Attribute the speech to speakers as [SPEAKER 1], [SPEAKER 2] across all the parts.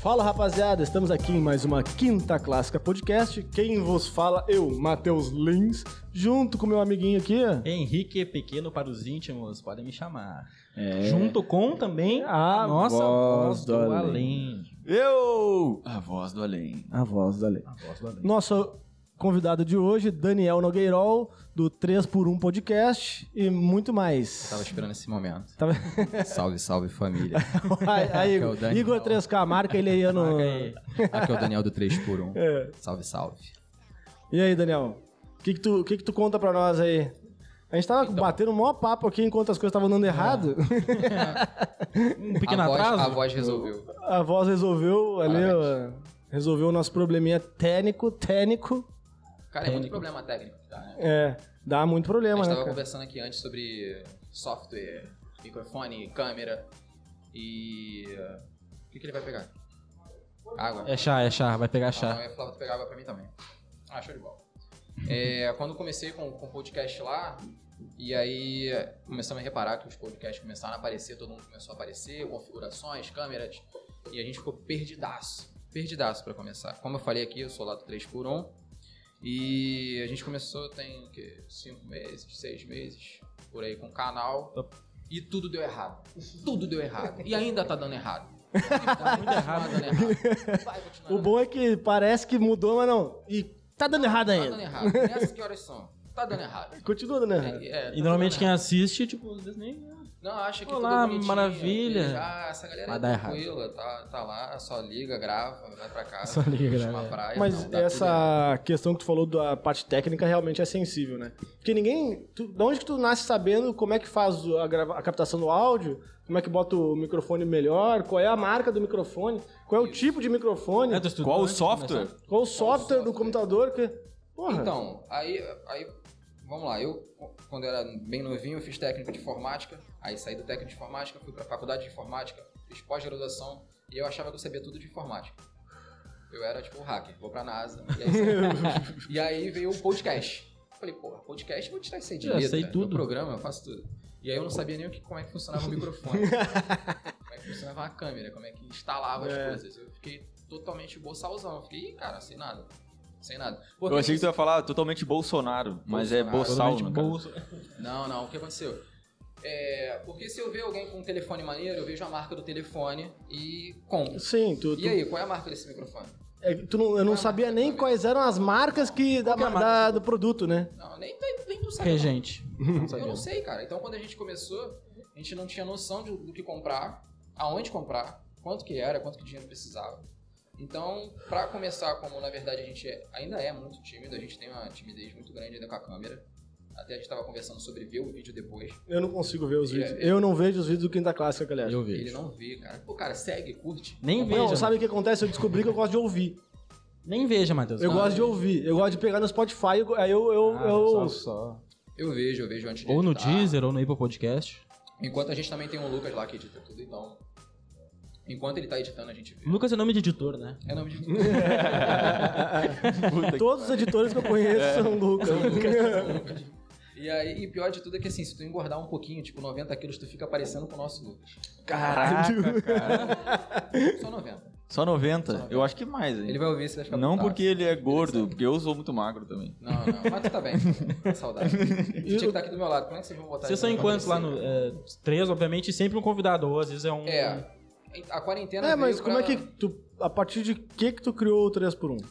[SPEAKER 1] Fala rapaziada, estamos aqui em mais uma Quinta Clássica Podcast. Quem vos fala? Eu, Matheus Lins, junto com meu amiguinho aqui,
[SPEAKER 2] Henrique é Pequeno para os íntimos, podem me chamar. Junto com também
[SPEAKER 1] A
[SPEAKER 2] a nossa
[SPEAKER 3] voz
[SPEAKER 2] voz
[SPEAKER 3] do
[SPEAKER 2] do além.
[SPEAKER 3] Eu! A voz do além. A voz do além.
[SPEAKER 2] A voz do além.
[SPEAKER 1] nosso convidado de hoje, Daniel Nogueirol, do 3x1 Podcast e muito mais.
[SPEAKER 4] Tava esperando esse momento.
[SPEAKER 1] Tava-
[SPEAKER 4] Salve, salve família.
[SPEAKER 1] Aí, aí,
[SPEAKER 4] Que é o Daniel.
[SPEAKER 1] Igor 3K, marca ele aí no.
[SPEAKER 4] Aqui é o Daniel do 3x1.
[SPEAKER 1] É.
[SPEAKER 4] Salve, salve.
[SPEAKER 1] E aí, Daniel? O que, que, tu, que, que tu conta pra nós aí? A gente tava batendo o maior papo aqui enquanto as coisas estavam dando errado.
[SPEAKER 2] Um pequeno
[SPEAKER 4] a, voz,
[SPEAKER 2] atraso.
[SPEAKER 4] a voz resolveu.
[SPEAKER 1] A voz resolveu ali,
[SPEAKER 4] Parabéns.
[SPEAKER 1] ó, resolveu o nosso probleminha técnico, técnico.
[SPEAKER 4] Cara, é muito problema técnico, tá? né?
[SPEAKER 1] É, dá muito
[SPEAKER 4] A
[SPEAKER 1] problema,
[SPEAKER 4] gente
[SPEAKER 1] né?
[SPEAKER 4] tava
[SPEAKER 1] cara?
[SPEAKER 4] conversando aqui antes sobre software, microfone, câmera e... O que, que ele vai pegar? Água.
[SPEAKER 2] É chá, é chá, vai pegar
[SPEAKER 4] Ah,
[SPEAKER 2] chá.
[SPEAKER 4] não, eu falava, tu pegava pra mim também. Ah, show de bola. É, quando eu comecei com com o podcast lá, e aí é, começamos a reparar que os podcasts começaram a aparecer, todo mundo começou a aparecer, configurações, câmeras, e a gente ficou perdidaço. Perdidaço pra começar. Como eu falei aqui, eu sou lá do 3x1, e a gente começou tem o quê? 5 meses, 6 meses, por aí com o canal, e tudo deu errado. Tudo deu errado. E ainda tá dando errado. Tá muito errado. Dando errado. Vai continuar
[SPEAKER 1] O bom é que parece que mudou, mas não. E tá dando errado
[SPEAKER 4] Tá dando
[SPEAKER 1] ainda.
[SPEAKER 4] errado. Nessas que horas são? Tá dando errado.
[SPEAKER 1] Continua dando errado.
[SPEAKER 4] É, é,
[SPEAKER 2] E normalmente
[SPEAKER 4] tá
[SPEAKER 2] quem
[SPEAKER 4] dando errado.
[SPEAKER 2] assiste, tipo, às vezes nem.
[SPEAKER 4] Não, acha que
[SPEAKER 2] Olá,
[SPEAKER 4] tudo bonitinho,
[SPEAKER 2] maravilha.
[SPEAKER 4] que já- essa galera
[SPEAKER 2] Mas
[SPEAKER 4] é
[SPEAKER 2] dá errado.
[SPEAKER 4] tranquila, tá, tá lá, só liga, grava, vai pra casa.
[SPEAKER 2] Só liga,
[SPEAKER 4] curte
[SPEAKER 2] grava,
[SPEAKER 4] uma
[SPEAKER 2] é.
[SPEAKER 4] praia,
[SPEAKER 1] Mas
[SPEAKER 4] não, dá tudo
[SPEAKER 1] essa questão que tu falou da parte técnica realmente é sensível, né? Porque ninguém. Tu, de onde que tu nasce sabendo como é que faz o- a, grava- a captação do áudio? Como é que bota o microfone melhor? Qual é a marca do microfone? Qual é o tipo de microfone?
[SPEAKER 2] É do estudante,
[SPEAKER 3] Qual o
[SPEAKER 2] começa-
[SPEAKER 3] software?
[SPEAKER 1] Qual o software do
[SPEAKER 4] software?
[SPEAKER 1] computador? Que... Porra.
[SPEAKER 4] Então, aí, aí, vamos lá, eu, quando era bem novinho, eu fiz técnico de informática, aí saí do técnico de informática, fui pra faculdade de informática, fiz pós-graduação, e eu achava que eu sabia tudo de informática. Eu era tipo um hacker, vou pra NASA, e aí, saí. E aí veio o podcast. Falei, porra, podcast, eu vou tirar isso aí de
[SPEAKER 2] Eu
[SPEAKER 4] letra,
[SPEAKER 2] sei
[SPEAKER 4] né? meu
[SPEAKER 2] tudo.
[SPEAKER 4] programa, eu faço tudo. E aí eu não sabia nem o que, como é que funcionava o microfone, como é que funcionava a câmera, como é que instalava as
[SPEAKER 1] É.
[SPEAKER 4] coisas. Eu fiquei totalmente boçalzão, eu fiquei, "Ih, cara, sem nada, sem nada. Pô,
[SPEAKER 3] Eu achei que tu ia falar totalmente Bolsonaro, mas é
[SPEAKER 2] Totalmente
[SPEAKER 3] Bolsal, né, cara?
[SPEAKER 2] bolso.
[SPEAKER 4] Não, não, o que aconteceu? É, porque se eu ver alguém com um telefone maneiro, eu vejo a marca do telefone e compro.
[SPEAKER 1] Sim, tu, tu,
[SPEAKER 4] E aí, Ah, qual é a marca desse microfone?
[SPEAKER 1] é, tu não, eu não sabia nem quais eram as marcas que da,
[SPEAKER 2] Qual que é a
[SPEAKER 1] da-
[SPEAKER 2] marca?
[SPEAKER 1] do produto, né?
[SPEAKER 4] Não, nem, nem, nem tu sabe.
[SPEAKER 2] Regente.
[SPEAKER 4] Eu não sei, cara. Então, quando a gente começou, a gente não tinha noção de- do que comprar, aonde comprar, quanto que era, quanto que dinheiro precisava. Então, pra começar, como na verdade a gente é- ainda é muito tímido, a gente tem uma timidez muito grande ainda com a câmera. Até a gente tava conversando sobre ver o vídeo depois.
[SPEAKER 1] Eu não consigo ver os
[SPEAKER 4] É,
[SPEAKER 1] vídeos.
[SPEAKER 4] é.
[SPEAKER 1] Eu não vejo os vídeos do Quinta Clássica, galera.
[SPEAKER 2] Eu
[SPEAKER 4] Ele
[SPEAKER 2] vejo.
[SPEAKER 4] não vê, cara. Pô, cara, segue, curte.
[SPEAKER 2] Nem
[SPEAKER 4] acompanha.
[SPEAKER 2] vejo. né?
[SPEAKER 1] Não, sabe o que acontece? Eu descobri que eu gosto de ouvir.
[SPEAKER 2] Nem veja, Matheus.
[SPEAKER 1] Eu
[SPEAKER 2] Ah,
[SPEAKER 1] gosto de ouvir. Eu gosto de pegar no Spotify, eu- aí eu, eu,
[SPEAKER 2] ah,
[SPEAKER 1] eu
[SPEAKER 2] só-
[SPEAKER 1] ouço.
[SPEAKER 2] só.
[SPEAKER 4] Eu vejo, eu vejo antes de
[SPEAKER 2] Ou no
[SPEAKER 4] editar.
[SPEAKER 2] Deezer, ou no Apple Podcast.
[SPEAKER 4] Enquanto a gente também tem um Lucas lá que edita tudo, então. Enquanto ele tá editando, a gente vê.
[SPEAKER 2] Lucas é nome de editor, né?
[SPEAKER 4] É nome de.
[SPEAKER 3] Puta que-
[SPEAKER 1] Todos os editores que eu conheço
[SPEAKER 2] É.
[SPEAKER 1] são Lucas.
[SPEAKER 4] é e aí, e pior de tudo é que assim, se tu engordar um pouquinho, tipo 90 quilos, tu fica parecendo com o nosso Lucas.
[SPEAKER 3] Caraca, cara.
[SPEAKER 4] Só 90.
[SPEAKER 3] Só 90? Eu acho que mais,
[SPEAKER 4] Ele
[SPEAKER 3] hein?
[SPEAKER 4] vai ouvir, você vai ficar
[SPEAKER 3] Não
[SPEAKER 4] putaço.
[SPEAKER 3] porque ele é gordo, porque eu sou muito magro também.
[SPEAKER 4] Não, não. Mas tu tá bem. tá Saudade. Você tinha que estar aqui do meu lado. Como é que vocês vão botar
[SPEAKER 2] Vocês
[SPEAKER 4] ele
[SPEAKER 2] são
[SPEAKER 4] pra
[SPEAKER 2] em quantos lá no.
[SPEAKER 4] aparecer?
[SPEAKER 2] é, três, obviamente, e sempre um convidado, ou às vezes é um.
[SPEAKER 4] É. A quarentena.
[SPEAKER 1] É, mas
[SPEAKER 4] veio
[SPEAKER 1] como é
[SPEAKER 4] pra-
[SPEAKER 1] que tu. A partir de que que tu criou o 3x1?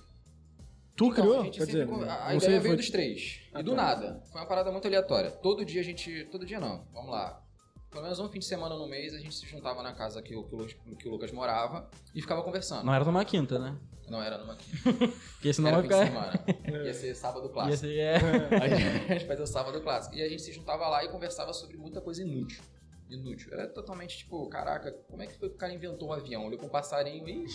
[SPEAKER 1] Tu
[SPEAKER 4] Então,
[SPEAKER 1] criou?
[SPEAKER 4] A, gente sempre con- a- a ideia veio dos três. E do nada. Foi uma parada muito aleatória. Todo dia a gente. Todo dia não. Vamos lá. Pelo menos um fim de semana no mês a gente se juntava na casa que o, que o, Lucas, que o Lucas morava e ficava conversando.
[SPEAKER 2] Não era numa quinta, né?
[SPEAKER 4] Não era numa quinta.
[SPEAKER 2] Porque senão
[SPEAKER 4] era
[SPEAKER 2] vai
[SPEAKER 4] fim de
[SPEAKER 2] ficar.
[SPEAKER 4] semana. Ia ser sábado
[SPEAKER 2] Ia
[SPEAKER 4] clássico.
[SPEAKER 2] ser, é.
[SPEAKER 4] Aí a gente fazia o sábado clássico. E a gente se juntava lá e conversava sobre muita coisa inútil. Inútil. Era totalmente tipo, caraca, como é que foi que o cara inventou um avião? Olhou com um passarinho e.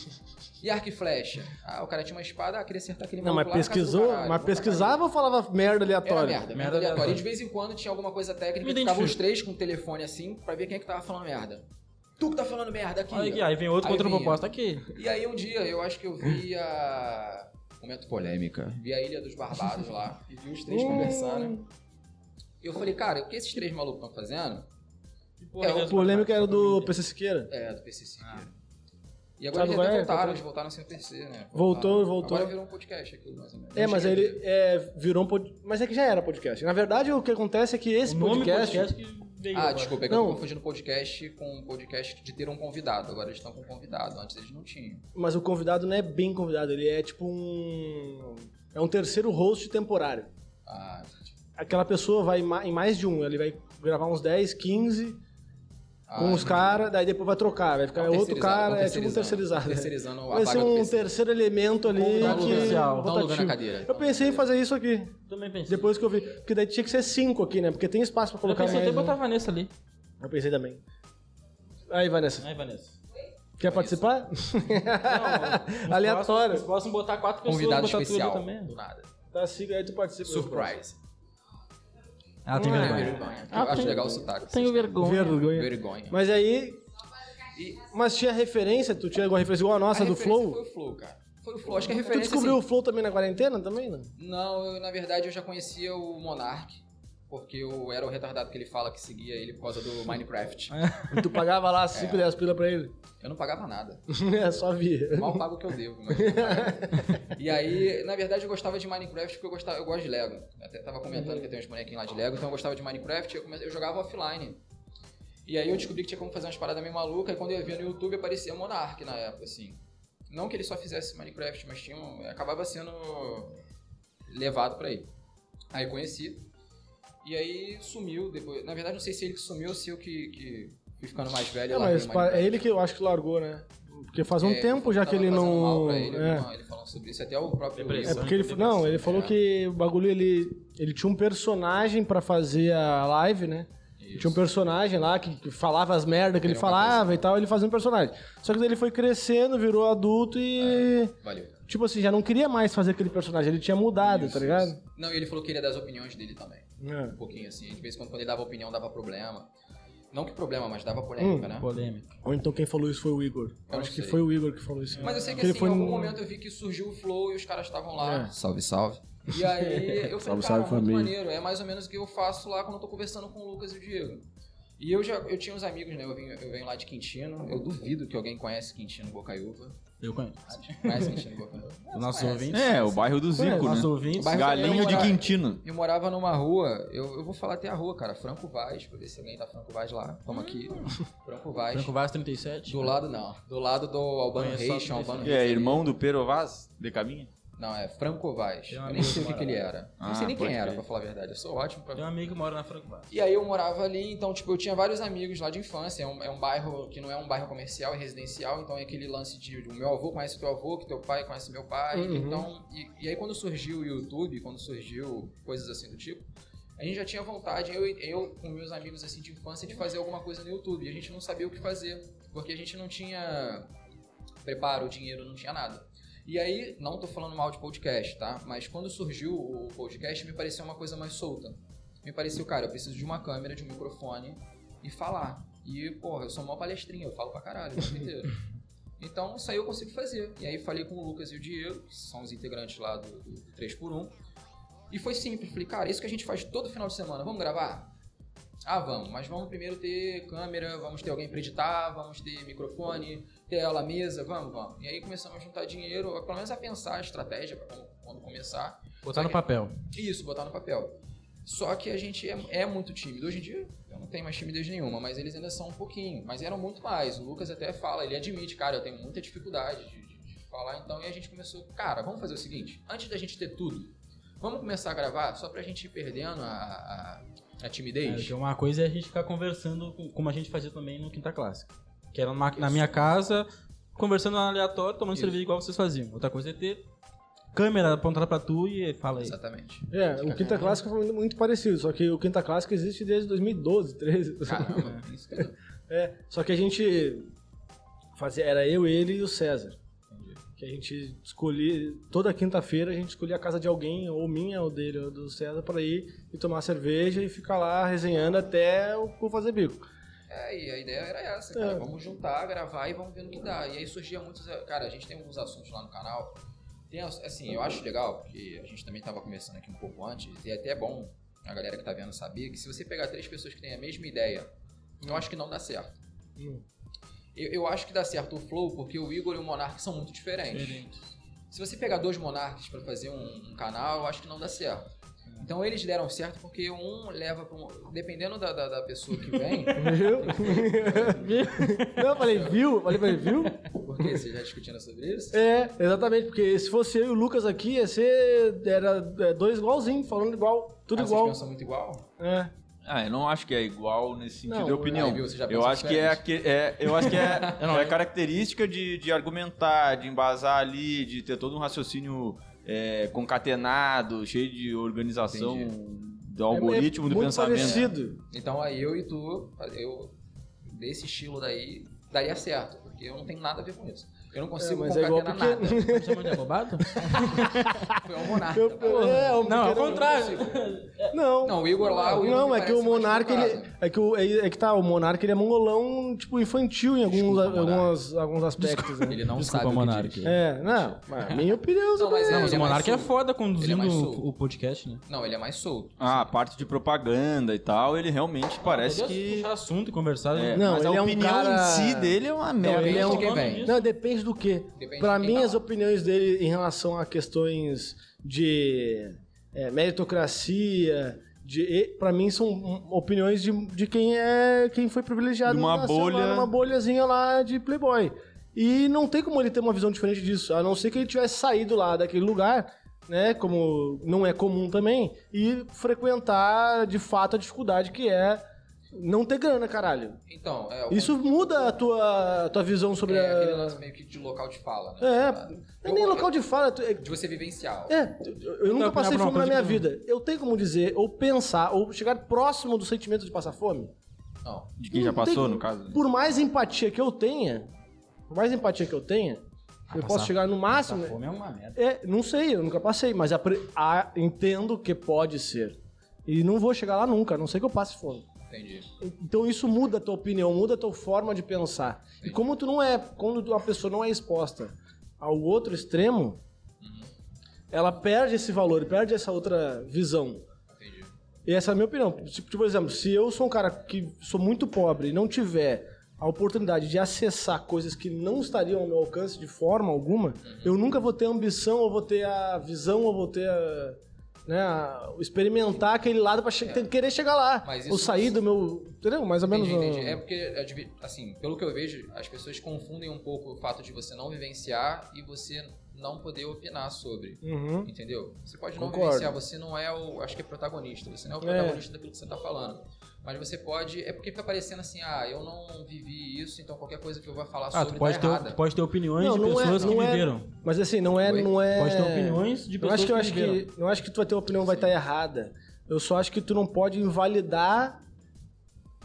[SPEAKER 4] E arco e flecha? Ah, o cara tinha uma espada, ah, queria acertar aquele
[SPEAKER 1] Não,
[SPEAKER 4] maluco
[SPEAKER 1] mas
[SPEAKER 4] lá na casa do
[SPEAKER 1] pesquisou,
[SPEAKER 4] caralho,
[SPEAKER 1] mas
[SPEAKER 4] vamos pra
[SPEAKER 1] pesquisava ou falava merda
[SPEAKER 4] Era
[SPEAKER 1] aleatória?
[SPEAKER 4] merda,
[SPEAKER 2] Merda
[SPEAKER 4] merda aleatória.
[SPEAKER 2] aleatória.
[SPEAKER 4] E de vez em quando tinha alguma coisa técnica
[SPEAKER 2] Me
[SPEAKER 4] e ficavam os
[SPEAKER 2] identifico.
[SPEAKER 4] três com o telefone assim pra ver quem é que tava falando merda. Tu que tá falando merda aqui.
[SPEAKER 2] Aí, aí vem outro
[SPEAKER 4] Aí
[SPEAKER 2] contra
[SPEAKER 4] vinha.
[SPEAKER 2] proposta aqui.
[SPEAKER 4] E aí um dia eu acho que eu vi a. Momento polêmica. Vi a Ilha dos Barbados lá e vi os
[SPEAKER 1] Hum.
[SPEAKER 4] três conversando. E eu falei, cara, o que esses três malucos estão fazendo?
[SPEAKER 2] Que porra
[SPEAKER 4] É,
[SPEAKER 2] que
[SPEAKER 4] o
[SPEAKER 1] O
[SPEAKER 2] eles-
[SPEAKER 1] polêmico era do PC Siqueira.
[SPEAKER 4] É, do PCC.
[SPEAKER 2] Ah.
[SPEAKER 4] E agora
[SPEAKER 1] Sabe
[SPEAKER 4] eles
[SPEAKER 1] qual
[SPEAKER 4] até
[SPEAKER 1] é?
[SPEAKER 4] voltaram,
[SPEAKER 1] Voltou.
[SPEAKER 4] eles voltaram a ser terceiro, né?
[SPEAKER 1] Voltou,
[SPEAKER 4] Voltaram.
[SPEAKER 1] voltou.
[SPEAKER 4] Agora virou um podcast aqui, mais ou menos.
[SPEAKER 1] É, mas ele é, virou um pod... Mas é que já era podcast. Na verdade, o que acontece é que esse
[SPEAKER 2] o nome
[SPEAKER 1] podcast...
[SPEAKER 2] podcast que veio.
[SPEAKER 4] Ah,
[SPEAKER 2] agora.
[SPEAKER 4] desculpa, é que eu
[SPEAKER 1] Não.
[SPEAKER 4] tô confundindo podcast com um podcast de ter um convidado. Agora eles estão com um convidado, antes eles não tinham.
[SPEAKER 1] Mas o convidado não é bem convidado, ele é tipo um... É um terceiro host temporário.
[SPEAKER 4] Ah, gente.
[SPEAKER 1] Aquela pessoa vai em ma- em mais de um, ele vai gravar uns 10, 15
[SPEAKER 4] Ah,
[SPEAKER 1] com os
[SPEAKER 4] entendi.
[SPEAKER 1] caras, daí depois vai trocar, vai ficar
[SPEAKER 4] É um
[SPEAKER 1] outro
[SPEAKER 4] terceirizado,
[SPEAKER 1] cara,
[SPEAKER 4] um
[SPEAKER 1] é tipo um terceirizado. né?
[SPEAKER 4] Terceirizando a
[SPEAKER 1] Vai ser
[SPEAKER 4] vaga do
[SPEAKER 1] um
[SPEAKER 4] PC.
[SPEAKER 1] terceiro elemento ali
[SPEAKER 2] Convidado
[SPEAKER 1] que...
[SPEAKER 2] especial.
[SPEAKER 4] Dá um lugar na
[SPEAKER 1] rotativo.
[SPEAKER 4] cadeira.
[SPEAKER 1] Eu pensei em fazer isso aqui,
[SPEAKER 2] Também pensei.
[SPEAKER 1] depois que eu vi. Porque daí tinha que ser cinco aqui, né? Porque tem espaço pra
[SPEAKER 2] eu
[SPEAKER 1] colocar
[SPEAKER 2] pensei até
[SPEAKER 1] mais.
[SPEAKER 2] botar a
[SPEAKER 1] né?
[SPEAKER 2] Vanessa ali.
[SPEAKER 1] Eu pensei também. Aí, Vanessa,
[SPEAKER 2] Aí, Vanessa.
[SPEAKER 1] quer participar?
[SPEAKER 2] Não,
[SPEAKER 1] Aleatório.
[SPEAKER 2] Vocês possam botar quatro pessoas
[SPEAKER 4] Convidado
[SPEAKER 2] botar
[SPEAKER 4] especial.
[SPEAKER 2] tudo também.
[SPEAKER 4] Do nada.
[SPEAKER 1] Tá, siga aí, tu participa.
[SPEAKER 4] Surprise. é
[SPEAKER 2] Ah, tem vergonha.
[SPEAKER 4] Vergonha.
[SPEAKER 2] Ah,
[SPEAKER 4] Eu acho
[SPEAKER 2] tenho-
[SPEAKER 4] legal o sotaque.
[SPEAKER 2] Tenho vergonha.
[SPEAKER 1] Vergonha.
[SPEAKER 4] Vergonha.
[SPEAKER 1] Mas aí,
[SPEAKER 4] E
[SPEAKER 1] mas tinha referência, tu tinha alguma referência igual a
[SPEAKER 4] a
[SPEAKER 1] nossa do
[SPEAKER 4] referência
[SPEAKER 1] Flow?
[SPEAKER 4] Foi o Flow, cara. Foi o Flow. Acho que a
[SPEAKER 1] Tu
[SPEAKER 4] referência.
[SPEAKER 1] descobriu o Flow também na quarentena também, né?
[SPEAKER 4] assim, Não, eu, na verdade eu já conhecia o Monark. Porque eu era o retardado que ele fala que seguia ele por causa do Minecraft.
[SPEAKER 1] Tu pagava
[SPEAKER 4] É.
[SPEAKER 1] lá 5, 10 pila pra ele.
[SPEAKER 4] Eu não pagava nada.
[SPEAKER 1] É, só via. É,
[SPEAKER 4] Mal pago o que eu devo, mas eu não pago. E aí, na verdade, eu gostava de Minecraft porque eu, gostava, eu gosto de Lego. Eu até tava comentando que eu tenho uns bonequinhos lá de Lego, então eu gostava de Minecraft e eu, come- eu jogava offline. E aí eu descobri que tinha como fazer umas paradas meio malucas, e quando eu via no YouTube aparecia Monark na época, assim. Não que ele só fizesse Minecraft, mas tinha um- acabava sendo levado pra ele. Aí eu conheci. E aí sumiu depois. Na verdade, não sei se ele que sumiu ou se eu que, que fui ficando mais velho. e
[SPEAKER 1] É,
[SPEAKER 4] larguei
[SPEAKER 1] mas
[SPEAKER 4] o
[SPEAKER 1] pa- é
[SPEAKER 4] Minecraft.
[SPEAKER 1] ele que eu acho que largou, né? Porque faz um
[SPEAKER 4] É,
[SPEAKER 1] tempo já
[SPEAKER 4] tava
[SPEAKER 1] que ele
[SPEAKER 4] fazendo mal
[SPEAKER 1] não.
[SPEAKER 4] pra ele, né?
[SPEAKER 1] é.
[SPEAKER 4] não, ele falou sobre isso, até o
[SPEAKER 1] É
[SPEAKER 4] próprio
[SPEAKER 2] Depressão.
[SPEAKER 4] Will.
[SPEAKER 1] porque ele, não, ele falou
[SPEAKER 4] É.
[SPEAKER 1] que o bagulho ele, ele tinha um personagem pra fazer a live, né?
[SPEAKER 4] Isso.
[SPEAKER 1] Tinha um personagem lá que, que falava as merdas que ele
[SPEAKER 4] Era uma assim.
[SPEAKER 1] falava e tal, ele fazia um personagem. Só que daí ele foi crescendo, virou adulto
[SPEAKER 4] É.
[SPEAKER 1] e
[SPEAKER 4] Valeu.
[SPEAKER 1] tipo assim, já não queria mais fazer aquele personagem, ele tinha mudado, tá ligado?
[SPEAKER 4] Não, e ele falou que ele ia dar as opiniões dele também.
[SPEAKER 1] É.
[SPEAKER 4] Um pouquinho assim, de vez em quando, quando ele dava opinião, dava problema. Não que problema, mas dava
[SPEAKER 1] Hum,
[SPEAKER 4] polêmica, né?
[SPEAKER 2] Polêmica.
[SPEAKER 1] Ou então quem falou isso foi o Igor.
[SPEAKER 4] Eu
[SPEAKER 1] Acho
[SPEAKER 4] não
[SPEAKER 1] que
[SPEAKER 4] sei.
[SPEAKER 1] foi o Igor que falou isso.
[SPEAKER 4] Mas eu sei que
[SPEAKER 1] Porque um
[SPEAKER 4] assim, em algum
[SPEAKER 1] no-
[SPEAKER 4] momento eu vi que surgiu o flow e os caras estavam lá.
[SPEAKER 1] É.
[SPEAKER 4] Salve, salve. E aí eu
[SPEAKER 5] Salve,
[SPEAKER 4] falei, cara,
[SPEAKER 5] salve,
[SPEAKER 4] muito
[SPEAKER 5] família."
[SPEAKER 4] maneiro. É mais ou menos o que eu faço lá quando eu tô conversando com o Lucas e o Diego. E eu já eu tinha uns amigos, né? Eu venho, eu venho lá de Quintino. Eu duvido que alguém conhece Quintino Bocaiúva.
[SPEAKER 2] Eu conheço.
[SPEAKER 4] Conhece Quintino Bocaiúva?
[SPEAKER 2] Os nossos ouvintes.
[SPEAKER 3] É, o bairro do Zico,
[SPEAKER 2] Nossos
[SPEAKER 3] né?
[SPEAKER 2] ouvintes.
[SPEAKER 4] Bairro-
[SPEAKER 3] Galinho de
[SPEAKER 4] Bairro-
[SPEAKER 3] Quintino.
[SPEAKER 4] Eu morava numa rua, eu, eu vou falar até a rua, cara. Franco Vaz, pra ver se alguém tá Franco Vaz lá. Vamos aqui. Franco Vaz.
[SPEAKER 2] Hum. Franco Vaz 37.
[SPEAKER 4] Do lado, não. Do lado do Albano
[SPEAKER 2] Conheço só
[SPEAKER 4] Reis, chama
[SPEAKER 2] esse
[SPEAKER 4] Albano
[SPEAKER 2] aí.
[SPEAKER 3] Que é
[SPEAKER 4] Reis.
[SPEAKER 3] irmão do Pero Vaz, de caminha?
[SPEAKER 4] Não, é Franco Vaz.
[SPEAKER 2] Tem um
[SPEAKER 4] Eu nem
[SPEAKER 2] amigo
[SPEAKER 4] sei o
[SPEAKER 2] que
[SPEAKER 4] que, que ele
[SPEAKER 2] mora
[SPEAKER 4] era. não
[SPEAKER 3] Ah,
[SPEAKER 4] sei nem quem
[SPEAKER 3] pode
[SPEAKER 4] era,
[SPEAKER 3] crer.
[SPEAKER 4] pra falar a verdade. Eu sou ótimo pra
[SPEAKER 2] Tem um amigo que mora na Franco Vaz.
[SPEAKER 4] E aí eu morava ali, então, tipo, eu tinha vários amigos lá de infância. É um, é um bairro que não é um bairro comercial, é residencial, então é aquele lance de o meu avô conhece teu avô, que teu pai conhece meu pai.
[SPEAKER 1] Uhum.
[SPEAKER 4] Então, e, e aí quando surgiu o YouTube, quando surgiu coisas assim do tipo, a gente já tinha vontade, eu, eu com meus amigos assim de infância, de fazer alguma coisa no YouTube. E a gente não sabia o que fazer, porque a gente não tinha preparo, dinheiro, não tinha nada. E aí, não tô falando mal de podcast, tá? Mas quando surgiu o podcast, me pareceu uma coisa mais solta. Me pareceu, cara, eu preciso de uma câmera, de um microfone e falar. E, porra, eu sou uma palestrinha, eu falo pra caralho o tempo inteiro. Então, isso aí eu consigo fazer. E aí, falei com o Lucas e o Diego, que são os integrantes lá do, do 3x1. E foi simples, falei, cara, isso que a gente faz todo final de semana, vamos gravar? Ah, vamos, mas vamos primeiro ter câmera, vamos ter alguém pra editar, vamos ter microfone, tela, mesa, vamos, vamos. E aí começamos a juntar dinheiro, pelo menos a pensar a estratégia para quando, quando começar.
[SPEAKER 2] Botar no papel.
[SPEAKER 4] Isso, botar no papel. Só que a gente é, é muito tímido. Hoje em dia eu não tenho mais timidez nenhuma, mas eles ainda são um pouquinho. Mas eram muito mais. O Lucas até fala, ele admite, cara, eu tenho muita dificuldade de, de- de falar. Então, e a gente começou, cara, vamos fazer o seguinte: antes da gente ter tudo, vamos começar a gravar só pra gente ir perdendo a, a, a
[SPEAKER 2] É,
[SPEAKER 4] timidez.
[SPEAKER 2] porque uma coisa é a gente ficar conversando, com- como a gente fazia também no Quinta Clássica. Que era numa- na minha casa, conversando aleatório, tomando
[SPEAKER 4] Isso.
[SPEAKER 2] cerveja igual vocês faziam. Outra coisa é ter câmera apontada pra tu e fala aí.
[SPEAKER 4] Exatamente.
[SPEAKER 1] É, o Quinta Clássica foi muito- muito parecido, só que o Quinta Clássica existe desde 2012, 13.
[SPEAKER 4] Caramba, isso que eu-
[SPEAKER 1] É, só que a gente fazia, era eu, ele e o César. Que a gente escolhia, toda quinta-feira a gente escolhia a casa de alguém, ou minha, ou dele, ou do César, pra ir e tomar cerveja e ficar lá resenhando até o cu fazer bico.
[SPEAKER 4] É, e a ideia era essa, cara.
[SPEAKER 1] É.
[SPEAKER 4] Vamos juntar, gravar e vamos ver no que dá. E aí surgia muitos. Cara, a gente tem alguns assuntos lá no canal. Tem, as- assim, eu acho legal, porque a gente também estava conversando aqui um pouco antes, e é até bom a galera que tá vendo saber que se você pegar três pessoas que têm a mesma ideia, eu acho que não dá certo. Eu, eu acho que dá certo o flow porque o Igor e o Monark são muito diferentes. Se você pegar dois monarcas pra fazer um, um canal, eu acho que não dá certo. Então eles deram certo porque um leva pra um. Dependendo da, da, da pessoa que vem.
[SPEAKER 1] Viu? Não, eu falei, viu? Eu Falei pra ele, viu?
[SPEAKER 4] Por quê? Vocês já discutindo sobre isso?
[SPEAKER 1] É, exatamente, porque se fosse eu e o Lucas aqui, ia ser. Era é, dois igualzinho, falando igual, tudo
[SPEAKER 4] Ah,
[SPEAKER 1] igual.
[SPEAKER 4] Vocês pensam muito igual?
[SPEAKER 1] É.
[SPEAKER 3] Ah, eu não acho que é igual nesse sentido
[SPEAKER 1] Não,
[SPEAKER 3] de opinião.
[SPEAKER 4] aí, viu, você já
[SPEAKER 3] eu
[SPEAKER 4] pensa
[SPEAKER 3] acho que é, aque- é- eu acho que é,
[SPEAKER 2] Eu não-
[SPEAKER 3] é característica de, de argumentar, de embasar ali, de ter todo um raciocínio é, concatenado, cheio de organização do algoritmo
[SPEAKER 1] é,
[SPEAKER 3] do
[SPEAKER 1] muito
[SPEAKER 3] pensamento. né?
[SPEAKER 1] parecido.
[SPEAKER 4] Então aí eu e tu, eu desse estilo daí, daria certo, porque eu não tenho nada a ver com isso. Eu não
[SPEAKER 1] É,
[SPEAKER 4] consigo
[SPEAKER 1] mas é igual
[SPEAKER 4] concatenar
[SPEAKER 1] porque.
[SPEAKER 4] nada.
[SPEAKER 2] Me chamando de abobado?
[SPEAKER 4] Foi um monarca.
[SPEAKER 1] Eu- eu- é, o
[SPEAKER 2] Não, ao
[SPEAKER 1] porque
[SPEAKER 2] contrário.
[SPEAKER 1] Não.
[SPEAKER 4] Não, o Igor lá, o Igor
[SPEAKER 1] Não,
[SPEAKER 4] me
[SPEAKER 1] é que o
[SPEAKER 4] parece mais
[SPEAKER 1] Monarca, ele.
[SPEAKER 4] preparado.
[SPEAKER 1] É que, o, é, é que tá, o Monarca ele é mongolão, tipo, infantil em alguns,
[SPEAKER 4] Desculpa, Monarca.
[SPEAKER 1] algumas, alguns aspectos, né?
[SPEAKER 4] Ele não
[SPEAKER 2] Desculpa,
[SPEAKER 4] sabe
[SPEAKER 2] Monark.
[SPEAKER 4] o que dirige.
[SPEAKER 1] É, não, mas minha opinião
[SPEAKER 4] Não, mas
[SPEAKER 1] sobre
[SPEAKER 4] é-
[SPEAKER 2] Não,
[SPEAKER 1] ele.
[SPEAKER 2] mas
[SPEAKER 4] ele
[SPEAKER 2] o
[SPEAKER 4] mais
[SPEAKER 2] Monark é
[SPEAKER 4] sul.
[SPEAKER 2] foda
[SPEAKER 4] Ele é
[SPEAKER 2] conduzindo
[SPEAKER 4] mais sul.
[SPEAKER 2] o o podcast, né?
[SPEAKER 4] Não, ele é mais solto.
[SPEAKER 3] Ah, a parte de propaganda e tal, ele realmente parece
[SPEAKER 2] Podia
[SPEAKER 3] que.
[SPEAKER 2] puxar assunto e conversar. né?
[SPEAKER 3] é,
[SPEAKER 1] Não,
[SPEAKER 3] mas a
[SPEAKER 1] ele é um
[SPEAKER 3] opinião
[SPEAKER 1] cara-
[SPEAKER 3] em si dele é uma merda.
[SPEAKER 1] ele é
[SPEAKER 4] Depende
[SPEAKER 1] um-
[SPEAKER 4] de quem vem.
[SPEAKER 2] Isso.
[SPEAKER 1] Não, depende do quê?
[SPEAKER 4] Depende
[SPEAKER 1] Pra
[SPEAKER 4] de
[SPEAKER 1] mim,
[SPEAKER 4] quem tá
[SPEAKER 1] as
[SPEAKER 4] lá.
[SPEAKER 1] opiniões dele em relação a questões de é, meritocracia, de, e, pra mim são hum, opiniões de, de quem é quem foi privilegiado
[SPEAKER 3] De uma
[SPEAKER 1] nasceu
[SPEAKER 3] bolha.
[SPEAKER 1] lá numa bolhazinha lá de playboy. E não tem como ele ter uma visão diferente disso, a não ser que ele tivesse saído lá daquele lugar, né, como não é comum também, e frequentar de fato a dificuldade que é não ter grana, caralho.
[SPEAKER 4] Então, é o-
[SPEAKER 1] Isso muda a tua, a tua visão sobre
[SPEAKER 4] é aquele
[SPEAKER 1] a...
[SPEAKER 4] lance meio que de local de fala, né?
[SPEAKER 1] É, não é nem local de fala. tu- é-
[SPEAKER 4] de você vivencial.
[SPEAKER 1] é, eu, eu nunca
[SPEAKER 2] Não,
[SPEAKER 1] passei
[SPEAKER 2] não,
[SPEAKER 1] fome na
[SPEAKER 2] não,
[SPEAKER 1] minha
[SPEAKER 2] não.
[SPEAKER 1] vida. Eu tenho como dizer, ou pensar, ou chegar próximo do sentimento de passar fome.
[SPEAKER 4] Não.
[SPEAKER 3] De quem
[SPEAKER 1] Não
[SPEAKER 3] já passou,
[SPEAKER 1] tem-
[SPEAKER 3] no caso.
[SPEAKER 1] Por mais empatia que eu tenha, por mais empatia que eu tenha, eu
[SPEAKER 2] Ah, passar-
[SPEAKER 1] posso chegar no
[SPEAKER 2] Essa
[SPEAKER 1] máximo.
[SPEAKER 2] fome é uma merda.
[SPEAKER 1] É, não sei, eu nunca passei, mas apre- a- entendo que pode ser. E não vou chegar lá nunca, a não sei que eu passe fome.
[SPEAKER 4] Entendi.
[SPEAKER 1] Então isso muda a tua opinião, muda a tua forma de pensar. E como tu não é, quando uma pessoa não é exposta ao outro extremo, ela perde esse valor, perde essa outra visão.
[SPEAKER 4] Entendi.
[SPEAKER 1] E essa é a minha opinião. Tipo, tipo, por exemplo, se eu sou um cara que sou muito pobre e não tiver a oportunidade de acessar coisas que não estariam ao meu alcance de forma alguma,
[SPEAKER 4] Uhum.
[SPEAKER 1] eu nunca vou ter a ambição, ou vou ter a visão, ou vou ter a, né, a- experimentar aquele lado para querer chegar lá.
[SPEAKER 4] É. Mas
[SPEAKER 1] ou
[SPEAKER 4] isso-
[SPEAKER 1] sair do meu. Entendeu? Mais ou menos.
[SPEAKER 4] Entendi, entendi.
[SPEAKER 1] ó.
[SPEAKER 4] É porque, é de- assim, pelo que eu vejo, as pessoas confundem um pouco o fato de você não vivenciar e você não poder opinar sobre.
[SPEAKER 1] Uhum.
[SPEAKER 4] Entendeu? Você pode não
[SPEAKER 1] Concordo.
[SPEAKER 4] vivenciar, você não é o. Acho que é protagonista. Você não é o protagonista daquilo que você tá falando. Mas você pode. É porque fica parecendo assim, ah, eu não vivi isso, então qualquer coisa que eu vá falar
[SPEAKER 2] Ah,
[SPEAKER 4] sobre
[SPEAKER 2] tu
[SPEAKER 4] tá
[SPEAKER 2] pode ter,
[SPEAKER 4] errada.
[SPEAKER 2] tu pode ter opiniões
[SPEAKER 1] Não,
[SPEAKER 2] de
[SPEAKER 1] não é-
[SPEAKER 2] pessoas que
[SPEAKER 1] não é-
[SPEAKER 2] viveram.
[SPEAKER 1] Mas assim, não é.
[SPEAKER 4] Oi?
[SPEAKER 1] Não é...
[SPEAKER 2] Pode ter opiniões de
[SPEAKER 1] Eu
[SPEAKER 2] pessoas
[SPEAKER 1] acho que eu
[SPEAKER 2] que
[SPEAKER 1] acho
[SPEAKER 2] viveram.
[SPEAKER 1] que não acho que tua tua opinião vai estar errada. Eu só acho que tu não pode invalidar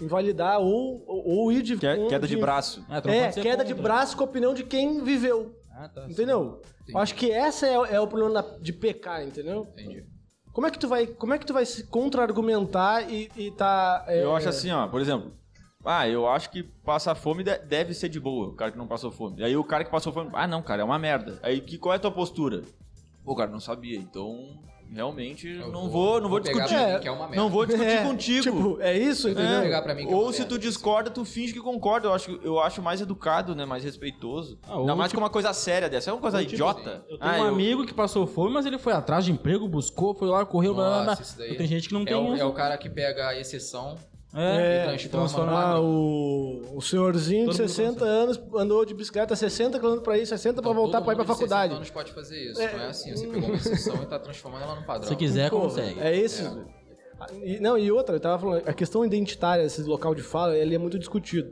[SPEAKER 1] invalidar ou ou, ou ir de
[SPEAKER 3] Que- é
[SPEAKER 1] com-
[SPEAKER 3] Queda de braço.
[SPEAKER 2] Ah, tu não
[SPEAKER 1] É,
[SPEAKER 2] pode ser
[SPEAKER 1] queda de
[SPEAKER 2] contra.
[SPEAKER 1] braço com a opinião de quem viveu,
[SPEAKER 2] Ah, tá.
[SPEAKER 1] entendeu? Eu acho que essa é, é o problema da- de pecar, entendeu?
[SPEAKER 4] Entendi.
[SPEAKER 1] Como é que tu vai, como é que tu vai se contra-argumentar e, e tá é,
[SPEAKER 3] Eu acho assim, ó, por exemplo. Ah, eu acho que passar fome de- deve ser de boa, o cara que não passou fome. Aí o cara que passou fome, ah não, cara, é uma merda. Aí que, qual é a tua postura? Pô, cara, não sabia, então realmente
[SPEAKER 4] Eu
[SPEAKER 3] não vou, não vou
[SPEAKER 4] pegar
[SPEAKER 3] discutir.
[SPEAKER 4] pra mim
[SPEAKER 1] É,
[SPEAKER 4] que é uma merda.
[SPEAKER 3] Não vou discutir
[SPEAKER 1] é,
[SPEAKER 3] contigo.
[SPEAKER 1] Tipo, é isso,
[SPEAKER 4] Vou
[SPEAKER 1] entendeu?
[SPEAKER 4] pegar pra mim que é
[SPEAKER 3] Ou
[SPEAKER 4] uma
[SPEAKER 3] se
[SPEAKER 4] merda.
[SPEAKER 3] tu discorda, tu finge que concorda. Eu acho, eu acho mais educado, né? Mais respeitoso.
[SPEAKER 2] Ah, ou
[SPEAKER 3] Ainda mais
[SPEAKER 2] tipo-
[SPEAKER 3] com uma coisa séria dessa. É uma coisa
[SPEAKER 2] Ou tipo
[SPEAKER 3] idiota.
[SPEAKER 2] Eu tenho
[SPEAKER 3] Ah,
[SPEAKER 2] um
[SPEAKER 3] eu-
[SPEAKER 2] amigo que passou fome, mas ele foi atrás de emprego, buscou, foi lá, correu, blá, blá, blá.
[SPEAKER 4] Nossa, isso daí
[SPEAKER 2] Tem gente que não
[SPEAKER 4] É
[SPEAKER 2] tem
[SPEAKER 4] o,
[SPEAKER 2] isso.
[SPEAKER 4] é o cara que pega a exceção.
[SPEAKER 2] É,
[SPEAKER 4] e transforma
[SPEAKER 1] Ah,
[SPEAKER 4] numa-
[SPEAKER 1] o, o senhorzinho de
[SPEAKER 2] Todo mundo
[SPEAKER 1] 60
[SPEAKER 2] consegue.
[SPEAKER 1] anos andou de bicicleta 60 km pra ir, 60 pra
[SPEAKER 4] Então,
[SPEAKER 1] voltar
[SPEAKER 4] todo
[SPEAKER 1] pra ir pra
[SPEAKER 4] mundo de 60
[SPEAKER 1] faculdade.
[SPEAKER 4] anos pode fazer isso. Não é assim, você pegou uma exceção e tá transformando ela num padrão.
[SPEAKER 2] se quiser,
[SPEAKER 1] Pô,
[SPEAKER 2] consegue.
[SPEAKER 1] É isso. E- Não, e outra, eu tava falando, a questão identitária, esse local de fala, ele é muito discutido.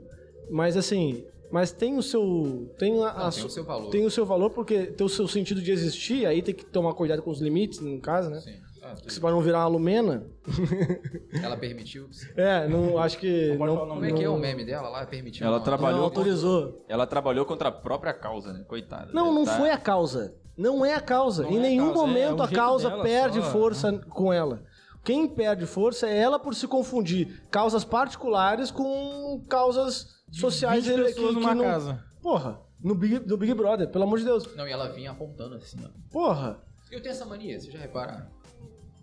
[SPEAKER 1] Mas assim, mas tem o seu. Tem, a, a
[SPEAKER 4] tem
[SPEAKER 1] su-
[SPEAKER 4] o seu valor.
[SPEAKER 1] Tem o seu valor, porque tem o seu sentido de existir, aí tem que tomar cuidado com os limites, no caso, né?
[SPEAKER 4] Sim. Ah, tudo
[SPEAKER 1] Porque Pra não virar uma lumena.
[SPEAKER 4] bem. Ela permitiu.
[SPEAKER 1] É, não acho que. Não,
[SPEAKER 4] Como é que é o meme dela lá? Permitiu.
[SPEAKER 3] Ela
[SPEAKER 4] não.
[SPEAKER 1] não,
[SPEAKER 3] trabalhou.
[SPEAKER 1] autorizou.
[SPEAKER 3] Ela trabalhou contra a própria causa, né? Coitada.
[SPEAKER 1] Não,
[SPEAKER 3] Deve
[SPEAKER 1] não
[SPEAKER 3] tá-
[SPEAKER 1] foi a causa. Não é a causa.
[SPEAKER 2] Não
[SPEAKER 1] em
[SPEAKER 2] é a
[SPEAKER 1] nenhum
[SPEAKER 2] causa, é
[SPEAKER 1] momento
[SPEAKER 2] o
[SPEAKER 1] a
[SPEAKER 2] jeito
[SPEAKER 1] causa
[SPEAKER 2] dela
[SPEAKER 1] perde
[SPEAKER 2] só,
[SPEAKER 1] força com ela. Quem perde força é ela por se confundir causas particulares com causas sociais
[SPEAKER 2] 20
[SPEAKER 1] ele-
[SPEAKER 2] pessoas numa casa.
[SPEAKER 1] Porra, no Big, no Big Brother, pelo amor de Deus.
[SPEAKER 4] Não, e ela vinha apontando assim, ó.
[SPEAKER 1] Porra.
[SPEAKER 4] Eu tenho essa mania, vocês já repararam?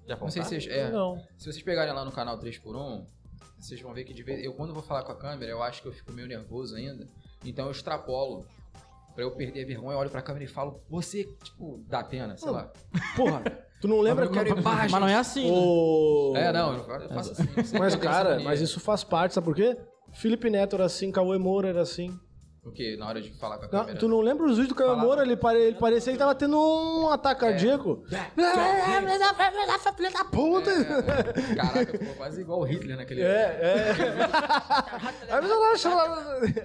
[SPEAKER 3] Já
[SPEAKER 4] Não sei se vocês. É,
[SPEAKER 1] Não.
[SPEAKER 4] Se vocês pegarem lá no um, canal 3x1, vocês vão ver que de vez. Eu, quando vou falar com a câmera, eu acho que eu fico meio nervoso ainda. Então eu extrapolo. Pra eu perder a vergonha, eu olho pra câmera e falo, você, tipo, da Atena, sei
[SPEAKER 1] Hum.
[SPEAKER 4] lá.
[SPEAKER 1] Porra, tu não lembra
[SPEAKER 4] Eu quero
[SPEAKER 1] quando-
[SPEAKER 4] imagens.
[SPEAKER 2] Mas não é assim. né?
[SPEAKER 1] O...
[SPEAKER 4] É, não, eu eu faço assim. eu sempre
[SPEAKER 1] Mas,
[SPEAKER 4] eu tenho essa
[SPEAKER 1] cara,
[SPEAKER 4] mania.
[SPEAKER 1] mas isso faz parte, sabe por quê? Felipe Neto era assim, Cauê Moura era assim.
[SPEAKER 4] O quê? Na hora de falar com a
[SPEAKER 1] Não,
[SPEAKER 4] câmera.
[SPEAKER 1] tu não lembra os vídeos do Cauê
[SPEAKER 2] Falava.
[SPEAKER 1] Moura? Ele, pare... ele parecia que tava tendo um ataque
[SPEAKER 4] É.
[SPEAKER 1] cardíaco. Filha da puta!
[SPEAKER 4] Caraca, ficou quase igual o Hitler naquele...
[SPEAKER 1] É, é. Aí você não acha-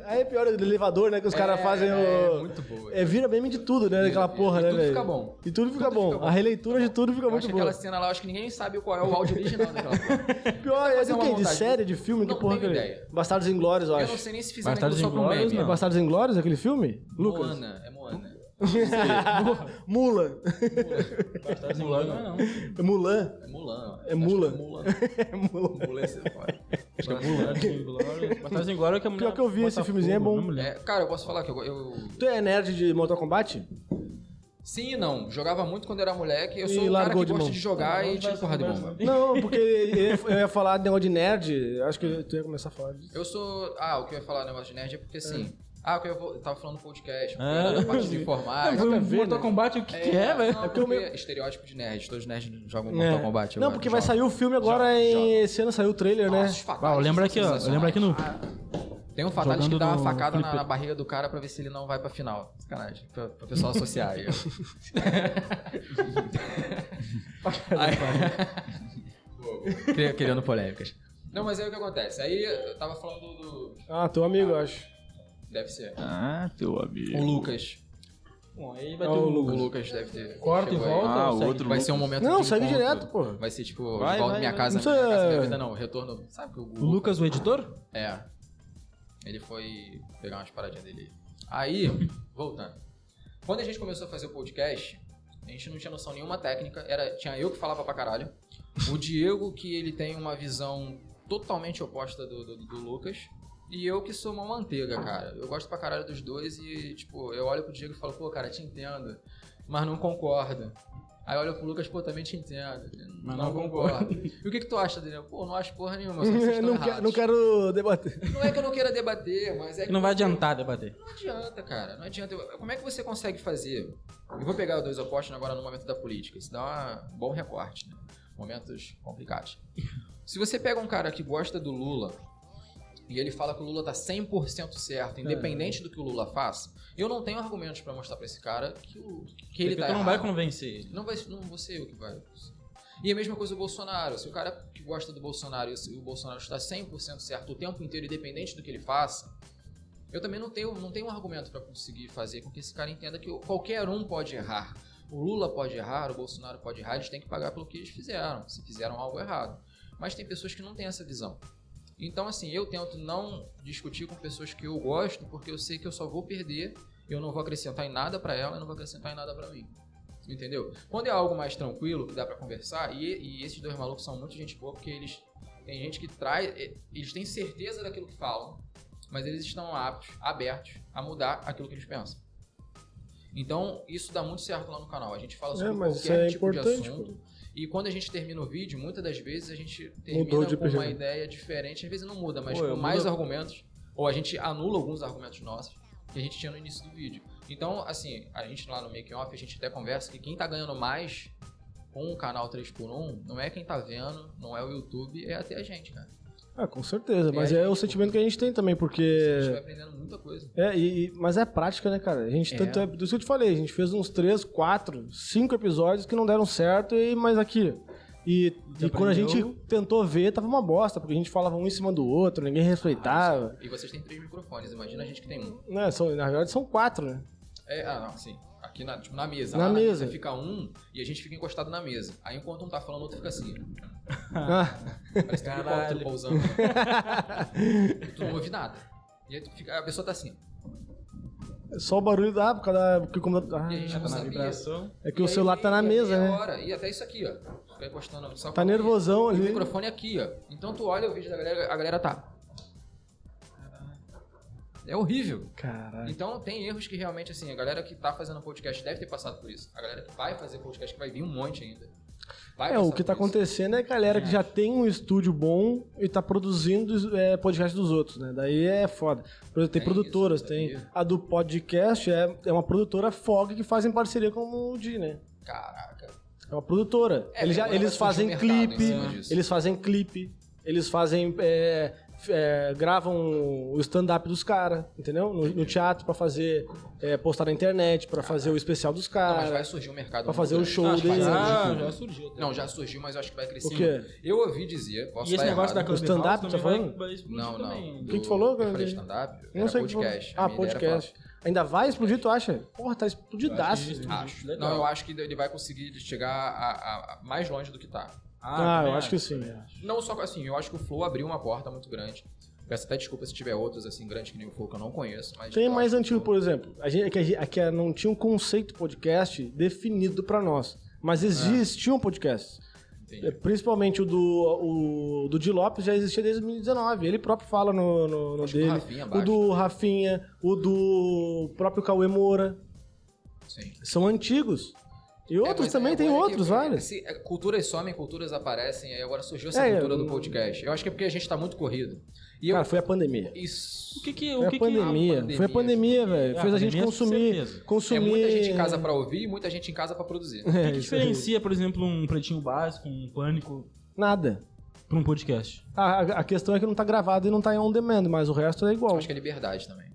[SPEAKER 1] Aí é pior do elevador, né? Que os caras
[SPEAKER 4] É,
[SPEAKER 1] fazem
[SPEAKER 4] é,
[SPEAKER 1] o.
[SPEAKER 4] muito boa.
[SPEAKER 1] É, vira meme de tudo, né?
[SPEAKER 4] Vira,
[SPEAKER 1] Aquela
[SPEAKER 4] vira.
[SPEAKER 1] porra,
[SPEAKER 4] E
[SPEAKER 1] né,
[SPEAKER 4] tudo
[SPEAKER 1] velho?
[SPEAKER 4] fica bom.
[SPEAKER 1] E tudo fica
[SPEAKER 4] Tudo
[SPEAKER 1] bom.
[SPEAKER 4] fica bom.
[SPEAKER 1] A releitura de tudo fica
[SPEAKER 4] Eu acho
[SPEAKER 1] muito
[SPEAKER 4] que
[SPEAKER 1] boa.
[SPEAKER 4] aquela cena lá, eu acho que ninguém sabe qual é o áudio original daquela porra.
[SPEAKER 1] Pior, é de
[SPEAKER 4] fazer uma
[SPEAKER 1] quê? De
[SPEAKER 4] montagem.
[SPEAKER 1] série, de filme?
[SPEAKER 4] Não
[SPEAKER 1] que porra que
[SPEAKER 4] tenho
[SPEAKER 1] ele- é.
[SPEAKER 4] ideia.
[SPEAKER 1] Bastardos Inglórios, eu
[SPEAKER 4] Eu não
[SPEAKER 1] acho.
[SPEAKER 4] sei nem se fizeram aquilo
[SPEAKER 2] Bastardos
[SPEAKER 4] só pro
[SPEAKER 2] Inglórios,
[SPEAKER 4] meme.
[SPEAKER 2] não.
[SPEAKER 1] Bastardos Inglórios, aquele filme? Lucas.
[SPEAKER 4] Moana, é Moana.
[SPEAKER 1] Mula.
[SPEAKER 2] Bastardos Inglórios não é, não.
[SPEAKER 1] É Mulan.
[SPEAKER 4] tá É Mulan.
[SPEAKER 1] É Mulan.
[SPEAKER 4] Acho que é Mulan.
[SPEAKER 1] É Mulan.
[SPEAKER 4] Mulan é ser foda.
[SPEAKER 2] Acho que é Bastardos Inglórios. Bastardos Inglórios é que a mulher...
[SPEAKER 1] Pior que eu vi esse
[SPEAKER 2] Botafogo,
[SPEAKER 1] filmezinho, é bom.
[SPEAKER 2] né, mulher?
[SPEAKER 4] É, cara, eu posso falar que eu, eu...
[SPEAKER 1] Tu é nerd de Mortal Kombat?
[SPEAKER 4] Sim e não. Jogava muito quando era moleque. Eu
[SPEAKER 1] E
[SPEAKER 4] sou um cara
[SPEAKER 1] largou
[SPEAKER 4] que
[SPEAKER 1] de
[SPEAKER 4] gosta
[SPEAKER 1] mão.
[SPEAKER 4] de jogar e tiro porrada de bomba.
[SPEAKER 1] Não, porque eu ia falar de negócio de nerd. Acho que tu ia começar a falar disso.
[SPEAKER 4] Eu sou. Ah, o que eu ia falar do negócio de nerd é porque assim. Ah, o que eu, vou... eu tava falando do podcast, porque
[SPEAKER 1] É.
[SPEAKER 2] Ah,
[SPEAKER 4] era da parte de
[SPEAKER 2] sim.
[SPEAKER 4] informática.
[SPEAKER 2] Foi um
[SPEAKER 1] ver,
[SPEAKER 2] Mortal
[SPEAKER 1] né?
[SPEAKER 2] Kombat, o que que é, velho?
[SPEAKER 4] não,
[SPEAKER 1] porque o
[SPEAKER 4] porque
[SPEAKER 1] meu-
[SPEAKER 4] Estereótipo de nerd. Todos os nerds jogam
[SPEAKER 1] É.
[SPEAKER 4] Mortal Kombat.
[SPEAKER 1] Não,
[SPEAKER 4] agora,
[SPEAKER 1] porque vai
[SPEAKER 4] jogam.
[SPEAKER 1] sair o filme agora
[SPEAKER 4] Joga,
[SPEAKER 1] em.
[SPEAKER 4] joga.
[SPEAKER 1] Esse ano saiu o trailer, né?
[SPEAKER 4] Nossa, os fatalities
[SPEAKER 2] Ah, eu lembro aqui, ó. Eu lembro aqui no...
[SPEAKER 4] Ah, Tem um fatality que
[SPEAKER 2] Jogando
[SPEAKER 4] dá uma
[SPEAKER 2] no
[SPEAKER 4] facada na,
[SPEAKER 2] flipper.
[SPEAKER 4] na barriga do cara pra ver se ele não vai pra final. Sacanagem. Pra, pra pessoal associar aí. aí... Cri- Criando polêmicas. Não, mas aí o que acontece? Aí eu tava falando do. do-
[SPEAKER 1] Ah, teu amigo, eu acho.
[SPEAKER 4] Deve ser.
[SPEAKER 3] Ah, teu
[SPEAKER 4] O
[SPEAKER 3] amigo.
[SPEAKER 4] Lucas.
[SPEAKER 2] Bom, aí vai
[SPEAKER 1] Ah,
[SPEAKER 2] ter
[SPEAKER 1] o
[SPEAKER 2] o
[SPEAKER 4] é O
[SPEAKER 1] Lucas.
[SPEAKER 4] Lucas deve ter.
[SPEAKER 2] Corta e
[SPEAKER 4] chegou aí.
[SPEAKER 2] volta. ou
[SPEAKER 3] Ah, o
[SPEAKER 2] segue?
[SPEAKER 3] outro
[SPEAKER 4] Vai ser um momento
[SPEAKER 1] Não,
[SPEAKER 4] de
[SPEAKER 1] segue
[SPEAKER 4] encontro.
[SPEAKER 1] direto, pô.
[SPEAKER 4] Vai ser tipo,
[SPEAKER 3] Vai,
[SPEAKER 4] de volta
[SPEAKER 3] vai,
[SPEAKER 4] minha
[SPEAKER 3] vai.
[SPEAKER 4] casa,
[SPEAKER 1] Não
[SPEAKER 4] minha
[SPEAKER 1] precisa-
[SPEAKER 4] casa, minha vida não. Retorno. Sabe que o
[SPEAKER 2] O Lucas, o editor?
[SPEAKER 4] É. Ele foi pegar umas paradinhas dele. Aí, voltando. Quando a gente começou a fazer o podcast, a gente não tinha noção nenhuma técnica. Era, tinha eu que falava pra caralho. O Diego, que ele tem uma visão totalmente oposta do, do, do Lucas. E eu que sou uma manteiga, cara. Eu gosto pra caralho dos dois e, tipo, eu olho pro Diego e falo, pô, cara, te entendo, mas não concordo. Aí eu olho pro Lucas, pô, também te entendo, mas
[SPEAKER 2] não
[SPEAKER 4] não, concordo. E o que que tu acha, Daniel? Pô, não acho porra nenhuma, só que vocês estão
[SPEAKER 1] não, que-
[SPEAKER 4] errados.
[SPEAKER 1] não quero debater.
[SPEAKER 4] Não é que eu não queira debater, mas é que
[SPEAKER 2] Não vai adiantar debater.
[SPEAKER 4] não adianta, cara. Não adianta. Eu- Como é que você consegue fazer? Eu vou pegar os dois opostos agora no momento da política. Isso dá um bom recorte, né? Momentos complicados. Se você pega um cara que gosta do Lula e ele fala que o Lula tá 100% certo,
[SPEAKER 2] É.
[SPEAKER 4] independente do que o Lula faça, eu não tenho argumentos pra mostrar pra esse cara que, o, que
[SPEAKER 2] Porque
[SPEAKER 4] ele tá
[SPEAKER 2] É tu não
[SPEAKER 4] errado.
[SPEAKER 2] vai convencer ele.
[SPEAKER 4] Não vai, não vou ser eu que vai. assim. E a mesma coisa o Bolsonaro. Se o cara que gosta do Bolsonaro e o Bolsonaro está 100% certo o tempo inteiro, independente do que ele faça, eu também não tenho, não tenho um argumento para conseguir fazer com que esse cara entenda que qualquer um pode errar. O Lula pode errar, o Bolsonaro pode errar, eles têm que pagar pelo que eles fizeram, se fizeram algo errado. Mas tem pessoas que não têm essa visão. Então, assim, eu tento não discutir com pessoas que eu gosto, porque eu sei que eu só vou perder, eu não vou acrescentar em nada para ela, eu não vou acrescentar em nada para mim. Entendeu? Quando é algo mais tranquilo, que dá pra conversar, e, e esses dois malucos são muito gente boa, porque eles. Tem gente que traz. e- Eles têm certeza daquilo que falam, mas eles estão aptos, abertos a mudar aquilo que eles pensam. Então, isso dá muito certo lá no canal. A gente fala sobre
[SPEAKER 1] É, mas isso
[SPEAKER 4] qualquer
[SPEAKER 1] é
[SPEAKER 4] tipo de
[SPEAKER 1] importante,
[SPEAKER 4] assunto. E quando a gente termina o vídeo, muitas das vezes a gente
[SPEAKER 1] Mudou
[SPEAKER 4] termina
[SPEAKER 1] de
[SPEAKER 4] com uma
[SPEAKER 1] opinião.
[SPEAKER 4] ideia diferente. Às vezes não muda, mas
[SPEAKER 2] Pô, eu
[SPEAKER 4] com mais
[SPEAKER 2] mudo-
[SPEAKER 4] argumentos. Ou a gente anula alguns argumentos nossos que a gente tinha no início do vídeo. Então, assim, a gente lá no Make Off, a gente até conversa que quem tá ganhando mais com o canal 3x1 não é quem tá vendo, não é o YouTube, é até a gente, cara.
[SPEAKER 1] Ah, com certeza.
[SPEAKER 4] É,
[SPEAKER 1] Mas
[SPEAKER 4] a
[SPEAKER 1] é
[SPEAKER 4] gente-
[SPEAKER 1] o sentimento que a gente tem também,
[SPEAKER 4] A gente vai
[SPEAKER 1] porque.
[SPEAKER 4] aprendendo muita coisa.
[SPEAKER 1] É, e, e- mas é prática, né, cara? A gente
[SPEAKER 4] É.
[SPEAKER 1] tanto é. Por isso que eu te falei, a gente fez uns 3, 4, 5 episódios que não deram certo, e mas aqui. E, e quando a gente
[SPEAKER 2] aprendeu.
[SPEAKER 1] tentou ver, tava uma bosta, porque a gente falava um em cima do outro, ninguém respeitava.
[SPEAKER 4] Ah, assim, E vocês têm três microfones, imagina a gente que tem um.
[SPEAKER 1] Né, são, na verdade são quatro, né?
[SPEAKER 4] É, ah, não, assim. Aqui na, tipo, na mesa.
[SPEAKER 1] Na
[SPEAKER 4] lá
[SPEAKER 1] mesa.
[SPEAKER 4] Fica um e a gente fica encostado na mesa. Aí enquanto um tá falando, o outro fica assim.
[SPEAKER 1] Ah,
[SPEAKER 4] Parece que tem um helicóptero
[SPEAKER 2] Caralho.
[SPEAKER 4] pousando. E tu não ouve nada. E aí tu fica- a pessoa tá assim.
[SPEAKER 1] só o barulho da por causa da. Porque como, ah,
[SPEAKER 4] E a gente
[SPEAKER 2] Tá
[SPEAKER 4] não
[SPEAKER 2] na
[SPEAKER 4] sabia.
[SPEAKER 2] vibração.
[SPEAKER 1] é que o
[SPEAKER 4] E aí,
[SPEAKER 1] celular tá na
[SPEAKER 4] e aí,
[SPEAKER 1] mesa,
[SPEAKER 4] e
[SPEAKER 1] né?
[SPEAKER 4] Hora, e até isso aqui, ó. Fica encostando só
[SPEAKER 1] Tá
[SPEAKER 4] com-
[SPEAKER 1] nervosão
[SPEAKER 4] é E o
[SPEAKER 1] ali.
[SPEAKER 4] microfone é aqui, ó. Então tu olha o vídeo da galera, a galera tá. É horrível.
[SPEAKER 1] Caralho.
[SPEAKER 4] Então tem erros que realmente, assim, a galera que tá fazendo podcast deve ter passado por isso. A galera que vai fazer podcast, que vai vir um monte ainda. Vai
[SPEAKER 1] É,
[SPEAKER 4] passar
[SPEAKER 1] o que
[SPEAKER 4] por
[SPEAKER 1] tá
[SPEAKER 4] isso.
[SPEAKER 1] acontecendo é a galera que já tem um estúdio bom e tá produzindo é, podcast dos outros, né? Daí é foda. Por exemplo, tem,
[SPEAKER 4] Tem
[SPEAKER 1] produtoras,
[SPEAKER 4] isso,
[SPEAKER 1] tem.
[SPEAKER 4] sabia?
[SPEAKER 1] A do podcast é, é uma produtora FOG que faz em parceria com o Di, né?
[SPEAKER 4] Caraca.
[SPEAKER 1] É uma produtora.
[SPEAKER 4] É,
[SPEAKER 1] eles já,
[SPEAKER 4] agora
[SPEAKER 1] eles
[SPEAKER 4] vai
[SPEAKER 1] fazem
[SPEAKER 4] surgir um mercado em
[SPEAKER 1] clipe,
[SPEAKER 4] cima disso.
[SPEAKER 1] eles fazem clipe, eles fazem. é, f- é, gravam o stand-up dos caras, entendeu? No, no teatro pra fazer. é, postar na internet, pra fazer o especial dos
[SPEAKER 4] Não, mas vai
[SPEAKER 1] caras,
[SPEAKER 4] surgir um mercado.
[SPEAKER 1] Ah, pra
[SPEAKER 4] muito
[SPEAKER 1] fazer o
[SPEAKER 4] grande.
[SPEAKER 1] show
[SPEAKER 2] Acho que
[SPEAKER 1] deles.
[SPEAKER 2] já, Ah, já surgiu. né? até.
[SPEAKER 4] um Não, já surgiu, mas eu acho que vai crescer.
[SPEAKER 1] O quê?
[SPEAKER 4] Eu ouvi dizer, posso
[SPEAKER 2] E esse
[SPEAKER 4] estar
[SPEAKER 2] negócio da
[SPEAKER 4] errado.
[SPEAKER 1] O
[SPEAKER 2] Clubhouse
[SPEAKER 1] stand-up, tá
[SPEAKER 2] também
[SPEAKER 1] falando?
[SPEAKER 2] vai, vai explodir
[SPEAKER 4] Não, não.
[SPEAKER 2] também. né?
[SPEAKER 1] O que que tu falou,
[SPEAKER 4] Eu
[SPEAKER 1] cara?
[SPEAKER 4] falei stand-up.
[SPEAKER 1] Não
[SPEAKER 4] era
[SPEAKER 1] sei o que
[SPEAKER 4] podcast.
[SPEAKER 1] falou. Ah, podcast. Ainda vai explodir, tu acha? Porra, tá explodidaço.
[SPEAKER 2] Eu
[SPEAKER 4] Falar, acho.
[SPEAKER 2] Legal.
[SPEAKER 4] Não,
[SPEAKER 1] Ah,
[SPEAKER 4] eu acho que ele vai conseguir chegar a, a- a mais longe do que tá.
[SPEAKER 1] Ah, eu
[SPEAKER 2] também
[SPEAKER 1] acho que sim.
[SPEAKER 2] também acho.
[SPEAKER 4] Não só assim, eu acho que o Flow abriu uma porta muito grande. Peço até desculpa se tiver outros assim grandes que nem o Flow que eu não conheço, mas
[SPEAKER 1] Tem
[SPEAKER 4] eu
[SPEAKER 1] mais
[SPEAKER 4] acho
[SPEAKER 1] antigo,
[SPEAKER 4] que o Flow-
[SPEAKER 1] por exemplo. A gente, é que a gente- a que não tinha um conceito podcast definido pra nós. Mas
[SPEAKER 4] É.
[SPEAKER 1] um existiam podcasts.
[SPEAKER 4] Entendi.
[SPEAKER 1] É, Principalmente o do, o do Di Lopes já existia desde 2019. Ele próprio fala no, no, no
[SPEAKER 4] Acho que o
[SPEAKER 1] dele.
[SPEAKER 4] Rafinha
[SPEAKER 1] O
[SPEAKER 4] Bastos,
[SPEAKER 1] do Rafinha, o do próprio Cauê Moura.
[SPEAKER 4] Sim.
[SPEAKER 1] São antigos. E
[SPEAKER 4] É,
[SPEAKER 1] outros
[SPEAKER 4] mas
[SPEAKER 1] também,
[SPEAKER 4] é,
[SPEAKER 1] tem
[SPEAKER 4] agora que-
[SPEAKER 1] outros, vários.
[SPEAKER 4] se- é, culturas somem, culturas aparecem, aí agora surgiu essa
[SPEAKER 1] É,
[SPEAKER 4] cultura
[SPEAKER 1] eu-
[SPEAKER 4] do podcast. Eu acho que é porque a gente tá muito corrido. E
[SPEAKER 1] Cara,
[SPEAKER 4] eu...
[SPEAKER 1] foi a pandemia.
[SPEAKER 4] Isso.
[SPEAKER 2] O que que...
[SPEAKER 1] Foi a
[SPEAKER 2] O que Ah, que...
[SPEAKER 1] é pandemia.
[SPEAKER 4] a
[SPEAKER 1] Foi a pandemia,
[SPEAKER 4] pandemia,
[SPEAKER 1] velho.
[SPEAKER 2] Ah,
[SPEAKER 1] Fez a gente
[SPEAKER 2] pandemia, com
[SPEAKER 1] consumir.
[SPEAKER 2] certeza.
[SPEAKER 1] consumir...
[SPEAKER 4] É muita gente em casa pra ouvir e muita gente em casa pra produzir.
[SPEAKER 2] O que,
[SPEAKER 1] É,
[SPEAKER 2] que
[SPEAKER 1] isso aí.
[SPEAKER 2] diferencia, por exemplo, um pretinho básico, um pânico,
[SPEAKER 1] Nada.
[SPEAKER 2] pra um podcast?
[SPEAKER 1] A, a- a questão é que não tá gravado e não tá em on demand, mas o resto é igual.
[SPEAKER 4] Acho que é liberdade também.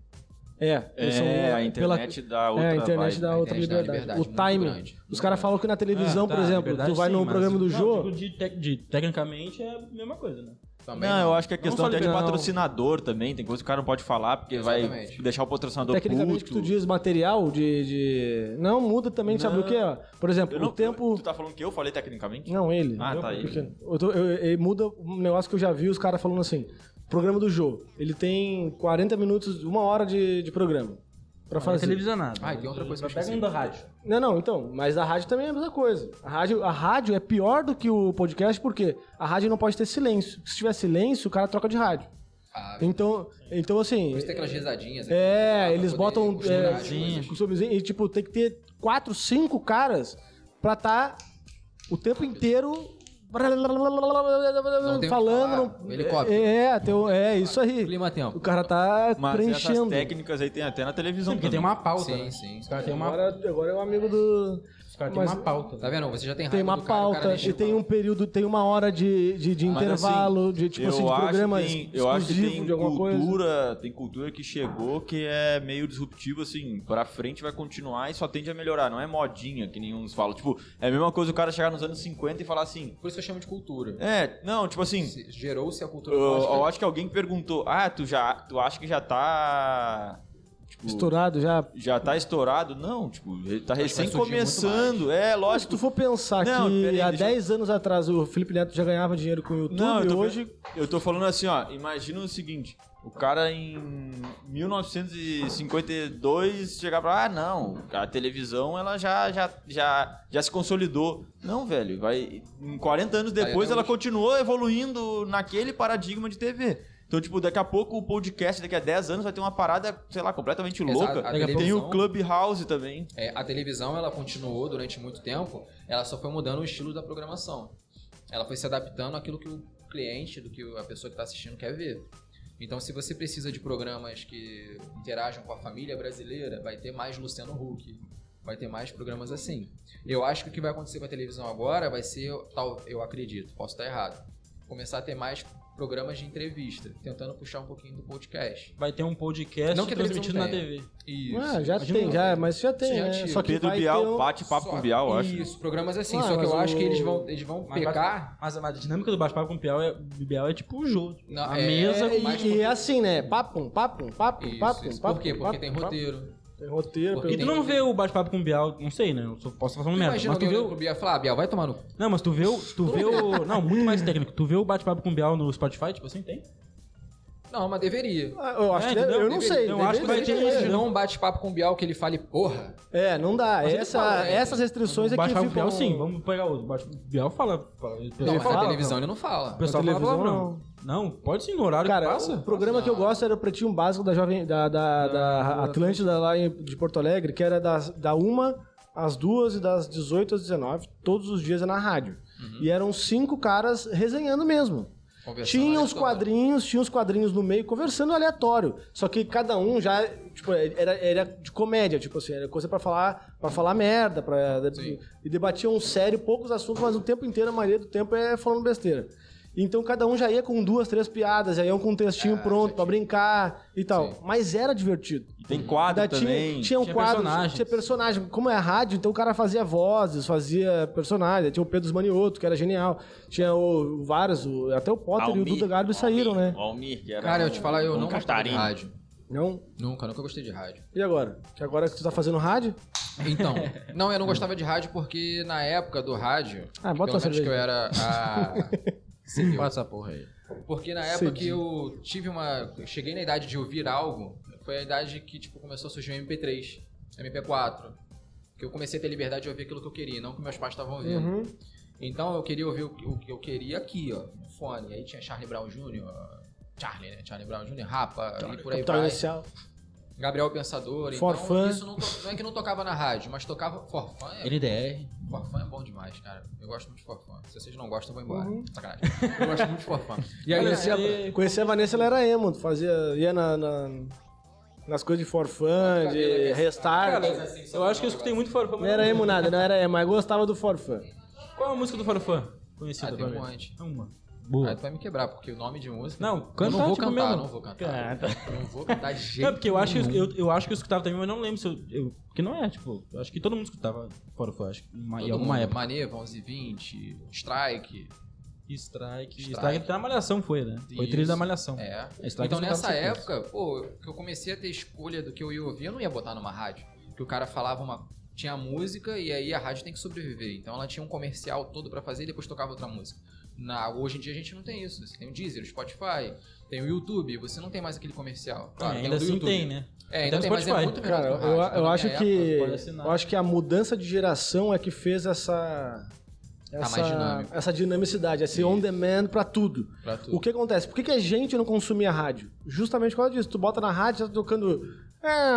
[SPEAKER 1] É, eles são-
[SPEAKER 3] É, a
[SPEAKER 1] pela-
[SPEAKER 3] internet dá outra
[SPEAKER 1] é, a internet
[SPEAKER 3] vibe.
[SPEAKER 1] dá
[SPEAKER 4] A
[SPEAKER 1] outra
[SPEAKER 4] internet dá
[SPEAKER 1] liberdade.
[SPEAKER 4] liberdade
[SPEAKER 1] O
[SPEAKER 4] muito
[SPEAKER 1] timing.
[SPEAKER 4] grande.
[SPEAKER 1] Os caras falam que na televisão,
[SPEAKER 2] Ah, tá,
[SPEAKER 1] por exemplo,
[SPEAKER 2] liberdade
[SPEAKER 1] tu vai
[SPEAKER 2] sim,
[SPEAKER 1] no
[SPEAKER 2] mas-
[SPEAKER 1] programa do
[SPEAKER 2] não,
[SPEAKER 1] Jô,
[SPEAKER 2] digo de, tec- de- tecnicamente é a mesma coisa, né?
[SPEAKER 4] Também.
[SPEAKER 3] Não, eu acho que a
[SPEAKER 2] Não
[SPEAKER 3] questão
[SPEAKER 2] só
[SPEAKER 3] até de
[SPEAKER 2] liberal.
[SPEAKER 3] patrocinador também, tem coisa que o cara não pode falar, porque vai
[SPEAKER 4] Exatamente.
[SPEAKER 3] deixar o patrocinador
[SPEAKER 1] tecnicamente que
[SPEAKER 3] puto.
[SPEAKER 1] tu diz material de. de- Não, muda também, sabe
[SPEAKER 3] Não.
[SPEAKER 1] o quê? ó? Por exemplo,
[SPEAKER 3] Ah. Eu não-
[SPEAKER 1] o tempo.
[SPEAKER 3] Tu tá falando que eu falei tecnicamente?
[SPEAKER 1] Não, ele.
[SPEAKER 3] Ah,
[SPEAKER 1] Eu-
[SPEAKER 3] tá, ele.
[SPEAKER 1] porque- eu tô- eu- eu- muda um negócio que eu já vi os caras falando assim. Programa do Jô, ele tem 40 minutos, uma hora de, de programa. Pra
[SPEAKER 2] Não é
[SPEAKER 1] fazer.
[SPEAKER 2] televisionado.
[SPEAKER 4] Ah, e tem outra coisa que eu
[SPEAKER 2] Pega
[SPEAKER 4] esqueci.
[SPEAKER 2] um da rádio.
[SPEAKER 1] Não, não, então, mas a rádio também é a mesma coisa. A rádio, a rádio é pior do que o podcast porque a rádio não pode ter silêncio. Se tiver silêncio, o cara troca de rádio.
[SPEAKER 4] Ah, por
[SPEAKER 1] Então, então assim,
[SPEAKER 4] isso tem aquelas risadinhas aqui, pra
[SPEAKER 1] é, eles
[SPEAKER 4] poder
[SPEAKER 1] botam
[SPEAKER 4] costurar as coisas.
[SPEAKER 1] é, costumezinho, e tipo, tem que ter quatro, cinco caras pra tá o tempo inteiro
[SPEAKER 4] tem o que falar,
[SPEAKER 1] falando, não-
[SPEAKER 4] helicóptero.
[SPEAKER 1] É, é, tem o- é isso aí.
[SPEAKER 4] Clima
[SPEAKER 1] O
[SPEAKER 4] tempo.
[SPEAKER 1] cara tá
[SPEAKER 3] Mas essas
[SPEAKER 1] preenchendo.
[SPEAKER 3] técnicas aí tem até na televisão
[SPEAKER 2] Sim, porque tem
[SPEAKER 3] também.
[SPEAKER 2] uma pauta,
[SPEAKER 4] Sim,
[SPEAKER 2] né?
[SPEAKER 4] sim.
[SPEAKER 2] Os caras têm uma,
[SPEAKER 1] Agora, agora é o amigo do
[SPEAKER 2] os caras têm
[SPEAKER 1] mas-
[SPEAKER 2] uma pauta.
[SPEAKER 4] Tá vendo? Você já tem raiva
[SPEAKER 1] Tem uma
[SPEAKER 4] do cara, o cara
[SPEAKER 1] pauta
[SPEAKER 4] deixa
[SPEAKER 1] e tem
[SPEAKER 4] pra lá.
[SPEAKER 1] um período, tem uma hora de, de, de
[SPEAKER 3] Mas, assim,
[SPEAKER 1] intervalo, de tipo
[SPEAKER 3] eu
[SPEAKER 1] assim, de
[SPEAKER 3] acho que
[SPEAKER 1] programa
[SPEAKER 3] tem-
[SPEAKER 1] exclusivo
[SPEAKER 3] eu acho que tem
[SPEAKER 1] de alguma coisa.
[SPEAKER 3] cultura, tem cultura que chegou que é meio disruptivo assim, pra frente vai continuar e só tende a melhorar, não é modinha que nenhum uns falam. Tipo, é a mesma coisa o cara chegar nos anos 50 e falar assim:
[SPEAKER 4] Por isso eu chamo de cultura.
[SPEAKER 3] "É, não, tipo assim,
[SPEAKER 4] Se- Gerou-se a cultura
[SPEAKER 3] eu,
[SPEAKER 4] pós-
[SPEAKER 3] eu acho que alguém perguntou: "Ah, tu já, tu acha que já tá tipo,
[SPEAKER 1] Estourado já.
[SPEAKER 3] já tá estourado?" Não, tipo, ele tá
[SPEAKER 4] Acho que vai
[SPEAKER 3] recém
[SPEAKER 4] surgir muito
[SPEAKER 3] começando. É,
[SPEAKER 1] Mas se
[SPEAKER 3] lógico.
[SPEAKER 1] tu for pensar
[SPEAKER 3] Não,
[SPEAKER 1] que
[SPEAKER 3] peraí,
[SPEAKER 1] há
[SPEAKER 3] deixa eu-
[SPEAKER 1] 10 anos atrás o Felipe Neto já ganhava dinheiro com o YouTube
[SPEAKER 3] Não, eu
[SPEAKER 1] e
[SPEAKER 3] tô
[SPEAKER 1] hoje
[SPEAKER 3] Eu tô falando assim, ó, imagina o seguinte, o cara em 1952 chegar pra, ah, não, a televisão ela já já já já se consolidou. Não, velho, vai em 40 anos depois
[SPEAKER 4] até
[SPEAKER 3] ela
[SPEAKER 4] hoje.
[SPEAKER 3] continuou evoluindo naquele paradigma de TV. Então, tipo, daqui a pouco o podcast, daqui a 10 anos, vai ter uma parada, sei lá, completamente
[SPEAKER 4] Exato,
[SPEAKER 3] louca.
[SPEAKER 4] a
[SPEAKER 3] Tem
[SPEAKER 4] televisão-
[SPEAKER 3] o Clubhouse também.
[SPEAKER 4] É, a televisão, ela continuou durante muito tempo, ela só foi mudando o estilo da programação. Ela foi se adaptando àquilo que o cliente, do que a pessoa que está assistindo quer ver. Então, se você precisa de programas que interajam com a família brasileira, vai ter mais Luciano Huck. Vai ter mais programas assim. Eu acho que o que vai acontecer com a televisão agora vai ser, tal, eu acredito, posso estar errado, começar a ter mais programas de entrevista, tentando puxar um pouquinho do podcast.
[SPEAKER 2] Vai ter um podcast
[SPEAKER 4] Não que a
[SPEAKER 2] transmitido
[SPEAKER 4] televisão
[SPEAKER 2] na
[SPEAKER 4] tenha.
[SPEAKER 2] TV.
[SPEAKER 4] Isso.
[SPEAKER 1] Ah, já
[SPEAKER 2] Imagina
[SPEAKER 1] tem,
[SPEAKER 2] uma
[SPEAKER 1] já,
[SPEAKER 2] coisa.
[SPEAKER 1] mas já tem,
[SPEAKER 4] Sim, já
[SPEAKER 1] né?
[SPEAKER 4] tinha.
[SPEAKER 1] Só que
[SPEAKER 3] Pedro
[SPEAKER 1] vai
[SPEAKER 3] Bial,
[SPEAKER 1] ter um-
[SPEAKER 3] bate-papo
[SPEAKER 4] Só-
[SPEAKER 3] com Bial, eu
[SPEAKER 2] né?
[SPEAKER 3] acho.
[SPEAKER 4] Isso, programas assim.
[SPEAKER 1] Ah,
[SPEAKER 4] só que
[SPEAKER 1] mas
[SPEAKER 4] eu acho
[SPEAKER 1] o-
[SPEAKER 4] que eles vão, eles vão
[SPEAKER 2] Mas
[SPEAKER 4] pecar.
[SPEAKER 2] Mas a dinâmica do bate-papo com o Bial é, do Bial é tipo um jogo.
[SPEAKER 4] Não,
[SPEAKER 2] a
[SPEAKER 4] é-
[SPEAKER 2] mesa...
[SPEAKER 1] É,
[SPEAKER 2] com-
[SPEAKER 4] mais
[SPEAKER 1] e, e é assim, né? Papum, papum, papum,
[SPEAKER 4] Isso,
[SPEAKER 1] papum,
[SPEAKER 4] isso.
[SPEAKER 1] papum.
[SPEAKER 4] Por quê? Porque
[SPEAKER 1] papum,
[SPEAKER 4] tem
[SPEAKER 1] papum.
[SPEAKER 4] roteiro.
[SPEAKER 1] Tem roteiro.
[SPEAKER 4] Porque
[SPEAKER 2] E
[SPEAKER 1] pelo-
[SPEAKER 2] tu não vê o bate-papo com o Bial, não sei, né? Eu só posso falar um merda.
[SPEAKER 4] Imagina
[SPEAKER 2] Mas tu
[SPEAKER 4] alguém
[SPEAKER 2] vê
[SPEAKER 4] olhando
[SPEAKER 2] o
[SPEAKER 4] pro Bia e falar, ah, Bia, vai tomar no... cu."
[SPEAKER 2] Não, mas tu vê o. Tu vê o. Não, muito mais técnico. Tu vê o bate-papo com o Bial no Spotify, tipo assim, tem?
[SPEAKER 4] Não, mas deveria.
[SPEAKER 1] Ah, Eu acho
[SPEAKER 2] É,
[SPEAKER 1] que deve-
[SPEAKER 2] entendeu?
[SPEAKER 1] eu não
[SPEAKER 2] Deveria.
[SPEAKER 1] sei.
[SPEAKER 2] Eu
[SPEAKER 1] deve-
[SPEAKER 2] acho que vai
[SPEAKER 1] deve
[SPEAKER 2] ter
[SPEAKER 1] ter.
[SPEAKER 2] isso,
[SPEAKER 4] Imagina um bate-papo com o Bial que ele fale, porra.
[SPEAKER 1] É, não dá.
[SPEAKER 4] Mas ele
[SPEAKER 1] Essa-
[SPEAKER 4] fala, né?
[SPEAKER 1] essas restrições é
[SPEAKER 2] o
[SPEAKER 1] que
[SPEAKER 2] bate-papo com
[SPEAKER 1] ficam...
[SPEAKER 2] o Bial, sim. Vamos pegar outro. O bate-papo com o Bial fala. fala o pessoal
[SPEAKER 4] Não, mas é-
[SPEAKER 2] fala,
[SPEAKER 4] na
[SPEAKER 1] fala,
[SPEAKER 4] televisão
[SPEAKER 1] não.
[SPEAKER 4] ele não
[SPEAKER 2] O
[SPEAKER 4] fala.
[SPEAKER 2] pessoal
[SPEAKER 1] Na
[SPEAKER 2] fala
[SPEAKER 1] televisão,
[SPEAKER 2] palavrão. Não, pode sim, no horário
[SPEAKER 1] Cara,
[SPEAKER 2] que
[SPEAKER 1] o
[SPEAKER 2] passa.
[SPEAKER 1] programa que eu gosto era o Pretinho Básico da Jovem... Da, da, da Atlântida lá em- de Porto Alegre, que era das- da uma às duas e das 18 às 19, todos os dias é na rádio.
[SPEAKER 4] Uhum.
[SPEAKER 1] E eram cinco caras resenhando mesmo.
[SPEAKER 4] Conversando
[SPEAKER 1] Tinha
[SPEAKER 4] ali
[SPEAKER 1] os
[SPEAKER 4] toda hora.
[SPEAKER 1] quadrinhos, tinha os quadrinhos no meio, conversando aleatório. Só que cada um já, tipo, era, era de comédia, tipo assim, era coisa pra falar, para falar merda, para
[SPEAKER 4] Sim.
[SPEAKER 1] e debatiam sério poucos assuntos, mas o tempo inteiro, a maioria do tempo é falando besteira. Então cada um já ia com duas, três piadas, já iam com um textinho
[SPEAKER 4] Ah,
[SPEAKER 1] pronto pra
[SPEAKER 4] certinho.
[SPEAKER 1] brincar e tal.
[SPEAKER 4] Sim.
[SPEAKER 1] Mas era divertido.
[SPEAKER 3] E tem quadro
[SPEAKER 1] Ainda
[SPEAKER 3] também.
[SPEAKER 1] Tinha, tinha um
[SPEAKER 2] Tinha
[SPEAKER 1] quadro,
[SPEAKER 2] personagens.
[SPEAKER 1] tinha personagem. Como é a rádio, então o cara fazia vozes, fazia personagens. Tinha o Pedro Manioto, que era genial. Tinha o, vários, o- até o Potter e o Duda Garbi saíram, né?
[SPEAKER 3] O Almir, que era
[SPEAKER 4] Cara, eu te falar, eu
[SPEAKER 3] um
[SPEAKER 4] não gostava de
[SPEAKER 3] Catarina.
[SPEAKER 4] rádio.
[SPEAKER 1] Não?
[SPEAKER 4] Nunca, nunca gostei de rádio.
[SPEAKER 1] E agora? Que agora que tu tá fazendo rádio?
[SPEAKER 4] Então, não, eu não gostava de rádio porque na época do rádio,
[SPEAKER 1] Ah, bota
[SPEAKER 4] pelo
[SPEAKER 1] uma
[SPEAKER 4] menos que
[SPEAKER 1] cerveja.
[SPEAKER 4] eu era a... Você viu?
[SPEAKER 2] Passa essa porra aí.
[SPEAKER 4] Porque na época
[SPEAKER 1] Cedinho.
[SPEAKER 4] que eu tive uma. eu Cheguei na idade de ouvir algo, foi a idade que tipo, começou a surgir o MP3, MP4. Que eu comecei a ter liberdade de ouvir aquilo que eu queria, não o que meus pais estavam ouvindo.
[SPEAKER 1] Uhum.
[SPEAKER 4] Então eu queria ouvir o que- o que eu queria aqui, ó, no fone. Aí tinha Charlie Brown Jr., Charlie, né? Charlie Brown Jr., Rapa, e por aí
[SPEAKER 1] Capital
[SPEAKER 4] vai.
[SPEAKER 1] Inicial.
[SPEAKER 4] Gabriel Pensador.
[SPEAKER 1] For
[SPEAKER 4] então,
[SPEAKER 1] Fun.
[SPEAKER 4] isso não, to- não é que não tocava na rádio, mas tocava. Forfã é
[SPEAKER 2] NDR.
[SPEAKER 4] Forfã é bom demais, cara. Eu gosto muito de Forfã. Se vocês não gostam, eu vou embora.
[SPEAKER 1] Uhum.
[SPEAKER 4] Sacanagem. Eu gosto muito de Forfã.
[SPEAKER 2] E aí,
[SPEAKER 1] Conhecia,
[SPEAKER 2] você-
[SPEAKER 1] conhecia a Vanessa, ela era emo. Fazia, ia na, na- nas coisas de forfã, de restart.
[SPEAKER 4] assim,
[SPEAKER 2] eu acho que eu escutei muito Forfã.
[SPEAKER 1] não era emo nada, não era emo, mas gostava do forfã.
[SPEAKER 2] Qual é a música do Forfã?
[SPEAKER 4] Ah,
[SPEAKER 2] Conhecida
[SPEAKER 4] tem
[SPEAKER 2] pra
[SPEAKER 4] um
[SPEAKER 2] mim.
[SPEAKER 4] monte.
[SPEAKER 2] É uma.
[SPEAKER 4] Ah, tu vai me quebrar, porque o nome de música.
[SPEAKER 2] Não,
[SPEAKER 4] eu
[SPEAKER 2] cantar,
[SPEAKER 4] não vou
[SPEAKER 2] tipo,
[SPEAKER 4] cantar,
[SPEAKER 2] mesmo.
[SPEAKER 4] não vou cantar. Não vou cantar de jeito.
[SPEAKER 2] É, porque eu acho, que eu,
[SPEAKER 4] nenhum.
[SPEAKER 2] eu, eu acho que eu escutava também, mas não lembro se eu. eu porque não é, tipo, eu acho que todo mundo escutava Forfã, acho que uma,
[SPEAKER 4] Todo
[SPEAKER 2] em alguma
[SPEAKER 4] mundo,
[SPEAKER 2] época.
[SPEAKER 4] Maneva, 11 e 20, Strike.
[SPEAKER 2] Strike.
[SPEAKER 4] Strike.
[SPEAKER 2] Strike. até na Malhação foi, né? Foi
[SPEAKER 4] Isso.
[SPEAKER 2] trilha da Malhação.
[SPEAKER 4] É.
[SPEAKER 2] Strike
[SPEAKER 4] então
[SPEAKER 2] eu escutava
[SPEAKER 4] nessa
[SPEAKER 2] certeza.
[SPEAKER 4] época, pô, que eu comecei a ter escolha do que eu ia ouvir, eu não ia botar numa rádio. Porque o cara falava uma. Tinha música e aí a rádio tem que sobreviver. Então ela tinha um comercial todo pra fazer e depois tocava outra música. Na, hoje em dia a gente não tem isso. Você tem o Deezer, o Spotify, tem o YouTube, você não tem mais aquele comercial. Claro,
[SPEAKER 2] ainda
[SPEAKER 4] o do
[SPEAKER 2] assim
[SPEAKER 4] YouTube.
[SPEAKER 2] tem, né?
[SPEAKER 4] É,
[SPEAKER 2] Até
[SPEAKER 4] ainda
[SPEAKER 2] no
[SPEAKER 4] tem, mas é
[SPEAKER 2] Spotify.
[SPEAKER 4] muito melhor
[SPEAKER 1] Cara,
[SPEAKER 4] do que o
[SPEAKER 1] eu,
[SPEAKER 4] rádio.
[SPEAKER 1] eu
[SPEAKER 4] Na
[SPEAKER 1] acho
[SPEAKER 4] minha
[SPEAKER 1] que
[SPEAKER 2] pode assinar.
[SPEAKER 1] eu acho que a mudança de geração é que fez essa essa,
[SPEAKER 4] Tá mais dinâmico.
[SPEAKER 1] essa dinamicidade, esse on demand pra tudo.
[SPEAKER 4] época, pra tudo.
[SPEAKER 1] O que acontece? Por que, que a gente não consumia rádio? Justamente por causa disso. Tu bota na rádio, tá tocando. É,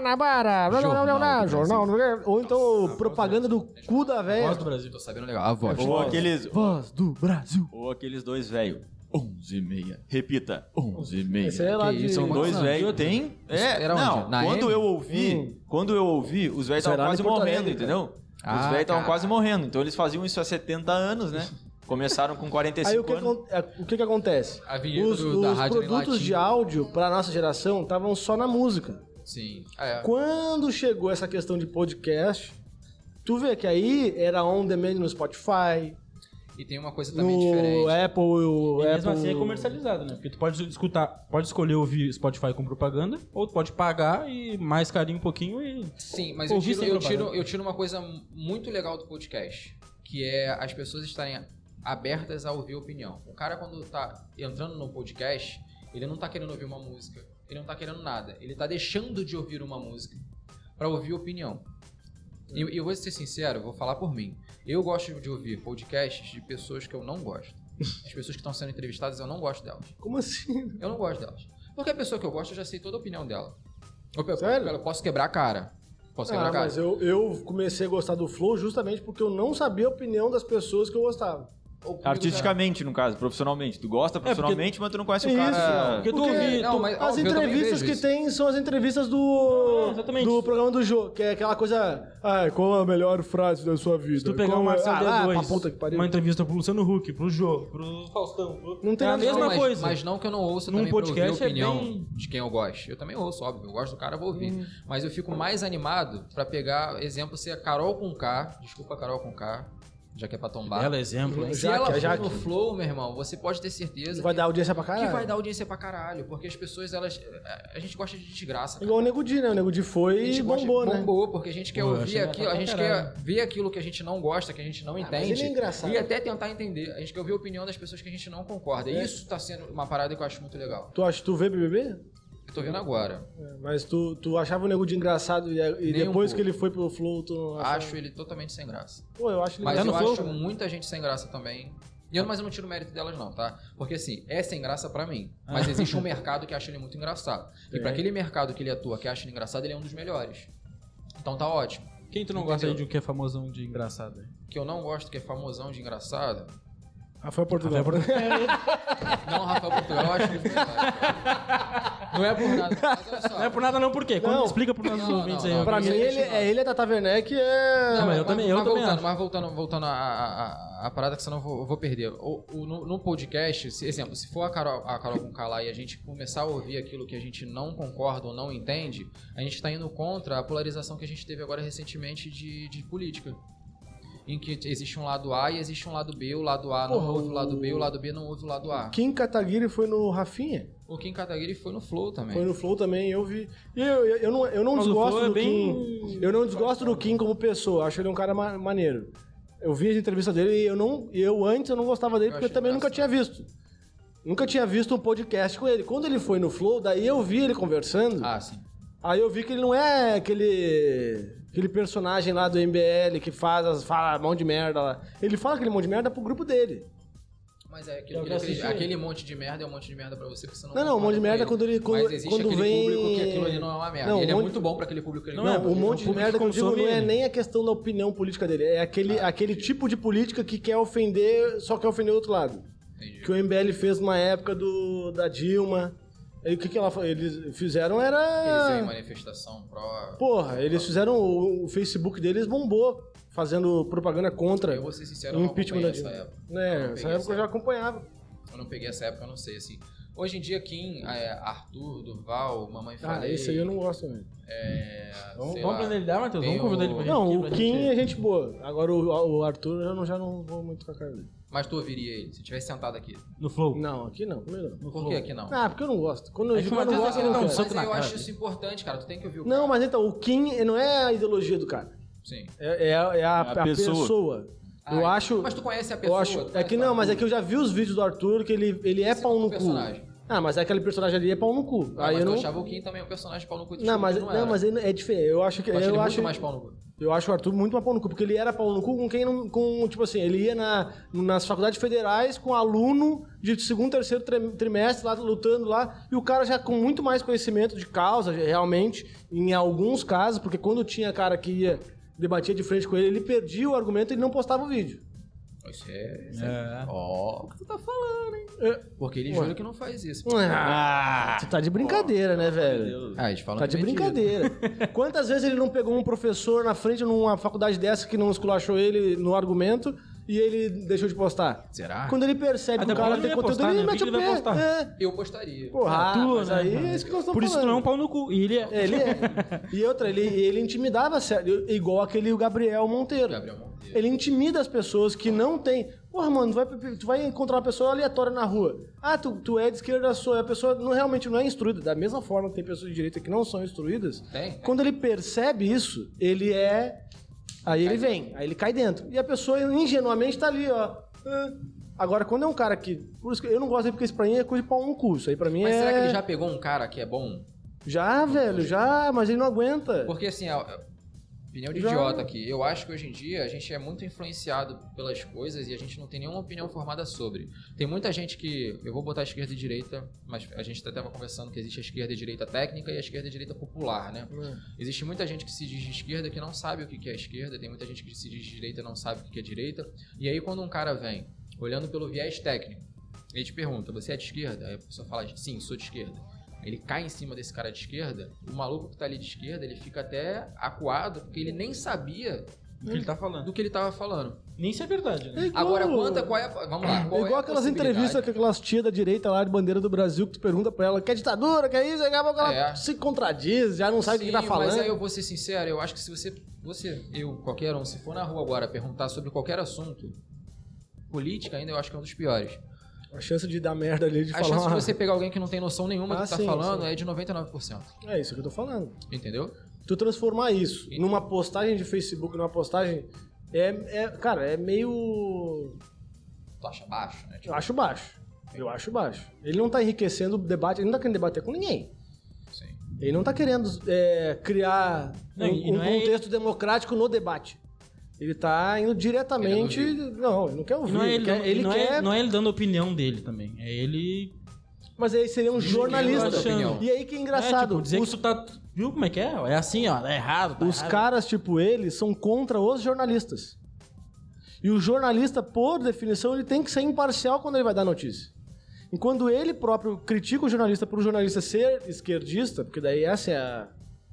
[SPEAKER 1] Guanabara, blá, blá, blá, blá, jornal, ou então propaganda do cu da
[SPEAKER 2] Voz é do
[SPEAKER 1] velha.
[SPEAKER 2] Brasil.
[SPEAKER 4] Tô sabendo legal. A voz.
[SPEAKER 3] Ou aqueles,
[SPEAKER 1] Voz do Brasil.
[SPEAKER 3] ou aqueles dois velhos. 11 e meia. Repita. 11 e meia.
[SPEAKER 1] Esse é lá
[SPEAKER 4] Que
[SPEAKER 1] de.
[SPEAKER 4] isso,
[SPEAKER 3] né? São
[SPEAKER 4] Quantos
[SPEAKER 3] dois
[SPEAKER 4] anos?
[SPEAKER 3] velhos. Tem. É,
[SPEAKER 4] Era onde?
[SPEAKER 3] não.
[SPEAKER 4] Na
[SPEAKER 3] quando
[SPEAKER 4] M?
[SPEAKER 3] eu ouvi,
[SPEAKER 1] Hum.
[SPEAKER 3] quando eu ouvi, os velhos
[SPEAKER 1] Isso era
[SPEAKER 3] estavam
[SPEAKER 1] lá
[SPEAKER 3] quase
[SPEAKER 1] em Porto
[SPEAKER 3] morrendo,
[SPEAKER 1] Alegre,
[SPEAKER 3] entendeu?
[SPEAKER 4] Ah,
[SPEAKER 3] os velhos estavam
[SPEAKER 4] cara.
[SPEAKER 3] quase morrendo. Então eles faziam isso há 70 anos, né? Começaram com 45
[SPEAKER 1] Aí o que,
[SPEAKER 3] anos.
[SPEAKER 1] acon- é, o que, que acontece?
[SPEAKER 4] A vinheta
[SPEAKER 1] os
[SPEAKER 4] do- da
[SPEAKER 1] os
[SPEAKER 4] rádio era em
[SPEAKER 1] produtos
[SPEAKER 4] latim.
[SPEAKER 1] de áudio para nossa geração estavam só na música.
[SPEAKER 4] Sim. É.
[SPEAKER 1] Quando chegou essa questão de podcast, tu vê que aí era on demand no Spotify,
[SPEAKER 4] E tem uma coisa também
[SPEAKER 1] no
[SPEAKER 4] diferente.
[SPEAKER 1] Apple, o
[SPEAKER 2] E
[SPEAKER 1] Apple
[SPEAKER 2] mesmo assim é comercializado, né? Porque tu pode escutar, pode escolher ouvir Spotify com propaganda, ou tu pode pagar e mais carinho um pouquinho e.
[SPEAKER 4] Sim, mas eu
[SPEAKER 2] Ouvir
[SPEAKER 4] tiro,
[SPEAKER 2] sem
[SPEAKER 4] eu,
[SPEAKER 2] propaganda.
[SPEAKER 4] tiro, eu tiro uma coisa muito legal do podcast, que é as pessoas estarem abertas a ouvir opinião. O cara, quando tá entrando no podcast, ele não tá querendo ouvir uma música, ele não tá querendo nada. Ele tá deixando de ouvir uma música pra ouvir opinião. E eu, eu vou ser sincero, vou falar por mim. Eu gosto de ouvir podcasts de pessoas que eu não gosto. As pessoas que estão sendo entrevistadas, eu não gosto delas.
[SPEAKER 1] Como assim?
[SPEAKER 4] Eu não gosto delas. Porque a pessoa que eu gosto, eu já sei toda a opinião dela. Eu, eu,
[SPEAKER 1] Sério?
[SPEAKER 4] eu posso quebrar a cara. Posso quebrar
[SPEAKER 1] Ah,
[SPEAKER 4] a cara.
[SPEAKER 1] mas eu, eu comecei a gostar do Flow justamente porque eu não sabia a opinião das pessoas que eu gostava.
[SPEAKER 4] Ou comigo
[SPEAKER 2] é
[SPEAKER 3] Artisticamente, no caso, profissionalmente. Tu
[SPEAKER 1] É,
[SPEAKER 3] gosta profissionalmente, mas tu não conhece o cara.
[SPEAKER 2] Porque tu
[SPEAKER 1] Porque-
[SPEAKER 2] ouvi.
[SPEAKER 4] não,
[SPEAKER 2] tu-
[SPEAKER 4] mas-
[SPEAKER 1] As
[SPEAKER 4] óbvio, eu também
[SPEAKER 1] entrevistas
[SPEAKER 4] vejo
[SPEAKER 1] que
[SPEAKER 4] isso. Ah,
[SPEAKER 1] tem são as entrevistas
[SPEAKER 2] Não,
[SPEAKER 1] do,
[SPEAKER 2] não, exatamente.
[SPEAKER 1] do programa do Jô, que é aquela coisa. Ah, qual a melhor frase da sua vida?
[SPEAKER 2] Se tu
[SPEAKER 4] um
[SPEAKER 2] pegar
[SPEAKER 1] Qual
[SPEAKER 2] o
[SPEAKER 1] é-
[SPEAKER 2] Marcelo
[SPEAKER 1] ah, ah,
[SPEAKER 2] D2,
[SPEAKER 1] pra puta que pariu.
[SPEAKER 2] uma entrevista pro Luciano Huck, pro Jô, pro Faustão, pro...
[SPEAKER 1] Não tem
[SPEAKER 2] é a
[SPEAKER 1] nada a ver,
[SPEAKER 2] mesma
[SPEAKER 4] mas,
[SPEAKER 2] coisa.
[SPEAKER 4] Mas não que eu não ouça
[SPEAKER 2] Num
[SPEAKER 4] também pra ouvir a
[SPEAKER 2] podcast é
[SPEAKER 4] opinião
[SPEAKER 2] bem- Hum.
[SPEAKER 4] de quem eu gosto. Eu também ouço, óbvio. Eu gosto do cara, eu vou ouvir. Mas eu fico mais animado pra pegar, exemplo, se a Carol com K, desculpa a Carol com K, já que é pra tombar.
[SPEAKER 2] Belo exemplo, né? hein?
[SPEAKER 4] se
[SPEAKER 1] Jaque,
[SPEAKER 4] ela
[SPEAKER 1] a
[SPEAKER 4] for
[SPEAKER 1] Jaque.
[SPEAKER 4] no flow, meu irmão, você pode ter certeza
[SPEAKER 1] é. Vai
[SPEAKER 4] que,
[SPEAKER 1] dar audiência pra caralho.
[SPEAKER 4] que vai dar audiência pra caralho. Porque as pessoas, elas. eh, A gente gosta de desgraça. cara.
[SPEAKER 1] Igual o Nego Di, né? O Nego Di
[SPEAKER 4] A
[SPEAKER 1] foi
[SPEAKER 4] gente
[SPEAKER 1] e
[SPEAKER 4] gosta-
[SPEAKER 1] bombou, né?
[SPEAKER 4] bombou, porque a gente quer
[SPEAKER 2] Pô, eu achei
[SPEAKER 4] ouvir aquilo, a
[SPEAKER 2] bacana
[SPEAKER 4] gente
[SPEAKER 2] pra
[SPEAKER 4] quer
[SPEAKER 2] caralho.
[SPEAKER 4] ver aquilo que a gente não gosta, que a gente não
[SPEAKER 1] mas
[SPEAKER 4] entende.
[SPEAKER 1] ele é engraçado.
[SPEAKER 4] E até tentar entender. A gente quer ouvir a opinião das pessoas que a gente não concorda.
[SPEAKER 1] É.
[SPEAKER 4] E Isso tá sendo uma parada que eu acho muito legal.
[SPEAKER 1] Tu acha tu vê BBB?
[SPEAKER 4] Eu tô vendo agora.
[SPEAKER 1] É, Mas tu, tu achava o Nego Di engraçado e, e
[SPEAKER 4] Nem um
[SPEAKER 1] depois
[SPEAKER 4] pouco.
[SPEAKER 1] que ele foi pro Flow, tu não achava?
[SPEAKER 4] Acho ele totalmente sem graça.
[SPEAKER 1] Pô, eu acho ele
[SPEAKER 4] Mas
[SPEAKER 2] tá
[SPEAKER 4] eu
[SPEAKER 2] no
[SPEAKER 1] engraçado.
[SPEAKER 2] Flow,
[SPEAKER 4] acho
[SPEAKER 2] cara?
[SPEAKER 4] muita gente sem graça também. E eu, mas eu não tiro o mérito delas, não, tá? Porque assim, é sem graça pra mim.
[SPEAKER 1] Ah.
[SPEAKER 4] Mas existe um mercado que acha ele é muito engraçado. E pra aquele mercado que ele atua, que acha ele engraçado, ele é um dos melhores. Então tá ótimo.
[SPEAKER 2] Quem tu não gosta aí de
[SPEAKER 4] Entendeu?
[SPEAKER 2] um que é famosão de engraçado? aí?
[SPEAKER 4] Que eu não gosto, que é famosão de engraçado.
[SPEAKER 1] Rafael Ah, Portugal.
[SPEAKER 2] Rafael
[SPEAKER 4] Não, Rafael Portugal, eu acho muito legal. Não é por nada. Mas olha só.
[SPEAKER 2] Não é por nada não, por quê?
[SPEAKER 1] Não.
[SPEAKER 2] Quando explica pros nossos
[SPEAKER 4] Não,
[SPEAKER 2] ouvintes
[SPEAKER 4] não,
[SPEAKER 2] aí.
[SPEAKER 4] não.
[SPEAKER 2] ó.
[SPEAKER 1] Pra mim, ele, é ele, a Tata Werneck é...
[SPEAKER 2] Não, mas eu
[SPEAKER 4] Mas-
[SPEAKER 2] também, eu
[SPEAKER 4] mas
[SPEAKER 2] também
[SPEAKER 4] voltando,
[SPEAKER 2] acho.
[SPEAKER 4] Mas voltando, voltando à, à, à- à parada, que senão eu vou, vou perder. O, o- no, no podcast, se, exemplo, se for a Carol, a Carol Conká lá e a gente começar a ouvir aquilo que a gente não concorda ou não entende, a gente está indo contra a polarização que a gente teve agora recentemente de, de política. Em que existe um lado A e existe um lado B, o lado A não
[SPEAKER 1] Porra,
[SPEAKER 4] ouve o lado B,
[SPEAKER 1] o-
[SPEAKER 4] o lado B não ouve o lado A.
[SPEAKER 1] Kim Kataguiri foi no Rafinha.
[SPEAKER 4] O Kim Kataguiri foi no Flow também.
[SPEAKER 1] Foi no Flow também, eu vi. E eu, eu, eu não, eu não
[SPEAKER 2] Mas o
[SPEAKER 1] desgosto
[SPEAKER 2] Flow é
[SPEAKER 1] do
[SPEAKER 2] bem-
[SPEAKER 1] Kim. Eu não desgosto do Kim como pessoa, acho ele um cara ma- maneiro. Eu vi a entrevista dele e eu não. Eu antes eu não gostava dele
[SPEAKER 4] Eu
[SPEAKER 1] porque eu
[SPEAKER 4] achei
[SPEAKER 1] também nunca tinha visto. Nunca tinha visto um podcast com ele. Quando ele foi no Flow, daí eu vi ele conversando.
[SPEAKER 4] Ah, sim.
[SPEAKER 1] Aí eu vi que ele não é aquele. aquele personagem lá do MBL que faz as. fala mão de merda lá. Ele fala aquele mão de merda pro grupo dele.
[SPEAKER 4] Mas é aquilo
[SPEAKER 2] Eu quero
[SPEAKER 4] que ele acredita.
[SPEAKER 2] assistir.
[SPEAKER 4] aquele monte de merda é um monte de merda pra você, porque você não
[SPEAKER 1] Não, não, um
[SPEAKER 4] concorda
[SPEAKER 1] monte de
[SPEAKER 4] com
[SPEAKER 1] merda quando ele- quando-
[SPEAKER 4] Mas existe
[SPEAKER 1] quando
[SPEAKER 4] aquele
[SPEAKER 1] vem-
[SPEAKER 4] público que aquilo ali não é uma merda.
[SPEAKER 1] Não, um
[SPEAKER 4] ele é
[SPEAKER 1] monte-
[SPEAKER 4] muito bom pra aquele público que ele
[SPEAKER 2] Não
[SPEAKER 1] Não,
[SPEAKER 2] é,
[SPEAKER 4] gosta.
[SPEAKER 1] um
[SPEAKER 2] porque
[SPEAKER 1] monte
[SPEAKER 2] o
[SPEAKER 1] de
[SPEAKER 2] público
[SPEAKER 1] merda que eu digo
[SPEAKER 2] consome
[SPEAKER 1] não é
[SPEAKER 2] ele.
[SPEAKER 1] nem a questão da opinião política dele. É aquele, aquele tipo de política que quer ofender, só quer ofender o outro lado.
[SPEAKER 4] Entendi.
[SPEAKER 1] Que o MBL fez numa época do, da Dilma. Aí o que, que ela, fa- eles fizeram
[SPEAKER 4] Eles iam em
[SPEAKER 1] era.
[SPEAKER 4] manifestação pró.
[SPEAKER 1] Ah. Porra, eles fizeram. O, o Facebook deles bombou, fazendo propaganda contra
[SPEAKER 4] Eu vou ser sincero,
[SPEAKER 1] o
[SPEAKER 4] eu não
[SPEAKER 1] Um impeachment
[SPEAKER 4] acompanhei
[SPEAKER 1] da
[SPEAKER 4] essa
[SPEAKER 1] Dilma.
[SPEAKER 4] época.
[SPEAKER 1] É,
[SPEAKER 4] Eu não
[SPEAKER 1] essa
[SPEAKER 4] peguei
[SPEAKER 1] época eu já acompanhava.
[SPEAKER 4] Eu não peguei essa época, eu não sei, assim. Hoje em dia, Kim, é, Arthur, Durval, Mamãe
[SPEAKER 1] Ah,
[SPEAKER 4] Falei...
[SPEAKER 1] esse aí eu não gosto mesmo.
[SPEAKER 4] É,
[SPEAKER 2] Vamos,
[SPEAKER 4] sei
[SPEAKER 2] vamos
[SPEAKER 4] lá.
[SPEAKER 2] convidar ele, dá, Matheus?
[SPEAKER 4] Tem
[SPEAKER 2] Vamos convidar ele
[SPEAKER 4] o-
[SPEAKER 2] pra gente.
[SPEAKER 1] Não,
[SPEAKER 2] pra
[SPEAKER 1] o
[SPEAKER 2] gente-
[SPEAKER 1] Kim é gente boa. Agora o, o Arthur eu não- já não vou muito com a cara dele.
[SPEAKER 4] Mas tu ouviria ele, se tivesse sentado aqui.
[SPEAKER 2] No Flow.
[SPEAKER 1] Não, aqui não, comigo não.
[SPEAKER 4] Por que aqui não?
[SPEAKER 1] Ah, porque eu não gosto. Quando eu
[SPEAKER 2] É que
[SPEAKER 1] digo
[SPEAKER 2] o
[SPEAKER 1] que eu não
[SPEAKER 2] Matheus,
[SPEAKER 1] gosto, eu
[SPEAKER 2] ele
[SPEAKER 1] não
[SPEAKER 2] dá um
[SPEAKER 1] quero.
[SPEAKER 4] mas
[SPEAKER 2] soco na
[SPEAKER 4] eu
[SPEAKER 2] cara
[SPEAKER 4] acho
[SPEAKER 2] dele.
[SPEAKER 4] isso importante, cara. Tu tem que ouvir o
[SPEAKER 1] Não,
[SPEAKER 4] cara.
[SPEAKER 1] mas então, o Kim não é a ideologia do cara.
[SPEAKER 4] Sim.
[SPEAKER 1] É, é a, é a-
[SPEAKER 3] É a
[SPEAKER 1] a
[SPEAKER 3] pessoa.
[SPEAKER 1] pessoa. eu
[SPEAKER 4] Ah,
[SPEAKER 1] acho.
[SPEAKER 4] Mas tu conhece a
[SPEAKER 1] eu
[SPEAKER 4] pessoa. tu
[SPEAKER 1] acho. É
[SPEAKER 4] conhece
[SPEAKER 1] que
[SPEAKER 4] o
[SPEAKER 1] não, mas é
[SPEAKER 4] Arthur.
[SPEAKER 1] que eu já vi os vídeos do Arthur que ele, ele é
[SPEAKER 4] Esse é
[SPEAKER 1] pau
[SPEAKER 4] um
[SPEAKER 1] no
[SPEAKER 4] personagem.
[SPEAKER 1] cu. Ah, mas é aquele personagem ali é pau no cu.
[SPEAKER 4] Ah,
[SPEAKER 1] Aí
[SPEAKER 4] mas
[SPEAKER 1] eu
[SPEAKER 4] eu
[SPEAKER 1] não.
[SPEAKER 4] achava o Kim também um personagem pau no cu.
[SPEAKER 1] Não, mas,
[SPEAKER 4] desculpa,
[SPEAKER 1] não,
[SPEAKER 4] era.
[SPEAKER 1] mas ele é diferente. Eu acho que.
[SPEAKER 4] Eu acho ele
[SPEAKER 1] Eu
[SPEAKER 4] muito
[SPEAKER 1] acho,
[SPEAKER 4] mais pau no cu.
[SPEAKER 1] eu acho o Arthur muito mais pau no cu, porque ele era pau no cu com quem não. Com, tipo assim, ele ia na, nas faculdades federais com aluno de segundo, terceiro tri- trimestre lá lutando lá, e o cara já com muito mais conhecimento de causa, realmente, em alguns casos, porque quando tinha cara que ia debatia de frente com ele, ele perdia o argumento e ele não postava o vídeo.
[SPEAKER 4] Isso é.
[SPEAKER 2] É.
[SPEAKER 4] Ó, o que tu tá falando, hein?
[SPEAKER 1] É.
[SPEAKER 4] Porque ele
[SPEAKER 1] Ué.
[SPEAKER 4] jura que não faz isso.
[SPEAKER 1] Ah, tu tá de brincadeira, né, velho?
[SPEAKER 4] Ah, eles falam
[SPEAKER 1] Tá
[SPEAKER 4] que
[SPEAKER 1] de
[SPEAKER 4] é metido.
[SPEAKER 1] brincadeira. Quantas vezes ele não pegou um professor na frente numa faculdade dessa que não esculachou ele no argumento e ele deixou de postar?
[SPEAKER 4] Será?
[SPEAKER 1] Quando ele percebe
[SPEAKER 2] Até
[SPEAKER 1] que o cara
[SPEAKER 2] porque
[SPEAKER 1] tem
[SPEAKER 2] ele
[SPEAKER 1] conteúdo,
[SPEAKER 2] não ia
[SPEAKER 1] ele
[SPEAKER 2] postar, né?
[SPEAKER 1] mete o
[SPEAKER 2] O que ele vai
[SPEAKER 1] pé.
[SPEAKER 2] postar?
[SPEAKER 1] É.
[SPEAKER 4] Eu postaria.
[SPEAKER 1] Porra,
[SPEAKER 2] Ah, tu,
[SPEAKER 1] mas
[SPEAKER 2] né,
[SPEAKER 1] aí
[SPEAKER 2] cara?
[SPEAKER 1] é isso que nós estamos
[SPEAKER 2] Por isso tu
[SPEAKER 1] falando.
[SPEAKER 2] não é um pau no cu. E ele é.
[SPEAKER 1] Ele é. E outra, ele, ele intimidava, sério, igual aquele o Gabriel Monteiro.
[SPEAKER 4] Gabriel Monteiro.
[SPEAKER 1] Ele intimida as pessoas que não têm. Porra, mano, tu vai, tu vai encontrar uma pessoa aleatória na rua. Ah, tu, tu é de esquerda, sou. E A pessoa não, realmente não é instruída. Da mesma forma que tem pessoas de direita que não são instruídas.
[SPEAKER 4] Tem?
[SPEAKER 1] Quando ele percebe isso, ele é. Aí ele vem, aí ele cai dentro. E a pessoa ingenuamente tá ali, ó. Ah. Agora, quando é um cara que. Por isso que eu não gosto dele, porque isso pra mim é coisa de pau no curso. Aí pra mim
[SPEAKER 4] Mas
[SPEAKER 1] é.
[SPEAKER 4] será que ele já pegou um cara que é bom?
[SPEAKER 1] Já, velho, já, mas ele não aguenta.
[SPEAKER 4] Porque assim, a- a- opinião de
[SPEAKER 1] Já.
[SPEAKER 4] idiota aqui. Eu acho que hoje em dia a gente é muito influenciado pelas coisas e a gente não tem nenhuma opinião formada sobre. Tem muita gente que. Eu vou botar esquerda e direita, mas a gente tá até estava conversando que existe a esquerda e direita técnica e a esquerda e direita popular, né? Existe muita gente que se diz de esquerda que não sabe o que que é esquerda, tem muita gente que se diz de direita e não sabe o que que é direita. E aí quando um cara vem olhando pelo viés técnico, ele te pergunta, você é de esquerda? Aí a pessoa fala, sim, sou de esquerda. Ele cai em cima desse cara de esquerda, o maluco que tá ali de esquerda, ele fica até acuado, porque ele nem sabia
[SPEAKER 2] O que ele tá falando.
[SPEAKER 4] do que ele tava falando.
[SPEAKER 2] Nem se é verdade, né?
[SPEAKER 1] É igual-
[SPEAKER 4] Agora, quanta, qual é a... Vamos lá, qual
[SPEAKER 1] igual
[SPEAKER 4] é a
[SPEAKER 1] aquelas
[SPEAKER 4] possibilidade?
[SPEAKER 1] entrevistas que aquelas tia da direita lá de bandeira do Brasil que tu pergunta pra ela, quer ditadura, quer isso, daqui a pouco ela
[SPEAKER 4] É.
[SPEAKER 1] se contradiz, já não sabe o que
[SPEAKER 4] Sim,
[SPEAKER 1] que tá
[SPEAKER 4] Mas
[SPEAKER 1] falando.
[SPEAKER 4] aí eu vou ser sincero, eu acho que se você, você, eu, qualquer um, se for na rua agora perguntar sobre qualquer assunto, política ainda eu acho que é um dos piores.
[SPEAKER 1] A chance de dar merda ali de
[SPEAKER 4] A
[SPEAKER 1] falar.
[SPEAKER 4] chance de
[SPEAKER 1] uma-
[SPEAKER 4] você pegar alguém que não tem noção nenhuma do
[SPEAKER 1] Ah,
[SPEAKER 4] que tá
[SPEAKER 1] sim,
[SPEAKER 4] falando
[SPEAKER 1] sim.
[SPEAKER 4] é de 99%,
[SPEAKER 1] É isso que eu tô falando.
[SPEAKER 4] entendeu?
[SPEAKER 1] Tu transformar isso numa postagem de Facebook, numa postagem. É, é- cara, é meio.
[SPEAKER 4] Tu acha baixo, né?
[SPEAKER 1] Eu
[SPEAKER 4] Tipo,
[SPEAKER 1] acho baixo. Eu acho baixo. Ele não tá enriquecendo o debate, ele não tá querendo debater com ninguém.
[SPEAKER 4] assim.
[SPEAKER 1] Ele não tá querendo é, criar
[SPEAKER 2] Não,
[SPEAKER 1] um,
[SPEAKER 2] e
[SPEAKER 1] um
[SPEAKER 2] não é-
[SPEAKER 1] contexto democrático no debate. Ele tá indo diretamente. Não, ele não quer
[SPEAKER 2] E
[SPEAKER 1] ouvir.
[SPEAKER 2] Não é
[SPEAKER 1] ele
[SPEAKER 2] ele,
[SPEAKER 1] quer.
[SPEAKER 2] dando-
[SPEAKER 1] ele
[SPEAKER 2] não,
[SPEAKER 1] quer-
[SPEAKER 2] é, não é ele dando opinião dele também. É ele.
[SPEAKER 1] Mas aí seria um
[SPEAKER 4] Dividindo a
[SPEAKER 1] jornalista.
[SPEAKER 4] opinião.
[SPEAKER 1] E aí que é engraçado.
[SPEAKER 2] É, tipo, dizer
[SPEAKER 1] os-
[SPEAKER 2] que tu tá Viu como é que é? É assim, ó. É errado, tá
[SPEAKER 1] Os
[SPEAKER 2] errado.
[SPEAKER 1] caras tipo ele são contra os jornalistas. E o jornalista, por definição, ele tem que ser imparcial quando ele vai dar notícia. Enquanto ele próprio critica o jornalista por o jornalista ser esquerdista, porque daí essa é a,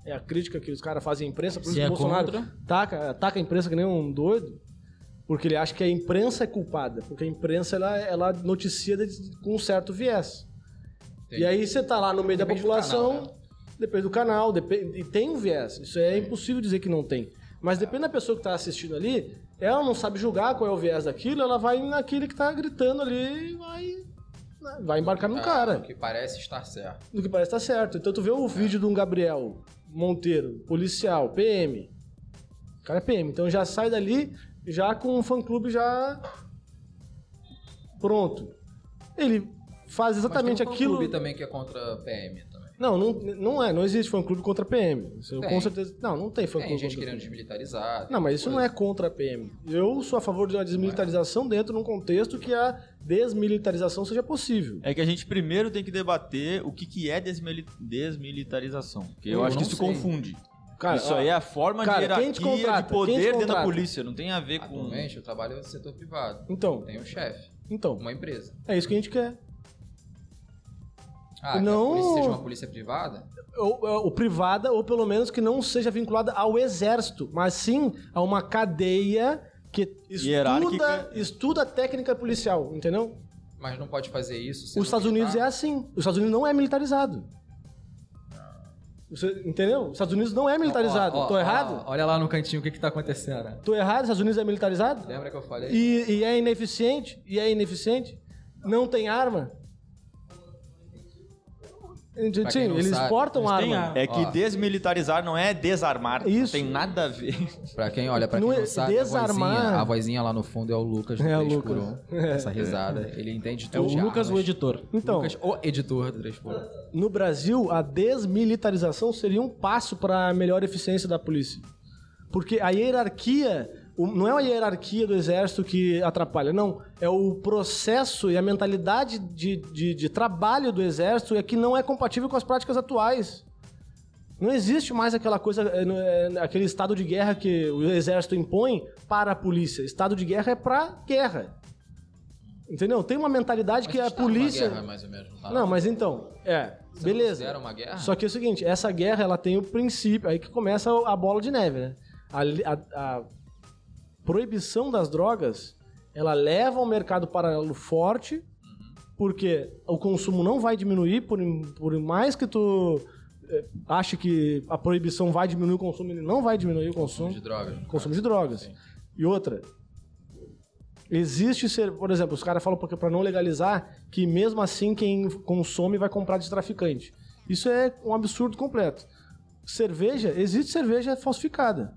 [SPEAKER 1] é a crítica que os caras fazem à imprensa, por isso
[SPEAKER 2] Se
[SPEAKER 1] que o
[SPEAKER 2] é
[SPEAKER 1] Bolsonaro
[SPEAKER 2] contra.
[SPEAKER 1] taca, taca a imprensa que nem um doido, porque ele acha que a imprensa é culpada, porque a imprensa ela, ela noticia de- com um certo viés.
[SPEAKER 4] Entendi.
[SPEAKER 1] E aí você tá lá no meio
[SPEAKER 4] Depende
[SPEAKER 1] da
[SPEAKER 4] do
[SPEAKER 1] população,
[SPEAKER 4] canal, né?
[SPEAKER 1] depende do canal, depende, e tem um viés. Isso é impossível dizer que não tem. Mas depende da pessoa que tá assistindo ali, ela não sabe julgar qual é o viés daquilo, ela vai naquele que tá gritando ali e vai, né, vai embarcar no
[SPEAKER 4] Ah,
[SPEAKER 1] cara.
[SPEAKER 4] Que parece estar certo.
[SPEAKER 1] Do que parece tá certo. Então tu vê o vídeo de um Gabriel Monteiro, policial, PM. O cara é PM. Então já sai dali, já com o fã clube já. Pronto. Ele faz exatamente
[SPEAKER 4] Mas tem um
[SPEAKER 1] aquilo.
[SPEAKER 4] clube também que é contra PM também.
[SPEAKER 1] Não, não, não é, não existe fã clube contra PM. Isso eu
[SPEAKER 4] Tem.
[SPEAKER 1] com certeza. Não, não tem fã
[SPEAKER 4] Tem
[SPEAKER 1] clube.
[SPEAKER 4] gente
[SPEAKER 1] contra
[SPEAKER 4] querendo
[SPEAKER 1] PM.
[SPEAKER 4] desmilitarizar. tem
[SPEAKER 1] Não, mas isso
[SPEAKER 4] coisa.
[SPEAKER 1] não é contra a PM. Eu sou a favor de uma desmilitarização dentro de um contexto que a desmilitarização seja possível.
[SPEAKER 3] É que a gente primeiro tem que debater o que, que é desmili- desmilitarização. Porque eu,
[SPEAKER 4] Eu
[SPEAKER 3] acho que
[SPEAKER 4] não
[SPEAKER 3] isso
[SPEAKER 4] sei.
[SPEAKER 3] confunde.
[SPEAKER 1] Cara,
[SPEAKER 3] isso
[SPEAKER 1] ó,
[SPEAKER 3] aí é a forma
[SPEAKER 1] cara,
[SPEAKER 3] de
[SPEAKER 1] quem
[SPEAKER 3] hierarquia,
[SPEAKER 1] te contrata? Quem
[SPEAKER 3] de
[SPEAKER 1] te
[SPEAKER 3] poder dentro da
[SPEAKER 1] contrata?
[SPEAKER 3] polícia. Não tem a
[SPEAKER 1] é-
[SPEAKER 3] ver com...
[SPEAKER 4] Atualmente eu trabalho no setor privado.
[SPEAKER 1] Então,
[SPEAKER 4] Tem um chefe,
[SPEAKER 1] então,
[SPEAKER 4] uma empresa.
[SPEAKER 1] é isso que a gente quer.
[SPEAKER 4] Ah,
[SPEAKER 1] Não-
[SPEAKER 4] que a polícia seja uma polícia privada?
[SPEAKER 1] Ou, é, ou privada, ou pelo menos que não seja vinculada ao exército, mas sim a uma cadeia que estuda,
[SPEAKER 3] Hierárquica.
[SPEAKER 1] estuda a técnica policial, entendeu?
[SPEAKER 4] Mas não pode fazer isso. sendo
[SPEAKER 1] Os Estados Unidos é
[SPEAKER 4] militar?
[SPEAKER 1] assim. Os Estados Unidos não é militarizado. Você- entendeu? Os Estados Unidos não é militarizado.
[SPEAKER 5] Ó, ó,
[SPEAKER 1] Tô
[SPEAKER 5] ó,
[SPEAKER 1] errado?
[SPEAKER 5] olha lá no cantinho o que, que tá acontecendo.
[SPEAKER 1] Tô errado? Os Estados Unidos é militarizado?
[SPEAKER 4] né? Lembra que eu falei?
[SPEAKER 1] E, e é ineficiente? E é ineficiente? Não tem arma?
[SPEAKER 4] não
[SPEAKER 1] Sim, eles
[SPEAKER 4] sabe,
[SPEAKER 1] exportam
[SPEAKER 2] eles têm
[SPEAKER 1] arma.
[SPEAKER 2] arma.
[SPEAKER 3] É que
[SPEAKER 4] Ó.
[SPEAKER 3] desmilitarizar não é desarmar. Não
[SPEAKER 1] Isso.
[SPEAKER 3] tem nada a ver.
[SPEAKER 4] Pra quem olha, pra quem
[SPEAKER 1] Não
[SPEAKER 4] não,
[SPEAKER 1] é-
[SPEAKER 4] sabe,
[SPEAKER 1] desarmar-
[SPEAKER 4] a, vozinha, a vozinha lá no fundo é o Lucas do
[SPEAKER 1] É, o
[SPEAKER 4] 3 por
[SPEAKER 1] Lucas.
[SPEAKER 4] 1. Essa risada. Ele entende
[SPEAKER 2] É
[SPEAKER 4] tudo.
[SPEAKER 2] o
[SPEAKER 4] de
[SPEAKER 2] Lucas, o
[SPEAKER 4] armas.
[SPEAKER 2] editor.
[SPEAKER 1] Então,
[SPEAKER 4] Lucas, o editor do 3x1.
[SPEAKER 1] no Brasil, a desmilitarização seria um passo para a melhor eficiência da polícia. Porque a hierarquia, o- não é uma hierarquia do exército que atrapalha, não. É o processo e a mentalidade de, de, de trabalho do exército é que não é compatível com as práticas atuais. Não existe mais aquela coisa, é, no- é, aquele estado de guerra que o exército impõe para a polícia. Estado de guerra é para guerra. Entendeu? Tem uma mentalidade que a polícia.
[SPEAKER 4] tá Guerra, mais ou menos, não, tá?
[SPEAKER 1] Não, mas então, é,
[SPEAKER 4] Você não considera
[SPEAKER 1] beleza.
[SPEAKER 4] uma guerra?
[SPEAKER 1] Só que é o seguinte, essa guerra ela tem o princípio, aí que começa a bola de neve, né? A, li- a- a proibição das drogas, ela leva ao mercado paralelo forte,
[SPEAKER 4] Uhum.
[SPEAKER 1] porque o consumo não vai diminuir, por, por mais que tu eh, ache que a proibição vai diminuir o consumo, ele não vai diminuir o consumo.
[SPEAKER 4] de drogas. no
[SPEAKER 1] Consumo
[SPEAKER 4] caso.
[SPEAKER 1] de drogas.
[SPEAKER 4] Sim.
[SPEAKER 1] E outra, existe ser, por exemplo, os caras falam porque para não legalizar que mesmo assim quem consome vai comprar de traficante. Isso é um absurdo completo. Cerveja, existe cerveja falsificada.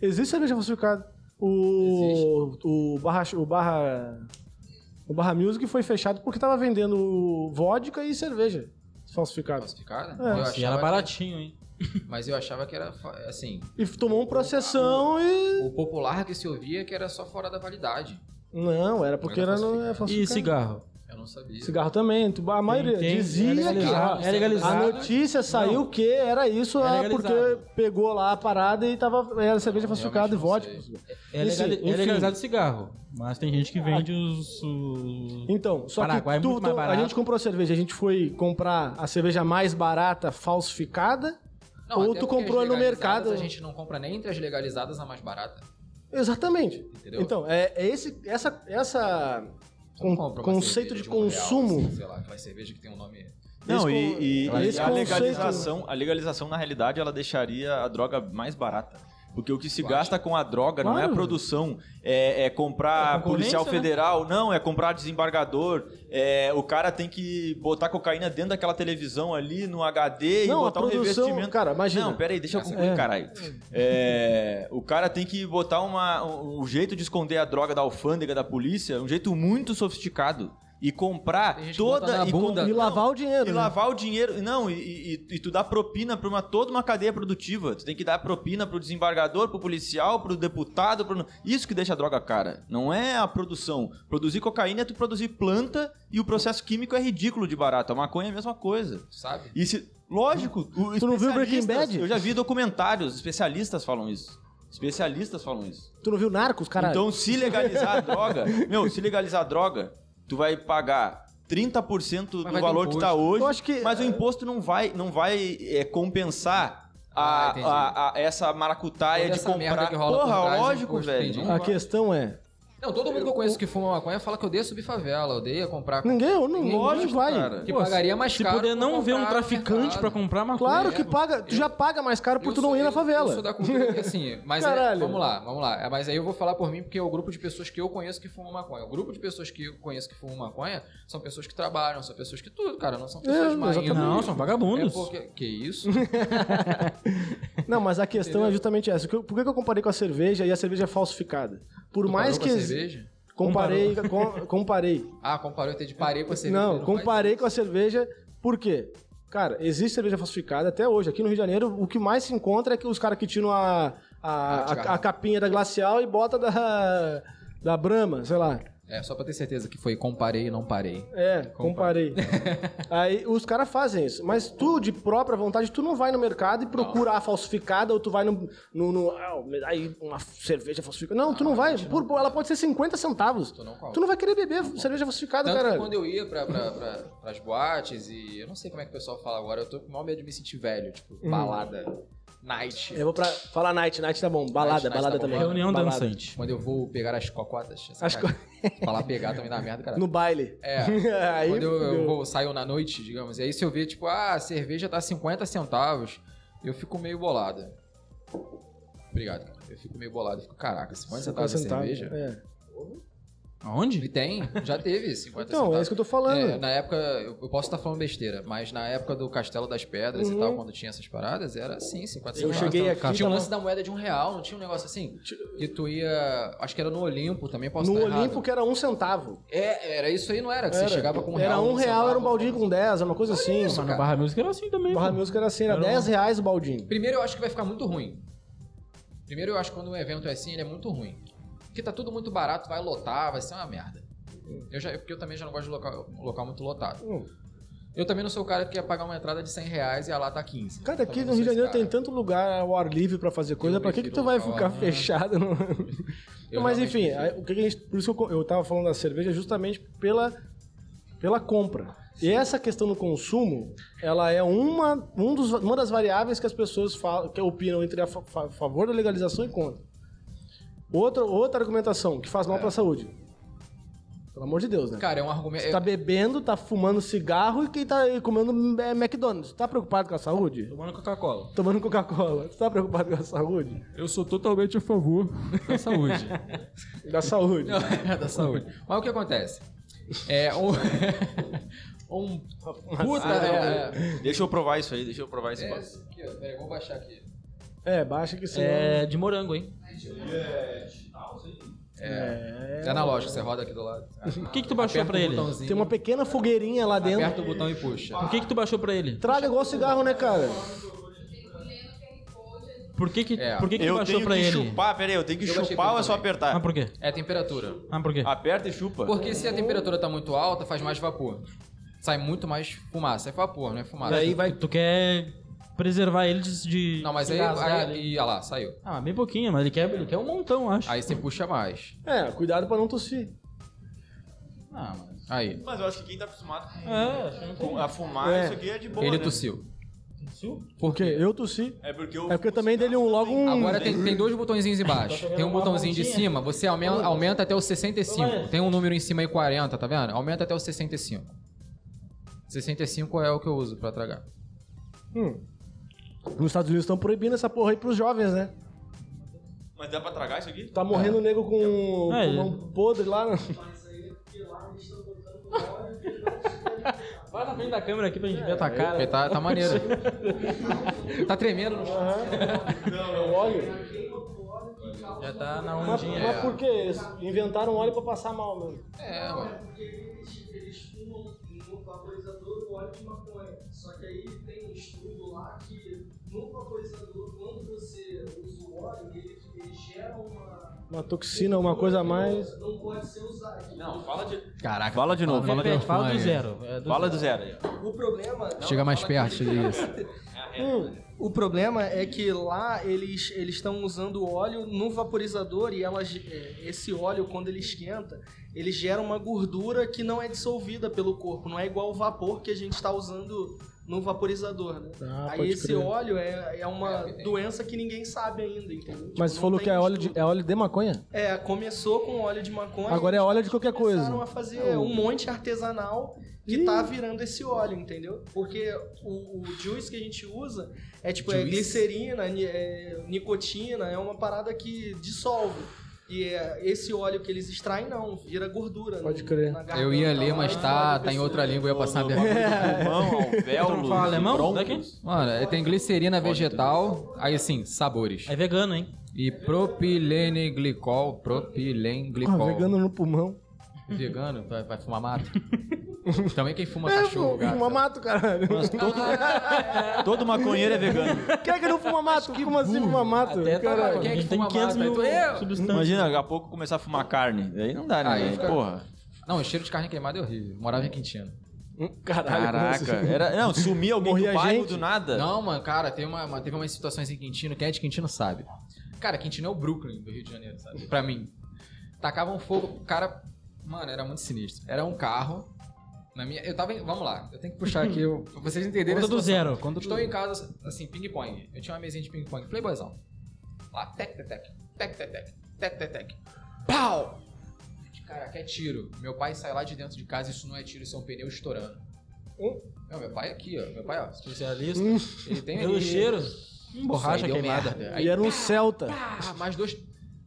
[SPEAKER 1] Existe cerveja falsificada. O o barra o barra o Barra Music foi fechado porque tava vendendo vodka e cerveja falsificada.
[SPEAKER 4] Falsificada?
[SPEAKER 1] É.
[SPEAKER 4] Eu
[SPEAKER 2] E era
[SPEAKER 4] achava
[SPEAKER 2] baratinho, hein?
[SPEAKER 4] que- mas eu achava que era, fa- assim,
[SPEAKER 1] E tomou um processão e
[SPEAKER 4] o popular que se ouvia que era só fora da validade.
[SPEAKER 1] não, era porque
[SPEAKER 4] Era
[SPEAKER 1] era não é
[SPEAKER 4] falsificado.
[SPEAKER 2] E
[SPEAKER 1] falsificado.
[SPEAKER 2] cigarro?
[SPEAKER 4] Eu não sabia.
[SPEAKER 1] Cigarro também, tu- a maioria
[SPEAKER 2] Tem, tem. É
[SPEAKER 1] dizia que
[SPEAKER 2] legalizado,
[SPEAKER 1] a-
[SPEAKER 2] é
[SPEAKER 1] a
[SPEAKER 2] legalizado.
[SPEAKER 1] notícia saiu que era isso,
[SPEAKER 2] É
[SPEAKER 1] ah,
[SPEAKER 2] legalizado.
[SPEAKER 1] porque pegou lá a parada e tava era cerveja
[SPEAKER 4] Não,
[SPEAKER 1] falsificada e
[SPEAKER 4] realmente
[SPEAKER 1] vodka.
[SPEAKER 4] não
[SPEAKER 2] É,
[SPEAKER 1] Isso,
[SPEAKER 2] legal,
[SPEAKER 1] enfim.
[SPEAKER 2] é legalizado cigarro. Mas tem gente que vende os. os-
[SPEAKER 1] Então, só
[SPEAKER 2] Paraguai é
[SPEAKER 1] que tu-
[SPEAKER 2] muito mais
[SPEAKER 1] tu- a
[SPEAKER 2] barato.
[SPEAKER 1] gente comprou a cerveja, a gente foi comprar a cerveja mais barata falsificada.
[SPEAKER 4] Não,
[SPEAKER 1] Ou
[SPEAKER 4] até
[SPEAKER 1] tu
[SPEAKER 4] porque
[SPEAKER 1] comprou
[SPEAKER 4] as
[SPEAKER 1] no
[SPEAKER 4] legalizadas
[SPEAKER 1] mercado.
[SPEAKER 4] A gente não compra nem entre as legalizadas a mais barata.
[SPEAKER 1] Exatamente.
[SPEAKER 4] Entendeu?
[SPEAKER 1] Então, é, é esse essa essa
[SPEAKER 4] Você
[SPEAKER 1] con-
[SPEAKER 4] não compra uma
[SPEAKER 1] conceito
[SPEAKER 4] cerveja
[SPEAKER 1] de,
[SPEAKER 4] um real,
[SPEAKER 1] consumo
[SPEAKER 4] assim, sei lá, aquela cerveja que tem um nome.
[SPEAKER 3] Não,
[SPEAKER 1] Esse
[SPEAKER 3] e,
[SPEAKER 1] con-
[SPEAKER 3] e- e
[SPEAKER 1] esse
[SPEAKER 3] a,
[SPEAKER 1] conceito-
[SPEAKER 3] legalização, a legalização, na realidade, ela deixaria a droga mais barata. Porque o que se gasta com a droga não é a
[SPEAKER 1] Claro.
[SPEAKER 3] produção, é, é
[SPEAKER 2] É
[SPEAKER 3] comprar
[SPEAKER 2] a concorrência,
[SPEAKER 3] policial
[SPEAKER 2] né?
[SPEAKER 3] federal, não, é comprar desembargador, é, o cara tem que botar cocaína dentro daquela televisão ali no HD
[SPEAKER 1] Não, a
[SPEAKER 3] e botar um
[SPEAKER 1] produção-
[SPEAKER 3] revestimento.
[SPEAKER 1] cara, imagina.
[SPEAKER 3] Não, peraí, deixa eu concluir,
[SPEAKER 1] É.
[SPEAKER 3] caralho. É, o cara tem que botar uma, um, um jeito de esconder a droga da alfândega da polícia, um jeito muito sofisticado. E comprar
[SPEAKER 4] Tem gente que
[SPEAKER 3] toda
[SPEAKER 4] bota na
[SPEAKER 3] e com-
[SPEAKER 4] bunda.
[SPEAKER 1] e
[SPEAKER 3] não,
[SPEAKER 1] lavar o dinheiro.
[SPEAKER 3] e
[SPEAKER 1] né?
[SPEAKER 3] lavar o dinheiro. Não, e, e- e tu dá propina pra uma, toda uma cadeia produtiva. Tu tem que dar propina pro desembargador, pro policial, pro deputado. Pro... Isso que deixa a droga cara. Não é a produção. Produzir cocaína é tu produzir planta e o processo químico é ridículo de barato. A maconha é a mesma coisa.
[SPEAKER 4] Sabe?
[SPEAKER 3] E se. Lógico. o
[SPEAKER 1] Tu não viu
[SPEAKER 3] especialistas-
[SPEAKER 1] Breaking Bad?
[SPEAKER 3] Eu já vi documentários, especialistas falam isso. Especialistas falam isso.
[SPEAKER 1] Tu não viu Narcos, caralho?
[SPEAKER 3] Então, se legalizar a droga, meu, se legalizar a droga, tu vai pagar 30% do
[SPEAKER 5] Mas vai ter
[SPEAKER 3] valor que tá
[SPEAKER 5] imposto.
[SPEAKER 3] hoje,
[SPEAKER 1] Eu acho que-
[SPEAKER 3] mas o imposto não vai, não vai é, compensar
[SPEAKER 4] Ah,
[SPEAKER 3] a,
[SPEAKER 4] entendi.
[SPEAKER 3] a- a- essa maracutaia
[SPEAKER 4] Toda
[SPEAKER 3] de
[SPEAKER 4] essa merda
[SPEAKER 3] comprar.
[SPEAKER 4] que rola por
[SPEAKER 3] Porra,
[SPEAKER 4] trás do
[SPEAKER 3] lógico,
[SPEAKER 4] imposto,
[SPEAKER 3] velho.
[SPEAKER 4] entendi.
[SPEAKER 3] Não-
[SPEAKER 1] a questão é...
[SPEAKER 4] Não, todo mundo que eu conheço que fuma maconha fala que odeia subir favela, odeia comprar.
[SPEAKER 1] Ninguém, eu não,
[SPEAKER 4] Ninguém
[SPEAKER 1] lógico, vai.
[SPEAKER 3] cara.
[SPEAKER 4] Que
[SPEAKER 2] Pô,
[SPEAKER 4] pagaria mais
[SPEAKER 2] Se
[SPEAKER 4] caro.
[SPEAKER 2] puder
[SPEAKER 4] pra
[SPEAKER 2] não ver um
[SPEAKER 4] comprar no
[SPEAKER 2] traficante
[SPEAKER 4] mercado.
[SPEAKER 2] pra comprar maconha.
[SPEAKER 1] Claro que
[SPEAKER 4] É. Eu-
[SPEAKER 1] paga, tu já paga mais caro por
[SPEAKER 4] Eu
[SPEAKER 1] Tá, tu não
[SPEAKER 4] sou-
[SPEAKER 1] ir na
[SPEAKER 4] eu- Eu sou
[SPEAKER 1] favela.
[SPEAKER 4] da cultura que, assim, mas é-
[SPEAKER 1] Caralho.
[SPEAKER 4] vamos lá, vamos lá. É, Mas aí eu vou falar por mim, porque é o grupo de pessoas que eu conheço que fumam maconha. O grupo de pessoas que eu conheço que fumam maconha são pessoas que trabalham, são pessoas que tudo, cara. Não são pessoas
[SPEAKER 1] É,
[SPEAKER 4] de má índole.
[SPEAKER 2] Não, são
[SPEAKER 4] É
[SPEAKER 2] vagabundos.
[SPEAKER 4] porque... Que isso?
[SPEAKER 1] Não, mas a questão é justamente essa. Que eu- Por que que eu comparei com a cerveja e a cerveja é falsificada? Por
[SPEAKER 4] Tu
[SPEAKER 1] mais
[SPEAKER 4] parou
[SPEAKER 1] que...
[SPEAKER 4] Com a
[SPEAKER 1] ex-
[SPEAKER 4] cerveja?
[SPEAKER 1] Comparei, com- comparei.
[SPEAKER 4] Ah, comparou, eu entendi. Parei com a cerveja.
[SPEAKER 1] Não,
[SPEAKER 4] faz
[SPEAKER 1] comparei com a cerveja, por quê? Cara, existe cerveja falsificada até hoje. Aqui no Rio de Janeiro, o que mais se encontra é que os caras que tiram a, a,
[SPEAKER 4] Ah, de
[SPEAKER 1] a-
[SPEAKER 4] garrafa.
[SPEAKER 1] a capinha da glacial e bota da, da Brahma, sei lá.
[SPEAKER 4] É, só pra ter certeza que foi comparei e não parei.
[SPEAKER 1] É, comparei. Aí os caras fazem isso. Mas tu, de própria vontade, tu não vai no mercado e procura a falsificada ou tu vai no. no, no- ah, me dá aí uma cerveja falsificada. Não,
[SPEAKER 4] Ah,
[SPEAKER 1] tu não vai. Por- ela pode ser 50 centavos.
[SPEAKER 4] Tu não compra.
[SPEAKER 1] Tu não vai querer beber cerveja falsificada,
[SPEAKER 4] Tá Tanto que
[SPEAKER 1] cara.
[SPEAKER 4] quando eu ia pra, pra, pra, pras boates e... Eu não sei como é que o pessoal fala agora. Eu tô com o maior medo de me sentir velho. Tipo,
[SPEAKER 1] Uhum.
[SPEAKER 4] balada, night.
[SPEAKER 1] Eu vou pra. Falar night, night tá bom. Balada,
[SPEAKER 4] Night, night
[SPEAKER 1] balada
[SPEAKER 4] tá bom.
[SPEAKER 1] também.
[SPEAKER 2] Reunião
[SPEAKER 1] balada.
[SPEAKER 2] dançante.
[SPEAKER 4] Quando eu vou pegar as cocotas. essa
[SPEAKER 1] As
[SPEAKER 4] cara- Falar pegar também dá merda, cara.
[SPEAKER 1] No baile.
[SPEAKER 4] É.
[SPEAKER 1] Aí,
[SPEAKER 4] quando eu, eu
[SPEAKER 1] fudeu.
[SPEAKER 4] vou, saio na noite, digamos. E aí se eu ver, tipo, ah, a cerveja tá 50 centavos, eu fico meio bolado. Obrigado, cara. Eu fico meio bolado. Eu fico, caraca, 50
[SPEAKER 1] 50
[SPEAKER 4] centavos de
[SPEAKER 1] centavos.
[SPEAKER 4] cerveja?
[SPEAKER 1] É.
[SPEAKER 2] Aonde?
[SPEAKER 4] Ele tem, já teve 50
[SPEAKER 1] Então, é
[SPEAKER 4] centavos.
[SPEAKER 1] isso que eu tô falando.
[SPEAKER 4] É, na época, eu eu posso estar falando besteira, mas na época do Castelo das Pedras e tal, quando tinha essas paradas, era assim, 50
[SPEAKER 1] Uhum. eu
[SPEAKER 4] centavos.
[SPEAKER 1] cheguei aqui.
[SPEAKER 4] Tinha o
[SPEAKER 1] tava-
[SPEAKER 4] lance da moeda de um real, não tinha um negócio assim? Que tu ia. Acho que era no Olimpo também, posso
[SPEAKER 1] No
[SPEAKER 4] estar errado.
[SPEAKER 1] Olimpo que era um centavo.
[SPEAKER 4] É, era isso aí, não era? Que
[SPEAKER 1] Era.
[SPEAKER 4] você chegava com um
[SPEAKER 1] Era
[SPEAKER 4] real.
[SPEAKER 1] um real, era um
[SPEAKER 4] centavo.
[SPEAKER 1] baldinho com 10, era uma coisa assim.
[SPEAKER 2] Mas na
[SPEAKER 4] cara.
[SPEAKER 2] Barra Music era assim também.
[SPEAKER 1] Barra
[SPEAKER 2] pô.
[SPEAKER 1] Music era assim, era
[SPEAKER 2] Era um-
[SPEAKER 1] 10 reais o baldinho.
[SPEAKER 4] Primeiro, eu acho que vai ficar muito ruim. Primeiro, eu acho que quando um evento é assim, ele é muito ruim. Porque tá tudo muito barato, vai lotar, vai ser uma merda. Eu já, porque eu também já não gosto de local, local muito lotado.
[SPEAKER 1] Hum.
[SPEAKER 4] Eu também não sou o cara que quer pagar uma entrada de 100 reais e a lá tá 15.
[SPEAKER 1] Cara, aqui
[SPEAKER 4] Também
[SPEAKER 1] no
[SPEAKER 4] não
[SPEAKER 1] Rio de
[SPEAKER 4] sou
[SPEAKER 1] Janeiro
[SPEAKER 4] esse
[SPEAKER 1] tem
[SPEAKER 4] cara.
[SPEAKER 1] tanto lugar ao ar livre pra fazer coisa, pra que que tu
[SPEAKER 4] prefiro
[SPEAKER 1] vai
[SPEAKER 4] local,
[SPEAKER 1] ficar
[SPEAKER 4] né?
[SPEAKER 1] fechado? no-
[SPEAKER 4] Eu
[SPEAKER 1] Mas
[SPEAKER 4] realmente
[SPEAKER 1] enfim,
[SPEAKER 4] prefiro.
[SPEAKER 1] aí, o que que a gente, por isso que eu, eu tava falando da cerveja é justamente pela, pela compra. E essa questão do consumo, ela é uma, um dos, uma das variáveis que as pessoas falam, que opinam entre a fa- fa- favor da legalização e contra. Outra, outra argumentação que
[SPEAKER 4] É.
[SPEAKER 1] faz mal pra saúde. Pelo amor de Deus, né?
[SPEAKER 4] Cara, é um argumento.
[SPEAKER 1] Você tá bebendo, tá fumando cigarro e quem tá comendo é McDonald's. Tá preocupado com a saúde?
[SPEAKER 2] Tomando Coca-Cola.
[SPEAKER 1] Tomando Coca-Cola. Você tá preocupado com a saúde?
[SPEAKER 5] Eu sou totalmente a favor da saúde.
[SPEAKER 1] Da saúde.
[SPEAKER 4] É da saúde. Mas o que acontece? É um. um puta.
[SPEAKER 3] Ah, não,
[SPEAKER 4] é,
[SPEAKER 3] Deixa eu provar isso aí, deixa eu provar esse
[SPEAKER 4] é,
[SPEAKER 3] bagulho.
[SPEAKER 4] esse aqui, ó. Peraí, eu vou baixar aqui.
[SPEAKER 1] É, baixa que senão...
[SPEAKER 2] É de morango, hein?
[SPEAKER 1] É.
[SPEAKER 4] É analógico, você roda aqui do lado.
[SPEAKER 2] O que que tu baixou
[SPEAKER 4] Aperta
[SPEAKER 2] pra
[SPEAKER 4] o
[SPEAKER 2] ele? um
[SPEAKER 4] botãozinho,
[SPEAKER 1] Tem uma pequena fogueirinha lá dentro.
[SPEAKER 4] Aperta o botão e puxa.
[SPEAKER 2] O que que tu baixou pra ele?
[SPEAKER 1] Traga igual cigarro, né, cara?
[SPEAKER 2] Por que que,
[SPEAKER 4] É.
[SPEAKER 2] por que que tu
[SPEAKER 3] Eu
[SPEAKER 2] baixou
[SPEAKER 3] tenho
[SPEAKER 2] pra
[SPEAKER 3] que
[SPEAKER 2] ele?
[SPEAKER 3] chupar, peraí, eu tenho que
[SPEAKER 4] Eu baixei
[SPEAKER 3] chupar
[SPEAKER 4] pra
[SPEAKER 3] ou é só
[SPEAKER 4] também.
[SPEAKER 2] Ah,
[SPEAKER 3] apertar?
[SPEAKER 2] por quê?
[SPEAKER 4] É a temperatura.
[SPEAKER 2] Ah, por quê?
[SPEAKER 3] Aperta e chupa.
[SPEAKER 4] Porque se a temperatura tá muito alta, faz mais vapor. Sai muito mais fumaça. É vapor, não é fumaça.
[SPEAKER 2] Tu, tu quer preservar ele de... de
[SPEAKER 4] Não, mas
[SPEAKER 2] se
[SPEAKER 4] aí.
[SPEAKER 2] engasgar
[SPEAKER 4] aí
[SPEAKER 2] ali.
[SPEAKER 4] e olha lá, saiu.
[SPEAKER 2] Ah, bem pouquinho, mas ele quer, ele quer um montão, acho.
[SPEAKER 4] Aí você puxa mais.
[SPEAKER 1] É, cuidado pra não tossir.
[SPEAKER 2] Ah, mas...
[SPEAKER 4] Aí.
[SPEAKER 3] Mas eu acho que quem tá acostumado com-
[SPEAKER 2] É,
[SPEAKER 3] com a fumar,
[SPEAKER 1] É.
[SPEAKER 3] isso aqui é de boa,
[SPEAKER 4] Ele
[SPEAKER 3] né?
[SPEAKER 4] tossiu.
[SPEAKER 1] Por quê? Eu tossi.
[SPEAKER 3] É porque eu
[SPEAKER 1] É porque eu também dei um logo um...
[SPEAKER 4] Agora tem, tem dois botõezinhos embaixo.
[SPEAKER 2] Então,
[SPEAKER 4] Tem um botãozinho de cima, você aumenta, aumenta até o 65. Tem um número em cima aí 40, tá vendo? Aumenta até o 65. 65 é o que eu uso pra tragar.
[SPEAKER 2] Tá
[SPEAKER 1] Hum. Nos Estados Unidos estão proibindo essa porra aí pros jovens, né?
[SPEAKER 3] Mas dá pra tragar isso aqui?
[SPEAKER 1] Tá morrendo o nego com
[SPEAKER 2] É,
[SPEAKER 1] pulmão podre lá. né?
[SPEAKER 2] Vai na frente da câmera aqui pra gente ver a tua cara.
[SPEAKER 4] Porque tá, tá maneiro. tá tremendo no chão.
[SPEAKER 3] Não, não.
[SPEAKER 1] Olha.
[SPEAKER 2] Já tá na
[SPEAKER 1] Mas,
[SPEAKER 2] ondinha.
[SPEAKER 1] mas por que eles inventaram óleo pra passar mal mesmo?
[SPEAKER 4] É, mano.
[SPEAKER 6] Porque eles, eles fumam no vaporizador o óleo de maconha. Só que aí tem um estudo lá que no vaporizador, quando você usa o óleo, ele, ele gera uma.
[SPEAKER 1] Uma toxina, uma coisa a mais.
[SPEAKER 6] Não pode ser usado.
[SPEAKER 3] Não, fala de.
[SPEAKER 4] Caraca.
[SPEAKER 3] Fala de novo, fala de
[SPEAKER 2] Repete,
[SPEAKER 3] novo.
[SPEAKER 2] fala do zero. é do
[SPEAKER 3] Fala do zero aí.
[SPEAKER 6] O problema.
[SPEAKER 4] Chega mais perto disso. É,
[SPEAKER 1] Hum.
[SPEAKER 4] né?
[SPEAKER 6] O problema é que lá eles eles estão usando óleo no vaporizador e elas, é, esse óleo, quando ele esquenta, ele gera uma gordura que não é dissolvida pelo corpo. Não é igual o vapor que a gente está usando no vaporizador, né?
[SPEAKER 1] Ah,
[SPEAKER 6] Aí
[SPEAKER 1] pode
[SPEAKER 6] esse
[SPEAKER 1] crer.
[SPEAKER 6] óleo é, é uma
[SPEAKER 4] É, tem-
[SPEAKER 6] doença que ninguém sabe ainda, entendeu? Tipo,
[SPEAKER 1] Mas
[SPEAKER 6] não
[SPEAKER 1] falou
[SPEAKER 6] tem
[SPEAKER 1] que é óleo, de,
[SPEAKER 6] estudo.
[SPEAKER 1] é óleo de maconha?
[SPEAKER 6] É, começou com óleo de maconha.
[SPEAKER 1] Agora é óleo de qualquer coisa. É
[SPEAKER 6] Começaram a fazer um monte artesanal que tá virando esse óleo, entendeu? Porque o, o juice que a gente usa é tipo é
[SPEAKER 4] Juice?
[SPEAKER 6] glicerina, ni- é nicotina, é uma parada que dissolve. E é, esse óleo que eles extraem não, vira gordura.
[SPEAKER 1] Pode
[SPEAKER 6] no-
[SPEAKER 1] crer.
[SPEAKER 6] na
[SPEAKER 4] Eu
[SPEAKER 6] garganta,
[SPEAKER 4] ia
[SPEAKER 6] na
[SPEAKER 4] ler, mas
[SPEAKER 6] parada
[SPEAKER 4] tá,
[SPEAKER 6] da
[SPEAKER 4] tá em
[SPEAKER 6] pessoa.
[SPEAKER 4] outra língua, eu ia passar uma
[SPEAKER 3] Bagulho
[SPEAKER 4] vergonha.
[SPEAKER 3] do pulmão,
[SPEAKER 2] Tu não
[SPEAKER 3] alvéolos,
[SPEAKER 2] fala alemão?
[SPEAKER 3] broncos.
[SPEAKER 2] Daqui?
[SPEAKER 4] Mano, é, tem glicerina vegetal, aí sim, sabores.
[SPEAKER 2] É vegano, hein?
[SPEAKER 4] E propileneglicol, propilenglicol.
[SPEAKER 1] Ah, vegano no pulmão.
[SPEAKER 4] Vegano? Vai, vai fumar mato? Também quem fuma
[SPEAKER 1] É,
[SPEAKER 4] cachorro,
[SPEAKER 1] pô,
[SPEAKER 4] gato.
[SPEAKER 1] fuma mato, caralho.
[SPEAKER 3] Mas todo, todo maconheiro é vegano.
[SPEAKER 1] Quem é que não fuma mato? Como assim fuma mato?
[SPEAKER 4] Até tá-
[SPEAKER 1] Caralho.
[SPEAKER 4] quem é
[SPEAKER 2] A
[SPEAKER 4] que
[SPEAKER 2] gente tem
[SPEAKER 4] fuma
[SPEAKER 2] 500
[SPEAKER 4] mata?
[SPEAKER 2] mil
[SPEAKER 4] Eu-
[SPEAKER 2] substâncias.
[SPEAKER 1] né?
[SPEAKER 3] Imagina, daqui a pouco começar a fumar carne. Aí não dá, né?
[SPEAKER 4] Aí
[SPEAKER 3] velho?
[SPEAKER 4] fica-
[SPEAKER 3] Porra.
[SPEAKER 4] Não, o cheiro de carne queimada é horrível. Morava em Quintino.
[SPEAKER 1] Hum, Caralho,
[SPEAKER 3] Caraca.
[SPEAKER 1] como assim?
[SPEAKER 4] é
[SPEAKER 3] Era, não, sumia alguém
[SPEAKER 1] Morria
[SPEAKER 3] do bairro
[SPEAKER 1] gente?
[SPEAKER 3] do nada.
[SPEAKER 4] Não, mano, cara, tem uma, uma- teve umas situações em Quintino, quem é de Quintino sabe. Cara, Quintino é o Brooklyn do Rio de Janeiro, sabe? Pra mim. Tacavam fogo, o cara. Mano, era muito sinistro. Era um carro. Na minha. Eu tava. Em, vamos lá, eu tenho que puxar aqui. Eu, pra vocês entenderem. a
[SPEAKER 2] Conta do
[SPEAKER 4] situação.
[SPEAKER 2] zero. Conta do
[SPEAKER 4] Estou em casa, assim, ping-pong. Eu tinha uma mesinha de ping-pong, playboyzão. Lá, tec, tec, tec, tec, tec, tec, tec, tec, tec. Pau! Caraca, é tiro. Meu pai sai lá de dentro de casa, isso não é tiro, isso é um pneu estourando.
[SPEAKER 1] Hum?
[SPEAKER 4] Não, meu pai é aqui, ó. Meu pai, ó.
[SPEAKER 2] Especialista.
[SPEAKER 4] Ele tem
[SPEAKER 2] Pelo
[SPEAKER 4] ali-
[SPEAKER 2] cheiro. Borracha
[SPEAKER 4] Isso aí deu
[SPEAKER 2] queimada.
[SPEAKER 4] merda.
[SPEAKER 1] E
[SPEAKER 4] Aí,
[SPEAKER 1] era um celta.
[SPEAKER 4] pá, mais dois.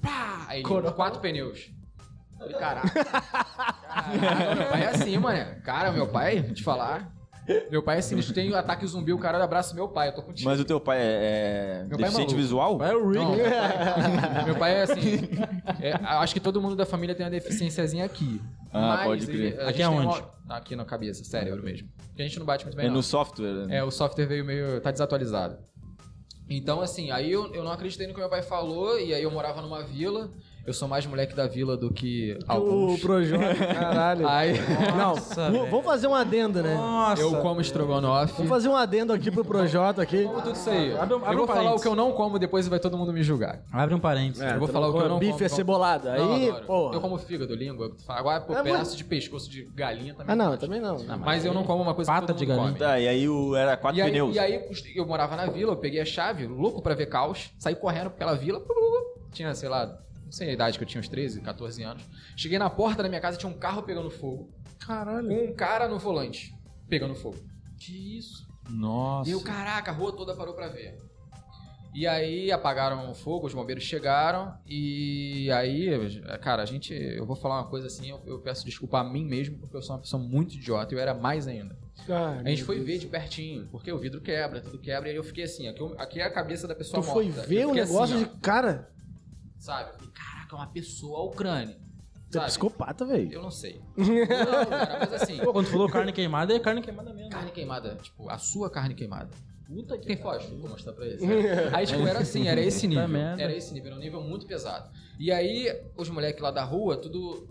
[SPEAKER 4] Pá! Aí,
[SPEAKER 1] Coroa.
[SPEAKER 4] quatro pneus. Falei, Caraca. Caraca, meu pai é assim, mano. Cara, meu pai, vou te falar. Meu pai é sinistro. Tem ataque zumbi, o cara abraça meu pai. Eu tô contigo.
[SPEAKER 3] Mas o teu pai é, é
[SPEAKER 4] Meu pai é
[SPEAKER 3] deficiente
[SPEAKER 4] maluco.
[SPEAKER 3] visual?
[SPEAKER 2] Vai o
[SPEAKER 4] Não,
[SPEAKER 2] Rick.
[SPEAKER 4] meu, pai, meu pai é assim. é, acho que todo mundo da família tem uma deficiênciazinha aqui.
[SPEAKER 3] Ah,
[SPEAKER 4] Mas
[SPEAKER 3] pode
[SPEAKER 4] ele-
[SPEAKER 3] crer.
[SPEAKER 4] a
[SPEAKER 2] Aqui
[SPEAKER 4] gente tem
[SPEAKER 2] aonde?
[SPEAKER 4] uma- aqui na cabeça, cérebro mesmo. Porque a gente não bate muito bem.
[SPEAKER 3] É
[SPEAKER 4] não.
[SPEAKER 3] no software, né?
[SPEAKER 4] É, o software veio meio. tá desatualizado. Então, assim, aí eu, eu não acreditei no que meu pai falou, e aí eu morava numa vila. Eu sou mais moleque da vila do que
[SPEAKER 1] O
[SPEAKER 4] alguns.
[SPEAKER 1] Projota, caralho.
[SPEAKER 4] Aí
[SPEAKER 1] Não,
[SPEAKER 2] Nossa,
[SPEAKER 1] vou-
[SPEAKER 2] velho.
[SPEAKER 1] vamos fazer um adendo, né?
[SPEAKER 2] Nossa.
[SPEAKER 4] eu como estrogonofe.
[SPEAKER 1] Vamos fazer um adendo aqui pro Projota aqui.
[SPEAKER 4] Como tudo isso aí.
[SPEAKER 2] Abre um- abre
[SPEAKER 4] eu vou
[SPEAKER 2] um
[SPEAKER 4] falar o
[SPEAKER 2] parênteses.
[SPEAKER 4] que eu não como, depois vai todo mundo me julgar.
[SPEAKER 2] Abre um parênteses.
[SPEAKER 1] É,
[SPEAKER 4] eu vou
[SPEAKER 1] tu
[SPEAKER 4] falar
[SPEAKER 1] não
[SPEAKER 4] o que eu
[SPEAKER 1] come
[SPEAKER 4] não
[SPEAKER 1] bife
[SPEAKER 4] como.
[SPEAKER 1] é cebolada.
[SPEAKER 4] Não,
[SPEAKER 1] Aí,
[SPEAKER 4] adoro.
[SPEAKER 1] pô.
[SPEAKER 4] Eu como fígado, língua. Agora, pô,
[SPEAKER 1] É, mas-
[SPEAKER 4] pedaço de pescoço de galinha também.
[SPEAKER 1] Ah, não, eu também não.
[SPEAKER 4] Mas, eu não como uma coisa
[SPEAKER 2] Pata
[SPEAKER 4] que todo
[SPEAKER 2] de
[SPEAKER 4] mundo
[SPEAKER 2] galinha.
[SPEAKER 4] come.
[SPEAKER 3] Tá, e aí o, era quatro
[SPEAKER 4] E aí,
[SPEAKER 3] pneus.
[SPEAKER 4] e aí eu morava na vila, eu peguei a chave, louco pra ver caos, saí correndo pela vila, plu, plu, plu. tinha, sei lá, não sei a idade que eu tinha, uns 13, 14 anos. Cheguei na porta da minha casa, tinha um carro pegando fogo,
[SPEAKER 1] Caralho.
[SPEAKER 4] com um cara no volante pegando fogo. Que isso?
[SPEAKER 3] Nossa.
[SPEAKER 4] E eu, caraca, a rua toda parou pra ver. E aí apagaram o fogo, os bombeiros chegaram e aí, cara, a gente, eu vou falar uma coisa assim, eu, eu peço desculpa a mim mesmo porque eu sou uma pessoa muito idiota, eu era mais ainda.
[SPEAKER 1] Ah,
[SPEAKER 4] A gente foi ver de pertinho, porque o vidro quebra, tudo quebra, e aí eu fiquei assim, aqui, eu- aqui é a cabeça da pessoa
[SPEAKER 1] Tu foi
[SPEAKER 4] morta.
[SPEAKER 1] ver
[SPEAKER 4] Eu
[SPEAKER 1] o
[SPEAKER 4] fiquei
[SPEAKER 1] negócio
[SPEAKER 4] assim, ó,
[SPEAKER 1] de cara?
[SPEAKER 4] Sabe? Eu falei, Caraca, é uma pessoa ao crânio.
[SPEAKER 1] Tu é
[SPEAKER 4] Sabe?
[SPEAKER 1] psicopata, velho.
[SPEAKER 4] Eu não sei. Não, cara, mas assim,
[SPEAKER 2] Pô, quando tu falou carne queimada, é carne queimada mesmo.
[SPEAKER 4] carne queimada, tipo, a sua carne queimada.
[SPEAKER 2] Puta
[SPEAKER 4] Tem fósforo, vou mostrar pra eles. Aí, tipo, era assim, era
[SPEAKER 2] Puta
[SPEAKER 4] esse nível.
[SPEAKER 2] merda.
[SPEAKER 4] Era esse nível, era um nível muito pesado. E aí, os moleques lá da rua, tudo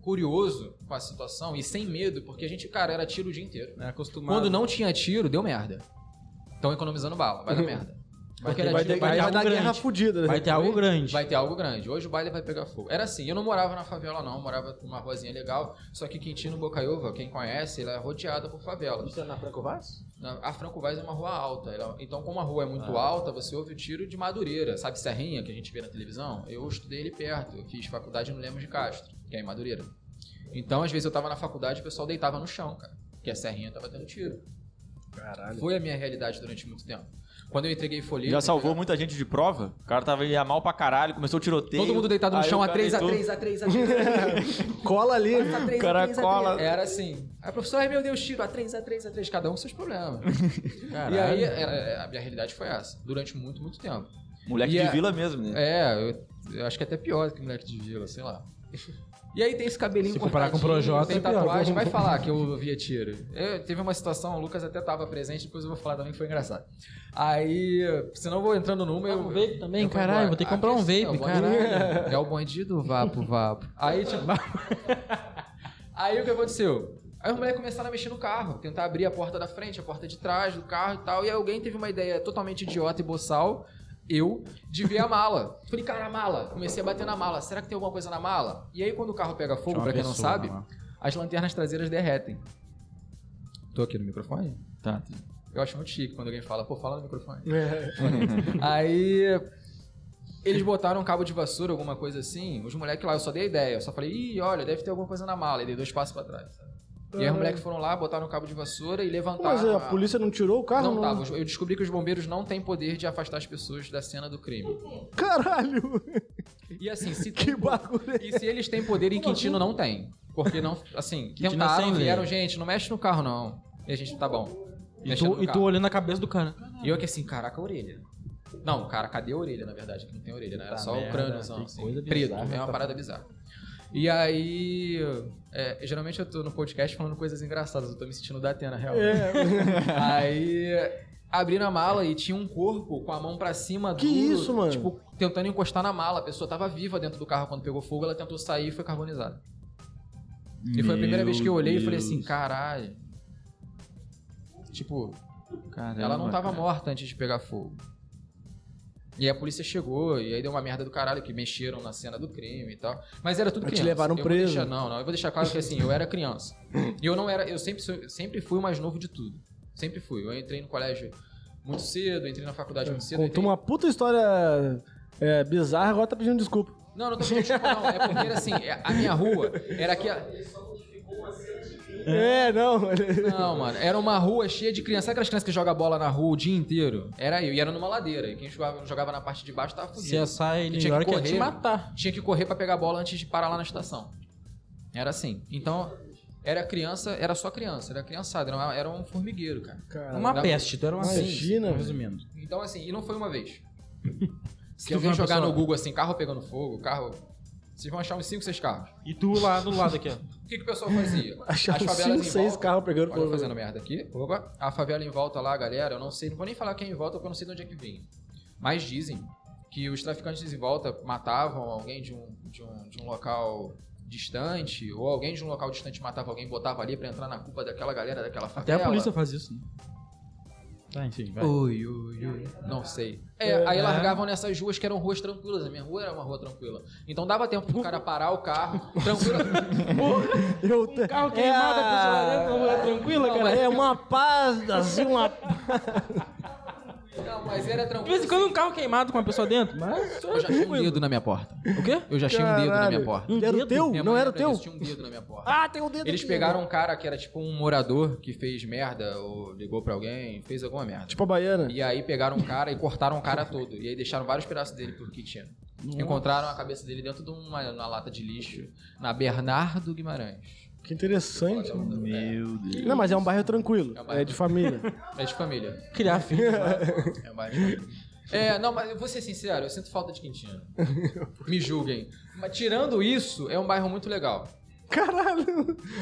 [SPEAKER 4] curioso com a situação e sem medo, porque a gente, cara, era tiro o dia inteiro.
[SPEAKER 2] É acostumado.
[SPEAKER 4] Quando não tinha tiro, deu merda. Estão economizando bala, vai dar merda. Porque era
[SPEAKER 1] Vai,
[SPEAKER 4] tiro,
[SPEAKER 1] ter,
[SPEAKER 4] vai
[SPEAKER 1] vai,
[SPEAKER 2] ter
[SPEAKER 1] dar
[SPEAKER 2] algo
[SPEAKER 1] guerra
[SPEAKER 2] grande.
[SPEAKER 1] fudida, né?
[SPEAKER 2] Vai ter algo grande.
[SPEAKER 4] Vai ter algo grande. Hoje o baile vai pegar fogo. Era assim, eu não morava na favela, não. Eu morava numa ruazinha legal. Só que Quintino Bocaiúva, quem conhece, ela é rodeada por favelas.
[SPEAKER 2] na Franco Vaz?
[SPEAKER 4] Na- A Franco Vaz é uma rua alta. ela- Então, como a rua é muito
[SPEAKER 3] Ah.
[SPEAKER 4] alta, você ouve o tiro de Madureira. Sabe Serrinha, que a gente vê na televisão? Eu estudei ali perto. Eu fiz faculdade no Lemos de Castro, que é em Madureira. Então, às vezes eu tava na faculdade e o pessoal deitava no chão, cara. Porque a Serrinha tava tendo tiro.
[SPEAKER 1] Caralho.
[SPEAKER 4] Foi a minha realidade durante muito tempo. Quando eu entreguei folheto...
[SPEAKER 3] Já salvou muita gente de prova? O cara tava ia mal pra caralho, começou o tiroteio.
[SPEAKER 4] Todo mundo deitado no
[SPEAKER 3] aí
[SPEAKER 4] chão,
[SPEAKER 3] o
[SPEAKER 4] a
[SPEAKER 3] cara
[SPEAKER 4] 3 a
[SPEAKER 3] deitou.
[SPEAKER 4] 3 a 3 a 3
[SPEAKER 1] Cola ali.
[SPEAKER 3] O cara cola.
[SPEAKER 4] Era assim. Aí, professor, ai meu Deus, tiro a 3 a 3 a 3 Cada um com seus problemas. E aí, é, é, a minha realidade foi essa. Durante muito, muito tempo.
[SPEAKER 3] Moleque
[SPEAKER 4] E
[SPEAKER 3] de
[SPEAKER 4] a-
[SPEAKER 3] vila mesmo, né?
[SPEAKER 4] É, eu, eu acho que é até pior do que moleque de vila, sei lá. E aí tem esse cabelinho
[SPEAKER 2] Se comparar com o
[SPEAKER 4] cortadinho,
[SPEAKER 2] Projota,
[SPEAKER 4] tem
[SPEAKER 2] é pior.
[SPEAKER 4] tatuagem, vai falar que eu via tiro. Eu- teve uma situação, o Lucas até tava presente, depois eu vou falar também que foi engraçado. Aí, senão eu vou entrando numa...
[SPEAKER 2] Ah,
[SPEAKER 4] eu,
[SPEAKER 2] um vape também?
[SPEAKER 4] eu
[SPEAKER 2] Caralho,
[SPEAKER 4] embora.
[SPEAKER 2] vou ter que comprar um
[SPEAKER 4] esse-
[SPEAKER 2] vape,
[SPEAKER 4] é o bandido- É o bandido vapo, vapo. Aí, tipo... aí o que aconteceu? Aí os moleques começaram a mexer no carro, tentar abrir a porta da frente, a porta de trás do carro e tal. E aí alguém teve uma ideia totalmente idiota e boçal, eu, de ver a mala. Falei, cara, a mala. Comecei a bater na mala. Será que tem alguma coisa na mala? E aí quando o carro pega fogo,
[SPEAKER 2] Tinha uma
[SPEAKER 4] pra quem não
[SPEAKER 2] pessoa
[SPEAKER 4] sabe,
[SPEAKER 2] lá.
[SPEAKER 4] as lanternas traseiras derretem. Tô aqui no microfone?
[SPEAKER 3] Tá.
[SPEAKER 4] Eu acho muito chique quando alguém fala, pô, fala no microfone.
[SPEAKER 1] É.
[SPEAKER 4] Aí eles botaram um cabo de vassoura, alguma coisa assim. Os moleques lá, eu só dei a ideia. Eu só falei, ih, olha, deve ter alguma coisa na mala. E dei dois passos pra trás. sabe? E aí os moleques foram lá, botaram um cabo de vassoura e
[SPEAKER 1] Pô,
[SPEAKER 4] levantaram.
[SPEAKER 1] Mas é, a polícia não tirou o carro?
[SPEAKER 4] Não, tava. Eu descobri que os bombeiros não têm poder de afastar as pessoas da cena do crime.
[SPEAKER 1] Caralho!
[SPEAKER 4] E assim, se,
[SPEAKER 1] Que assim? bagulho é
[SPEAKER 4] e se eles têm poder em Quintino, não tem. Porque não, assim,
[SPEAKER 2] Quintino é
[SPEAKER 4] tentaram,
[SPEAKER 2] sem lei.
[SPEAKER 4] vieram, gente, não mexe no carro, não. E a gente, tá bom.
[SPEAKER 2] E
[SPEAKER 4] Mexendo
[SPEAKER 2] tu,
[SPEAKER 4] no
[SPEAKER 2] e tu
[SPEAKER 4] carro.
[SPEAKER 2] olhando a cabeça do cara.
[SPEAKER 4] E eu aqui assim, caraca, a orelha. Não, cara, cadê a orelha, na verdade? Que não tem orelha, né? Era
[SPEAKER 2] Tá
[SPEAKER 4] só o
[SPEAKER 2] merda,
[SPEAKER 4] crâniozão,
[SPEAKER 2] que
[SPEAKER 4] assim,
[SPEAKER 2] coisa
[SPEAKER 4] preto.
[SPEAKER 2] bizarra,
[SPEAKER 4] É uma
[SPEAKER 2] tá
[SPEAKER 4] parada bizarra. E aí, é, geralmente eu tô no podcast falando coisas engraçadas, eu tô me sentindo da Atena,
[SPEAKER 2] É.
[SPEAKER 4] real.
[SPEAKER 1] É.
[SPEAKER 4] Aí, abriram a mala e tinha um corpo com a mão pra cima
[SPEAKER 1] Que
[SPEAKER 4] duro,
[SPEAKER 1] isso, mano?
[SPEAKER 4] Tipo, tentando encostar na mala. A pessoa tava viva dentro do carro quando pegou fogo, ela tentou sair e foi carbonizada. E foi a primeira vez que eu olhei e falei assim, caralho. Tipo,
[SPEAKER 3] Caramba,
[SPEAKER 4] ela não tava
[SPEAKER 3] cara.
[SPEAKER 4] morta antes de pegar fogo. E aí a polícia chegou, e aí deu uma merda do caralho, que mexeram na cena do crime e tal. Mas era tudo
[SPEAKER 1] Mas te
[SPEAKER 4] criança.
[SPEAKER 1] levaram
[SPEAKER 4] Eu vou
[SPEAKER 1] preso.
[SPEAKER 4] deixar- não, não, eu vou deixar claro que assim, eu era criança. E eu não era, eu sempre, sou- sempre fui o mais novo de tudo. Sempre fui. Eu entrei no colégio muito cedo, entrei na faculdade muito cedo.
[SPEAKER 1] Contou
[SPEAKER 4] entrei-
[SPEAKER 1] uma puta história é, bizarra, agora tá pedindo desculpa.
[SPEAKER 4] Não, não tô falando tipo, não. É porque assim, é- a minha rua era aqui.
[SPEAKER 1] É, não.
[SPEAKER 4] Não, mano, era uma rua cheia de crianças. Sabe aquelas crianças que jogam bola na rua o dia inteiro? Era eu, e era numa ladeira. E quem jogava, jogava na parte de baixo tava fudido.
[SPEAKER 2] Se é assim, essa em
[SPEAKER 4] E
[SPEAKER 2] New
[SPEAKER 4] tinha que
[SPEAKER 2] York ia te
[SPEAKER 4] correr.
[SPEAKER 2] matar.
[SPEAKER 4] tinha que correr pra pegar a bola antes de parar lá na estação. Era assim. Então, era criança, era só criança, era criançada, era, uma- era um formigueiro, cara.
[SPEAKER 1] Cara,
[SPEAKER 2] Uma
[SPEAKER 4] dá-
[SPEAKER 2] peste, tu era uma
[SPEAKER 1] Imagina,
[SPEAKER 2] Sim,
[SPEAKER 1] velho.
[SPEAKER 2] Resumindo. um
[SPEAKER 4] Então, assim, e não foi uma vez. Se
[SPEAKER 2] Tu
[SPEAKER 4] alguém
[SPEAKER 2] viu uma
[SPEAKER 4] jogar
[SPEAKER 2] pessoa-
[SPEAKER 4] no Google assim, carro pegando fogo, carro. Vocês vão achar uns 5, 6 carros.
[SPEAKER 2] E tu lá do lado aqui, ó.
[SPEAKER 4] O que, que o pessoal fazia?
[SPEAKER 1] acharam cinco, seis carros pegando
[SPEAKER 4] Olha eu
[SPEAKER 1] fogo.
[SPEAKER 4] fazendo merda aqui. Opa. A favela em volta lá, galera, eu não sei, não vou nem falar quem em volta, porque eu não sei de onde é que vinha. Mas dizem que os traficantes em volta matavam alguém de um, de um, de um local distante, ou alguém de um local distante matava alguém, botava ali pra entrar na culpa daquela galera, daquela
[SPEAKER 2] Até
[SPEAKER 4] favela.
[SPEAKER 2] a polícia faz isso. né? Tá, enfim, vai.
[SPEAKER 4] Ui, ui, ui. Não sei. É, aí largavam nessas ruas que eram ruas tranquilas. A minha rua era uma rua tranquila. Então dava tempo pro cara parar o carro, tranquilo.
[SPEAKER 1] Eu te-
[SPEAKER 2] carro
[SPEAKER 1] É
[SPEAKER 2] queimado, a
[SPEAKER 1] a-
[SPEAKER 2] pessoa lá dentro, tranquila,
[SPEAKER 1] Não,
[SPEAKER 2] cara.
[SPEAKER 1] mas É uma paz, assim, uma...
[SPEAKER 4] Não, mas era
[SPEAKER 2] De
[SPEAKER 4] tranquilo.
[SPEAKER 2] vez em quando um carro queimado com uma pessoa dentro, mas...
[SPEAKER 4] Eu já tinha um dedo na minha porta.
[SPEAKER 2] O quê?
[SPEAKER 4] Eu já tinha um dedo na minha
[SPEAKER 1] Caralho.
[SPEAKER 4] porta.
[SPEAKER 2] Um
[SPEAKER 1] Era o
[SPEAKER 2] dedo?
[SPEAKER 1] teu?
[SPEAKER 4] Minha
[SPEAKER 1] Não
[SPEAKER 4] mãe
[SPEAKER 1] era o
[SPEAKER 4] lembra
[SPEAKER 1] teu?
[SPEAKER 4] disso, Tinha um dedo na minha porta.
[SPEAKER 1] Ah, tem um dedo
[SPEAKER 4] Eles
[SPEAKER 1] aqui.
[SPEAKER 4] pegaram um cara que era tipo um morador que fez merda ou ligou pra alguém, fez alguma merda.
[SPEAKER 1] Tipo a baiana.
[SPEAKER 4] E aí pegaram um cara e cortaram o cara todo. E aí deixaram vários pedaços dele por Quintino. Encontraram a cabeça dele dentro de uma, uma lata de lixo na Bernardo Guimarães.
[SPEAKER 1] Que interessante. mano.
[SPEAKER 3] Meu Deus.
[SPEAKER 1] Não, mas é um bairro tranquilo.
[SPEAKER 4] É um bairro
[SPEAKER 1] É de família.
[SPEAKER 4] É de família.
[SPEAKER 2] Criar filho.
[SPEAKER 4] É mais. É, não, mas eu vou ser sincero, eu sinto falta de Quintino. Me julguem. Mas tirando isso, é um bairro muito legal.
[SPEAKER 1] Caralho.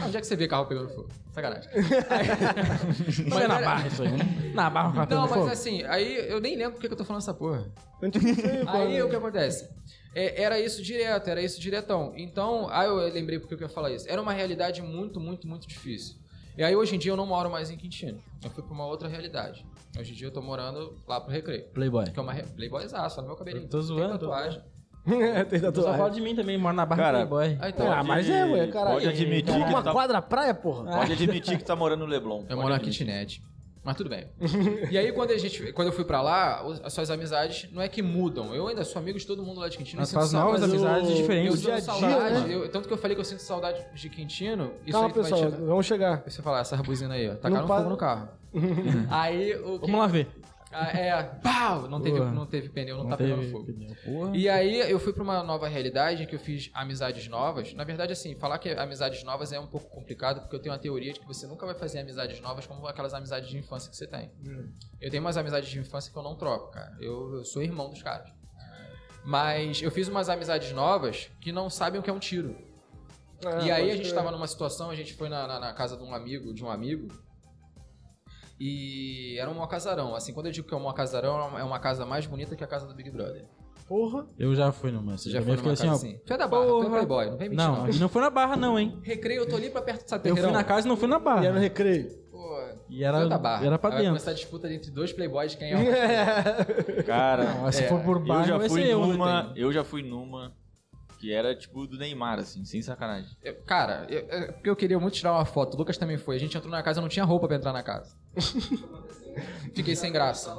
[SPEAKER 4] Ah, Onde é que você vê carro pegando fogo? Sacanagem.
[SPEAKER 2] Mas é na barra isso aí, né? Na barra com a
[SPEAKER 4] Não,
[SPEAKER 2] pegando
[SPEAKER 4] mas
[SPEAKER 2] fogo.
[SPEAKER 4] assim, aí eu nem lembro porque que eu tô falando essa porra.
[SPEAKER 1] Antes disso aí, pô.
[SPEAKER 4] Aí o que acontece? É, era isso direto, era isso diretão. Então, aí eu lembrei porque eu ia falar isso. Era uma realidade muito, muito, muito difícil. E aí hoje em dia eu não moro mais em Quintino. Eu fui pra uma outra realidade. Hoje em dia eu tô morando lá pro Recreio.
[SPEAKER 2] Playboy.
[SPEAKER 4] Que é uma re... playboyzaço, olha meu cabelinho.
[SPEAKER 2] Eu tô
[SPEAKER 4] Tem
[SPEAKER 2] zoando.
[SPEAKER 4] tatuagem.
[SPEAKER 1] É, tem
[SPEAKER 2] Tu só fala
[SPEAKER 1] tatuagem.
[SPEAKER 2] de mim também, moro na barra
[SPEAKER 3] Cara,
[SPEAKER 2] Playboy.
[SPEAKER 4] Ah, então,
[SPEAKER 1] Ah,
[SPEAKER 4] eu
[SPEAKER 1] mas é, ué, caralho.
[SPEAKER 3] pode admitir
[SPEAKER 1] Toma
[SPEAKER 3] que
[SPEAKER 1] uma
[SPEAKER 3] tá-
[SPEAKER 1] quadra praia, porra.
[SPEAKER 4] Ah,
[SPEAKER 3] Pode admitir que tá morando no Leblon. Pode
[SPEAKER 4] moro na
[SPEAKER 3] admitir.
[SPEAKER 4] kitnet. Mas tudo bem. e aí quando, a gente, quando eu fui pra lá, os- as suas amizades não é que mudam. Eu ainda sou amigo de todo mundo lá de Quintino.
[SPEAKER 2] Mas
[SPEAKER 4] eu sinto
[SPEAKER 2] faz novas
[SPEAKER 4] saudade.
[SPEAKER 2] amizades
[SPEAKER 1] eu-
[SPEAKER 4] Eu
[SPEAKER 2] diferentes.
[SPEAKER 1] dia a
[SPEAKER 4] sinto
[SPEAKER 1] dia,
[SPEAKER 4] saudade.
[SPEAKER 1] né?
[SPEAKER 4] eu- tanto que eu falei que eu sinto saudade de Quintino. Isso
[SPEAKER 1] Calma,
[SPEAKER 4] aí é tu vai
[SPEAKER 1] pessoal.
[SPEAKER 4] tirar.
[SPEAKER 1] Vamos chegar.
[SPEAKER 4] Tá Você falar, essa buzina aí, ó. Tacaram
[SPEAKER 1] Não pa-
[SPEAKER 4] fogo no carro. aí o.
[SPEAKER 2] Vamos lá ver.
[SPEAKER 4] Ah, é, pau! Não teve,
[SPEAKER 2] Boa.
[SPEAKER 4] não teve pneu, não,
[SPEAKER 2] Não
[SPEAKER 4] tá pegando
[SPEAKER 2] teve
[SPEAKER 4] fogo.
[SPEAKER 2] pneu. Porra.
[SPEAKER 4] E aí eu fui pra uma nova realidade em que eu fiz amizades novas. Na verdade, assim, falar que amizades novas é um pouco complicado, porque eu tenho uma teoria de que você nunca vai fazer amizades novas como aquelas amizades de infância que você tem.
[SPEAKER 1] Hum.
[SPEAKER 4] Eu tenho umas amizades de infância que eu não troco, cara. Eu, eu sou irmão dos caras. Mas eu fiz umas amizades novas que não sabem o que é um tiro.
[SPEAKER 1] Ah, pode
[SPEAKER 4] e aí a gente
[SPEAKER 1] crer.
[SPEAKER 4] tava numa situação, a gente foi na, na- na casa de um amigo, de um amigo, e era um maior casarão. Assim, quando eu digo que é um maior casarão, é uma- é uma casa mais bonita que a casa do Big Brother.
[SPEAKER 1] Porra.
[SPEAKER 2] Eu já fui numa.
[SPEAKER 4] Você
[SPEAKER 2] Você
[SPEAKER 4] já
[SPEAKER 2] foi
[SPEAKER 4] foi numa
[SPEAKER 2] fiquei assim,
[SPEAKER 4] casa
[SPEAKER 2] ó.
[SPEAKER 4] assim? Tu é da Barra, tu é
[SPEAKER 2] porra.
[SPEAKER 4] playboy, não vem mentir
[SPEAKER 2] Não,
[SPEAKER 4] não.
[SPEAKER 2] a gente não foi na barra, não, hein?
[SPEAKER 4] Recreio, eu tô ali pra perto do
[SPEAKER 2] Eu
[SPEAKER 4] Saterrão.
[SPEAKER 2] fui na casa e não fui
[SPEAKER 1] E
[SPEAKER 2] na
[SPEAKER 1] era no
[SPEAKER 2] barra.
[SPEAKER 1] recreio.
[SPEAKER 4] Pô,
[SPEAKER 2] E
[SPEAKER 4] tu
[SPEAKER 2] era,
[SPEAKER 4] é da Barra.
[SPEAKER 2] era pra
[SPEAKER 4] Aí Vai
[SPEAKER 2] dentro.
[SPEAKER 4] começar a disputa entre dois playboys, quem é o...
[SPEAKER 3] Cara,
[SPEAKER 2] Não, se
[SPEAKER 4] É,
[SPEAKER 2] for por
[SPEAKER 3] eu
[SPEAKER 2] barra,
[SPEAKER 3] já
[SPEAKER 2] vai
[SPEAKER 3] fui
[SPEAKER 2] ser eu. né,
[SPEAKER 3] numa.
[SPEAKER 2] tem?
[SPEAKER 3] Eu já fui numa que era tipo do Neymar, assim, sem sacanagem.
[SPEAKER 4] Eu- Cara, eu, eu- porque eu queria muito tirar uma foto. O Lucas também foi. A gente entrou na casa, eu não tinha roupa pra entrar na casa. Fiquei sem graça.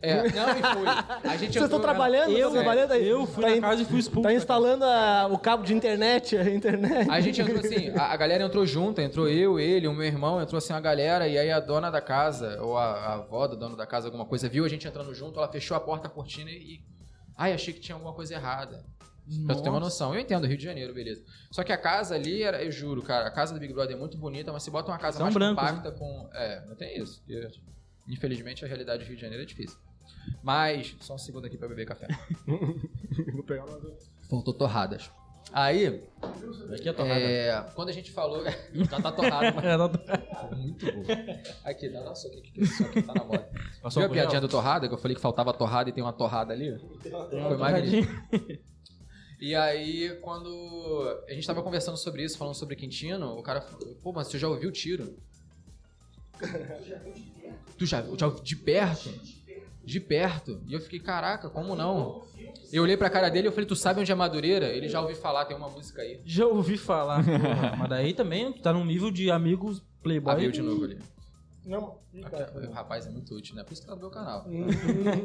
[SPEAKER 4] É, não, e foi. A gente
[SPEAKER 1] Vocês estão
[SPEAKER 4] entrou-
[SPEAKER 1] trabalhando?
[SPEAKER 4] Eu-
[SPEAKER 1] Estão trabalhando aí?
[SPEAKER 2] Eu fui
[SPEAKER 1] tá
[SPEAKER 2] na
[SPEAKER 1] in-
[SPEAKER 2] casa e fui expulso.
[SPEAKER 1] Tá instalando a- o cabo de internet, a internet.
[SPEAKER 4] A gente entrou assim, a, a galera entrou junto, entrou eu, ele, o meu irmão, entrou assim a galera, e aí a dona da casa, ou a, a avó do dono da casa, alguma coisa, viu a gente entrando junto, ela fechou a porta, a cortina e. Ai, achei que tinha alguma coisa errada. Pra tu ter uma noção. Eu entendo, Rio de Janeiro, beleza. Só que a casa ali, era, eu juro, cara, a casa do Big Brother é muito bonita, mas se bota uma casa
[SPEAKER 2] São
[SPEAKER 4] mais
[SPEAKER 2] brancos,
[SPEAKER 4] compacta com. É, não tem isso. porque, Infelizmente a realidade do Rio de Janeiro é difícil. Mas, só um segundo aqui pra beber café.
[SPEAKER 1] Vou pegar uma-
[SPEAKER 4] Faltou torradas. Aí,
[SPEAKER 2] Aqui é torrada.
[SPEAKER 4] é, quando a gente falou. já tá torrado, mas
[SPEAKER 2] Era do-
[SPEAKER 4] muito bom. Aqui, dá nossa, o que que isso aqui tá na moda?
[SPEAKER 2] Passou
[SPEAKER 4] Viu a
[SPEAKER 2] por ela?
[SPEAKER 4] piadinha do torrada? Que eu falei que faltava torrada e tem uma torrada ali? Foi magnífico.
[SPEAKER 2] Torradinha.
[SPEAKER 4] E aí, quando a gente tava conversando sobre isso, falando sobre Quintino, o cara falou, pô, mas você já ouviu o tiro? tu já, já ouviu de perto? De perto. E eu fiquei, caraca, como não? Eu olhei pra cara dele e eu falei, tu sabe onde é Madureira? Ele já ouviu falar, tem uma música aí.
[SPEAKER 2] Já ouvi falar. porra. Mas daí também tu tá num nível de amigos playboy.
[SPEAKER 4] Abriu de novo ali.
[SPEAKER 1] Não,
[SPEAKER 4] O rapaz é muito útil, né? Por isso que tá no meu canal.
[SPEAKER 1] Uhum.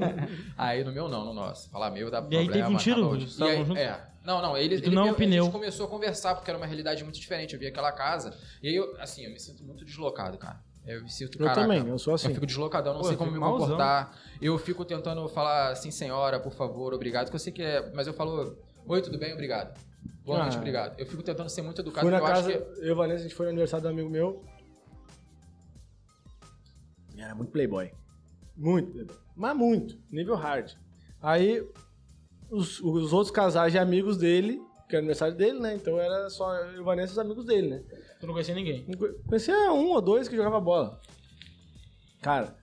[SPEAKER 4] aí no meu não, no nosso. Falar meu dá
[SPEAKER 2] E aí
[SPEAKER 4] problema.
[SPEAKER 2] teve um tiro?
[SPEAKER 4] acaba o-
[SPEAKER 2] Vocês estavam
[SPEAKER 4] E aí-
[SPEAKER 2] juntos?
[SPEAKER 4] É. Não, não, ele,
[SPEAKER 2] E tu
[SPEAKER 4] ele
[SPEAKER 2] não
[SPEAKER 4] me- a
[SPEAKER 2] opinou.
[SPEAKER 4] gente começou a conversar, porque era uma realidade muito diferente. Eu vi aquela casa, e aí, eu, assim, eu me sinto muito deslocado, cara. Eu me sinto,
[SPEAKER 1] eu
[SPEAKER 4] caraca,
[SPEAKER 1] também, eu sou assim.
[SPEAKER 4] eu fico deslocadão, não
[SPEAKER 2] Pô,
[SPEAKER 4] sei
[SPEAKER 2] eu
[SPEAKER 4] como me
[SPEAKER 2] fico mauzão.
[SPEAKER 4] comportar. Eu fico tentando falar assim, senhora, por favor, obrigado, que eu sei que é. Mas eu falo, oi, tudo bem, obrigado. Boa
[SPEAKER 1] Ah.
[SPEAKER 4] noite, obrigado. Eu fico tentando ser muito educado,
[SPEAKER 1] Fui na
[SPEAKER 4] porque eu
[SPEAKER 1] casa,
[SPEAKER 4] acho que.
[SPEAKER 1] eu e Vanessa, a gente foi no aniversário do amigo meu. Era muito playboy. Muito playboy. Mas muito, nível hard. Aí, os, os outros casais de amigos dele, que era aniversário dele, né? Então era só eu e Vanessa e os amigos dele, né?
[SPEAKER 2] Tu não conhecia ninguém.
[SPEAKER 1] Não conhe- Conhecia um ou dois que jogava bola. Cara,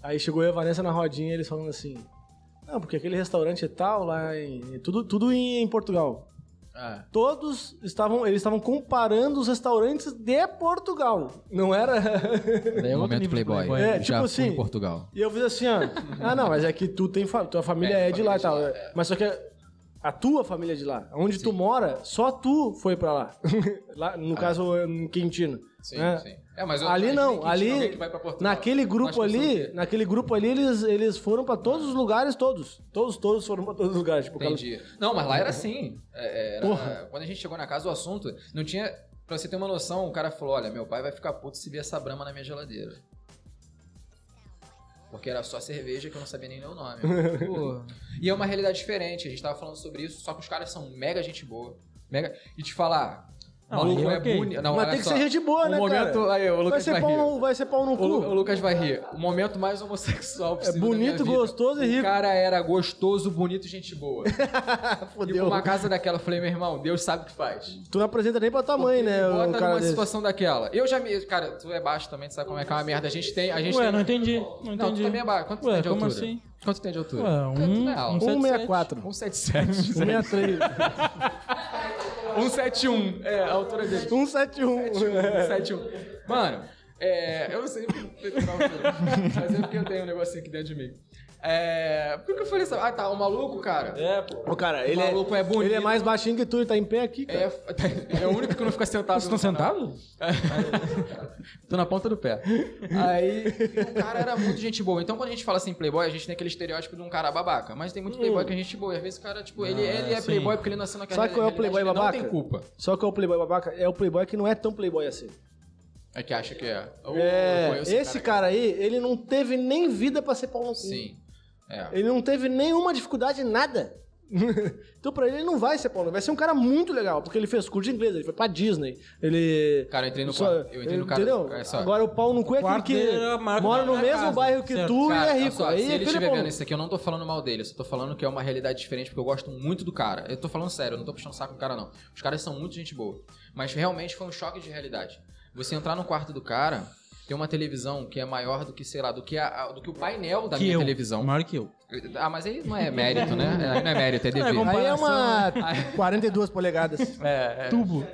[SPEAKER 1] aí chegou eu e a Vanessa na rodinha e eles falando assim... Não, porque aquele restaurante e tal, lá em... Tudo, tudo em Portugal
[SPEAKER 4] Ah.
[SPEAKER 1] todos estavam, eles estavam comparando os restaurantes de Portugal. Não era?
[SPEAKER 4] Daí é o momento Playboy.
[SPEAKER 1] Playboy. É,
[SPEAKER 4] já
[SPEAKER 1] tipo
[SPEAKER 4] fui em
[SPEAKER 1] assim,
[SPEAKER 4] Portugal.
[SPEAKER 1] E eu fiz assim, ó. Ah, não, mas é que tu tem fa- tua família
[SPEAKER 4] É,
[SPEAKER 1] é, de lá e tal.
[SPEAKER 4] família
[SPEAKER 1] Mas só que a tua família é de lá, onde tu mora, só tu foi pra lá. Lá, no caso, em Quintino.
[SPEAKER 4] Ah. Sim,
[SPEAKER 1] né?
[SPEAKER 4] sim. É, mas eu-
[SPEAKER 1] ali
[SPEAKER 4] mas tem
[SPEAKER 1] não,
[SPEAKER 4] que tirar alguém
[SPEAKER 1] ali
[SPEAKER 4] que vai pra Portugal.
[SPEAKER 1] naquele
[SPEAKER 4] Nós
[SPEAKER 1] grupo
[SPEAKER 4] pensamos
[SPEAKER 1] ali,
[SPEAKER 4] que-
[SPEAKER 1] naquele grupo ali eles, eles foram pra todos os lugares todos, todos todos foram pra todos os lugares, tipo, Carlos-
[SPEAKER 4] Entendi. Não, mas lá era assim. É, era-
[SPEAKER 1] Porra.
[SPEAKER 4] Quando a gente chegou na casa, o assunto não tinha. Pra você ter uma noção, o cara falou: olha, meu pai vai ficar puto se ver essa brama na minha geladeira. Porque era só cerveja que eu não sabia nem ler o nome.
[SPEAKER 2] Porra.
[SPEAKER 4] E é uma realidade diferente. A gente tava falando sobre isso, só que os caras são mega gente boa. Mega... E te falar,
[SPEAKER 2] Não,
[SPEAKER 4] maluco
[SPEAKER 2] aí é
[SPEAKER 4] é
[SPEAKER 2] ok.
[SPEAKER 4] bonito. Não,
[SPEAKER 1] Mas
[SPEAKER 4] olha
[SPEAKER 1] tem que
[SPEAKER 4] só.
[SPEAKER 1] ser gente boa,
[SPEAKER 4] o
[SPEAKER 1] né,
[SPEAKER 4] momento...
[SPEAKER 1] cara?
[SPEAKER 4] Aí, o tá
[SPEAKER 1] Vai
[SPEAKER 4] Lucas vai,
[SPEAKER 1] ser, pau
[SPEAKER 4] rir.
[SPEAKER 1] no, vai ser pau no
[SPEAKER 4] O,
[SPEAKER 1] cu.
[SPEAKER 4] Lu- o Lucas vai rir. O momento mais homossexual
[SPEAKER 1] É
[SPEAKER 4] possível. da minha
[SPEAKER 1] bonito,
[SPEAKER 4] vida.
[SPEAKER 1] gostoso e
[SPEAKER 4] O
[SPEAKER 1] rico.
[SPEAKER 4] cara era gostoso, bonito e gente boa. E
[SPEAKER 1] Fodeu.
[SPEAKER 4] uma casa daquela, eu falei, meu irmão, Deus sabe o que faz.
[SPEAKER 1] Tu não apresenta nem pra tua mãe, né?
[SPEAKER 2] É,
[SPEAKER 4] Me bota
[SPEAKER 1] O cara
[SPEAKER 4] numa
[SPEAKER 1] desse.
[SPEAKER 4] situação daquela. Eu já me. Cara, tu é baixo também, tu sabe como é que é uma merda. A gente tem. A gente
[SPEAKER 2] Ué,
[SPEAKER 4] tem...
[SPEAKER 2] não entendi. Não
[SPEAKER 4] Não,
[SPEAKER 2] entendi.
[SPEAKER 4] tu também é baixo. Quanto tu
[SPEAKER 2] Ué,
[SPEAKER 4] tem de
[SPEAKER 2] como
[SPEAKER 4] altura?
[SPEAKER 2] assim?
[SPEAKER 4] Quanto tu tem de altura?
[SPEAKER 2] Ué,
[SPEAKER 4] Tu é- tu não é
[SPEAKER 2] um-
[SPEAKER 4] alto.
[SPEAKER 2] um-
[SPEAKER 1] 164.
[SPEAKER 4] 177.
[SPEAKER 1] 163.
[SPEAKER 4] 171. É, a altura dele.
[SPEAKER 1] 171.
[SPEAKER 4] 71. Mano, é, eu não sei mas é porque eu tenho um negocinho aqui dentro de mim. É, por que eu falei isso? Ah, tá, o maluco, cara.
[SPEAKER 2] É, pô.
[SPEAKER 1] Ô, cara,
[SPEAKER 4] ele
[SPEAKER 1] ele
[SPEAKER 4] é-
[SPEAKER 1] é, bonito. Ele é mais baixinho que tu, ele tá em pé aqui, cara.
[SPEAKER 4] É, é o único que não fica sentado.
[SPEAKER 2] Vocês estão
[SPEAKER 4] no canal.
[SPEAKER 2] sentados?
[SPEAKER 4] Tô na ponta do pé. Aí, o cara era muito gente boa. Então, quando a gente fala assim, playboy, a gente tem aquele estereótipo de um cara babaca. Mas tem muito playboy que é gente boa. E às vezes o cara, tipo, ele, ele é
[SPEAKER 2] Ah, sim.
[SPEAKER 4] playboy porque ele nasceu naquela
[SPEAKER 1] Hum. Sabe qual é o
[SPEAKER 4] realidade
[SPEAKER 1] playboy
[SPEAKER 4] que né? ele
[SPEAKER 1] babaca?
[SPEAKER 4] Não tem culpa.
[SPEAKER 1] Só que é o playboy babaca, é o playboy que não é tão playboy assim.
[SPEAKER 4] É que acha que é. Eu- eu
[SPEAKER 1] É,
[SPEAKER 4] conheço
[SPEAKER 1] esse cara aí, ele não teve nem vida pra ser pau no cu.
[SPEAKER 4] Sim. É.
[SPEAKER 1] Ele não teve nenhuma dificuldade em nada. então pra ele ele não vai ser Paulo, vai ser um cara muito legal, porque ele fez curso de inglês, ele foi pra Disney. Ele
[SPEAKER 4] Cara, eu entrei no
[SPEAKER 1] Só-
[SPEAKER 4] quarto. Eu entrei no cara.
[SPEAKER 1] Entendeu?
[SPEAKER 4] é só-
[SPEAKER 1] Agora o pau no cu é aquele
[SPEAKER 2] quarto
[SPEAKER 1] que
[SPEAKER 2] dele era marca
[SPEAKER 1] mora
[SPEAKER 2] da
[SPEAKER 1] no
[SPEAKER 2] minha
[SPEAKER 1] mesmo
[SPEAKER 2] casa,
[SPEAKER 1] bairro que
[SPEAKER 2] certo.
[SPEAKER 1] tu e
[SPEAKER 4] Cara,
[SPEAKER 1] é
[SPEAKER 4] olha
[SPEAKER 1] rico.
[SPEAKER 4] só,
[SPEAKER 1] aí
[SPEAKER 4] se
[SPEAKER 1] é
[SPEAKER 4] ele
[SPEAKER 1] aquele
[SPEAKER 4] estiver
[SPEAKER 1] pau.
[SPEAKER 4] vendo isso aqui, eu não tô falando mal dele, eu só tô falando que é uma realidade diferente, porque eu gosto muito do cara. Eu tô falando sério, eu não tô puxando saco do cara, não. Os caras são muito gente boa. Mas realmente foi um choque de realidade. Você entrar no quarto do cara, tem uma televisão que é maior do que, sei lá, do que, a- a- do que o painel da
[SPEAKER 2] que
[SPEAKER 4] minha
[SPEAKER 2] eu.
[SPEAKER 4] televisão.
[SPEAKER 2] É Maior que eu.
[SPEAKER 4] Ah, mas aí não é mérito, né? Aí Não é mérito, é dever.
[SPEAKER 2] vamos-
[SPEAKER 1] Aí é uma
[SPEAKER 4] Comparação,
[SPEAKER 1] 42 polegadas.
[SPEAKER 4] É, é.
[SPEAKER 2] Tubo.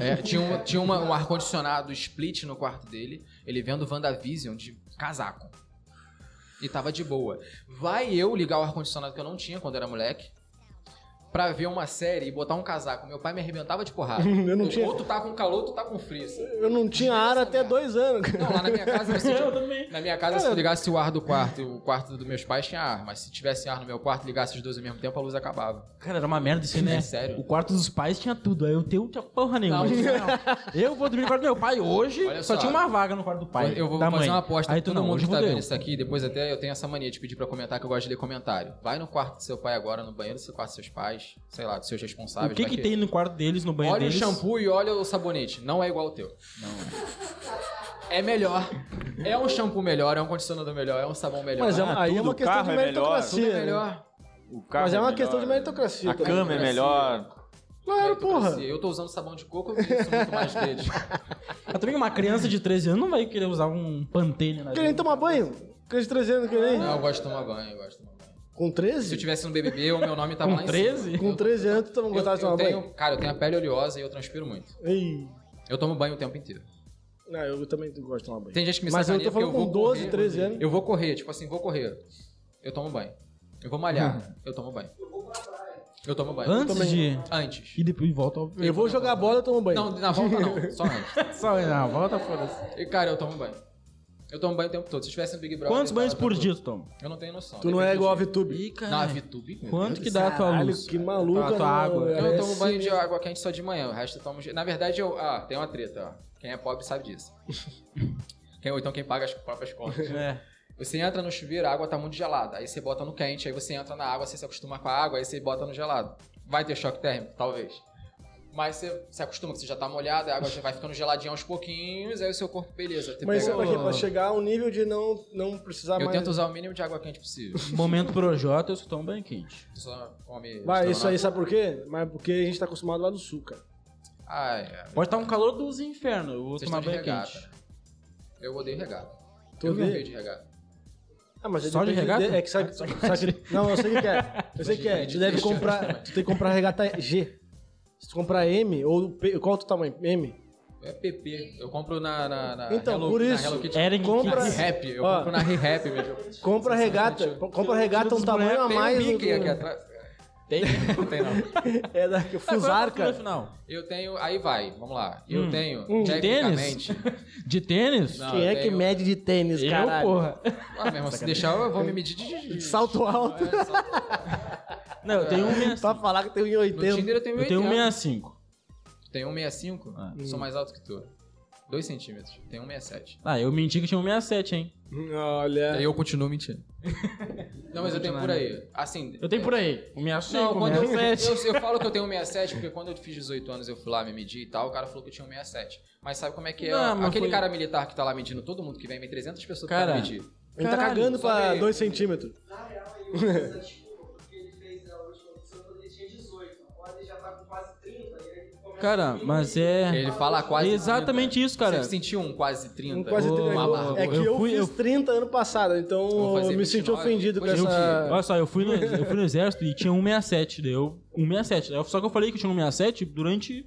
[SPEAKER 4] É, tinha um, tinha uma- um ar-condicionado split no quarto dele, ele vendo WandaVision de casaco. E tava de boa. Vai eu ligar o ar-condicionado que eu não tinha quando era moleque. Pra ver uma série e botar um casaco. Meu pai me arrebentava de porrada.
[SPEAKER 1] Eu não
[SPEAKER 4] o
[SPEAKER 1] tinha-
[SPEAKER 4] outro tá com calor, outro tá com frio.
[SPEAKER 1] Eu não
[SPEAKER 4] é
[SPEAKER 1] tinha ar até dois anos. cara.
[SPEAKER 4] Não, lá na minha casa, se,
[SPEAKER 2] Eu também.
[SPEAKER 4] na minha casa, se eu ligasse o ar do quarto, e o quarto dos meus pais tinha ar. Mas se tivesse ar no meu quarto e ligasse os dois ao mesmo tempo, a luz acabava.
[SPEAKER 2] Cara, era uma merda isso, aí, né?
[SPEAKER 4] É sério.
[SPEAKER 2] O quarto dos pais tinha tudo. Aí o teu não tinha porra nenhuma.
[SPEAKER 4] Não,
[SPEAKER 2] Eu vou dormir no quarto do meu pai hoje.
[SPEAKER 4] Olha
[SPEAKER 2] só
[SPEAKER 4] só.
[SPEAKER 2] tinha uma vaga no quarto do pai.
[SPEAKER 4] eu vou
[SPEAKER 2] da
[SPEAKER 4] fazer
[SPEAKER 2] mãe.
[SPEAKER 4] uma aposta
[SPEAKER 2] Aí
[SPEAKER 4] aí
[SPEAKER 2] tu
[SPEAKER 4] todo
[SPEAKER 2] não,
[SPEAKER 4] mundo
[SPEAKER 2] hoje
[SPEAKER 4] que tá
[SPEAKER 2] mudou.
[SPEAKER 4] vendo isso aqui. Depois até eu tenho essa mania de pedir pra comentar que eu gosto de ler comentário. Vai no quarto do seu pai agora, no banheiro do seu quarto dos seus pais, sei lá, dos seus responsáveis.
[SPEAKER 2] O que
[SPEAKER 4] vai
[SPEAKER 2] que tem no quarto deles, no banheiro
[SPEAKER 4] Olha
[SPEAKER 2] deles?
[SPEAKER 4] o shampoo e olha o sabonete. Não é igual o teu. Não. É melhor. É um shampoo melhor, é um condicionador melhor, é um sabão melhor.
[SPEAKER 1] Mas é
[SPEAKER 4] Ah,
[SPEAKER 1] uma, aí é
[SPEAKER 3] tudo,
[SPEAKER 1] uma
[SPEAKER 3] o
[SPEAKER 1] questão
[SPEAKER 3] carro
[SPEAKER 1] de
[SPEAKER 3] é melhor,
[SPEAKER 1] meritocracia.
[SPEAKER 4] tudo é
[SPEAKER 1] né?
[SPEAKER 4] melhor.
[SPEAKER 3] O carro
[SPEAKER 1] Mas é uma
[SPEAKER 3] melhor. né?
[SPEAKER 1] questão de meritocracia.
[SPEAKER 3] A
[SPEAKER 4] Tipo,
[SPEAKER 1] também.
[SPEAKER 3] cama é
[SPEAKER 4] assim,
[SPEAKER 3] melhor.
[SPEAKER 2] É,
[SPEAKER 1] Claro, porra.
[SPEAKER 4] Eu tô usando sabão de coco, eu uso muito mais deles.
[SPEAKER 2] Ah, também uma criança de 13 anos não vai querer usar um pantene na
[SPEAKER 1] Querem
[SPEAKER 2] vida.
[SPEAKER 1] tomar banho? Criança de 13 anos, querem?
[SPEAKER 4] Não, eu gosto de tomar banho, eu gosto de tomar banho.
[SPEAKER 1] Com
[SPEAKER 4] Se eu
[SPEAKER 1] 13?
[SPEAKER 4] tivesse no BBB, o meu nome tava
[SPEAKER 2] Com
[SPEAKER 4] lá em
[SPEAKER 2] 13?
[SPEAKER 4] cima.
[SPEAKER 1] Com 13 anos, tu não
[SPEAKER 4] Eu-
[SPEAKER 1] gostava de
[SPEAKER 4] eu
[SPEAKER 1] tomar
[SPEAKER 4] tenho-
[SPEAKER 1] banho?
[SPEAKER 4] Cara, eu tenho a pele oleosa e eu transpiro muito.
[SPEAKER 1] Ei.
[SPEAKER 4] Eu tomo banho o tempo inteiro.
[SPEAKER 1] Não, eu também gosto de tomar banho.
[SPEAKER 4] Tem gente que me
[SPEAKER 1] Mas eu
[SPEAKER 4] sacaneia
[SPEAKER 1] tô falando
[SPEAKER 4] porque
[SPEAKER 1] com
[SPEAKER 4] vou
[SPEAKER 1] 12,
[SPEAKER 4] correr,
[SPEAKER 1] 13 anos.
[SPEAKER 4] Eu vou correr, tipo assim, vou correr. Eu tomo banho. Eu vou malhar. eu tomo banho. Eu tomo banho.
[SPEAKER 2] Antes de...
[SPEAKER 4] Antes.
[SPEAKER 2] E depois volta ao...
[SPEAKER 1] Eu vou jogar bola, eu tomo banho.
[SPEAKER 4] Não, na volta não. Só antes.
[SPEAKER 2] Só não, volta foda-se.
[SPEAKER 4] E, cara, eu tomo banho. Eu tomo banho o tempo todo. Se tivesse no Big Brother...
[SPEAKER 2] Quantos
[SPEAKER 4] eu
[SPEAKER 2] banhos
[SPEAKER 4] tava
[SPEAKER 2] por
[SPEAKER 4] todo-
[SPEAKER 2] dia tu toma?
[SPEAKER 4] Eu não tenho noção.
[SPEAKER 1] tu não é
[SPEAKER 4] Depende
[SPEAKER 1] igual a
[SPEAKER 4] do
[SPEAKER 1] VTube.
[SPEAKER 4] dia. Na VTube? meu
[SPEAKER 2] Quanto
[SPEAKER 4] Deus
[SPEAKER 2] que
[SPEAKER 4] do
[SPEAKER 2] dá a tua
[SPEAKER 1] Caralho,
[SPEAKER 2] luz?
[SPEAKER 1] que
[SPEAKER 3] Tá,
[SPEAKER 1] maluca.
[SPEAKER 2] A tua
[SPEAKER 1] não,
[SPEAKER 2] água.
[SPEAKER 1] é
[SPEAKER 4] céu. Eu tomo
[SPEAKER 1] assim.
[SPEAKER 4] banho de água quente só de manhã. O resto eu tomo... de- Na verdade, eu... Ah, tem uma treta, ó. Quem é pobre sabe disso. Quem, ou então quem paga as próprias contas.
[SPEAKER 2] É.
[SPEAKER 4] Você entra no chuveiro, a água tá muito gelada. Aí você bota no quente, aí você entra na água, você se acostuma com a água, aí você bota no gelado. Vai ter choque térmico, talvez. Mas você se acostuma, que você já tá molhado, a água já vai ficando geladinha aos pouquinhos, aí o seu corpo, beleza. Você
[SPEAKER 1] Mas
[SPEAKER 4] pega-
[SPEAKER 1] isso pra quê? Pra chegar ao nível de não, não precisar
[SPEAKER 4] Eu
[SPEAKER 1] mais.
[SPEAKER 4] tento usar o mínimo de água quente possível.
[SPEAKER 2] Momento pro Jota, eu só tomo banho quente.
[SPEAKER 4] Só come.
[SPEAKER 1] Mas isso aí,
[SPEAKER 4] estrogonofe.
[SPEAKER 1] sabe por quê? Mas porque a gente tá acostumado lá do sul, cara.
[SPEAKER 4] Ai, é. ai.
[SPEAKER 2] Pode estar um calor dos infernos, eu vou
[SPEAKER 4] Vocês
[SPEAKER 2] tomar
[SPEAKER 4] estão
[SPEAKER 2] banho
[SPEAKER 4] de regata,
[SPEAKER 2] quente.
[SPEAKER 4] Eu odeio regata.
[SPEAKER 1] Tu
[SPEAKER 4] eu me
[SPEAKER 1] odeia?
[SPEAKER 4] odeio de regata.
[SPEAKER 1] Ah, mas
[SPEAKER 2] Só de
[SPEAKER 1] depende
[SPEAKER 2] regata?
[SPEAKER 1] é que sabe, sabe- Não, eu sei o que é. Eu sei o que é. Tu deve comprar. Tu tem que comprar regata G. Se tu comprar M, ou P, qual é o teu tamanho? M.
[SPEAKER 4] É PP. Eu compro na. na, na
[SPEAKER 1] Então,
[SPEAKER 4] Hello,
[SPEAKER 1] por
[SPEAKER 4] na
[SPEAKER 1] isso,
[SPEAKER 4] Hello Kitty.
[SPEAKER 2] Eric
[SPEAKER 1] compra-
[SPEAKER 4] Na
[SPEAKER 2] Kiss.
[SPEAKER 4] Re-Rap. Eu
[SPEAKER 1] Ó.
[SPEAKER 4] compro na Re-Rap mesmo.
[SPEAKER 1] Compra regata. Compra regata um tamanho a
[SPEAKER 4] Tem
[SPEAKER 1] mais.
[SPEAKER 4] um Mickey aqui
[SPEAKER 1] do-
[SPEAKER 4] atrás. Tem? não tem, não.
[SPEAKER 1] É da
[SPEAKER 2] Agora,
[SPEAKER 1] Fusarca.
[SPEAKER 2] Final.
[SPEAKER 4] Eu tenho. Aí vai, vamos lá. Eu
[SPEAKER 2] Hum.
[SPEAKER 4] tenho.
[SPEAKER 1] Hum.
[SPEAKER 2] De tênis?
[SPEAKER 4] tecnicamente.
[SPEAKER 2] De tênis?
[SPEAKER 4] Não,
[SPEAKER 1] Quem
[SPEAKER 4] eu
[SPEAKER 1] é que
[SPEAKER 4] tenho-
[SPEAKER 1] mede de tênis,
[SPEAKER 2] eu,
[SPEAKER 1] caralho?
[SPEAKER 2] porra.
[SPEAKER 4] Ah, meu irmão, se deixar, eu vou me medir de. de- de-
[SPEAKER 1] Salto alto.
[SPEAKER 4] É, salto-
[SPEAKER 2] Não, eu tenho um
[SPEAKER 1] Pra
[SPEAKER 2] 65.
[SPEAKER 1] falar que tem
[SPEAKER 4] No
[SPEAKER 1] 1,80.
[SPEAKER 4] Tinder eu tenho
[SPEAKER 2] Eu tenho um
[SPEAKER 4] 1,80.
[SPEAKER 2] 65.
[SPEAKER 4] Tenho 1,65?
[SPEAKER 1] Ah, hum.
[SPEAKER 4] Sou mais alto que tu. 2 centímetros. Tenho 1,67.
[SPEAKER 2] Ah, eu menti que tinha um 67, hein? É.
[SPEAKER 1] Olha.
[SPEAKER 4] Aí eu continuo mentindo. Não, mas eu tenho por aí. Assim.
[SPEAKER 2] Eu tenho por aí. Um 65,
[SPEAKER 4] Não,
[SPEAKER 2] um
[SPEAKER 4] quando eu,
[SPEAKER 2] 67.
[SPEAKER 4] eu, eu falo que eu tenho um 67 porque quando eu fiz 18 anos eu fui lá me medir e tal, o cara falou que eu tinha um 67. Mas sabe como é que é?
[SPEAKER 2] Não, mas
[SPEAKER 4] Aquele
[SPEAKER 2] foi-
[SPEAKER 4] cara militar que tá lá medindo todo mundo que vem, vem 300 pessoas
[SPEAKER 2] Cara,
[SPEAKER 4] pra medir.
[SPEAKER 1] Ele tá
[SPEAKER 2] Caralho,
[SPEAKER 1] cagando pra
[SPEAKER 4] sabe-
[SPEAKER 1] 2 centímetros.
[SPEAKER 7] Na real, aí eu uso essa desculpa, porque ele fez a última opção quando ele tinha 18. Agora ele já tá com quase 30, e aí ele começa
[SPEAKER 2] Cara,
[SPEAKER 7] a subir.
[SPEAKER 2] mas é...
[SPEAKER 4] Ele fala quase
[SPEAKER 2] Exatamente
[SPEAKER 4] 30.
[SPEAKER 2] isso, cara.
[SPEAKER 4] Você sentiu um quase 30?
[SPEAKER 1] Um quase
[SPEAKER 2] Ô,
[SPEAKER 1] 30.
[SPEAKER 2] Amaro,
[SPEAKER 1] é que eu,
[SPEAKER 2] eu fui-
[SPEAKER 1] fiz
[SPEAKER 2] eu-
[SPEAKER 1] 30 ano passado, então
[SPEAKER 4] Vou fazer
[SPEAKER 1] eu me senti
[SPEAKER 4] 29.
[SPEAKER 1] ofendido com
[SPEAKER 4] Hoje em
[SPEAKER 1] essa.
[SPEAKER 2] Olha só, eu fui, no, eu fui no exército e tinha um 67, daí eu... Um 67. daí eu- Só que eu falei que eu tinha um 67 durante...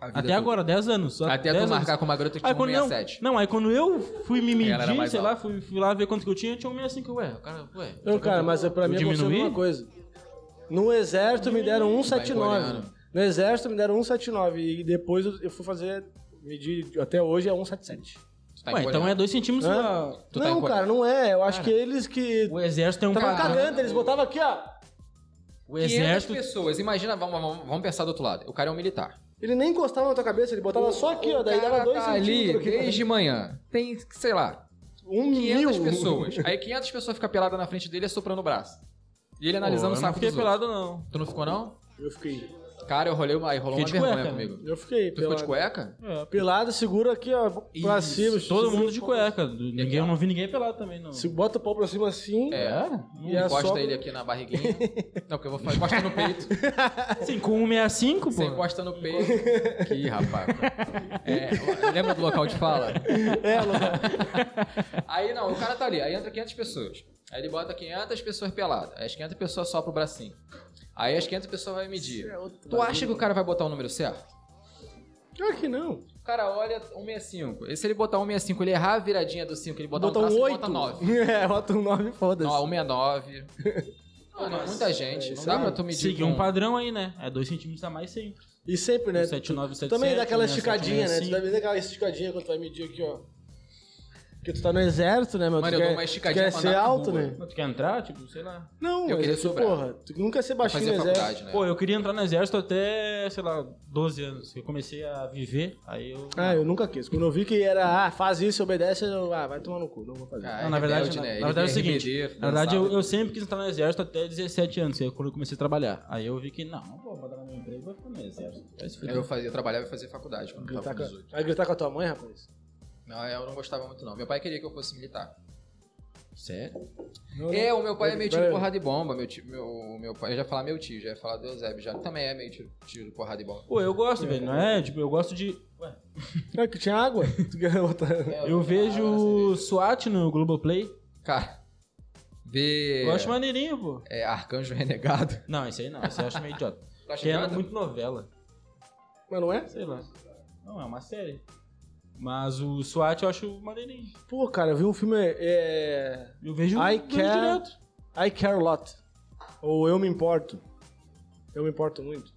[SPEAKER 2] Até agora, 10 anos. só
[SPEAKER 4] Até
[SPEAKER 2] 10
[SPEAKER 4] tu
[SPEAKER 2] anos.
[SPEAKER 4] marcar com uma garota que
[SPEAKER 2] Aí
[SPEAKER 4] tinha um
[SPEAKER 2] quando, não,
[SPEAKER 4] 67.
[SPEAKER 2] não, aí quando eu fui me
[SPEAKER 4] Ela era
[SPEAKER 2] medir,
[SPEAKER 4] mais
[SPEAKER 2] sei lá,
[SPEAKER 4] alta.
[SPEAKER 2] fui, fui lá ver quanto que eu tinha, eu tinha um 65. Ué, o cara, ué.
[SPEAKER 1] Não,
[SPEAKER 4] Então,
[SPEAKER 1] cara, mas é pra
[SPEAKER 2] Eu
[SPEAKER 1] mim aconteceu
[SPEAKER 2] diminuí?
[SPEAKER 1] uma coisa. No exército me deram
[SPEAKER 4] Vai
[SPEAKER 1] 179.
[SPEAKER 4] goleando.
[SPEAKER 1] No exército me deram 179 e depois eu eu fui fazer medir até hoje é 177.
[SPEAKER 4] Tu tá
[SPEAKER 2] ué, então
[SPEAKER 4] encolhendo.
[SPEAKER 2] é 2 centímetros.
[SPEAKER 1] Hã?
[SPEAKER 2] pra-
[SPEAKER 4] Tu tá
[SPEAKER 1] não,
[SPEAKER 4] encolhendo.
[SPEAKER 1] cara, não é. Eu acho que eles que
[SPEAKER 2] O exército tem um
[SPEAKER 1] estavam
[SPEAKER 2] padrão.
[SPEAKER 1] cagando, eles botavam aqui, ó.
[SPEAKER 2] O
[SPEAKER 4] 500
[SPEAKER 2] exército
[SPEAKER 4] pessoas. Imagina, vamos, vamos, vamos pensar do outro lado. O cara é um militar.
[SPEAKER 1] Ele nem encostava na tua cabeça, ele botava só aqui, ó. Daí
[SPEAKER 4] cara
[SPEAKER 1] dava dois
[SPEAKER 4] tá ali
[SPEAKER 1] centímetros. aqui.
[SPEAKER 4] desde manhã. Tem, sei lá,
[SPEAKER 1] um
[SPEAKER 4] 500
[SPEAKER 1] mil.
[SPEAKER 4] pessoas. Aí 500 pessoas ficam peladas na frente dele soprando o braço. E ele analisando
[SPEAKER 2] Pô,
[SPEAKER 4] o
[SPEAKER 2] eu
[SPEAKER 4] saco
[SPEAKER 2] não fiquei
[SPEAKER 4] dos outros.
[SPEAKER 2] pelado, não.
[SPEAKER 4] Tu não ficou, não?
[SPEAKER 1] Eu fiquei.
[SPEAKER 4] Cara, eu rolei uma, aí rolou uma
[SPEAKER 2] Fiquei de
[SPEAKER 4] vergonha
[SPEAKER 2] cueca,
[SPEAKER 4] comigo.
[SPEAKER 1] Eu fiquei.
[SPEAKER 4] Tu ficou
[SPEAKER 1] Pelado,
[SPEAKER 4] de cueca?
[SPEAKER 1] pelado segura aqui, ó, pra
[SPEAKER 4] Isso,
[SPEAKER 1] cima.
[SPEAKER 2] É, Todo
[SPEAKER 1] segura-
[SPEAKER 2] mundo de cueca. Ninguém, eu não vi ninguém pelado também, não.
[SPEAKER 1] Se bota o pau pra cima assim.
[SPEAKER 4] É.
[SPEAKER 1] E é
[SPEAKER 4] encosta
[SPEAKER 1] só-
[SPEAKER 4] ele aqui na barriguinha. não, porque eu vou fazer. Encosta no peito.
[SPEAKER 2] Sim, com 165,
[SPEAKER 4] Você
[SPEAKER 2] pô.
[SPEAKER 4] encosta no peito. Que rapaz. É, lembra do local de fala?
[SPEAKER 1] É, Lombardi.
[SPEAKER 4] Aí não, o cara tá ali, aí entra 500 pessoas. Aí ele bota 500 pessoas peladas. Aí as 500 pessoas só pro bracinho. Aí as 500 pessoas vai medir.
[SPEAKER 2] é
[SPEAKER 4] tu acha que o cara vai botar o número certo?
[SPEAKER 1] Pior que não.
[SPEAKER 4] O cara olha 165. E se ele botar 165, ele errar a viradinha do 5, ele botar
[SPEAKER 1] Bota
[SPEAKER 4] um
[SPEAKER 1] um,
[SPEAKER 4] traço, ele
[SPEAKER 1] 8.
[SPEAKER 4] bota 9.
[SPEAKER 1] é, bota um 9 foda-se.
[SPEAKER 4] Não, 169. Mano, é muita gente. Não dá pra tu medir.
[SPEAKER 2] Seguir
[SPEAKER 4] com-
[SPEAKER 2] um padrão aí, né? É 2 centímetros a mais sempre.
[SPEAKER 1] E sempre, né?
[SPEAKER 2] 79,
[SPEAKER 1] tu também
[SPEAKER 2] 77,
[SPEAKER 1] dá aquela
[SPEAKER 2] 67,
[SPEAKER 1] esticadinha, né? Tu
[SPEAKER 2] 65.
[SPEAKER 1] deve dar aquela esticadinha quando tu vai medir aqui, ó. Porque tu tá no exército, né, meu?
[SPEAKER 4] Mano,
[SPEAKER 1] tu
[SPEAKER 4] eu
[SPEAKER 1] quer,
[SPEAKER 4] dou uma esticadinha
[SPEAKER 1] tu quer
[SPEAKER 4] pra
[SPEAKER 1] ser
[SPEAKER 4] andar na
[SPEAKER 1] alto,
[SPEAKER 4] rua.
[SPEAKER 1] né?
[SPEAKER 2] Mas tu quer entrar? Tipo, sei lá.
[SPEAKER 1] Não,
[SPEAKER 4] Eu
[SPEAKER 1] mas
[SPEAKER 4] queria
[SPEAKER 1] tu-
[SPEAKER 4] sobrar.
[SPEAKER 1] porra, tu nunca ia ser
[SPEAKER 4] pra
[SPEAKER 1] baixinho
[SPEAKER 4] fazer
[SPEAKER 1] no exército.
[SPEAKER 4] faculdade, né?
[SPEAKER 2] é Pô, eu queria entrar no exército até, sei lá, 12 anos. Eu comecei a viver, aí eu...
[SPEAKER 1] Ah, eu nunca quis. Quando eu vi que era, ah, faz isso, obedece, eu, ah, vai tomar no cu, não vou fazer.
[SPEAKER 4] Ah,
[SPEAKER 2] Não, na verdade,
[SPEAKER 4] rebelde,
[SPEAKER 2] na,
[SPEAKER 4] né?
[SPEAKER 2] na verdade é o
[SPEAKER 4] Ele
[SPEAKER 2] seguinte.
[SPEAKER 4] RBD,
[SPEAKER 2] na verdade,
[SPEAKER 4] dançava.
[SPEAKER 2] eu, eu sempre quis entrar no exército até 17 anos, que é quando eu comecei a trabalhar. Aí eu vi que, não, não vou botar no meu emprego, vou ficar no exército. Vai se fuder.
[SPEAKER 4] Eu, fazia, eu trabalhava e fazia faculdade quando
[SPEAKER 1] Gritar
[SPEAKER 4] eu tava
[SPEAKER 1] com
[SPEAKER 4] com
[SPEAKER 1] a-
[SPEAKER 4] 18.
[SPEAKER 1] Vai gritar com a tua mãe, rapaz?
[SPEAKER 4] Não, é, eu não gostava muito não. Meu pai queria que eu fosse militar. Sério?
[SPEAKER 1] Não,
[SPEAKER 4] É, o meu pai é meio tiro,
[SPEAKER 1] Vai-
[SPEAKER 4] porrada e bomba. Meu, tio, meu, meu pai, eu já ia falar meu tio, já ia falar do Eusébio, já também é meio tiro, tiro porrada e bomba.
[SPEAKER 2] Pô, eu gosto, velho, não é? Tipo, eu gosto de... Ué,
[SPEAKER 1] não, É que tinha água. Tu quer botar-
[SPEAKER 4] É.
[SPEAKER 2] eu vejo SWAT no Globoplay.
[SPEAKER 4] Cara, vê.
[SPEAKER 2] Eu acho maneirinho, pô.
[SPEAKER 4] É, Arcanjo Renegado.
[SPEAKER 2] Não, esse aí não, esse eu acho meio idiota.
[SPEAKER 4] Tu acha
[SPEAKER 2] Porque
[SPEAKER 1] é
[SPEAKER 2] era
[SPEAKER 4] idiota?
[SPEAKER 2] muito novela.
[SPEAKER 1] Mas não é?
[SPEAKER 2] Sei lá. Não, é uma série. Mas o SWAT eu acho maneirinho.
[SPEAKER 1] Pô, cara, eu vi um filme, é...
[SPEAKER 2] Eu vejo
[SPEAKER 1] I
[SPEAKER 2] vejo
[SPEAKER 1] care-
[SPEAKER 2] direto.
[SPEAKER 1] I Care a Lot. Ou Eu Me Importo. Eu me importo muito.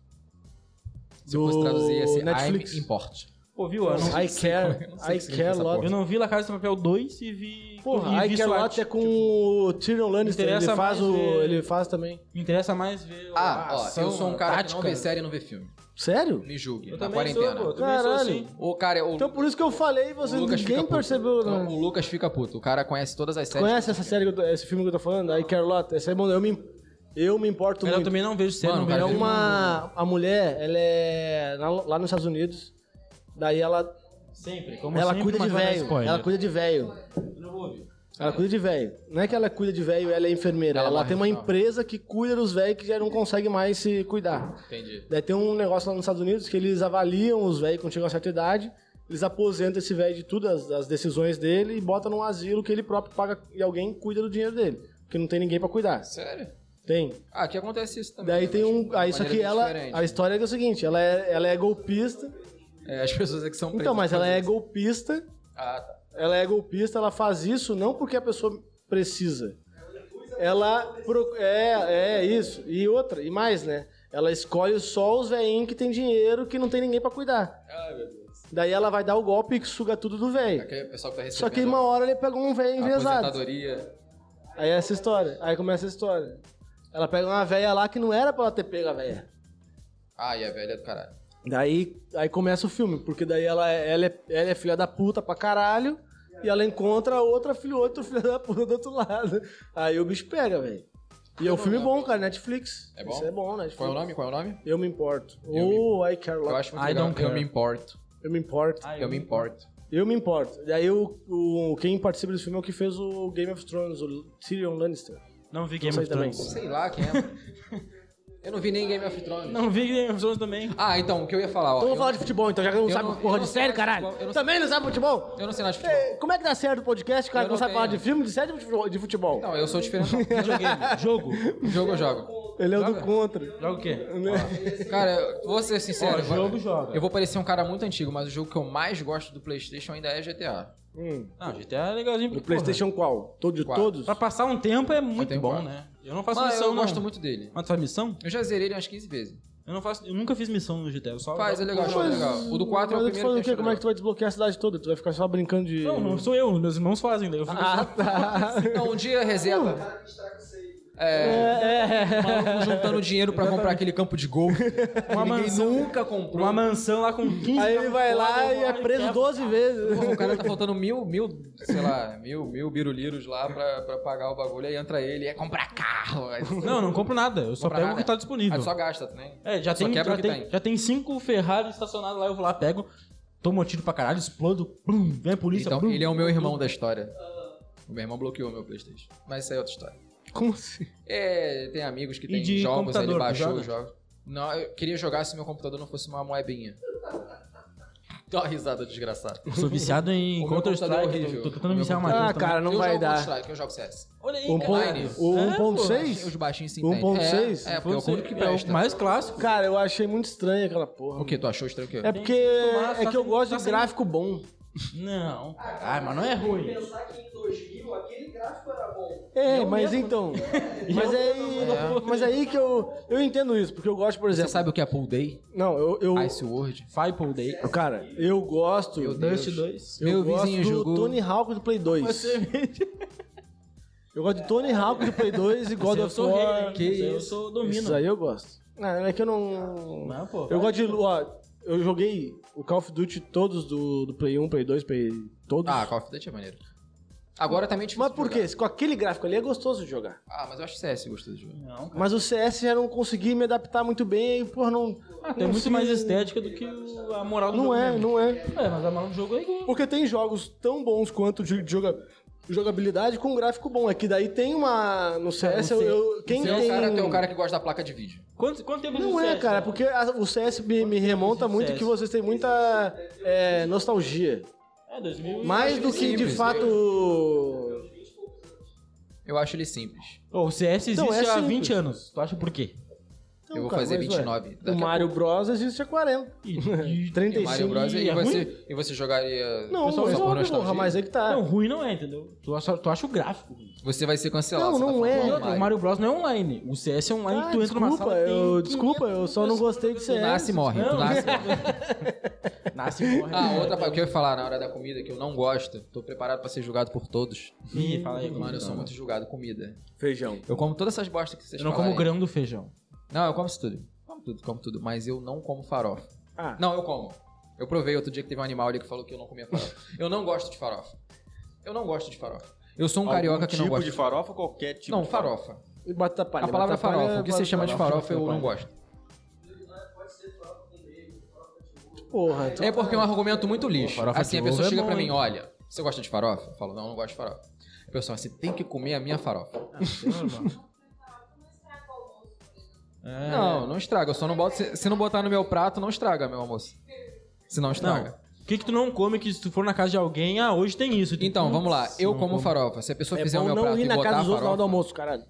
[SPEAKER 4] Se eu fosse
[SPEAKER 1] do
[SPEAKER 4] traduzir assim,
[SPEAKER 1] Netflix.
[SPEAKER 4] I'm Import.
[SPEAKER 2] Pô, viu? Eu não,
[SPEAKER 1] I Care,
[SPEAKER 4] não sei o
[SPEAKER 1] I
[SPEAKER 4] que significa
[SPEAKER 1] Care
[SPEAKER 4] essa
[SPEAKER 1] Lot.
[SPEAKER 2] eu não vi La Casa de Papel 2 e vi.
[SPEAKER 1] Porra,
[SPEAKER 2] e
[SPEAKER 1] I
[SPEAKER 2] vi
[SPEAKER 1] Care
[SPEAKER 2] SWAT.
[SPEAKER 1] Lot é com o Tyrion Lannister.
[SPEAKER 2] interessa
[SPEAKER 1] Ele faz,
[SPEAKER 2] mais
[SPEAKER 1] o,
[SPEAKER 2] ver-
[SPEAKER 1] ele faz também.
[SPEAKER 2] Me interessa mais ver.
[SPEAKER 4] Ah, ó, eu sou um cara que não vê
[SPEAKER 2] vê
[SPEAKER 4] série e não vê filme.
[SPEAKER 1] Sério?
[SPEAKER 4] Me julgue,
[SPEAKER 2] Eu
[SPEAKER 4] na
[SPEAKER 2] também sou,
[SPEAKER 4] quarentena.
[SPEAKER 2] pô. Eu também sou
[SPEAKER 1] Caralho.
[SPEAKER 2] assim.
[SPEAKER 4] O cara, o,
[SPEAKER 1] Então por isso que eu falei,
[SPEAKER 4] o
[SPEAKER 1] você
[SPEAKER 4] Lucas fica
[SPEAKER 1] ninguém
[SPEAKER 4] puto.
[SPEAKER 1] percebeu. né?
[SPEAKER 4] O Lucas fica puto. O cara conhece todas as séries.
[SPEAKER 1] Conhece essa série, que eu tô- esse filme que eu tô falando? I Care a Lot. Essa é, mano, eu me, eu me importo
[SPEAKER 2] Mas Eu
[SPEAKER 1] muito.
[SPEAKER 2] também não vejo série.
[SPEAKER 4] Mano,
[SPEAKER 2] não
[SPEAKER 4] cara,
[SPEAKER 1] É
[SPEAKER 2] vejo
[SPEAKER 4] eu-
[SPEAKER 1] uma... A mulher, ela é na- lá nos Estados Unidos. Daí ela,
[SPEAKER 2] Sempre. Como
[SPEAKER 1] ela
[SPEAKER 2] sempre,
[SPEAKER 1] cuida de
[SPEAKER 2] mas vai dar
[SPEAKER 1] velho.
[SPEAKER 2] spoiler.
[SPEAKER 1] Ela cuida de velho. Ela cuida de velho. Não é que ela cuida de velho, ela é enfermeira.
[SPEAKER 4] Ela
[SPEAKER 1] Ela,
[SPEAKER 4] morre
[SPEAKER 1] tem
[SPEAKER 4] no
[SPEAKER 1] uma
[SPEAKER 4] final.
[SPEAKER 1] empresa que cuida dos velhos que já não consegue mais se cuidar.
[SPEAKER 4] Entendi.
[SPEAKER 1] Daí tem um negócio lá nos Estados Unidos que eles avaliam os velhos quando chegam a certa idade, eles aposentam esse velho de tudo, as, as decisões dele, e botam num asilo que ele próprio paga e alguém cuida do dinheiro dele. Porque não tem ninguém pra cuidar.
[SPEAKER 4] Sério?
[SPEAKER 1] Tem.
[SPEAKER 4] Ah, aqui acontece isso também.
[SPEAKER 1] Daí
[SPEAKER 4] né,
[SPEAKER 1] tem
[SPEAKER 4] mas
[SPEAKER 1] um.
[SPEAKER 4] de uma
[SPEAKER 1] Aí, só
[SPEAKER 4] maneira
[SPEAKER 1] que ela.
[SPEAKER 4] diferente. né?
[SPEAKER 1] A história é o seguinte: ela é, ela é golpista.
[SPEAKER 4] É, as pessoas é que são
[SPEAKER 1] Então,
[SPEAKER 4] presas
[SPEAKER 1] mas ela
[SPEAKER 4] por
[SPEAKER 1] é
[SPEAKER 4] isso.
[SPEAKER 1] golpista.
[SPEAKER 4] Ah, tá.
[SPEAKER 1] Ela é golpista, ela faz isso não porque a pessoa precisa. Ela. pro- É, é isso. E outra, e mais, né? Ela escolhe só os veinhos que tem dinheiro que não tem ninguém pra cuidar.
[SPEAKER 4] Ai, meu Deus.
[SPEAKER 1] Daí ela vai dar o golpe que suga tudo do velho.
[SPEAKER 4] Aquele pessoal que tá
[SPEAKER 1] Só
[SPEAKER 4] recebendo.
[SPEAKER 1] que uma hora ele pega um velho enviesado.
[SPEAKER 4] aposentadoria.
[SPEAKER 1] Aí é essa história. Aí começa a história. Ela pega uma velha lá que não era pra ela ter pego a velha.
[SPEAKER 4] Ah, e a velha do caralho.
[SPEAKER 1] Daí aí começa o filme, porque daí ela, é- ela, é, ela é filha da puta pra caralho e ela encontra outra filha, outro filho da puta do outro lado. Aí o bicho pega, velho. E é um filme bom, cara, Netflix.
[SPEAKER 4] É bom?
[SPEAKER 1] Isso é bom, Netflix.
[SPEAKER 4] Qual é o nome? Qual é o nome?
[SPEAKER 1] Eu me importo.
[SPEAKER 4] me-
[SPEAKER 1] Ou I Care
[SPEAKER 4] Eu
[SPEAKER 1] Lot.
[SPEAKER 4] acho muito
[SPEAKER 2] I
[SPEAKER 4] legal.
[SPEAKER 2] don't
[SPEAKER 4] Eu
[SPEAKER 2] care.
[SPEAKER 4] me importo.
[SPEAKER 1] Eu me importo.
[SPEAKER 2] Ah,
[SPEAKER 4] Eu me importo.
[SPEAKER 1] Eu me importo. Daí o, o, quem participa desse filme é o que fez o Game of Thrones, o Tyrion Lannister. Então
[SPEAKER 2] Não vi Game of
[SPEAKER 1] sei também.
[SPEAKER 2] Thrones.
[SPEAKER 4] Sei lá quem é. mano. eu não vi nem Game of Thrones.
[SPEAKER 2] Não vi Game of Thrones também.
[SPEAKER 4] Ah, então, o que eu ia falar, ó.
[SPEAKER 1] Então
[SPEAKER 4] eu,
[SPEAKER 1] vamos falar de futebol, então, já que não
[SPEAKER 4] eu
[SPEAKER 1] sabe
[SPEAKER 4] não- eu
[SPEAKER 1] porra
[SPEAKER 4] não
[SPEAKER 1] de
[SPEAKER 4] sei
[SPEAKER 1] série,
[SPEAKER 4] nada de
[SPEAKER 1] caralho.
[SPEAKER 4] futebol, eu não sei-
[SPEAKER 1] Também não sabe futebol?
[SPEAKER 4] eu não sei nada de futebol.
[SPEAKER 1] É, Como é que dá certo o podcast, cara,
[SPEAKER 4] Eu
[SPEAKER 1] que não
[SPEAKER 4] não
[SPEAKER 1] sabe falar de
[SPEAKER 4] tenho.
[SPEAKER 1] filme, de série ou de futebol- de futebol?
[SPEAKER 4] Não, eu sou diferente.
[SPEAKER 2] Videogame. Jogo.
[SPEAKER 4] jogo eu jogo.
[SPEAKER 1] Ele é o do contra.
[SPEAKER 2] Joga o quê?
[SPEAKER 1] Né?
[SPEAKER 4] Cara, eu vou ser sincero.
[SPEAKER 2] Ó, jogo
[SPEAKER 4] agora.
[SPEAKER 2] joga.
[SPEAKER 4] Eu vou parecer um cara muito antigo, mas o jogo que eu mais gosto do PlayStation ainda é GTA.
[SPEAKER 1] Hum.
[SPEAKER 2] Não, GTA é legalzinho.
[SPEAKER 1] No
[SPEAKER 2] porque,
[SPEAKER 1] PlayStation qual? Todo de
[SPEAKER 4] Quatro. Tá
[SPEAKER 1] todos?
[SPEAKER 2] porra, Pra passar um tempo é muito
[SPEAKER 4] tenho
[SPEAKER 2] bom,
[SPEAKER 4] quatro.
[SPEAKER 2] né? Eu não faço
[SPEAKER 4] Mano,
[SPEAKER 2] missão,
[SPEAKER 4] eu
[SPEAKER 2] não.
[SPEAKER 4] gosto muito dele.
[SPEAKER 2] Mas tu faz missão?
[SPEAKER 4] Eu já zerei ele umas 15 vezes.
[SPEAKER 2] Eu não faço. Eu nunca fiz missão no GTA. Eu só
[SPEAKER 4] Faz, é legal, jogo é legal. O do 4 é o
[SPEAKER 1] Mas eu te
[SPEAKER 4] primeiro
[SPEAKER 1] falei o
[SPEAKER 4] que eu
[SPEAKER 1] quê? Como é que tu
[SPEAKER 4] achei
[SPEAKER 1] vai desbloquear a cidade toda? Tu vai ficar só brincando
[SPEAKER 4] é
[SPEAKER 1] de.
[SPEAKER 2] Não, não sou eu, meus irmãos fazem, daí eu fico.
[SPEAKER 1] Ah, tá.
[SPEAKER 4] legal. Então, um dia reseta.
[SPEAKER 7] cara que estraga o save.
[SPEAKER 1] É, é.
[SPEAKER 4] Maluco juntando dinheiro pra comprar aquele campo de gol. Uma ninguém
[SPEAKER 2] mansão.
[SPEAKER 4] nunca comprou.
[SPEAKER 2] Uma mansão lá com 15
[SPEAKER 1] Aí ele vai lá e é preso 12 vezes.
[SPEAKER 4] Porra, o cara tá faltando mil, mil, sei lá, mil, mil biruliros lá pra, pra pagar o bagulho. Aí entra ele, é comprar carro. Aí,
[SPEAKER 2] Não, eu não compro nada. Eu só
[SPEAKER 4] Compra
[SPEAKER 2] pego o
[SPEAKER 4] nada.
[SPEAKER 2] que tá disponível.
[SPEAKER 4] aí só gasta né? também.
[SPEAKER 2] É, já
[SPEAKER 4] só
[SPEAKER 2] tem, já
[SPEAKER 4] quebra o que
[SPEAKER 2] tem,
[SPEAKER 4] tem.
[SPEAKER 2] já tem cinco Ferrari estacionados lá, eu vou lá, pego, tomo um tiro pra caralho, explodo, plum, vem a polícia.
[SPEAKER 4] Então,
[SPEAKER 2] plum.
[SPEAKER 4] ele é o meu irmão da história. O meu irmão bloqueou meu Playstation. Mas isso aí é outra história.
[SPEAKER 1] Como assim?
[SPEAKER 4] É, tem amigos que
[SPEAKER 2] E
[SPEAKER 4] tem
[SPEAKER 2] de
[SPEAKER 4] jogos, aí ele
[SPEAKER 2] computador, tu
[SPEAKER 4] baixou
[SPEAKER 2] joga?
[SPEAKER 4] os jogos. Não, eu queria jogar se meu computador não fosse uma moebinha. Dá uma risada desgraçada.
[SPEAKER 2] Eu Sou viciado
[SPEAKER 4] O
[SPEAKER 2] em
[SPEAKER 4] meu
[SPEAKER 2] Counter-Strike,
[SPEAKER 4] computador é
[SPEAKER 2] tô- tô
[SPEAKER 4] horrível.
[SPEAKER 2] tentando
[SPEAKER 4] O meu
[SPEAKER 2] viciar uma
[SPEAKER 1] Ah,
[SPEAKER 2] coisa
[SPEAKER 1] cara, não
[SPEAKER 4] eu
[SPEAKER 1] vai
[SPEAKER 4] jogo
[SPEAKER 1] dar.
[SPEAKER 4] Counter-Strike, eu jogo CS.
[SPEAKER 2] Olha aí,
[SPEAKER 1] Um
[SPEAKER 2] cara.
[SPEAKER 1] ponto-
[SPEAKER 4] online.
[SPEAKER 1] o
[SPEAKER 2] É, pô,
[SPEAKER 4] Os
[SPEAKER 1] 1.6?
[SPEAKER 4] baixinhos se
[SPEAKER 1] Um
[SPEAKER 4] entendem.
[SPEAKER 1] ponto
[SPEAKER 4] É,
[SPEAKER 1] seis?
[SPEAKER 4] É, porque é o único que
[SPEAKER 2] É o
[SPEAKER 4] presta.
[SPEAKER 2] mais clássico.
[SPEAKER 1] Cara, eu achei muito estranho aquela porra.
[SPEAKER 4] O que? Tu achou estranho o quê?
[SPEAKER 1] É porque
[SPEAKER 2] que tomar, tá
[SPEAKER 1] é
[SPEAKER 2] só
[SPEAKER 1] que eu
[SPEAKER 2] tem-
[SPEAKER 1] gosto
[SPEAKER 2] só
[SPEAKER 1] de
[SPEAKER 2] tem-
[SPEAKER 1] gráfico bom.
[SPEAKER 2] Não. Ah, mas não é ruim.
[SPEAKER 7] Pensar que em 2000 aquele gráfico era bom.
[SPEAKER 1] É,
[SPEAKER 2] Eu
[SPEAKER 1] mas
[SPEAKER 2] mesmo.
[SPEAKER 1] então. mas aí.
[SPEAKER 2] É.
[SPEAKER 1] Mas aí que eu. Eu entendo isso, porque eu gosto, por
[SPEAKER 4] Você
[SPEAKER 1] exemplo.
[SPEAKER 4] sabe o que é Pool Day?
[SPEAKER 1] Não, eu. eu
[SPEAKER 4] Ice World?
[SPEAKER 2] Fipal Day.
[SPEAKER 1] cara, eu gosto.
[SPEAKER 4] Meu Deus.
[SPEAKER 1] Dust 2.
[SPEAKER 4] Meu
[SPEAKER 1] Eu gosto
[SPEAKER 4] vizinho
[SPEAKER 1] do
[SPEAKER 4] jogou.
[SPEAKER 1] Tony Hawk do Play 2. Eu gosto de Tony Hawk do Play 2 e God
[SPEAKER 2] eu
[SPEAKER 1] of
[SPEAKER 2] sou rei,
[SPEAKER 1] War.
[SPEAKER 2] né? Que eu sou
[SPEAKER 1] Isso
[SPEAKER 2] domino.
[SPEAKER 1] aí eu gosto. Não, é que eu não.
[SPEAKER 2] Não, é, pô,
[SPEAKER 1] eu
[SPEAKER 2] vai.
[SPEAKER 1] gosto de. Ó, eu joguei o Call of Duty todos do, do Play 1, Play 2, Play. Todos.
[SPEAKER 4] Ah, Call of Duty é maneiro. Agora também é difícil
[SPEAKER 1] mas por
[SPEAKER 4] jogar.
[SPEAKER 1] quê? Com aquele gráfico ali é gostoso de jogar.
[SPEAKER 4] Ah, mas eu acho que CS gostou do jogo.
[SPEAKER 2] Não, cara.
[SPEAKER 1] Mas o CS já não consegui me adaptar muito bem e, porra, não.
[SPEAKER 2] Ah, tem muito mais estética do que o- a moral do
[SPEAKER 1] Não
[SPEAKER 2] jogo.
[SPEAKER 1] é,
[SPEAKER 2] mesmo.
[SPEAKER 1] não é.
[SPEAKER 2] É, mas a moral do jogo é igual.
[SPEAKER 1] Porque tem jogos tão bons quanto de de joga- jogabilidade com gráfico bom. É que daí tem uma. No CS, eu, eu- quem
[SPEAKER 4] É, Tem
[SPEAKER 1] tem.
[SPEAKER 4] um, cara, tem um cara que gosta da placa de vídeo.
[SPEAKER 2] Quanto, quanto tempo
[SPEAKER 1] Não
[SPEAKER 2] existe
[SPEAKER 1] é,
[SPEAKER 2] essa?
[SPEAKER 1] cara, porque a- o CS me, me remonta muito
[SPEAKER 2] CS.
[SPEAKER 1] que vocês têm muita é, nostalgia.
[SPEAKER 2] É, 2000 e-
[SPEAKER 1] Mais do que de
[SPEAKER 4] simples,
[SPEAKER 1] fato.
[SPEAKER 4] Eu acho ele simples.
[SPEAKER 2] Ô, o CS existe
[SPEAKER 1] Não, é
[SPEAKER 2] há
[SPEAKER 1] simples.
[SPEAKER 2] 20 anos. Tu acha por quê?
[SPEAKER 1] Não,
[SPEAKER 4] eu vou
[SPEAKER 1] Então, cara,
[SPEAKER 4] fazer
[SPEAKER 1] mas, é. ué,
[SPEAKER 4] 29.
[SPEAKER 1] O
[SPEAKER 4] Daqui a
[SPEAKER 1] Mario Bros existe há 40.
[SPEAKER 2] E, e-
[SPEAKER 4] pouco. E o Mario
[SPEAKER 1] 35.
[SPEAKER 4] Bros. E,
[SPEAKER 2] é
[SPEAKER 4] você, e você jogaria.
[SPEAKER 1] Não,
[SPEAKER 4] só
[SPEAKER 1] não joga,
[SPEAKER 4] por é nostalgia?
[SPEAKER 1] porra, mas aí que tá.
[SPEAKER 2] Não, ruim não é, entendeu? Tu acha, tu acha o gráfico ruim.
[SPEAKER 4] Você vai ser cancelado.
[SPEAKER 1] Não,
[SPEAKER 4] você tá
[SPEAKER 1] não
[SPEAKER 4] falando
[SPEAKER 1] é.
[SPEAKER 2] E
[SPEAKER 4] do
[SPEAKER 1] Não,
[SPEAKER 2] outra, o Mario Bros não é online. O CS é online,
[SPEAKER 1] Ah,
[SPEAKER 2] tu entra numa
[SPEAKER 1] desculpa,
[SPEAKER 2] sala tem
[SPEAKER 1] eu-
[SPEAKER 2] 500
[SPEAKER 1] desculpa, eu só não gostei de
[SPEAKER 4] Tu
[SPEAKER 1] CS.
[SPEAKER 4] nasce e morre. Tu
[SPEAKER 2] Não.
[SPEAKER 4] nasce e morre.
[SPEAKER 2] Nasce e morre.
[SPEAKER 4] Ah, outra coisa que eu ia falar na hora da comida que eu não gosto. Tô preparado pra ser julgado por todos.
[SPEAKER 2] Ih, fala aí.
[SPEAKER 4] Mano, eu sou muito julgado. Comida.
[SPEAKER 1] Feijão.
[SPEAKER 4] Eu como todas essas bostas que vocês
[SPEAKER 2] Eu não como
[SPEAKER 4] falarem.
[SPEAKER 2] o grão do feijão.
[SPEAKER 4] Não, eu como isso tudo. Como tudo, como tudo. Mas eu não como farofa.
[SPEAKER 1] Ah.
[SPEAKER 4] Não, eu como. Eu provei outro dia que teve um animal ali que falou que eu não comia farofa. eu não gosto de farofa. Eu não gosto de farofa. Eu sou um carioca que
[SPEAKER 3] tipo
[SPEAKER 4] não gosta.
[SPEAKER 3] de farofa ou qualquer tipo
[SPEAKER 4] não,
[SPEAKER 3] de
[SPEAKER 4] farofa.
[SPEAKER 1] E bota palha.
[SPEAKER 4] A palavra
[SPEAKER 1] bota palha,
[SPEAKER 4] farofa. O que
[SPEAKER 1] bota
[SPEAKER 4] você chama de farofa eu não gosto.
[SPEAKER 1] Porra.
[SPEAKER 4] É porque é um argumento muito lixo.
[SPEAKER 2] farofa
[SPEAKER 4] Assim,
[SPEAKER 2] de
[SPEAKER 4] a pessoa
[SPEAKER 2] ovo é
[SPEAKER 4] chega pra
[SPEAKER 2] bom,
[SPEAKER 4] mim,
[SPEAKER 2] hein?
[SPEAKER 4] olha, você gosta de farofa? Eu falo, não, não gosto de farofa. A pessoa, você tem que comer a minha farofa.
[SPEAKER 2] É.
[SPEAKER 4] Não, não estraga. Eu só não boto. Se, se não botar no meu prato, não estraga, meu almoço. Se não estraga.
[SPEAKER 2] Não. O que que tu não come que se tu for na casa de alguém, ah, hoje tem isso. Tu-
[SPEAKER 4] Então, vamos lá.
[SPEAKER 2] Putz,
[SPEAKER 4] Eu
[SPEAKER 2] não
[SPEAKER 4] como farofa. Se a pessoa
[SPEAKER 1] É
[SPEAKER 4] fizer o
[SPEAKER 1] bom
[SPEAKER 4] meu
[SPEAKER 1] não
[SPEAKER 4] prato
[SPEAKER 1] ir
[SPEAKER 4] e
[SPEAKER 1] na
[SPEAKER 4] botar
[SPEAKER 1] casa
[SPEAKER 4] a
[SPEAKER 1] dos outros na hora do
[SPEAKER 4] farofa.
[SPEAKER 1] almoço, caralho.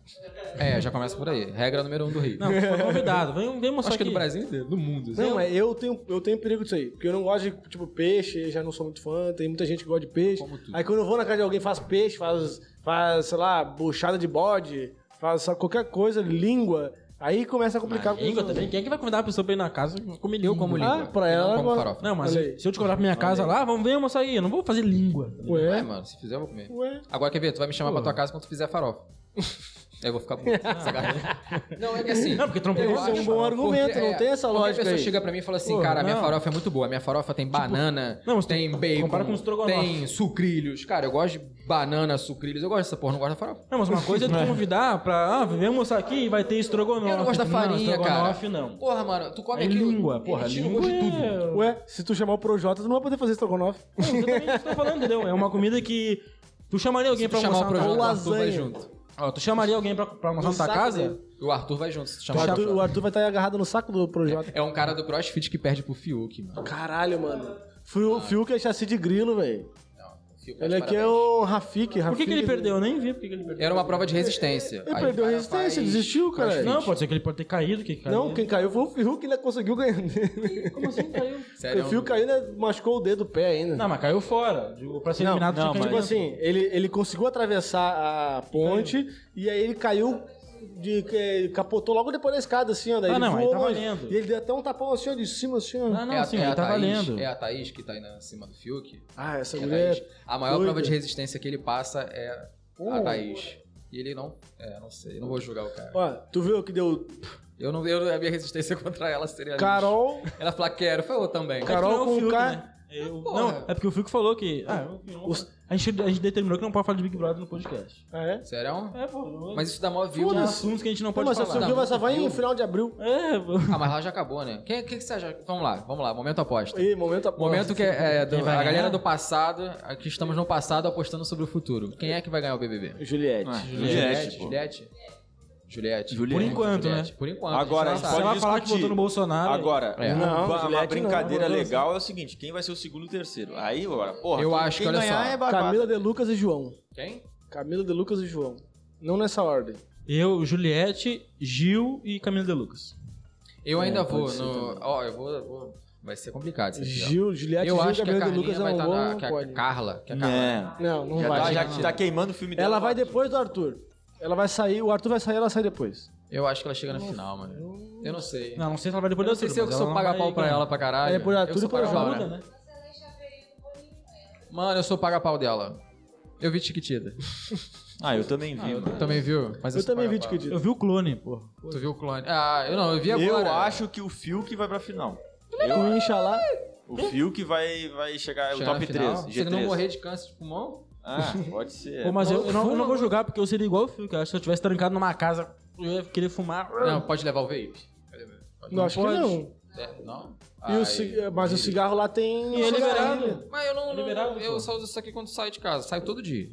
[SPEAKER 4] É, já começa por aí. Regra número um do Rio.
[SPEAKER 2] Não, tu foi convidado. Vem, vem mostrar
[SPEAKER 4] Acho que é
[SPEAKER 2] aqui.
[SPEAKER 4] do Brasil inteiro, do mundo.
[SPEAKER 1] Não, é, eu tenho, eu tenho perigo disso aí. Porque eu não gosto de, tipo, peixe, já não sou muito fã, tem muita gente que gosta de peixe.
[SPEAKER 4] Como tudo.
[SPEAKER 1] Aí quando eu vou na casa de alguém, faz peixe, faz, faz sei lá, buchada de bode, faz só qualquer coisa, língua. Aí começa a complicar.
[SPEAKER 2] Ah, língua também. Quem é que vai convidar a pessoa pra ir na casa? Comer
[SPEAKER 4] Eu como língua.
[SPEAKER 1] Ah, pra
[SPEAKER 4] eu
[SPEAKER 1] ela
[SPEAKER 4] não como
[SPEAKER 1] agora-
[SPEAKER 4] farofa.
[SPEAKER 2] Não, mas
[SPEAKER 1] Olha
[SPEAKER 2] se
[SPEAKER 1] aí.
[SPEAKER 2] se eu te convidar pra minha casa lá, vamos ver almoçar aí. Eu não vou fazer língua.
[SPEAKER 4] É,
[SPEAKER 1] Ué,
[SPEAKER 4] mano, se fizer, eu vou comer.
[SPEAKER 1] ué.
[SPEAKER 4] Agora quer ver? Tu vai me chamar pra tua casa quando tu fizer farofa. Aí eu vou ficar puto. Sacanagem. não, é que assim.
[SPEAKER 2] Não, porque tu não
[SPEAKER 4] eu
[SPEAKER 2] pode
[SPEAKER 4] acho
[SPEAKER 1] é um bom
[SPEAKER 4] farofa-
[SPEAKER 1] argumento,
[SPEAKER 4] porque,
[SPEAKER 1] não tem essa
[SPEAKER 4] porque
[SPEAKER 1] lógica
[SPEAKER 4] A pessoa
[SPEAKER 1] aí.
[SPEAKER 4] chega pra mim e fala assim:
[SPEAKER 2] Pô,
[SPEAKER 4] cara, a minha
[SPEAKER 2] não. Tipo,
[SPEAKER 4] farofa é muito boa. A minha farofa tem banana,
[SPEAKER 2] não, mas tu
[SPEAKER 4] tem bacon,
[SPEAKER 2] compara com estrogonofe.
[SPEAKER 4] tem sucrilhos. Cara, eu gosto de banana, sucrilhos. Eu gosto dessa porra, não gosto da farofa.
[SPEAKER 2] Não, mas uma coisa é tu convidar pra. Ah, vem almoçar aqui e vai ter estrogonofe.
[SPEAKER 4] Eu não gosto da farinha, cara.
[SPEAKER 2] estrogonofe não.
[SPEAKER 4] Porra, mano, tu come
[SPEAKER 2] É
[SPEAKER 4] aquilo.
[SPEAKER 2] língua,
[SPEAKER 4] ele
[SPEAKER 2] porra.
[SPEAKER 4] tira o
[SPEAKER 2] língua
[SPEAKER 4] gosto de tudo.
[SPEAKER 2] é-
[SPEAKER 1] Ué, se tu chamar o Projota, tu não vai poder fazer estrogonofe.
[SPEAKER 2] É exatamente isso que eu tô falando, entendeu? É uma comida que. Tu chamaria alguém
[SPEAKER 4] Se tu
[SPEAKER 2] pra
[SPEAKER 4] chamar
[SPEAKER 2] almoçar na tua
[SPEAKER 4] o projeto, o
[SPEAKER 2] casa?
[SPEAKER 4] Arthur vai
[SPEAKER 1] lasanha.
[SPEAKER 4] junto.
[SPEAKER 2] Ó, tu chamaria alguém pra, pra almoçar
[SPEAKER 1] No
[SPEAKER 2] na tua
[SPEAKER 1] saco
[SPEAKER 2] casa?
[SPEAKER 1] dele.
[SPEAKER 4] O Arthur vai junto, se tu
[SPEAKER 1] O
[SPEAKER 4] chamar o
[SPEAKER 1] Arthur,
[SPEAKER 4] Projota.
[SPEAKER 1] o Arthur vai estar agarrado no saco do Projota.
[SPEAKER 4] É um cara do CrossFit que perde pro Fiuk, mano.
[SPEAKER 1] Caralho, mano. Fiu- Fiuk é chassi de grilo, velho.
[SPEAKER 4] Não, o Fiuk tá de
[SPEAKER 1] Ele aqui é
[SPEAKER 4] parabéns.
[SPEAKER 1] o Rafik.
[SPEAKER 2] Por que, que ele perdeu? Eu nem vi por que, que ele perdeu.
[SPEAKER 4] Era uma prova de resistência.
[SPEAKER 1] Ele
[SPEAKER 4] Aí o
[SPEAKER 1] perdeu a
[SPEAKER 4] cara
[SPEAKER 1] resistência,
[SPEAKER 4] faz-
[SPEAKER 1] desistiu, cara.
[SPEAKER 2] Não, pode ser que ele pode ter caído. Que caiu.
[SPEAKER 1] Não, quem caiu foi o Fiuk, ele conseguiu ganhar.
[SPEAKER 2] Como assim caiu?
[SPEAKER 4] Sério, é um-
[SPEAKER 1] o Fiuk ainda machucou o dedo do pé ainda.
[SPEAKER 2] Não, mas caiu fora. Digo, Pra ser
[SPEAKER 1] Não,
[SPEAKER 2] eliminado,
[SPEAKER 3] não,
[SPEAKER 2] tinha
[SPEAKER 1] Tipo
[SPEAKER 2] caído.
[SPEAKER 1] assim, ele, ele conseguiu atravessar a ponte e aí ele caiu, de, que- capotou logo depois da escada, assim, ó. Daí
[SPEAKER 2] Ah,
[SPEAKER 1] ele
[SPEAKER 2] não,
[SPEAKER 1] voou
[SPEAKER 2] aí tá
[SPEAKER 1] longe.
[SPEAKER 2] valendo.
[SPEAKER 1] E ele deu até um tapão assim, ó, de cima, assim, ó.
[SPEAKER 2] Ah, não,
[SPEAKER 4] é a-
[SPEAKER 2] sim,
[SPEAKER 4] é a
[SPEAKER 2] aí tá
[SPEAKER 4] Thaís-
[SPEAKER 2] valendo.
[SPEAKER 4] É a Thaís que tá aí na- em cima do Fiuk.
[SPEAKER 1] Ah, essa
[SPEAKER 4] É a,
[SPEAKER 1] mulher.
[SPEAKER 4] Thaís. A maior
[SPEAKER 1] doida.
[SPEAKER 4] prova de resistência que ele passa é a Thaís. E ele não. É, não sei. eu Não vou julgar o cara.
[SPEAKER 1] Ó, tu viu que deu
[SPEAKER 4] Eu não. Eu, a minha resistência contra ela seria.
[SPEAKER 1] Carol,
[SPEAKER 4] Ela fala, quero. Foi eu também.
[SPEAKER 2] É que tu não é
[SPEAKER 1] Carol
[SPEAKER 2] o
[SPEAKER 1] com
[SPEAKER 2] Fiuk,
[SPEAKER 1] K.
[SPEAKER 2] né? Eu-
[SPEAKER 4] porra.
[SPEAKER 2] não, é porque o Fiuk falou que. Ah, eu- eu não- a, gente, a gente determinou que não pode falar de Big Brother no podcast.
[SPEAKER 1] Ah, é?
[SPEAKER 4] Sério? um?
[SPEAKER 2] É, pô.
[SPEAKER 4] Mas isso dá mó view.
[SPEAKER 2] tem
[SPEAKER 4] né?
[SPEAKER 2] assuntos que a gente não
[SPEAKER 1] Pô,
[SPEAKER 2] pode
[SPEAKER 1] mas essa
[SPEAKER 2] falar. Tá,
[SPEAKER 1] Silvia vai só vai em
[SPEAKER 4] Viu?
[SPEAKER 1] final de abril.
[SPEAKER 2] É, pô.
[SPEAKER 4] Ah, mas lá já acabou, né? O que, que, que você acha? Vamos lá, vamos lá. Momento aposta.
[SPEAKER 1] Ih, momento após.
[SPEAKER 4] Momento que é, do-
[SPEAKER 2] Quem vai
[SPEAKER 4] a
[SPEAKER 2] ganhar?
[SPEAKER 4] galera do passado, aqui estamos no passado apostando sobre o futuro. Quem é que vai ganhar o BBB?
[SPEAKER 1] Juliette.
[SPEAKER 3] Ah, Juliette, pô.
[SPEAKER 4] Juliette? Juliette.
[SPEAKER 3] Juliette.
[SPEAKER 2] Por enquanto, né?
[SPEAKER 4] Por enquanto.
[SPEAKER 3] Agora,
[SPEAKER 4] a
[SPEAKER 3] a
[SPEAKER 4] gente
[SPEAKER 2] Se
[SPEAKER 4] não
[SPEAKER 3] gente
[SPEAKER 4] sabe.
[SPEAKER 2] ela
[SPEAKER 3] Pode
[SPEAKER 2] falar que
[SPEAKER 3] discutir.
[SPEAKER 2] votou no Bolsonaro.
[SPEAKER 3] Agora,
[SPEAKER 4] É.
[SPEAKER 1] Não,
[SPEAKER 3] uma- uma,
[SPEAKER 1] Juliette não,
[SPEAKER 3] brincadeira
[SPEAKER 1] amor de Deus.
[SPEAKER 3] legal é o seguinte: quem vai ser o segundo e o terceiro? Aí, agora, porra,
[SPEAKER 4] Eu
[SPEAKER 3] quem-
[SPEAKER 4] acho que,
[SPEAKER 3] quem
[SPEAKER 4] olha
[SPEAKER 3] ganhar
[SPEAKER 4] só.
[SPEAKER 3] é babado.
[SPEAKER 1] Camila de Lucas e João.
[SPEAKER 4] Quem?
[SPEAKER 1] Camila de Lucas e João. Não nessa ordem.
[SPEAKER 2] Eu, Juliette, Gil e Camila De Lucas.
[SPEAKER 4] Eu ainda vou
[SPEAKER 1] É, pode ser
[SPEAKER 4] no. Ó, eu vou, eu vou- Vai ser complicado isso aqui, ó.
[SPEAKER 1] Gil, Juliette,
[SPEAKER 4] Eu
[SPEAKER 1] Gil,
[SPEAKER 4] acho que a
[SPEAKER 1] Camila de Lucas é
[SPEAKER 4] Carlinha vai
[SPEAKER 1] não
[SPEAKER 4] estar
[SPEAKER 1] vão,
[SPEAKER 4] na.
[SPEAKER 1] não
[SPEAKER 4] que a-
[SPEAKER 1] pode.
[SPEAKER 4] Carla. Que a Carla.
[SPEAKER 3] Não.
[SPEAKER 1] Não, não
[SPEAKER 3] Já,
[SPEAKER 1] vai.
[SPEAKER 3] tá, já
[SPEAKER 4] não.
[SPEAKER 3] tá queimando o filme dela.
[SPEAKER 1] Ela vai depois do Arthur. Ela vai sair, o Arthur vai sair, ela sai depois.
[SPEAKER 4] Eu acho que ela chega na final, mano. Eu não sei.
[SPEAKER 2] Não, não sei se ela vai depois
[SPEAKER 4] eu não
[SPEAKER 2] do
[SPEAKER 4] sei
[SPEAKER 2] Arthur,
[SPEAKER 4] se eu
[SPEAKER 2] mas
[SPEAKER 4] sou
[SPEAKER 2] não
[SPEAKER 4] paga
[SPEAKER 2] vai
[SPEAKER 4] pau pra
[SPEAKER 2] ganhar.
[SPEAKER 4] ela pra caralho.
[SPEAKER 1] É, por
[SPEAKER 4] Eu
[SPEAKER 1] Arthur
[SPEAKER 4] sou
[SPEAKER 1] e por
[SPEAKER 4] paga pau,
[SPEAKER 1] Arthur,
[SPEAKER 4] né?
[SPEAKER 2] Muda, né?
[SPEAKER 1] né?
[SPEAKER 4] Mano, eu sou paga pau dela. Eu vi Tiquitita.
[SPEAKER 3] Ah, eu também vi, mano.
[SPEAKER 4] Também viu? Mas
[SPEAKER 1] Eu,
[SPEAKER 4] sou
[SPEAKER 1] também
[SPEAKER 4] paga
[SPEAKER 1] vi
[SPEAKER 4] pau.
[SPEAKER 1] Tiquitito.
[SPEAKER 2] né? Eu vi o clone, pô.
[SPEAKER 4] Tu viu o clone? Ah, eu não, eu vi agora.
[SPEAKER 3] Eu acho que o Fiuk vai pra final.
[SPEAKER 1] Tu Inxalá.
[SPEAKER 3] O Fiuk vai, vai chegar é o
[SPEAKER 4] Chegar na
[SPEAKER 3] top
[SPEAKER 4] final.
[SPEAKER 3] 3.
[SPEAKER 4] Se ele não
[SPEAKER 3] G3.
[SPEAKER 4] morrer de câncer de pulmão,
[SPEAKER 3] Ah, pode ser.
[SPEAKER 2] É, Pô, mas eu, eu não, eu não
[SPEAKER 4] Fuma,
[SPEAKER 2] vou julgar porque eu seria igual o Fiuk. Eu acho que se eu tivesse trancado numa casa, eu ia querer fumar.
[SPEAKER 4] não, pode levar o vape. Pode levar. Pode.
[SPEAKER 1] Não, acho que
[SPEAKER 2] pode.
[SPEAKER 1] não.
[SPEAKER 4] É, não?
[SPEAKER 1] E o
[SPEAKER 4] Ai,
[SPEAKER 1] ci- mas o cigarro lá tem.
[SPEAKER 2] E é liberado.
[SPEAKER 1] cigarrilho.
[SPEAKER 4] Mas eu não, não-
[SPEAKER 2] Liberado,
[SPEAKER 4] eu
[SPEAKER 2] pô.
[SPEAKER 4] só uso isso aqui quando saio de casa. Saio todo dia.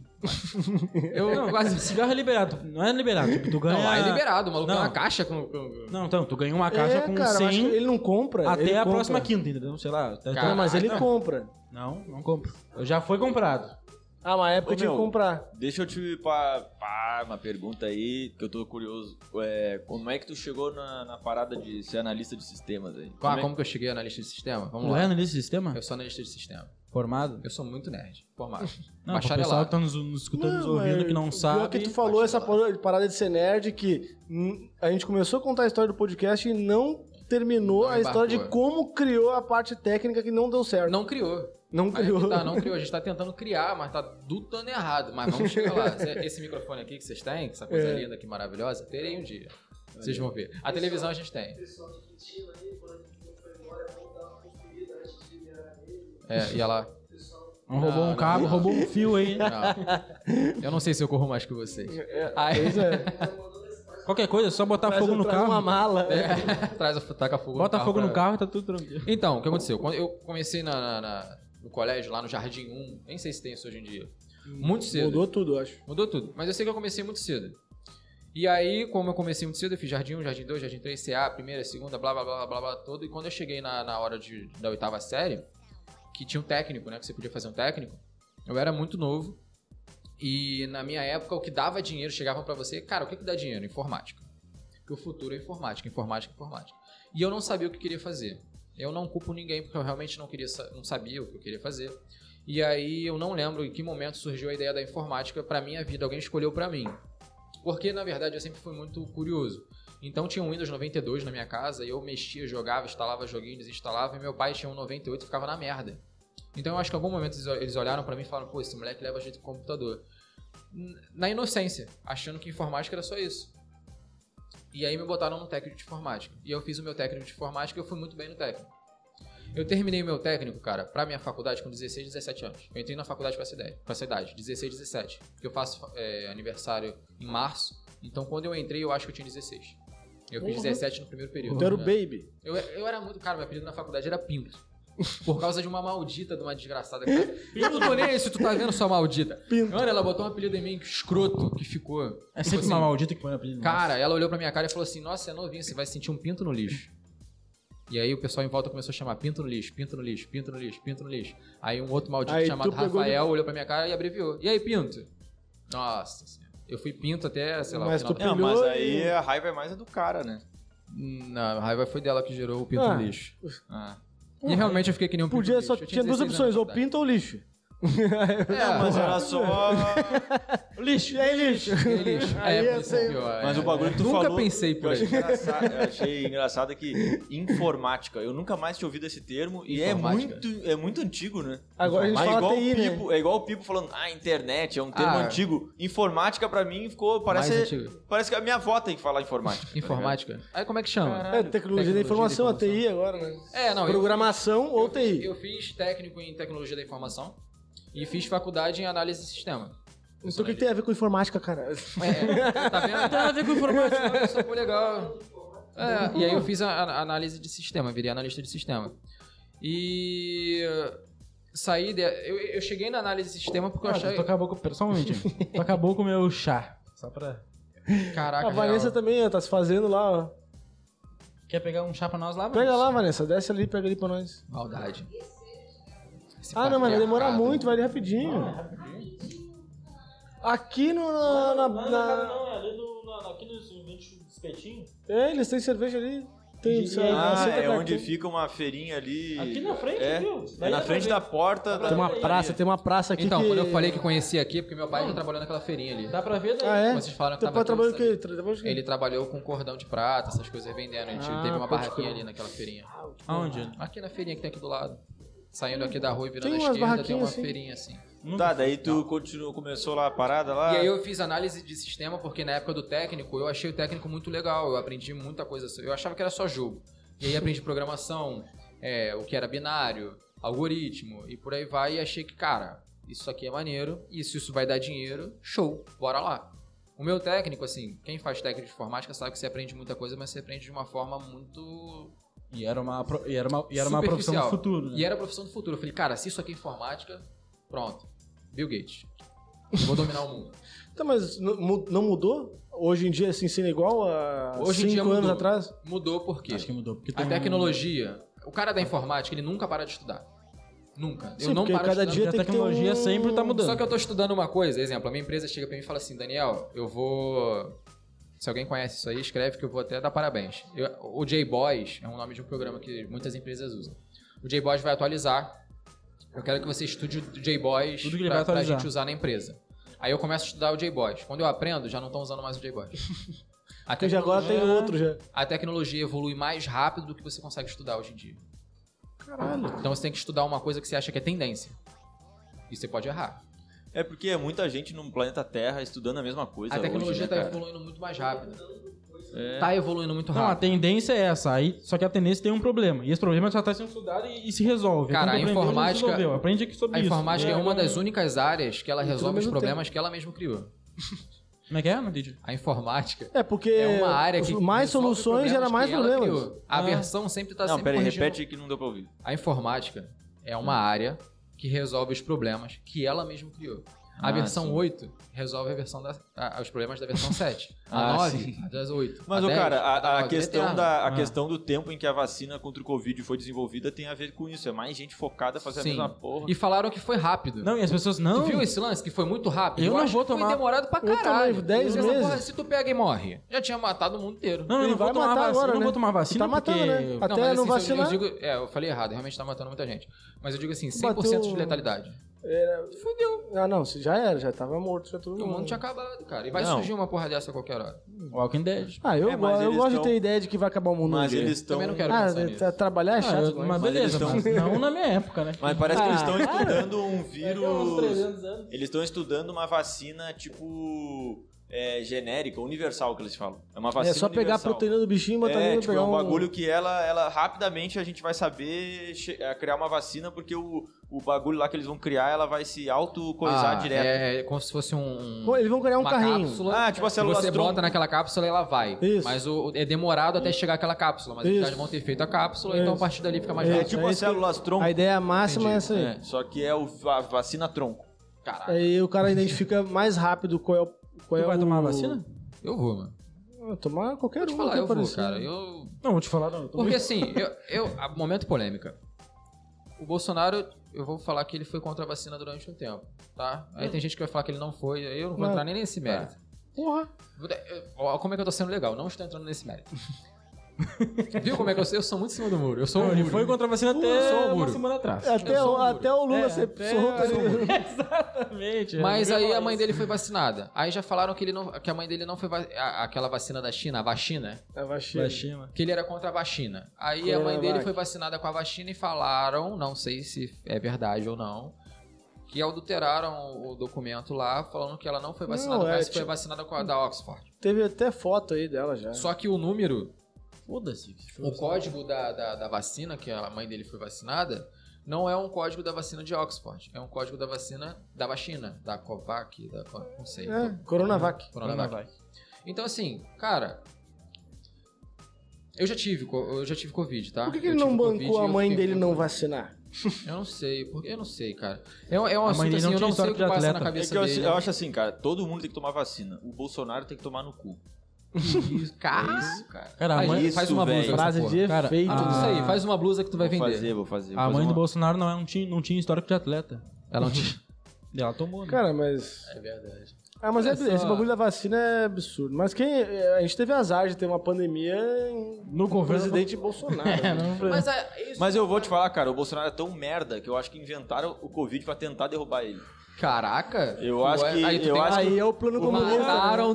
[SPEAKER 4] eu
[SPEAKER 2] Não,
[SPEAKER 4] quase...
[SPEAKER 2] quase cigarro é liberado. Não é liberado. Tipo, tu ganha.
[SPEAKER 4] Não, lá é liberado. O maluco
[SPEAKER 2] Não.
[SPEAKER 4] tem uma caixa com... com-
[SPEAKER 2] Não, então, tu ganha uma caixa
[SPEAKER 1] é,
[SPEAKER 2] com
[SPEAKER 1] cara, eu acho
[SPEAKER 2] 100
[SPEAKER 1] que ele não compra.
[SPEAKER 2] até
[SPEAKER 1] ele
[SPEAKER 2] a
[SPEAKER 1] compra.
[SPEAKER 2] próxima quinta, entendeu? Sei lá. até-
[SPEAKER 4] Cara.
[SPEAKER 1] Não, mas ele
[SPEAKER 4] Caraca.
[SPEAKER 1] compra.
[SPEAKER 2] Não, não compro. Eu já foi comprado.
[SPEAKER 1] Ah, mas época
[SPEAKER 3] Ô,
[SPEAKER 1] eu tinha que
[SPEAKER 3] meu.
[SPEAKER 1] comprar.
[SPEAKER 3] Deixa eu te pá, pá, uma pergunta aí, que eu tô curioso. É, como é que tu chegou na, na parada de ser analista de sistemas aí?
[SPEAKER 4] Ah,
[SPEAKER 3] é-
[SPEAKER 4] como que eu cheguei na lista de sistema? Vamos
[SPEAKER 2] Tu é
[SPEAKER 4] lá.
[SPEAKER 2] analista de sistema?
[SPEAKER 4] Eu sou analista de sistema.
[SPEAKER 2] Formado?
[SPEAKER 4] Eu sou muito nerd, formado.
[SPEAKER 2] Não, pro pessoal que
[SPEAKER 4] Bacharelado.
[SPEAKER 2] tá nos, nos escutando, nos
[SPEAKER 1] Não,
[SPEAKER 2] ouvindo,
[SPEAKER 1] mas
[SPEAKER 2] que não sabe.
[SPEAKER 1] Pior é que tu falou essa parada- parada de ser nerd que hum, a gente começou a contar a história do podcast e não terminou
[SPEAKER 4] Não
[SPEAKER 1] a história de
[SPEAKER 4] embarcou.
[SPEAKER 1] como criou a parte técnica que não deu certo. Não,
[SPEAKER 4] Não criou. Aí
[SPEAKER 1] criou.
[SPEAKER 4] que tá, não criou. A gente tá tentando criar, mas tá do dando errado. Mas vamos chegar lá. Esse- Esse microfone aqui que vocês têm, essa coisa
[SPEAKER 1] É.
[SPEAKER 4] linda aqui, maravilhosa, terei um dia. Vocês vão ver. A televisão a gente tem. É, e ela...
[SPEAKER 2] Não roubou
[SPEAKER 4] Não,
[SPEAKER 2] um cabo,
[SPEAKER 4] não.
[SPEAKER 2] roubou um fio aí.
[SPEAKER 4] não. Eu não sei se eu corro mais que vocês. Aí,
[SPEAKER 2] Qualquer coisa, é só botar
[SPEAKER 1] Traz-
[SPEAKER 2] fogo no
[SPEAKER 1] traz
[SPEAKER 2] carro. É,
[SPEAKER 1] uma mala.
[SPEAKER 4] traz a taca fogo no
[SPEAKER 2] Bota
[SPEAKER 4] É. carro
[SPEAKER 2] fogo
[SPEAKER 4] pra-
[SPEAKER 2] no carro e tá tudo tranquilo.
[SPEAKER 4] Então, o que aconteceu? Quando eu comecei na- na- na- no colégio, lá no Jardim 1, nem sei se tem isso hoje em dia. Muito cedo.
[SPEAKER 1] Mudou tudo, eu acho.
[SPEAKER 4] Mudou tudo. Mas eu sei que eu comecei muito cedo. E aí, como eu comecei muito cedo, eu fiz Jardim 1, Jardim 2, Jardim 3, CA, primeira, segunda, blá, blá, blá, blá, blá, todo. E quando eu cheguei na, na hora de, da oitava série, que tinha um técnico, né? Que você podia fazer um técnico. Eu era muito novo. E na minha época, o que dava dinheiro, chegavam pra você, cara, o que, que dá dinheiro? Informática. Porque o futuro é informática, informática, informática. E eu não sabia o que eu queria fazer. Eu não culpo ninguém, porque eu realmente não, queria, sa- não sabia o que eu queria fazer. E aí eu não lembro em que momento surgiu a ideia da informática para minha vida, alguém escolheu para mim. Porque na verdade eu sempre fui muito curioso. Então tinha um Windows 92 na minha casa e eu mexia, jogava, instalava joguinho, desinstalava e meu pai tinha um 98 e ficava na merda. Então eu acho que em algum momento eles ol- eles olharam para mim e falaram: "Pô, esse moleque leva jeito pro computador". N- Na inocência, achando que informática era só isso. E aí me botaram no técnico de informática. E eu fiz o meu técnico de informática e eu fui muito bem no técnico. Eu terminei meu técnico, cara, pra minha faculdade com 16, 17 anos. Eu entrei na faculdade com essa, ideia, com essa idade, 16, 17. Porque eu faço é, aniversário em março, então quando eu entrei eu acho que eu tinha 16. Eu fiz 17 no primeiro período.
[SPEAKER 1] Então era o
[SPEAKER 4] né?
[SPEAKER 1] Baby.
[SPEAKER 4] eu, eu era muito, cara, meu apelido na faculdade era Pinto. Por causa de uma maldita de uma desgraçada. Cara. Eu não tô nem aí se tu tá vendo sua maldita.
[SPEAKER 1] Pinto.
[SPEAKER 4] Mano, ela botou um apelido em mim, que escroto, que ficou.
[SPEAKER 2] É
[SPEAKER 4] Tipo
[SPEAKER 2] sempre
[SPEAKER 4] assim,
[SPEAKER 2] uma maldita que põe apelido. no
[SPEAKER 4] Cara, ela olhou pra minha cara e falou assim: Nossa, você é novinho, você vai sentir um pinto no lixo. E aí o pessoal em volta começou a chamar pinto no lixo, pinto no lixo, pinto no lixo, pinto no lixo. Aí um outro maldito
[SPEAKER 1] Aí tu
[SPEAKER 4] chamado
[SPEAKER 1] pegou
[SPEAKER 4] Rafael olhou pra minha cara e abreviou. E aí, pinto? Nossa senhora. Eu fui pinto até, sei lá,
[SPEAKER 1] Mas
[SPEAKER 4] o final
[SPEAKER 1] tu-
[SPEAKER 4] da-
[SPEAKER 3] Não, mas
[SPEAKER 1] Pilhou
[SPEAKER 3] aí
[SPEAKER 1] e-
[SPEAKER 3] a raiva é mais a do cara, né?
[SPEAKER 4] Não, a raiva foi dela que gerou o pinto
[SPEAKER 1] Ah.
[SPEAKER 4] no lixo.
[SPEAKER 3] Ah.
[SPEAKER 4] E realmente eu fiquei que nem um pinto
[SPEAKER 1] Podia
[SPEAKER 4] no lixo.
[SPEAKER 1] só
[SPEAKER 4] Eu
[SPEAKER 1] tinha duas
[SPEAKER 4] 16 anos É,
[SPEAKER 1] opções, então
[SPEAKER 4] na
[SPEAKER 1] ou
[SPEAKER 4] faculdade.
[SPEAKER 1] pinta ou lixo.
[SPEAKER 3] Não, mas era só.
[SPEAKER 1] Lixo. E aí, É lixo?
[SPEAKER 4] Eles,
[SPEAKER 1] Aí
[SPEAKER 4] é,
[SPEAKER 1] eu
[SPEAKER 4] por isso
[SPEAKER 1] sei.
[SPEAKER 4] que eu-
[SPEAKER 3] Mas
[SPEAKER 4] é,
[SPEAKER 3] o bagulho que tu
[SPEAKER 5] Nunca
[SPEAKER 3] falou.
[SPEAKER 5] pensei por
[SPEAKER 3] que eu achei
[SPEAKER 5] aí.
[SPEAKER 3] engraçado, eu achei engraçado é que informática, eu nunca mais tinha ouvido esse termo e é
[SPEAKER 4] Informática.
[SPEAKER 3] muito, é muito antigo, né?
[SPEAKER 1] Agora a gente
[SPEAKER 3] Mas
[SPEAKER 1] fala
[SPEAKER 3] igual
[SPEAKER 1] TI,
[SPEAKER 3] o
[SPEAKER 1] né?
[SPEAKER 3] Pipo, É igual o Pipo falando, ah, internet, é um termo
[SPEAKER 4] Ah.
[SPEAKER 3] antigo. Informática pra mim ficou,
[SPEAKER 4] Mais
[SPEAKER 3] parece,
[SPEAKER 4] antigo.
[SPEAKER 3] parece que a minha avó tem que falar informática. tá
[SPEAKER 4] Informática. Aí como é que chama?
[SPEAKER 1] É, tecnologia da informação, a TI agora, né?
[SPEAKER 4] É, não, eu-
[SPEAKER 1] Programação ou TI.
[SPEAKER 4] Eu fiz técnico em tecnologia da informação e fiz faculdade em análise de sistema.
[SPEAKER 1] então o que, que tem a ver com informática, cara?
[SPEAKER 4] É, tá vendo? Tem a ver com informática. Nossa, pô, legal. É, e aí eu fiz a, a- análise de sistema, virei analista de sistema. E saí, de- eu, eu cheguei na análise de sistema porque eu
[SPEAKER 2] Ah,
[SPEAKER 4] achei...
[SPEAKER 2] tu acabou com. Pera, só um momentinho. tu acabou com o meu chá. Só pra.
[SPEAKER 4] Caraca,
[SPEAKER 1] a Vanessa
[SPEAKER 4] real.
[SPEAKER 1] também ó, tá se fazendo lá, ó.
[SPEAKER 2] Quer pegar um chá pra nós lá?
[SPEAKER 1] Pega
[SPEAKER 2] Vanessa?
[SPEAKER 1] lá, Vanessa, desce ali, pega ali pra nós.
[SPEAKER 4] Maldade. Esse
[SPEAKER 1] Ah, não, mas vai demorar
[SPEAKER 4] patriarcado.
[SPEAKER 1] muito, vai ali rapidinho.
[SPEAKER 4] é
[SPEAKER 1] Aqui no. Na, na- na-
[SPEAKER 8] é ali no, na, aqui nos inventos dos espetinhos.
[SPEAKER 1] É, eles têm cerveja ali. Tem
[SPEAKER 3] ligado?
[SPEAKER 1] cerveja. assim,
[SPEAKER 3] Ah,
[SPEAKER 1] açúcar
[SPEAKER 3] é onde
[SPEAKER 1] daqui.
[SPEAKER 3] fica uma feirinha ali.
[SPEAKER 8] Aqui na frente,
[SPEAKER 3] é,
[SPEAKER 8] viu?
[SPEAKER 3] É
[SPEAKER 8] Daí dá
[SPEAKER 3] na
[SPEAKER 8] pra
[SPEAKER 3] frente
[SPEAKER 8] ver.
[SPEAKER 3] da
[SPEAKER 8] pra
[SPEAKER 3] porta. da-
[SPEAKER 1] Tem uma praça, tem uma praça aqui.
[SPEAKER 4] Então,
[SPEAKER 1] que...
[SPEAKER 4] quando eu falei que conhecia aqui, porque meu pai já trabalhou naquela feirinha ali.
[SPEAKER 2] Dá pra ver daí?
[SPEAKER 1] Ah, é?
[SPEAKER 4] Vocês falaram que
[SPEAKER 1] Teu
[SPEAKER 4] tava
[SPEAKER 1] pai
[SPEAKER 4] aqui,
[SPEAKER 1] trabalhou o
[SPEAKER 4] sabe?
[SPEAKER 1] quê? Trabalhou de quê?
[SPEAKER 4] Ele trabalhou com cordão de prata, essas coisas vendendo. A gente
[SPEAKER 1] Ah,
[SPEAKER 4] teve uma
[SPEAKER 1] pode
[SPEAKER 4] barraquinha
[SPEAKER 1] crer.
[SPEAKER 4] ali naquela feirinha.
[SPEAKER 2] Aonde?
[SPEAKER 4] Aqui na feirinha que tem aqui do lado. Saindo aqui da rua e virando
[SPEAKER 1] Tem
[SPEAKER 4] à
[SPEAKER 1] umas
[SPEAKER 4] esquerda, tem
[SPEAKER 1] barraquinhas
[SPEAKER 4] uma
[SPEAKER 1] assim.
[SPEAKER 4] feirinha assim.
[SPEAKER 3] Tá, daí tu continuou, começou lá a parada lá.
[SPEAKER 4] E aí eu fiz análise de sistema, porque na época do técnico, eu achei o técnico muito legal. Eu aprendi muita coisa. so- Eu achava que era só jogo. E aí aprendi programação, é, o que era binário, algoritmo, e por aí vai. E achei que, cara, isso aqui é maneiro. E se isso vai dar dinheiro, show, bora lá. O meu técnico, assim, quem faz técnico de informática sabe que você aprende muita coisa, mas você aprende de uma forma muito
[SPEAKER 2] E era uma, pro- e era uma, e era uma profissão do
[SPEAKER 4] Superficial.
[SPEAKER 2] futuro. Né?
[SPEAKER 4] E é era a profissão do futuro. Eu falei, cara, se isso aqui é informática, pronto. Bill Gates. Eu Vou dominar o mundo.
[SPEAKER 1] Tá, mas n- mu- não mudou? Hoje em dia, assim, sendo igual a
[SPEAKER 4] Hoje em
[SPEAKER 1] cinco
[SPEAKER 4] dia
[SPEAKER 1] anos
[SPEAKER 4] mudou.
[SPEAKER 1] atrás?
[SPEAKER 4] Mudou um- por quê?
[SPEAKER 2] Acho que mudou. Porque
[SPEAKER 4] A
[SPEAKER 2] tem- um
[SPEAKER 4] tecnologia. O cara da informática, ele nunca para de estudar. Nunca. Eu
[SPEAKER 1] Sim,
[SPEAKER 4] não
[SPEAKER 1] porque
[SPEAKER 4] paro
[SPEAKER 1] cada
[SPEAKER 4] de
[SPEAKER 1] dia tem
[SPEAKER 2] Porque a
[SPEAKER 4] estudar.
[SPEAKER 1] que ter
[SPEAKER 2] tecnologia
[SPEAKER 1] um-
[SPEAKER 2] sempre tá mudando.
[SPEAKER 4] Só que é eu tô estudando uma coisa, exemplo, a minha empresa chega pra mim e fala assim, Daniel, eu vou. Se alguém conhece isso aí, escreve que eu vou até dar parabéns. Eu- o J-Boys é um nome de um programa que muitas empresas usam. O J-Boys vai atualizar. Eu quero que você estude o J-Boys
[SPEAKER 2] Tudo que ele
[SPEAKER 4] pra,
[SPEAKER 2] vai
[SPEAKER 4] pra
[SPEAKER 2] atualizar.
[SPEAKER 4] gente usar na empresa. Aí eu começo a estudar o J-Boys. Quando eu aprendo, já não estão usando mais o J-Boys. A
[SPEAKER 1] Porque já agora
[SPEAKER 4] é
[SPEAKER 1] tem
[SPEAKER 2] Tecnologia.
[SPEAKER 1] outro já.
[SPEAKER 4] a tecnologia evolui mais rápido do que você consegue estudar hoje em dia. Caralho. Então você tem que estudar uma coisa que você acha que é tendência. E você pode errar.
[SPEAKER 3] É porque é muita gente no planeta Terra estudando a mesma coisa.
[SPEAKER 4] a tecnologia
[SPEAKER 3] hoje,
[SPEAKER 4] está
[SPEAKER 3] né, cara? É.
[SPEAKER 4] evoluindo muito mais rápido. Tá evoluindo muito
[SPEAKER 2] Não, a
[SPEAKER 4] rápido.
[SPEAKER 2] tendência é essa. Aí, só que a tendência tem um problema. E esse problema já tá sendo estudado e, e se resolve. É Quando
[SPEAKER 4] Cara, a
[SPEAKER 2] aprendeu, já
[SPEAKER 4] informática-
[SPEAKER 2] Resolveu. Aprende aqui sobre
[SPEAKER 4] a
[SPEAKER 2] isso.
[SPEAKER 4] informática é
[SPEAKER 2] Não
[SPEAKER 4] uma das únicas áreas que ela
[SPEAKER 1] tudo ao
[SPEAKER 4] resolve os
[SPEAKER 1] mesmo
[SPEAKER 4] problemas que ela mesma criou.
[SPEAKER 2] Como é que é? Não entendi.
[SPEAKER 4] A informática
[SPEAKER 1] É, porque
[SPEAKER 4] é uma área que
[SPEAKER 1] mais
[SPEAKER 4] resolve
[SPEAKER 1] soluções gera
[SPEAKER 4] problemas
[SPEAKER 1] mais
[SPEAKER 4] que ela
[SPEAKER 1] problemas. Ah.
[SPEAKER 4] criou. A versão sempre está
[SPEAKER 3] Não,
[SPEAKER 4] tá sempre
[SPEAKER 3] pera aí,
[SPEAKER 4] corrigindo.
[SPEAKER 3] repete que não deu pra ouvir.
[SPEAKER 4] A informática é uma área que resolve os problemas que ela mesma criou. A
[SPEAKER 3] Ah,
[SPEAKER 4] versão
[SPEAKER 3] sim.
[SPEAKER 4] 8 resolve a versão da, a- os problemas da versão 7. A
[SPEAKER 3] Ah,
[SPEAKER 4] 9, a das 8.
[SPEAKER 3] Mas,
[SPEAKER 4] a tá,
[SPEAKER 3] ô,
[SPEAKER 4] 10,
[SPEAKER 3] cara,
[SPEAKER 4] da
[SPEAKER 3] a, a
[SPEAKER 4] 9,
[SPEAKER 3] questão
[SPEAKER 4] eterna.
[SPEAKER 3] da, a
[SPEAKER 2] Ah.
[SPEAKER 3] questão do tempo em que a vacina contra o Covid foi desenvolvida tem a ver com isso. É mais gente focada fazendo a
[SPEAKER 4] Sim.
[SPEAKER 3] mesma porra.
[SPEAKER 4] E falaram que foi rápido.
[SPEAKER 2] Não, e as pessoas
[SPEAKER 4] Tu
[SPEAKER 2] não.
[SPEAKER 4] viu esse lance que foi muito rápido?
[SPEAKER 2] Eu não
[SPEAKER 4] acho
[SPEAKER 2] vou
[SPEAKER 4] que
[SPEAKER 2] tomar.
[SPEAKER 4] Foi demorado pra
[SPEAKER 1] Eu
[SPEAKER 4] caralho.
[SPEAKER 1] tomei 10
[SPEAKER 4] Essa
[SPEAKER 1] meses.
[SPEAKER 4] porra, se tu pega e morre, já tinha matado o mundo inteiro.
[SPEAKER 2] Não, eu
[SPEAKER 1] Ele
[SPEAKER 2] não vou
[SPEAKER 1] vai
[SPEAKER 2] tomar
[SPEAKER 1] matar
[SPEAKER 2] vacina.
[SPEAKER 1] agora,
[SPEAKER 2] eu não
[SPEAKER 1] né?
[SPEAKER 2] vou tomar vacina
[SPEAKER 1] Tá matando,
[SPEAKER 2] porque...
[SPEAKER 1] né?
[SPEAKER 2] eu-
[SPEAKER 1] Até não
[SPEAKER 4] se eu-
[SPEAKER 1] vacinar.
[SPEAKER 4] Eu, digo, é, eu falei errado, realmente tá matando muita gente. Mas eu digo assim, 100% de
[SPEAKER 1] Bateu-
[SPEAKER 4] letalidade.
[SPEAKER 1] Ah, não, se já era, já tava morto, já todo
[SPEAKER 4] O mundo
[SPEAKER 1] mundo.
[SPEAKER 4] tinha acabado, cara. E vai
[SPEAKER 3] Não.
[SPEAKER 4] surgir uma porra dessa a qualquer hora.
[SPEAKER 2] Walking Dead.
[SPEAKER 1] Ah, eu,
[SPEAKER 3] É, mas
[SPEAKER 1] go- eu
[SPEAKER 3] eles
[SPEAKER 1] gosto
[SPEAKER 3] tão-
[SPEAKER 1] de ter ideia de que vai acabar o mundo. um
[SPEAKER 3] Mas
[SPEAKER 1] dia.
[SPEAKER 3] eles estão.
[SPEAKER 4] Também não quero
[SPEAKER 1] Ah,
[SPEAKER 4] pensar nisso.
[SPEAKER 1] tra- trabalhar é
[SPEAKER 2] Ah,
[SPEAKER 1] chato.
[SPEAKER 2] eu-
[SPEAKER 1] mas-
[SPEAKER 2] mas
[SPEAKER 3] Mas eles
[SPEAKER 2] beleza,
[SPEAKER 3] tão- um
[SPEAKER 2] mas não na minha época, né?
[SPEAKER 3] Mas parece que eles
[SPEAKER 1] Ah,
[SPEAKER 3] estão
[SPEAKER 1] cara.
[SPEAKER 3] estudando um vírus.
[SPEAKER 2] anos.
[SPEAKER 3] Eles estão estudando uma vacina, tipo. é, genérica, universal que eles falam. É uma
[SPEAKER 1] É
[SPEAKER 3] vacina.
[SPEAKER 1] só pegar a
[SPEAKER 3] universal.
[SPEAKER 1] proteína do bichinho e botar
[SPEAKER 3] É,
[SPEAKER 1] nele
[SPEAKER 3] tipo,
[SPEAKER 1] pegar
[SPEAKER 3] é um bagulho que ela, ela rapidamente a gente vai saber che- é, criar uma vacina, porque o, o bagulho lá que eles vão criar, ela vai se autocoisar
[SPEAKER 4] Ah,
[SPEAKER 3] direto.
[SPEAKER 4] É como se fosse um.
[SPEAKER 1] Pô, eles vão criar um
[SPEAKER 4] uma
[SPEAKER 1] carrinho.
[SPEAKER 4] Cápsula,
[SPEAKER 3] Ah, tipo a
[SPEAKER 4] que
[SPEAKER 3] célula
[SPEAKER 4] Você
[SPEAKER 3] tronco.
[SPEAKER 4] bota naquela cápsula e ela vai.
[SPEAKER 1] Isso.
[SPEAKER 4] Mas o, é demorado até chegar aquela cápsula. Mas
[SPEAKER 1] Isso.
[SPEAKER 4] eles já vão ter feito a cápsula,
[SPEAKER 1] Isso.
[SPEAKER 4] então a partir dali fica mais
[SPEAKER 1] Isso.
[SPEAKER 3] É,
[SPEAKER 4] rápido.
[SPEAKER 3] tipo
[SPEAKER 1] é
[SPEAKER 3] as
[SPEAKER 1] isso que-
[SPEAKER 3] células tronco.
[SPEAKER 1] A ideia máxima é essa aí.
[SPEAKER 3] É, só que é o, a vacina tronco.
[SPEAKER 4] Caraca,
[SPEAKER 1] Aí o cara identifica mais rápido qual é o. Qual
[SPEAKER 2] Tu
[SPEAKER 1] é
[SPEAKER 2] vai
[SPEAKER 1] o-
[SPEAKER 2] tomar a vacina?
[SPEAKER 4] eu vou, mano.
[SPEAKER 1] Ah, Tomar qualquer
[SPEAKER 4] Vou
[SPEAKER 1] um
[SPEAKER 4] te falar,
[SPEAKER 1] que
[SPEAKER 4] eu vou,
[SPEAKER 1] aparecer.
[SPEAKER 4] cara. Eu
[SPEAKER 2] Não, vou te falar, não. eu tô
[SPEAKER 4] Porque
[SPEAKER 2] muito-
[SPEAKER 4] assim, eu, eu- a- momento polêmica. O Bolsonaro, eu vou falar que ele foi contra a vacina durante um tempo, tá? Aí
[SPEAKER 2] Hum.
[SPEAKER 4] tem gente que vai falar que ele não foi, aí eu não vou
[SPEAKER 1] Não.
[SPEAKER 2] É.
[SPEAKER 4] entrar nem nesse mérito.
[SPEAKER 1] Porra.
[SPEAKER 4] Vou dar- eu- ó, Como é que eu tô sendo legal? Não estou entrando nesse mérito. Viu como é que eu sei? Eu sou muito em cima do muro. Eu sou um
[SPEAKER 2] Ele
[SPEAKER 4] muro.
[SPEAKER 2] foi contra a vacina
[SPEAKER 4] Eu sou o
[SPEAKER 2] até uma
[SPEAKER 4] muro.
[SPEAKER 2] semana atrás.
[SPEAKER 1] Até,
[SPEAKER 4] sou
[SPEAKER 1] o,
[SPEAKER 4] um
[SPEAKER 1] até o Lula
[SPEAKER 2] É,
[SPEAKER 1] ser
[SPEAKER 2] até
[SPEAKER 3] um
[SPEAKER 1] solto.
[SPEAKER 2] eu
[SPEAKER 1] ele-
[SPEAKER 2] Exatamente.
[SPEAKER 4] Mas
[SPEAKER 2] Eu ia
[SPEAKER 4] aí
[SPEAKER 2] falar
[SPEAKER 4] a mãe
[SPEAKER 2] isso.
[SPEAKER 4] dele foi vacinada. Aí já falaram que, ele não, que a mãe dele não foi va- a- aquela vacina da China, a vacina,
[SPEAKER 1] É, vacina.
[SPEAKER 2] Da China.
[SPEAKER 4] que ele era contra a vacina. Aí a mãe dele
[SPEAKER 1] Coronavac.
[SPEAKER 4] foi vacinada com a vacina e falaram, não sei se é verdade ou não, que adulteraram o documento lá, falando que ela não foi vacinada,
[SPEAKER 1] Não, é,
[SPEAKER 4] mas foi
[SPEAKER 1] tipo- é.
[SPEAKER 4] vacinada com a da Oxford.
[SPEAKER 1] Teve até foto aí dela já.
[SPEAKER 4] Só que o número,
[SPEAKER 2] Foda-se.
[SPEAKER 4] o código da, da, da vacina, que a mãe dele foi vacinada, não é um código da vacina de Oxford, é um código da vacina da vacina, da Covac, da, Co- não sei.
[SPEAKER 1] É, Coronavac.
[SPEAKER 4] Coronavac. Então, assim, cara. Eu já tive, co- eu já tive Covid, tá?
[SPEAKER 1] Por que, que
[SPEAKER 4] Eu
[SPEAKER 1] ele não
[SPEAKER 4] tive Covid
[SPEAKER 1] bancou
[SPEAKER 4] e
[SPEAKER 1] a
[SPEAKER 4] eu
[SPEAKER 1] mãe
[SPEAKER 4] fiquei
[SPEAKER 1] dele
[SPEAKER 4] com-
[SPEAKER 1] não vacinar?
[SPEAKER 4] Eu não sei, porque eu não sei, cara. É, um- é um
[SPEAKER 2] A mãe
[SPEAKER 4] assunto
[SPEAKER 2] dele
[SPEAKER 4] assim,
[SPEAKER 2] não
[SPEAKER 4] eu
[SPEAKER 2] tinha
[SPEAKER 4] não sei o
[SPEAKER 2] histórico
[SPEAKER 4] que
[SPEAKER 2] de
[SPEAKER 4] passa na
[SPEAKER 2] atleta.
[SPEAKER 3] É
[SPEAKER 4] cabeça
[SPEAKER 3] que eu,
[SPEAKER 4] dele. né?
[SPEAKER 3] eu acho assim, cara, todo mundo tem que tomar vacina. O Bolsonaro tem que tomar no cu.
[SPEAKER 4] Cara, isso, cara.
[SPEAKER 2] Cara, a
[SPEAKER 4] Faz-
[SPEAKER 2] mãe...
[SPEAKER 3] isso,
[SPEAKER 4] faz uma blusa.
[SPEAKER 3] velho.
[SPEAKER 4] dessa
[SPEAKER 1] Frase
[SPEAKER 4] porra. ah.
[SPEAKER 1] de
[SPEAKER 2] Cara,
[SPEAKER 1] efeito.
[SPEAKER 2] a-
[SPEAKER 4] Tudo isso
[SPEAKER 1] né?
[SPEAKER 4] aí, faz uma blusa que tu vai
[SPEAKER 3] Vou
[SPEAKER 4] vender.
[SPEAKER 3] fazer, vou fazer.
[SPEAKER 2] A
[SPEAKER 3] vou fazer
[SPEAKER 2] mãe do
[SPEAKER 3] uma-
[SPEAKER 2] Bolsonaro não, é, não, tinha, não tinha histórico de atleta.
[SPEAKER 4] Ela não tinha.
[SPEAKER 2] Ela tomou, né?
[SPEAKER 1] Cara, mas.
[SPEAKER 4] É verdade.
[SPEAKER 1] Ah, mas é,
[SPEAKER 4] Olha só.
[SPEAKER 1] esse bagulho da vacina é absurdo. Mas quem. eh, A gente teve azar de ter uma pandemia em-
[SPEAKER 2] no
[SPEAKER 1] com o
[SPEAKER 2] governo...
[SPEAKER 1] presidente Bolsonaro. né?
[SPEAKER 2] É, não,
[SPEAKER 4] Mas é isso.
[SPEAKER 3] Mas eu vou te falar, cara, o Bolsonaro é tão merda que eu acho que inventaram o Covid pra tentar derrubar ele.
[SPEAKER 4] Caraca.
[SPEAKER 3] Eu
[SPEAKER 4] tu
[SPEAKER 3] acho
[SPEAKER 4] é-
[SPEAKER 3] que-
[SPEAKER 4] Aí tu
[SPEAKER 3] eu
[SPEAKER 4] tem
[SPEAKER 3] acho
[SPEAKER 1] Aí é o plano comunista.
[SPEAKER 4] Mataram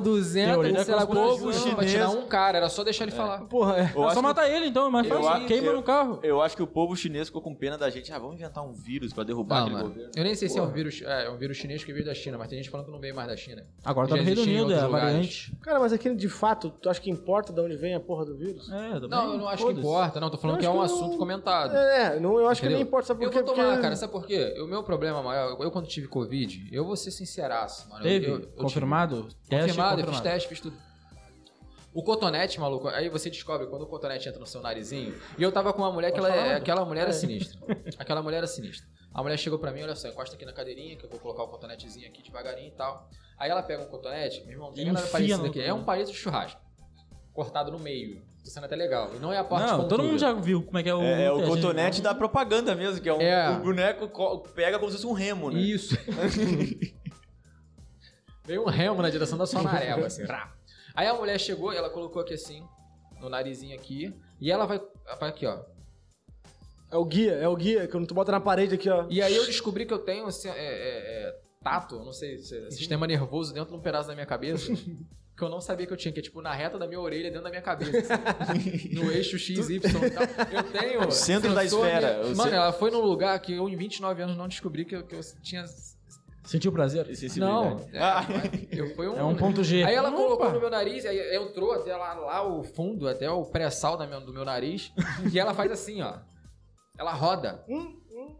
[SPEAKER 2] Teoria
[SPEAKER 4] 200,
[SPEAKER 2] da
[SPEAKER 4] sei lá,
[SPEAKER 2] conspiração.
[SPEAKER 4] poucos pra tirar um cara. Era só deixar ele falar.
[SPEAKER 1] Porra, é.
[SPEAKER 3] Eu
[SPEAKER 2] Ah, só
[SPEAKER 3] acho que-
[SPEAKER 2] matar ele, então. Mas
[SPEAKER 3] Eu
[SPEAKER 2] fácil.
[SPEAKER 3] acho-
[SPEAKER 2] Queima
[SPEAKER 3] eu-
[SPEAKER 2] no carro.
[SPEAKER 3] Eu acho que o povo chinês ficou com pena da gente. Ah, vamos inventar um vírus pra derrubar
[SPEAKER 4] Não,
[SPEAKER 3] aquele
[SPEAKER 4] mano.
[SPEAKER 3] governo.
[SPEAKER 4] Eu nem sei se é um vírus, é, é um vírus chinês que veio da China, mas tem gente falando que não veio mais da China.
[SPEAKER 2] Agora tá
[SPEAKER 4] Já
[SPEAKER 2] no Reino
[SPEAKER 4] existia em
[SPEAKER 2] Unido, é a
[SPEAKER 4] outros lugares.
[SPEAKER 2] variante.
[SPEAKER 1] Cara, mas aquele de fato, tu acha que importa de onde vem a porra do vírus?
[SPEAKER 2] É, também.
[SPEAKER 4] Não, eu não acho que
[SPEAKER 2] foda-se.
[SPEAKER 4] importa. Não, tô falando
[SPEAKER 1] Eu
[SPEAKER 4] que é
[SPEAKER 1] acho
[SPEAKER 4] um
[SPEAKER 1] que eu não-
[SPEAKER 4] assunto comentado.
[SPEAKER 1] É, não, eu acho que
[SPEAKER 4] Entendeu?
[SPEAKER 1] nem importa, sabe
[SPEAKER 4] Eu
[SPEAKER 1] por quê?
[SPEAKER 4] vou tomar,
[SPEAKER 1] Porque-
[SPEAKER 4] cara, sabe por quê? O meu problema maior, eu quando tive Covid, eu vou ser sinceraço, mano. Eu-
[SPEAKER 2] Teve?
[SPEAKER 4] eu- eu tive-
[SPEAKER 2] confirmado? Teste
[SPEAKER 4] confirmado, eu fiz
[SPEAKER 2] É, confirmado.
[SPEAKER 4] teste, fiz tudo. O cotonete, maluco, aí você descobre quando o cotonete entra no seu narizinho. E eu tava com uma mulher que ela, é aquela mulher
[SPEAKER 2] É.
[SPEAKER 4] era sinistra. Aquela mulher era sinistra. A mulher chegou pra mim, olha só, encosta aqui na cadeirinha, que eu vou colocar o cotonetezinho aqui devagarinho e tal. Aí ela pega um cotonete, meu irmão, tem
[SPEAKER 2] E
[SPEAKER 4] nada
[SPEAKER 2] enfia
[SPEAKER 4] parecido
[SPEAKER 2] no
[SPEAKER 4] aqui. É um palito de churrasco, cortado no meio. Tá sendo até legal. E não é a parte
[SPEAKER 2] Não, todo
[SPEAKER 4] pontuda.
[SPEAKER 2] mundo já viu como é que é o.
[SPEAKER 3] É, é o
[SPEAKER 2] teste.
[SPEAKER 3] cotonete da propaganda mesmo, que é um
[SPEAKER 4] É.
[SPEAKER 3] o boneco co- pega como se fosse um remo, né?
[SPEAKER 4] Isso. Veio um remo na direção da sua nareba, assim. rá. Aí a mulher chegou e ela colocou aqui assim, no narizinho aqui, e ela vai. vai Aqui, ó.
[SPEAKER 1] É o guia, é o guia, que quando tu bota na parede aqui, ó.
[SPEAKER 4] E aí eu descobri que eu tenho assim, é, é, é, tato, não sei, se é sistema nervoso dentro de um pedaço da minha cabeça. Que eu não sabia que eu tinha, que é tipo na reta da minha orelha, dentro da minha cabeça. assim. no eixo XY e tal. Eu tenho.
[SPEAKER 3] O centro da
[SPEAKER 4] sensor
[SPEAKER 3] esfera,
[SPEAKER 4] ne-
[SPEAKER 3] o
[SPEAKER 4] Mano,
[SPEAKER 3] centro-
[SPEAKER 4] ela foi num lugar que eu, em 29 anos, não descobri que eu, que eu tinha.
[SPEAKER 2] Sentiu prazer?
[SPEAKER 3] E
[SPEAKER 4] Não.
[SPEAKER 3] sensibilidade.
[SPEAKER 4] é,
[SPEAKER 3] Ah.
[SPEAKER 4] eu fui
[SPEAKER 2] É um ponto G.
[SPEAKER 4] Aí ela
[SPEAKER 2] Opa!
[SPEAKER 4] colocou no meu nariz, aí entrou até lá, lá o fundo, até o pré-sal da meu- do meu nariz. e ela faz assim, ó. Ela roda.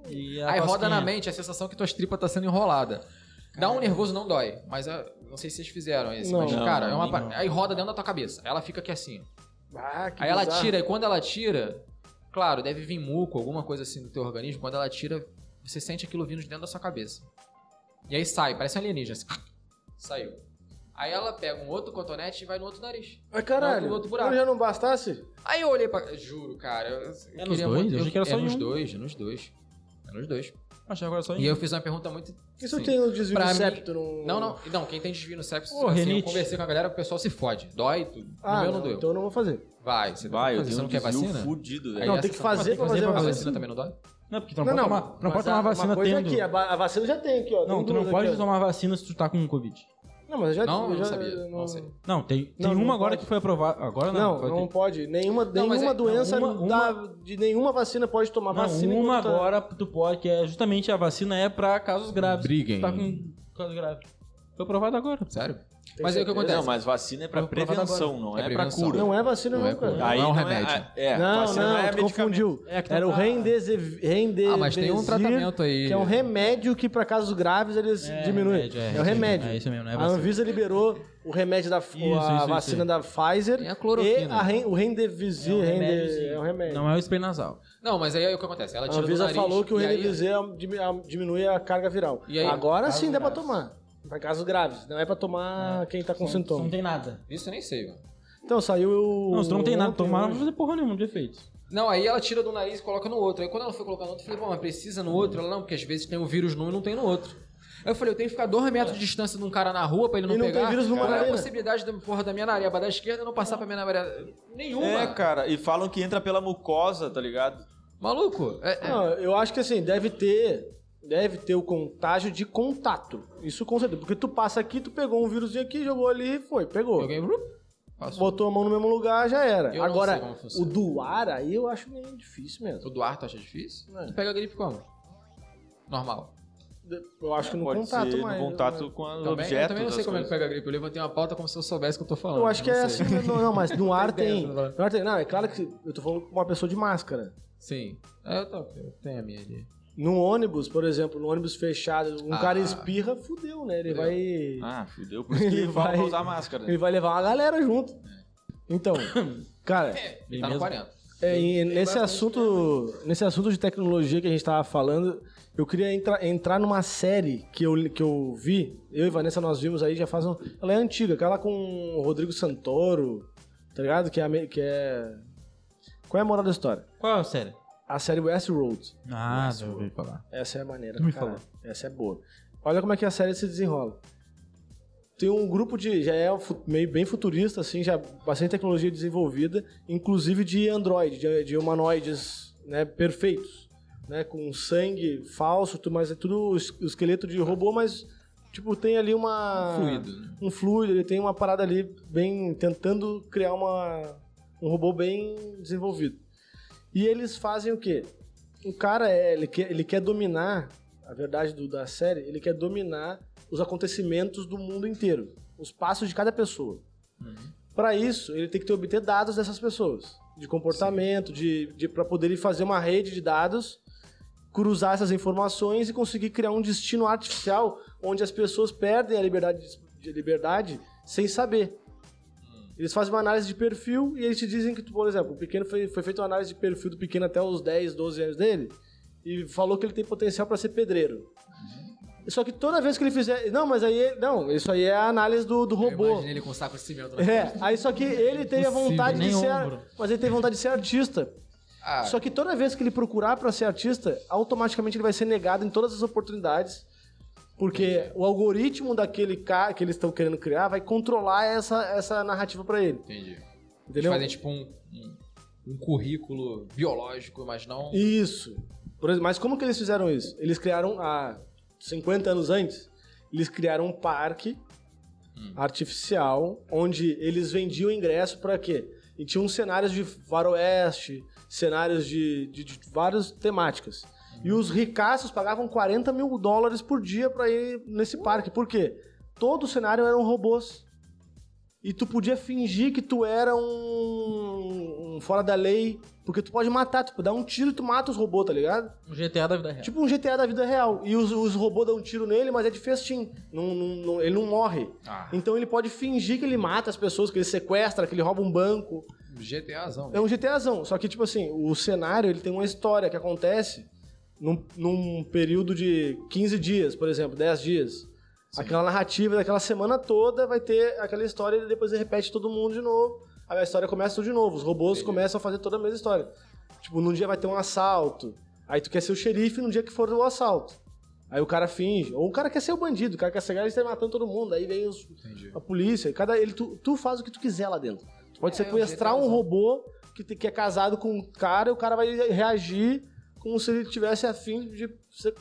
[SPEAKER 2] E a
[SPEAKER 4] Aí roda
[SPEAKER 2] cosquinha.
[SPEAKER 4] na mente a sensação que tua tripa tá sendo enrolada. Dá um nervoso, não dói. Mas eu não sei se vocês fizeram isso.
[SPEAKER 1] Não.
[SPEAKER 4] mas,
[SPEAKER 3] Não,
[SPEAKER 4] cara, é uma
[SPEAKER 2] não.
[SPEAKER 4] par- aí roda dentro da tua cabeça. Ela fica aqui assim.
[SPEAKER 1] Ah, que
[SPEAKER 4] aí ela
[SPEAKER 1] bizarro.
[SPEAKER 4] tira, e quando ela tira, claro, deve vir muco, alguma coisa assim do teu organismo. Quando ela tira, você sente aquilo vindo de dentro da sua cabeça. E aí sai, parece um alienígena. assim. Saiu. Aí ela pega um outro cotonete e vai no outro nariz.
[SPEAKER 1] Ah,
[SPEAKER 4] Não,
[SPEAKER 1] caralho,
[SPEAKER 4] no outro buraco.
[SPEAKER 1] quando já não bastasse?
[SPEAKER 4] Aí eu olhei pra. Juro, cara. Eu, eu
[SPEAKER 2] É nos dois? Eu achei que era só
[SPEAKER 4] é
[SPEAKER 2] em
[SPEAKER 4] nos
[SPEAKER 2] um.
[SPEAKER 4] dois, é nos dois. É nos dois.
[SPEAKER 2] Acho que agora é só
[SPEAKER 4] E
[SPEAKER 2] em.
[SPEAKER 4] eu fiz uma pergunta muito.
[SPEAKER 1] E se eu
[SPEAKER 4] Sim.
[SPEAKER 1] tenho um desvio
[SPEAKER 4] Pra
[SPEAKER 1] de
[SPEAKER 4] mim-
[SPEAKER 1] septo? Não,
[SPEAKER 4] Não, não. Não, quem tem desvio no sepso,
[SPEAKER 2] Ô,
[SPEAKER 4] assim, eu
[SPEAKER 2] renite.
[SPEAKER 4] conversei com a galera, o pessoal se fode. Dói tudo.
[SPEAKER 1] Ah,
[SPEAKER 4] no meu
[SPEAKER 1] não,
[SPEAKER 4] não doeu.
[SPEAKER 1] então eu não vou fazer.
[SPEAKER 4] Vai, você
[SPEAKER 3] Vai, eu
[SPEAKER 4] fazer,
[SPEAKER 3] tenho
[SPEAKER 4] você
[SPEAKER 3] um
[SPEAKER 4] não quer
[SPEAKER 3] desvio
[SPEAKER 4] vacina?
[SPEAKER 3] fudido,
[SPEAKER 4] Aí
[SPEAKER 3] velho.
[SPEAKER 1] Não,
[SPEAKER 4] essa
[SPEAKER 1] tem que
[SPEAKER 4] você-
[SPEAKER 1] fazer
[SPEAKER 4] tem
[SPEAKER 1] pra
[SPEAKER 4] fazer
[SPEAKER 1] fazer
[SPEAKER 4] pra
[SPEAKER 1] vacina.
[SPEAKER 4] vacina também, não dói?
[SPEAKER 2] Não, porque tu não, pode tomar, tu não pode tomar
[SPEAKER 1] mas a-
[SPEAKER 2] vacina
[SPEAKER 1] uma coisa
[SPEAKER 2] tendo.
[SPEAKER 1] aqui, a, va- a vacina já tem aqui, ó.
[SPEAKER 2] Não,
[SPEAKER 1] tem
[SPEAKER 2] tu não
[SPEAKER 1] duas
[SPEAKER 2] pode
[SPEAKER 1] aqui, ó.
[SPEAKER 2] tomar vacina se tu tá com Covid.
[SPEAKER 1] Não, mas eu já
[SPEAKER 4] um- Não, eu
[SPEAKER 1] já,
[SPEAKER 4] não sabia. Não sei.
[SPEAKER 2] Não, tem, tem
[SPEAKER 1] Não, não
[SPEAKER 2] uma agora
[SPEAKER 1] pode.
[SPEAKER 2] que foi aprovada. Agora não.
[SPEAKER 1] Não,
[SPEAKER 2] foi-
[SPEAKER 1] não, tá pode. Nenhuma,
[SPEAKER 4] Não, mas
[SPEAKER 1] nenhuma
[SPEAKER 4] é-
[SPEAKER 1] doença
[SPEAKER 2] não, uma-
[SPEAKER 1] dá- de nenhuma vacina pode tomar
[SPEAKER 2] Não,
[SPEAKER 1] vacina.
[SPEAKER 2] uma
[SPEAKER 1] enquanto tá-
[SPEAKER 2] agora tu pode, que é justamente a vacina é pra casos graves.
[SPEAKER 4] Briguem.
[SPEAKER 2] Tu tá com caso grave. Foi aprovado agora.
[SPEAKER 4] Sério?
[SPEAKER 1] Tem
[SPEAKER 4] Mas aí o que
[SPEAKER 1] certeza?
[SPEAKER 4] acontece?
[SPEAKER 3] Não, mas vacina é pra
[SPEAKER 4] Vou provar
[SPEAKER 3] prevenção, não
[SPEAKER 4] É
[SPEAKER 3] é, pra
[SPEAKER 4] prevenção.
[SPEAKER 3] cura.
[SPEAKER 1] Não é vacina,
[SPEAKER 4] Não
[SPEAKER 1] não,
[SPEAKER 4] é
[SPEAKER 1] cara.
[SPEAKER 4] cura.
[SPEAKER 3] Aí
[SPEAKER 4] Não é um
[SPEAKER 3] não é-
[SPEAKER 4] remédio.
[SPEAKER 3] É,
[SPEAKER 1] Não,
[SPEAKER 3] vacina não,
[SPEAKER 1] não,
[SPEAKER 3] é
[SPEAKER 1] tu
[SPEAKER 3] medicamento.
[SPEAKER 1] confundiu.
[SPEAKER 2] É, que tá
[SPEAKER 1] Era o
[SPEAKER 2] pra-
[SPEAKER 1] rendesivir, rendesivir,
[SPEAKER 4] Ah, mas tem um tratamento aí.
[SPEAKER 1] que é um remédio que para casos graves eles
[SPEAKER 2] É,
[SPEAKER 1] diminuem.
[SPEAKER 2] remédio, é,
[SPEAKER 1] é, o remédio.
[SPEAKER 2] é isso mesmo, não é
[SPEAKER 1] a
[SPEAKER 2] vacina.
[SPEAKER 1] Anvisa liberou o remédio da
[SPEAKER 2] isso,
[SPEAKER 1] a
[SPEAKER 2] isso,
[SPEAKER 1] vacina
[SPEAKER 2] isso.
[SPEAKER 1] da Pfizer
[SPEAKER 4] Tem a cloroquina.
[SPEAKER 1] e a ren- o rendesivir,
[SPEAKER 2] É um
[SPEAKER 1] rende-
[SPEAKER 2] remédiozinho.
[SPEAKER 1] é um remédio.
[SPEAKER 2] Não é o spray nasal.
[SPEAKER 4] Não, mas aí é o que acontece? Ela
[SPEAKER 1] a
[SPEAKER 4] tira do
[SPEAKER 1] Anvisa
[SPEAKER 4] nariz,
[SPEAKER 1] falou que o
[SPEAKER 4] e aí-
[SPEAKER 1] rendesivir é- a- diminui a carga viral.
[SPEAKER 4] E aí?
[SPEAKER 1] Agora
[SPEAKER 2] Casos
[SPEAKER 1] sim dá para
[SPEAKER 2] graves.
[SPEAKER 1] tomar. Para casos graves, não é para tomar quem tá com
[SPEAKER 2] Não-
[SPEAKER 1] sintoma.
[SPEAKER 2] Não tem nada.
[SPEAKER 4] é, Isso eu nem sei, mano.
[SPEAKER 1] Então saiu o
[SPEAKER 2] Não, se tu não tem nada
[SPEAKER 1] ontem,
[SPEAKER 2] tomar, não vai
[SPEAKER 1] hoje.
[SPEAKER 2] fazer porra nenhuma de efeito.
[SPEAKER 4] Não, aí ela tira do um nariz e coloca no outro. Aí quando ela foi colocar no outro, eu falei, bom, mas precisa no outro? Ela, não, porque às vezes tem o vírus num e não tem no outro. Aí eu falei, eu tenho que ficar dois metros de distância de um cara na rua pra ele não
[SPEAKER 1] E não tem
[SPEAKER 4] pegar.
[SPEAKER 1] vírus numa
[SPEAKER 4] Qual é a
[SPEAKER 1] arena?
[SPEAKER 4] possibilidade da porra da minha nareba da esquerda não passar pra minha nareba nenhuma?
[SPEAKER 3] É, cara, e falam que entra pela mucosa, tá ligado?
[SPEAKER 4] Maluco? É, é.
[SPEAKER 1] Não, eu acho que assim, deve ter. Deve ter o contágio de contato. Isso com certeza. Porque tu passa aqui, tu pegou um vírus aqui, jogou ali e foi, pegou.
[SPEAKER 4] Alguém- Passou.
[SPEAKER 1] Botou a mão no mesmo lugar, já era.
[SPEAKER 4] Eu não sei como
[SPEAKER 1] Agora, o
[SPEAKER 4] funciona.
[SPEAKER 1] do ar aí eu acho meio difícil mesmo.
[SPEAKER 4] O Duarte acha difícil? Tu pega a gripe como? Normal.
[SPEAKER 1] Eu
[SPEAKER 2] É,
[SPEAKER 1] acho que no
[SPEAKER 3] Pode
[SPEAKER 1] contato
[SPEAKER 3] ser
[SPEAKER 1] mais. né?
[SPEAKER 3] no contato com os
[SPEAKER 4] Também, eu
[SPEAKER 3] objetos.
[SPEAKER 4] também não sei
[SPEAKER 3] as
[SPEAKER 4] como é que
[SPEAKER 3] coisas.
[SPEAKER 4] pega a gripe. Eu levantei uma pauta como se eu soubesse o que eu tô falando. né?
[SPEAKER 1] Eu acho que
[SPEAKER 4] não
[SPEAKER 1] é assim,
[SPEAKER 4] sei.
[SPEAKER 1] não, não, mas no ar
[SPEAKER 4] ideia
[SPEAKER 1] tem.
[SPEAKER 4] do que eu tô falando.
[SPEAKER 1] No ar tem. Não, é claro que eu tô falando com uma pessoa de máscara.
[SPEAKER 4] Sim. É, eu, tô, eu tenho a minha ali.
[SPEAKER 1] Num ônibus, por exemplo, num ônibus fechado, um
[SPEAKER 4] Ah.
[SPEAKER 1] cara espirra, fudeu, né? Ele
[SPEAKER 4] Fudeu.
[SPEAKER 1] vai.
[SPEAKER 3] Ah, fudeu, por isso que
[SPEAKER 1] Ele
[SPEAKER 3] falam pra
[SPEAKER 1] vai-
[SPEAKER 3] usar máscara.
[SPEAKER 1] Ele vai levar uma galera junto. Então, cara,
[SPEAKER 2] Bem
[SPEAKER 4] tá no
[SPEAKER 2] mesmo.
[SPEAKER 4] 40.
[SPEAKER 1] é, e nesse assunto, nesse assunto de tecnologia que a gente tava falando, eu queria entra- entrar numa série que eu, que eu vi, eu e Vanessa nós vimos aí já faz um, ela é antiga, aquela com o Rodrigo Santoro, tá ligado? Que é, a me- que é Qual é a moral da história?
[SPEAKER 2] Qual é a série?
[SPEAKER 1] A série Westworld.
[SPEAKER 2] Ah, eu ouvi falar.
[SPEAKER 1] Essa é a maneira.
[SPEAKER 2] Tu me
[SPEAKER 1] cara. Essa é boa. Olha como é que a série se desenrola. Tem um grupo de. Já é fu- meio bem futurista, assim, já bastante tecnologia desenvolvida, inclusive de Android, de, de humanoides né, perfeitos. Né, com sangue falso, tu- mas é tudo es- o esqueleto de robô, mas tipo, tem ali uma.
[SPEAKER 4] Fluido, né?
[SPEAKER 1] Um fluido, ele tem uma parada ali bem. tentando criar uma, um robô bem desenvolvido. E eles fazem o quê? O cara, é, ele, quer, ele quer dominar, a verdade do- da série, ele quer dominar os acontecimentos do mundo inteiro, os passos de cada pessoa. Para isso, ele tem que ter, obter dados dessas pessoas, de comportamento, de, de para poder ele fazer uma rede de dados, cruzar essas informações e conseguir criar um destino artificial onde as pessoas perdem a liberdade de- de liberdade sem saber. Eles fazem uma análise de perfil e eles te dizem que, tu, por exemplo, o pequeno foi, foi feita uma análise de perfil do pequeno até os 10, 12 anos dele e falou que ele tem potencial para ser pedreiro. Só que toda vez que ele fizer. Não, mas aí. Não, isso aí é a análise do, do
[SPEAKER 4] Eu
[SPEAKER 1] robô.
[SPEAKER 4] imaginei ele com um saco de cimento na
[SPEAKER 1] É,
[SPEAKER 4] costa.
[SPEAKER 1] aí só que ele teve a vontade de
[SPEAKER 2] nem
[SPEAKER 1] ser.
[SPEAKER 2] ombro.
[SPEAKER 1] Mas ele teve vontade de ser artista.
[SPEAKER 4] Ah,
[SPEAKER 1] Só que toda vez que ele procurar pra ser artista, automaticamente ele vai ser negado em todas as oportunidades. Porque o algoritmo daquele cara que eles estão querendo criar vai controlar essa, essa narrativa pra ele.
[SPEAKER 4] entendi. Eles
[SPEAKER 1] Entendeu?
[SPEAKER 4] fazem tipo um, um, um currículo biológico, mas não. um
[SPEAKER 1] Isso. Por exemplo, mas como que eles fizeram isso? Eles criaram, há 50 anos antes, eles criaram um parque artificial onde eles vendiam ingresso para quê? E tinham cenários de faroeste, cenários de, de, de várias temáticas. E os ricaços pagavam 40 mil dólares por dia para ir nesse parque. Por quê? Todo o cenário eram robôs. E tu podia fingir que tu era um, um fora da lei, porque tu pode matar, tu dá um tiro e tu mata os robôs, tá ligado?
[SPEAKER 2] Um GTA da vida real.
[SPEAKER 1] Tipo um GTA da vida real. E os, os robôs dão um tiro nele, mas é de festim. Não- não- não- ele não morre.
[SPEAKER 4] Ah,
[SPEAKER 1] Então ele pode fingir que ele mata as pessoas, que ele sequestra, que ele rouba um banco.
[SPEAKER 4] GTAzão.
[SPEAKER 1] É um GTAzão. Só que, tipo assim, o cenário ele tem uma história que acontece num, num período de 15 dias, por exemplo, 10 dias. Aquela narrativa daquela semana toda vai ter aquela história e depois ele repete todo mundo de novo. Aí a história começa tudo de novo. Os robôs começam a fazer toda a mesma história. Tipo, num dia vai ter um assalto. Aí tu quer ser o xerife no dia que for o assalto. Aí o cara finge. Ou o cara quer ser o bandido, o cara quer ser e está matando todo mundo. Aí vem os-
[SPEAKER 4] Entendi.
[SPEAKER 1] a polícia. Cada, ele, tu, tu faz o que tu quiser lá dentro. Tu pode
[SPEAKER 4] É,
[SPEAKER 1] sequestrar
[SPEAKER 4] é um
[SPEAKER 1] um
[SPEAKER 4] jeito,
[SPEAKER 1] robô que, te- que é casado com um cara e o cara vai reagir como se ele tivesse afim de se-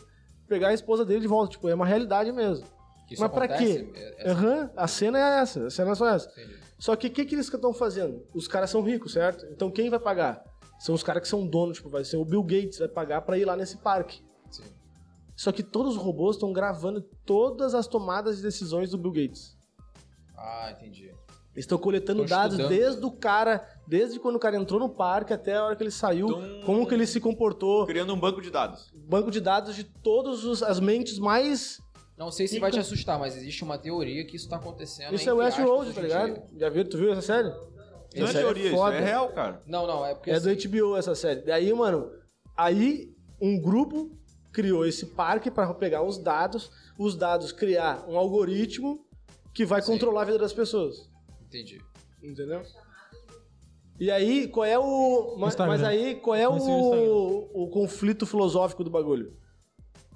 [SPEAKER 1] pegar a esposa dele de volta. Tipo, é uma realidade mesmo.
[SPEAKER 4] Que isso
[SPEAKER 1] Mas pra
[SPEAKER 4] acontece? É- é-
[SPEAKER 1] Aham, a cena é essa, a cena é só essa.
[SPEAKER 4] Entendi.
[SPEAKER 1] Só que o que, que eles estão fazendo? Os caras são ricos, certo? Então quem vai pagar? São os caras que são donos, tipo, vai ser o Bill Gates vai pagar pra ir lá nesse parque.
[SPEAKER 4] Sim.
[SPEAKER 1] Só que todos os robôs estão gravando todas as tomadas de decisões do Bill Gates.
[SPEAKER 4] Ah, entendi.
[SPEAKER 1] Eles estão coletando
[SPEAKER 4] Tão
[SPEAKER 1] dados
[SPEAKER 4] estudando.
[SPEAKER 1] desde o cara, desde quando o cara entrou no parque até a hora que ele saiu,
[SPEAKER 3] Então-
[SPEAKER 1] como que ele se comportou.
[SPEAKER 3] Criando um banco de dados.
[SPEAKER 1] Banco de dados de todas as mentes mais.
[SPEAKER 4] Não sei se
[SPEAKER 1] E
[SPEAKER 4] vai
[SPEAKER 1] com-
[SPEAKER 4] te assustar, mas existe uma teoria que isso tá acontecendo.
[SPEAKER 1] Isso é
[SPEAKER 4] entre
[SPEAKER 1] Westworld,
[SPEAKER 4] aspas,
[SPEAKER 1] tá
[SPEAKER 4] hoje em
[SPEAKER 1] ligado?
[SPEAKER 4] dia.
[SPEAKER 1] Já viu? Tu viu essa série?
[SPEAKER 3] Não é
[SPEAKER 1] Essa
[SPEAKER 3] teoria, isso
[SPEAKER 1] foda.
[SPEAKER 3] é real, cara.
[SPEAKER 4] Não, não, é porque.
[SPEAKER 1] É
[SPEAKER 4] assim,
[SPEAKER 1] do HBO essa série. Daí, mano, aí um grupo criou esse parque pra pegar os dados, os dados criar um algoritmo que vai
[SPEAKER 4] Sim.
[SPEAKER 1] controlar a vida das pessoas.
[SPEAKER 4] Entendi.
[SPEAKER 1] Entendeu? E aí, qual é o. Mas,
[SPEAKER 2] Instagram.
[SPEAKER 1] mas aí, qual é
[SPEAKER 2] Conheci o
[SPEAKER 1] o, o conflito filosófico do bagulho?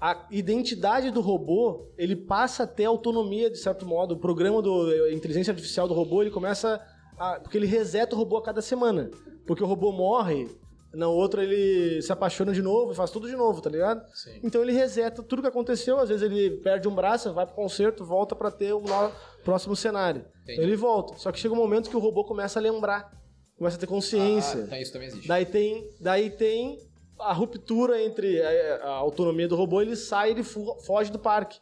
[SPEAKER 1] a identidade do robô, ele passa a ter autonomia, de certo modo. O programa do a inteligência artificial do robô, ele começa a... Porque ele reseta o robô a cada semana. Porque o robô morre, na outra ele se apaixona de novo, faz tudo de novo, tá ligado?
[SPEAKER 4] Sim.
[SPEAKER 1] Então ele reseta tudo que aconteceu. Às vezes ele perde um braço, vai pro concerto, volta pra ter o no- próximo cenário.
[SPEAKER 4] Entendi.
[SPEAKER 1] Ele volta. Só que chega um momento que o robô começa a lembrar, começa a ter consciência.
[SPEAKER 4] Ah, então isso também existe.
[SPEAKER 1] Daí tem, daí tem a ruptura entre a, a autonomia do robô, ele sai e fu- foge do parque.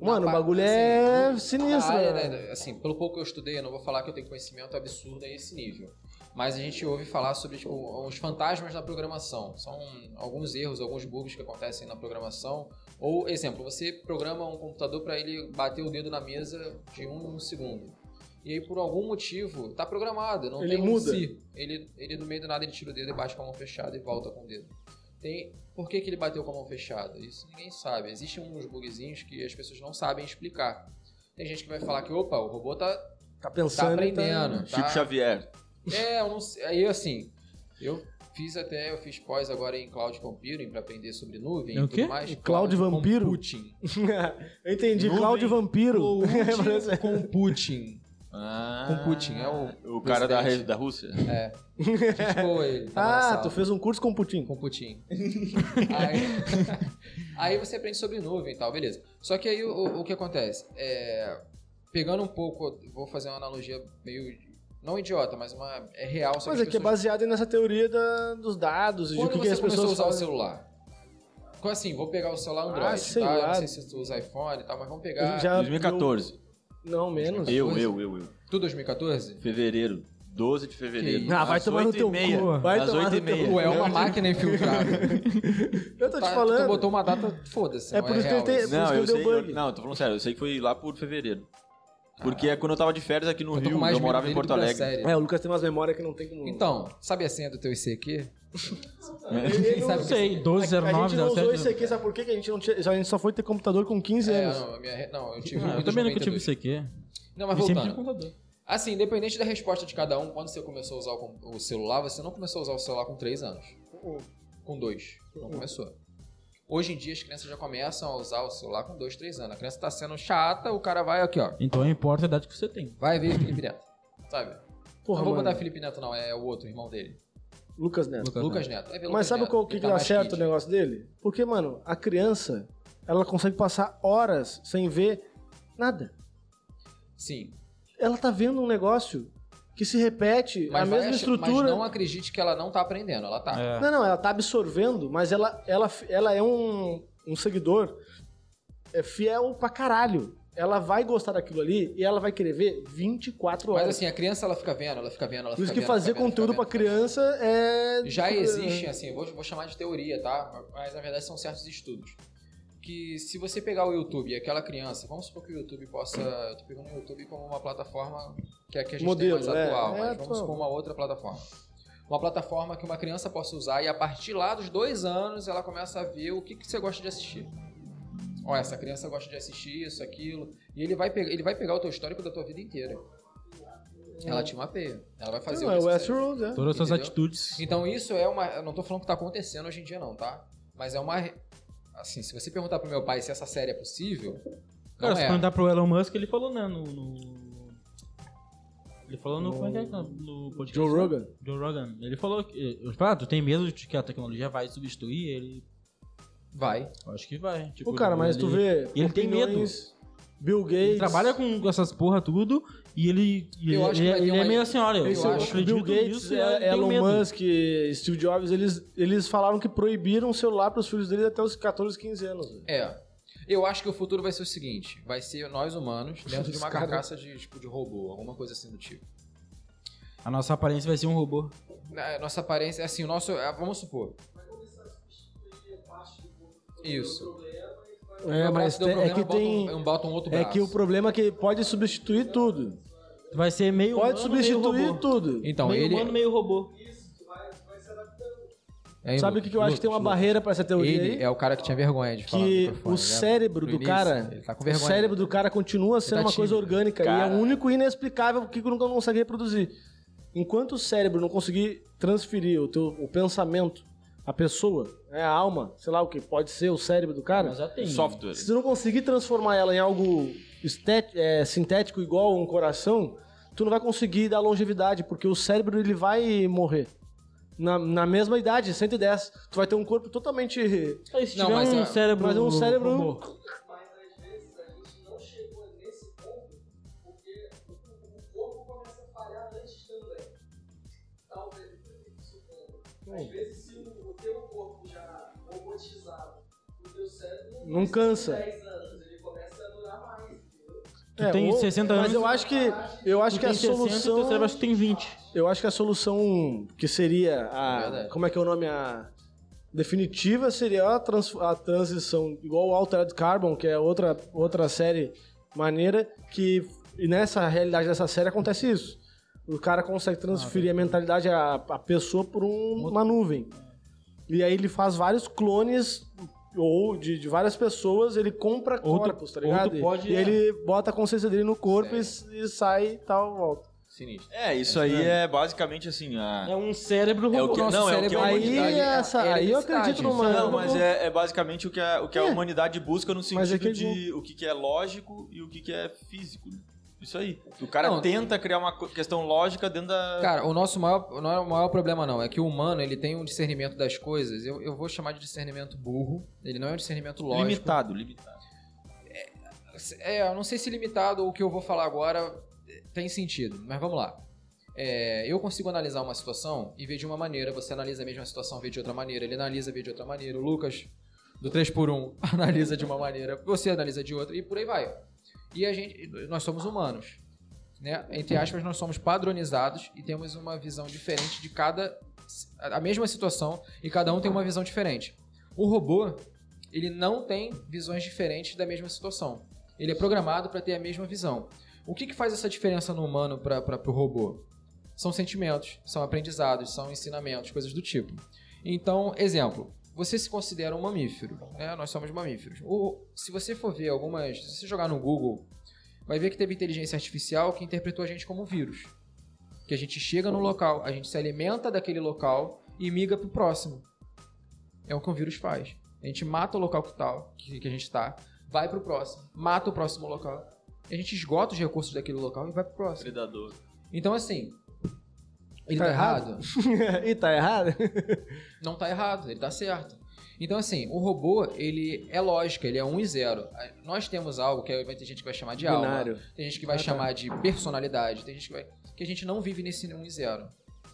[SPEAKER 1] Mano,
[SPEAKER 4] Na
[SPEAKER 1] o
[SPEAKER 4] parte,
[SPEAKER 1] bagulho é
[SPEAKER 4] assim,
[SPEAKER 1] sinistro.
[SPEAKER 4] na área,
[SPEAKER 1] né?
[SPEAKER 4] né, Assim, pelo pouco que eu estudei, eu não vou falar que eu tenho conhecimento absurdo a esse nível. Mas a gente ouve falar sobre tipo, os fantasmas da programação. São alguns erros, alguns bugs que acontecem na programação. Ou, exemplo, você programa um computador para ele bater o dedo na mesa de um em um segundo. E aí, por algum motivo, tá programado, não
[SPEAKER 1] Ele
[SPEAKER 4] tem
[SPEAKER 1] muda.
[SPEAKER 4] um si. Ele, ele, no meio do nada, ele tira o dedo e bate com a mão fechada e volta com o dedo. Tem, por que, que ele bateu com a mão fechada? Isso ninguém sabe. Existem uns bugzinhos que as pessoas não sabem explicar. Tem gente que vai falar que, opa, o robô tá,
[SPEAKER 1] Tá
[SPEAKER 4] tá
[SPEAKER 1] pensando.
[SPEAKER 4] aprendendo.
[SPEAKER 3] Chico
[SPEAKER 4] tá-
[SPEAKER 3] Xavier.
[SPEAKER 4] É, eu não sei. Aí, assim, eu fiz até, eu fiz pós agora em Cloud Computing pra aprender sobre nuvem
[SPEAKER 2] É o
[SPEAKER 4] e tudo
[SPEAKER 2] quê?
[SPEAKER 4] mais.
[SPEAKER 1] Cloud Vampiro?
[SPEAKER 4] Computing.
[SPEAKER 1] Eu entendi,
[SPEAKER 3] Nuvem.
[SPEAKER 1] Cláudio Vampiro.
[SPEAKER 4] Cloud Computing.
[SPEAKER 3] Ah,
[SPEAKER 4] Com Putin, é o
[SPEAKER 3] O cara da,
[SPEAKER 4] presidente.
[SPEAKER 3] da Rússia.
[SPEAKER 4] Gente boa ele. tá na
[SPEAKER 1] Ah,
[SPEAKER 4] sala.
[SPEAKER 1] tu fez um curso com o Putin.
[SPEAKER 4] com o Putin. aí, aí você aprende sobre nuvem e tal, beleza. Só que aí o, o que acontece? É, pegando um pouco, vou fazer uma analogia meio. Não idiota, mas uma. É real sobre
[SPEAKER 1] Mas
[SPEAKER 4] as
[SPEAKER 1] é que é
[SPEAKER 4] pessoas.
[SPEAKER 1] baseado nessa teoria da- dos dados e de o
[SPEAKER 4] Quando
[SPEAKER 1] que, que
[SPEAKER 4] você
[SPEAKER 1] as
[SPEAKER 4] começou a
[SPEAKER 1] pessoas
[SPEAKER 4] usar o
[SPEAKER 1] fazem.
[SPEAKER 4] celular? Então, assim, vou pegar o celular Android,
[SPEAKER 1] Ah, sei
[SPEAKER 4] tá? Eu
[SPEAKER 1] lá.
[SPEAKER 4] Não sei se tu usa iPhone e tal, mas vamos pegar.
[SPEAKER 1] Já-
[SPEAKER 3] 2014.
[SPEAKER 1] Não, menos.
[SPEAKER 3] Eu, eu, eu, eu.
[SPEAKER 4] Tu 2014?
[SPEAKER 3] Fevereiro. 12 de fevereiro.
[SPEAKER 1] Ah, vai
[SPEAKER 3] Às
[SPEAKER 1] tomar no
[SPEAKER 3] 8 e
[SPEAKER 1] teu
[SPEAKER 3] meia.
[SPEAKER 1] cu. Vai
[SPEAKER 3] Às
[SPEAKER 1] tomar no
[SPEAKER 3] 8 e
[SPEAKER 1] teu
[SPEAKER 3] meia.
[SPEAKER 1] cu.
[SPEAKER 4] Ué, é uma máquina infiltrada.
[SPEAKER 1] Eu tô te
[SPEAKER 4] Tá, Tu
[SPEAKER 1] falando.
[SPEAKER 4] botou uma data, foda-se.
[SPEAKER 1] É
[SPEAKER 4] não
[SPEAKER 1] por isso que ele
[SPEAKER 4] real
[SPEAKER 1] tem-
[SPEAKER 4] isso.
[SPEAKER 1] Por isso
[SPEAKER 3] Não,
[SPEAKER 1] que
[SPEAKER 3] eu
[SPEAKER 1] deu
[SPEAKER 3] sei,
[SPEAKER 1] bug.
[SPEAKER 3] eu- não, eu tô falando sério, eu sei que foi lá por fevereiro. Porque é quando eu tava de férias aqui no
[SPEAKER 4] Eu tô
[SPEAKER 3] Rio,
[SPEAKER 4] com mais
[SPEAKER 3] eu morava em
[SPEAKER 4] medo
[SPEAKER 3] Porto
[SPEAKER 4] dele do que da
[SPEAKER 3] Alegre.
[SPEAKER 4] série.
[SPEAKER 1] É, o Lucas tem umas memórias que não tem como.
[SPEAKER 4] Então, sabe a senha do teu ICQ?
[SPEAKER 1] Ele- ele não-
[SPEAKER 4] sabe é.
[SPEAKER 2] Não sei, 12,
[SPEAKER 1] a gente
[SPEAKER 2] 09,
[SPEAKER 1] não usou isso
[SPEAKER 2] 07.
[SPEAKER 1] aqui, sabe por quê? Que a gente, não tinha, a gente só foi ter computador com 15
[SPEAKER 4] É,
[SPEAKER 1] anos.
[SPEAKER 4] não, a minha re- não, eu tive.
[SPEAKER 2] Ah,
[SPEAKER 4] um
[SPEAKER 2] Eu também nunca tive
[SPEAKER 4] 92.
[SPEAKER 2] isso aqui.
[SPEAKER 4] Não, mas
[SPEAKER 2] E sempre tive
[SPEAKER 4] voltando.
[SPEAKER 2] computador.
[SPEAKER 4] Assim, independente da resposta de cada um, quando você começou a usar o, com- o celular, você não começou a usar o celular com 3 anos. Com 2. Não começou. Hoje em dia as crianças já começam a usar o celular com 2, 3 anos. A criança tá sendo chata, o cara vai aqui, ó.
[SPEAKER 2] Então importa a idade que você tem.
[SPEAKER 4] Vai ver Felipe Neto. Sabe?
[SPEAKER 1] Porra,
[SPEAKER 4] não vou
[SPEAKER 1] mano.
[SPEAKER 4] botar Felipe Neto, não, é o outro, irmão dele.
[SPEAKER 1] Lucas Neto.
[SPEAKER 2] né?
[SPEAKER 4] Lucas Neto. É ver
[SPEAKER 1] Mas
[SPEAKER 4] Lucas
[SPEAKER 1] sabe
[SPEAKER 4] Neto,
[SPEAKER 1] qual que,
[SPEAKER 4] ele
[SPEAKER 1] que
[SPEAKER 4] tá
[SPEAKER 1] dá
[SPEAKER 4] mais
[SPEAKER 1] certo o
[SPEAKER 4] kid.
[SPEAKER 1] negócio dele? Porque, mano, a criança, ela consegue passar horas sem ver nada.
[SPEAKER 4] Sim.
[SPEAKER 1] Ela tá vendo um negócio que se repete, É a
[SPEAKER 4] Mas, vai
[SPEAKER 1] mesma
[SPEAKER 4] ach-
[SPEAKER 1] estrutura.
[SPEAKER 4] mas não acredite que ela não tá aprendendo, ela tá.
[SPEAKER 2] É.
[SPEAKER 1] Não, não, ela tá absorvendo, mas ela, ela, ela é um, um seguidor é fiel pra caralho. Ela vai gostar daquilo ali e ela vai querer ver 24 horas.
[SPEAKER 4] Mas assim, a criança ela fica vendo, ela fica vendo, ela
[SPEAKER 1] Por
[SPEAKER 4] fica
[SPEAKER 1] isso que
[SPEAKER 4] vendo,
[SPEAKER 1] fazer
[SPEAKER 4] fica vendo,
[SPEAKER 1] conteúdo
[SPEAKER 4] fica
[SPEAKER 1] pra
[SPEAKER 4] vendo,
[SPEAKER 1] criança é.
[SPEAKER 4] Já
[SPEAKER 1] tipo,
[SPEAKER 4] existem, assim, vou, vou chamar de teoria, tá? Mas na verdade são certos estudos. Que se você pegar o YouTube e aquela criança, vamos supor que o YouTube possa. Eu tô pegando o YouTube como uma plataforma que é a que a gente
[SPEAKER 1] Modelo,
[SPEAKER 4] tem mais
[SPEAKER 1] é,
[SPEAKER 4] atual,
[SPEAKER 1] é
[SPEAKER 4] mas
[SPEAKER 1] atual.
[SPEAKER 4] vamos supor uma outra plataforma. Uma plataforma que uma criança possa usar e a partir lá dos dois anos ela começa a ver o que, que você gosta de assistir. Ó, essa criança gosta de assistir isso, aquilo. E ele vai, pe- ele vai pegar o teu histórico da tua vida inteira. Ela te mapeia. Ela vai fazer né?
[SPEAKER 1] Não, é
[SPEAKER 4] o que
[SPEAKER 1] o
[SPEAKER 4] você-
[SPEAKER 1] Westworld, é.
[SPEAKER 2] Todas as suas
[SPEAKER 4] Entendeu?
[SPEAKER 2] atitudes.
[SPEAKER 4] então isso é uma. Eu não tô falando que tá acontecendo hoje em dia, não, tá? Mas é uma. Assim, se você perguntar pro meu pai se essa série é possível.
[SPEAKER 2] Cara,
[SPEAKER 4] não
[SPEAKER 2] se
[SPEAKER 4] é.
[SPEAKER 2] perguntar pro Elon Musk, ele falou, né, no... no- Ele falou no... Como é que é? No podcast.
[SPEAKER 1] Joe
[SPEAKER 2] né?
[SPEAKER 1] Rogan.
[SPEAKER 2] Joe Rogan. Ele falou que... Ele falou, ah, tu tem medo de que a tecnologia vai substituir ele?
[SPEAKER 4] Vai.
[SPEAKER 2] Eu acho que vai. Tipo,
[SPEAKER 1] Pô, cara, mas
[SPEAKER 2] ele-
[SPEAKER 1] tu vê.
[SPEAKER 2] ele tem medo.
[SPEAKER 1] medo. Bill Gates.
[SPEAKER 2] Ele trabalha com essas porra tudo e ele... e
[SPEAKER 4] Eu acho que
[SPEAKER 2] ele,
[SPEAKER 4] vai ter
[SPEAKER 2] ele é
[SPEAKER 4] uma-
[SPEAKER 2] meio assim, olha, eu,
[SPEAKER 4] Esse
[SPEAKER 1] Esse,
[SPEAKER 4] eu
[SPEAKER 2] acho que
[SPEAKER 1] Bill Gates, é, Elon Musk, Steve Jobs, eles, eles falaram que proibiram o celular pros filhos deles até os 14, 15 anos. velho.
[SPEAKER 4] É. Eu acho que o futuro vai ser o seguinte: vai ser nós humanos dentro de uma
[SPEAKER 1] Os cara-
[SPEAKER 4] carcaça de, tipo, de robô, alguma coisa assim do tipo.
[SPEAKER 2] A nossa aparência vai ser um robô.
[SPEAKER 4] Na- Nossa aparência, assim, o nosso. ah, Vamos supor. Isso.
[SPEAKER 1] É,
[SPEAKER 4] Meu
[SPEAKER 1] mas
[SPEAKER 4] braço deu
[SPEAKER 1] tem- é
[SPEAKER 4] problema,
[SPEAKER 1] que
[SPEAKER 4] bota
[SPEAKER 1] tem.
[SPEAKER 4] Um, eu boto um outro
[SPEAKER 1] É
[SPEAKER 4] braço.
[SPEAKER 1] que o problema é que pode substituir tudo.
[SPEAKER 2] Vai ser meio
[SPEAKER 1] Pode
[SPEAKER 2] um humano, meio
[SPEAKER 1] substituir
[SPEAKER 2] robô.
[SPEAKER 1] tudo.
[SPEAKER 4] Então,
[SPEAKER 2] meio
[SPEAKER 4] ele.
[SPEAKER 2] humano, meio robô.
[SPEAKER 4] É,
[SPEAKER 1] Sabe o que, que eu acho que tem uma
[SPEAKER 4] Lucas,
[SPEAKER 1] barreira pra essa teoria
[SPEAKER 4] Ele
[SPEAKER 1] aí?
[SPEAKER 4] é o cara que tinha vergonha de falar no
[SPEAKER 1] que
[SPEAKER 4] microfone, né?
[SPEAKER 1] o
[SPEAKER 4] lembra?
[SPEAKER 1] cérebro
[SPEAKER 4] No
[SPEAKER 1] do
[SPEAKER 4] início,
[SPEAKER 1] cara,
[SPEAKER 4] Ele tá com
[SPEAKER 1] o
[SPEAKER 4] vergonha.
[SPEAKER 1] cérebro do cara continua sendo
[SPEAKER 4] tá
[SPEAKER 1] uma coisa
[SPEAKER 4] tímido.
[SPEAKER 1] orgânica e
[SPEAKER 3] Cara.
[SPEAKER 1] é o único e inexplicável que não consegue reproduzir. Enquanto o cérebro não conseguir transferir o teu o pensamento a pessoa, né, a alma, sei lá o que, pode ser o cérebro do cara.
[SPEAKER 8] Mas já tem.
[SPEAKER 3] Software.
[SPEAKER 1] Se tu não conseguir transformar ela em algo estet- é, sintético igual um coração, tu não vai conseguir dar longevidade, porque o cérebro ele vai morrer. Na, na mesma idade, 110, tu vai ter um corpo totalmente.
[SPEAKER 2] Aí, se
[SPEAKER 4] Não,
[SPEAKER 2] tiver
[SPEAKER 4] mas
[SPEAKER 2] um
[SPEAKER 4] a-
[SPEAKER 2] cérebro...
[SPEAKER 1] Mas é um cérebro-
[SPEAKER 2] robô.
[SPEAKER 7] Mas às vezes a gente não chegou nesse ponto porque o o corpo começa a falhar antes também. Talvez, supondo. Às vezes, se o o teu corpo já robotizado, o teu cérebro
[SPEAKER 1] Não
[SPEAKER 7] precisa de
[SPEAKER 1] cansa.
[SPEAKER 7] 10 anos, ele começa a durar mais, entendeu?
[SPEAKER 2] Tu tem 60 anos.
[SPEAKER 1] É, Mas eu acho que, eu acho
[SPEAKER 2] Tu
[SPEAKER 1] que a
[SPEAKER 2] tem 60 e teu
[SPEAKER 1] solução.
[SPEAKER 2] cérebro acho que tem 20.
[SPEAKER 1] Eu acho que a solução que seria a.
[SPEAKER 4] Verdade.
[SPEAKER 1] Como é que é o nome? A definitiva seria a, trans- a transição, igual o Altered Carbon, que é outra, outra série maneira, que e nessa realidade dessa série acontece isso. O cara consegue transferir a mentalidade, a, a pessoa, por um- uma nuvem. E aí ele faz vários clones ou de, de várias pessoas, ele compra
[SPEAKER 2] Ou tu-
[SPEAKER 1] corpos, tá
[SPEAKER 2] ou tu
[SPEAKER 1] ligado? E-
[SPEAKER 2] pode-
[SPEAKER 1] e ele bota a consciência dele no corpo e, e sai e tal, volta.
[SPEAKER 4] Sinistro.
[SPEAKER 3] É, isso aí é basicamente assim. A...
[SPEAKER 2] É um cérebro
[SPEAKER 3] É o
[SPEAKER 2] robô.
[SPEAKER 3] que- não, é o que a
[SPEAKER 1] Aí,
[SPEAKER 3] humanidade.
[SPEAKER 1] essa,
[SPEAKER 4] é a
[SPEAKER 1] aí eu
[SPEAKER 4] eletricidade,
[SPEAKER 1] acredito
[SPEAKER 4] isso.
[SPEAKER 1] numa.
[SPEAKER 3] Não, mas é, é basicamente o que a, o que a
[SPEAKER 1] É.
[SPEAKER 3] humanidade busca no
[SPEAKER 1] Mas
[SPEAKER 3] sentido
[SPEAKER 1] é que
[SPEAKER 3] de o que, que é lógico e o que, que é físico. né? Isso aí. O cara
[SPEAKER 4] Não,
[SPEAKER 3] tenta criar uma co- questão lógica dentro da.
[SPEAKER 4] Cara, o nosso maior, não é o maior problema não, é que o humano, ele tem um discernimento das coisas, eu, eu vou chamar de discernimento burro, ele não é um discernimento lógico.
[SPEAKER 3] limitado, limitado.
[SPEAKER 4] É, eu não sei se limitado ou o que eu vou falar agora eh, tem sentido, mas vamos lá. É, eu consigo analisar uma situação e ver de uma maneira, você analisa a mesma situação, vê de outra maneira, ele analisa, vê de outra maneira, o Lucas do 3x1 analisa de uma maneira, você analisa de outra e por aí vai. E a gente, nós somos humanos, né? Entre aspas, nós somos padronizados e temos uma visão diferente de cada a mesma situação e cada um tem uma visão diferente. O robô, ele não tem visões diferentes da mesma situação. Ele é programado para ter a mesma visão. O que, que faz essa diferença no humano para o robô? São sentimentos, são aprendizados, são ensinamentos, coisas do tipo. Então, exemplo, você se considera um mamífero, né? Nós somos mamíferos. Ou, se você for ver algumas. Se você jogar no Google, vai ver que teve inteligência artificial que interpretou a gente como um vírus. Que a gente chega no local, a gente se alimenta daquele local e miga pro próximo. É o que um vírus faz. A gente mata o local que, tal, que, que a gente tá, vai pro próximo, mata o próximo local. A gente esgota os recursos daquele local e vai pro próximo.
[SPEAKER 3] Predador.
[SPEAKER 4] Então, assim. Ele
[SPEAKER 1] Tá
[SPEAKER 4] tá
[SPEAKER 1] errado?
[SPEAKER 4] errado?
[SPEAKER 1] Ih, tá errado?
[SPEAKER 4] não tá errado, ele tá certo. Então, assim, o robô, ele é lógica, ele é um e zero. A- Nós temos algo que vai ter gente que vai chamar de
[SPEAKER 1] Binário.
[SPEAKER 4] alma, tem gente que vai chamar de personalidade, tem gente que vai. que a gente não vive nesse um e zero.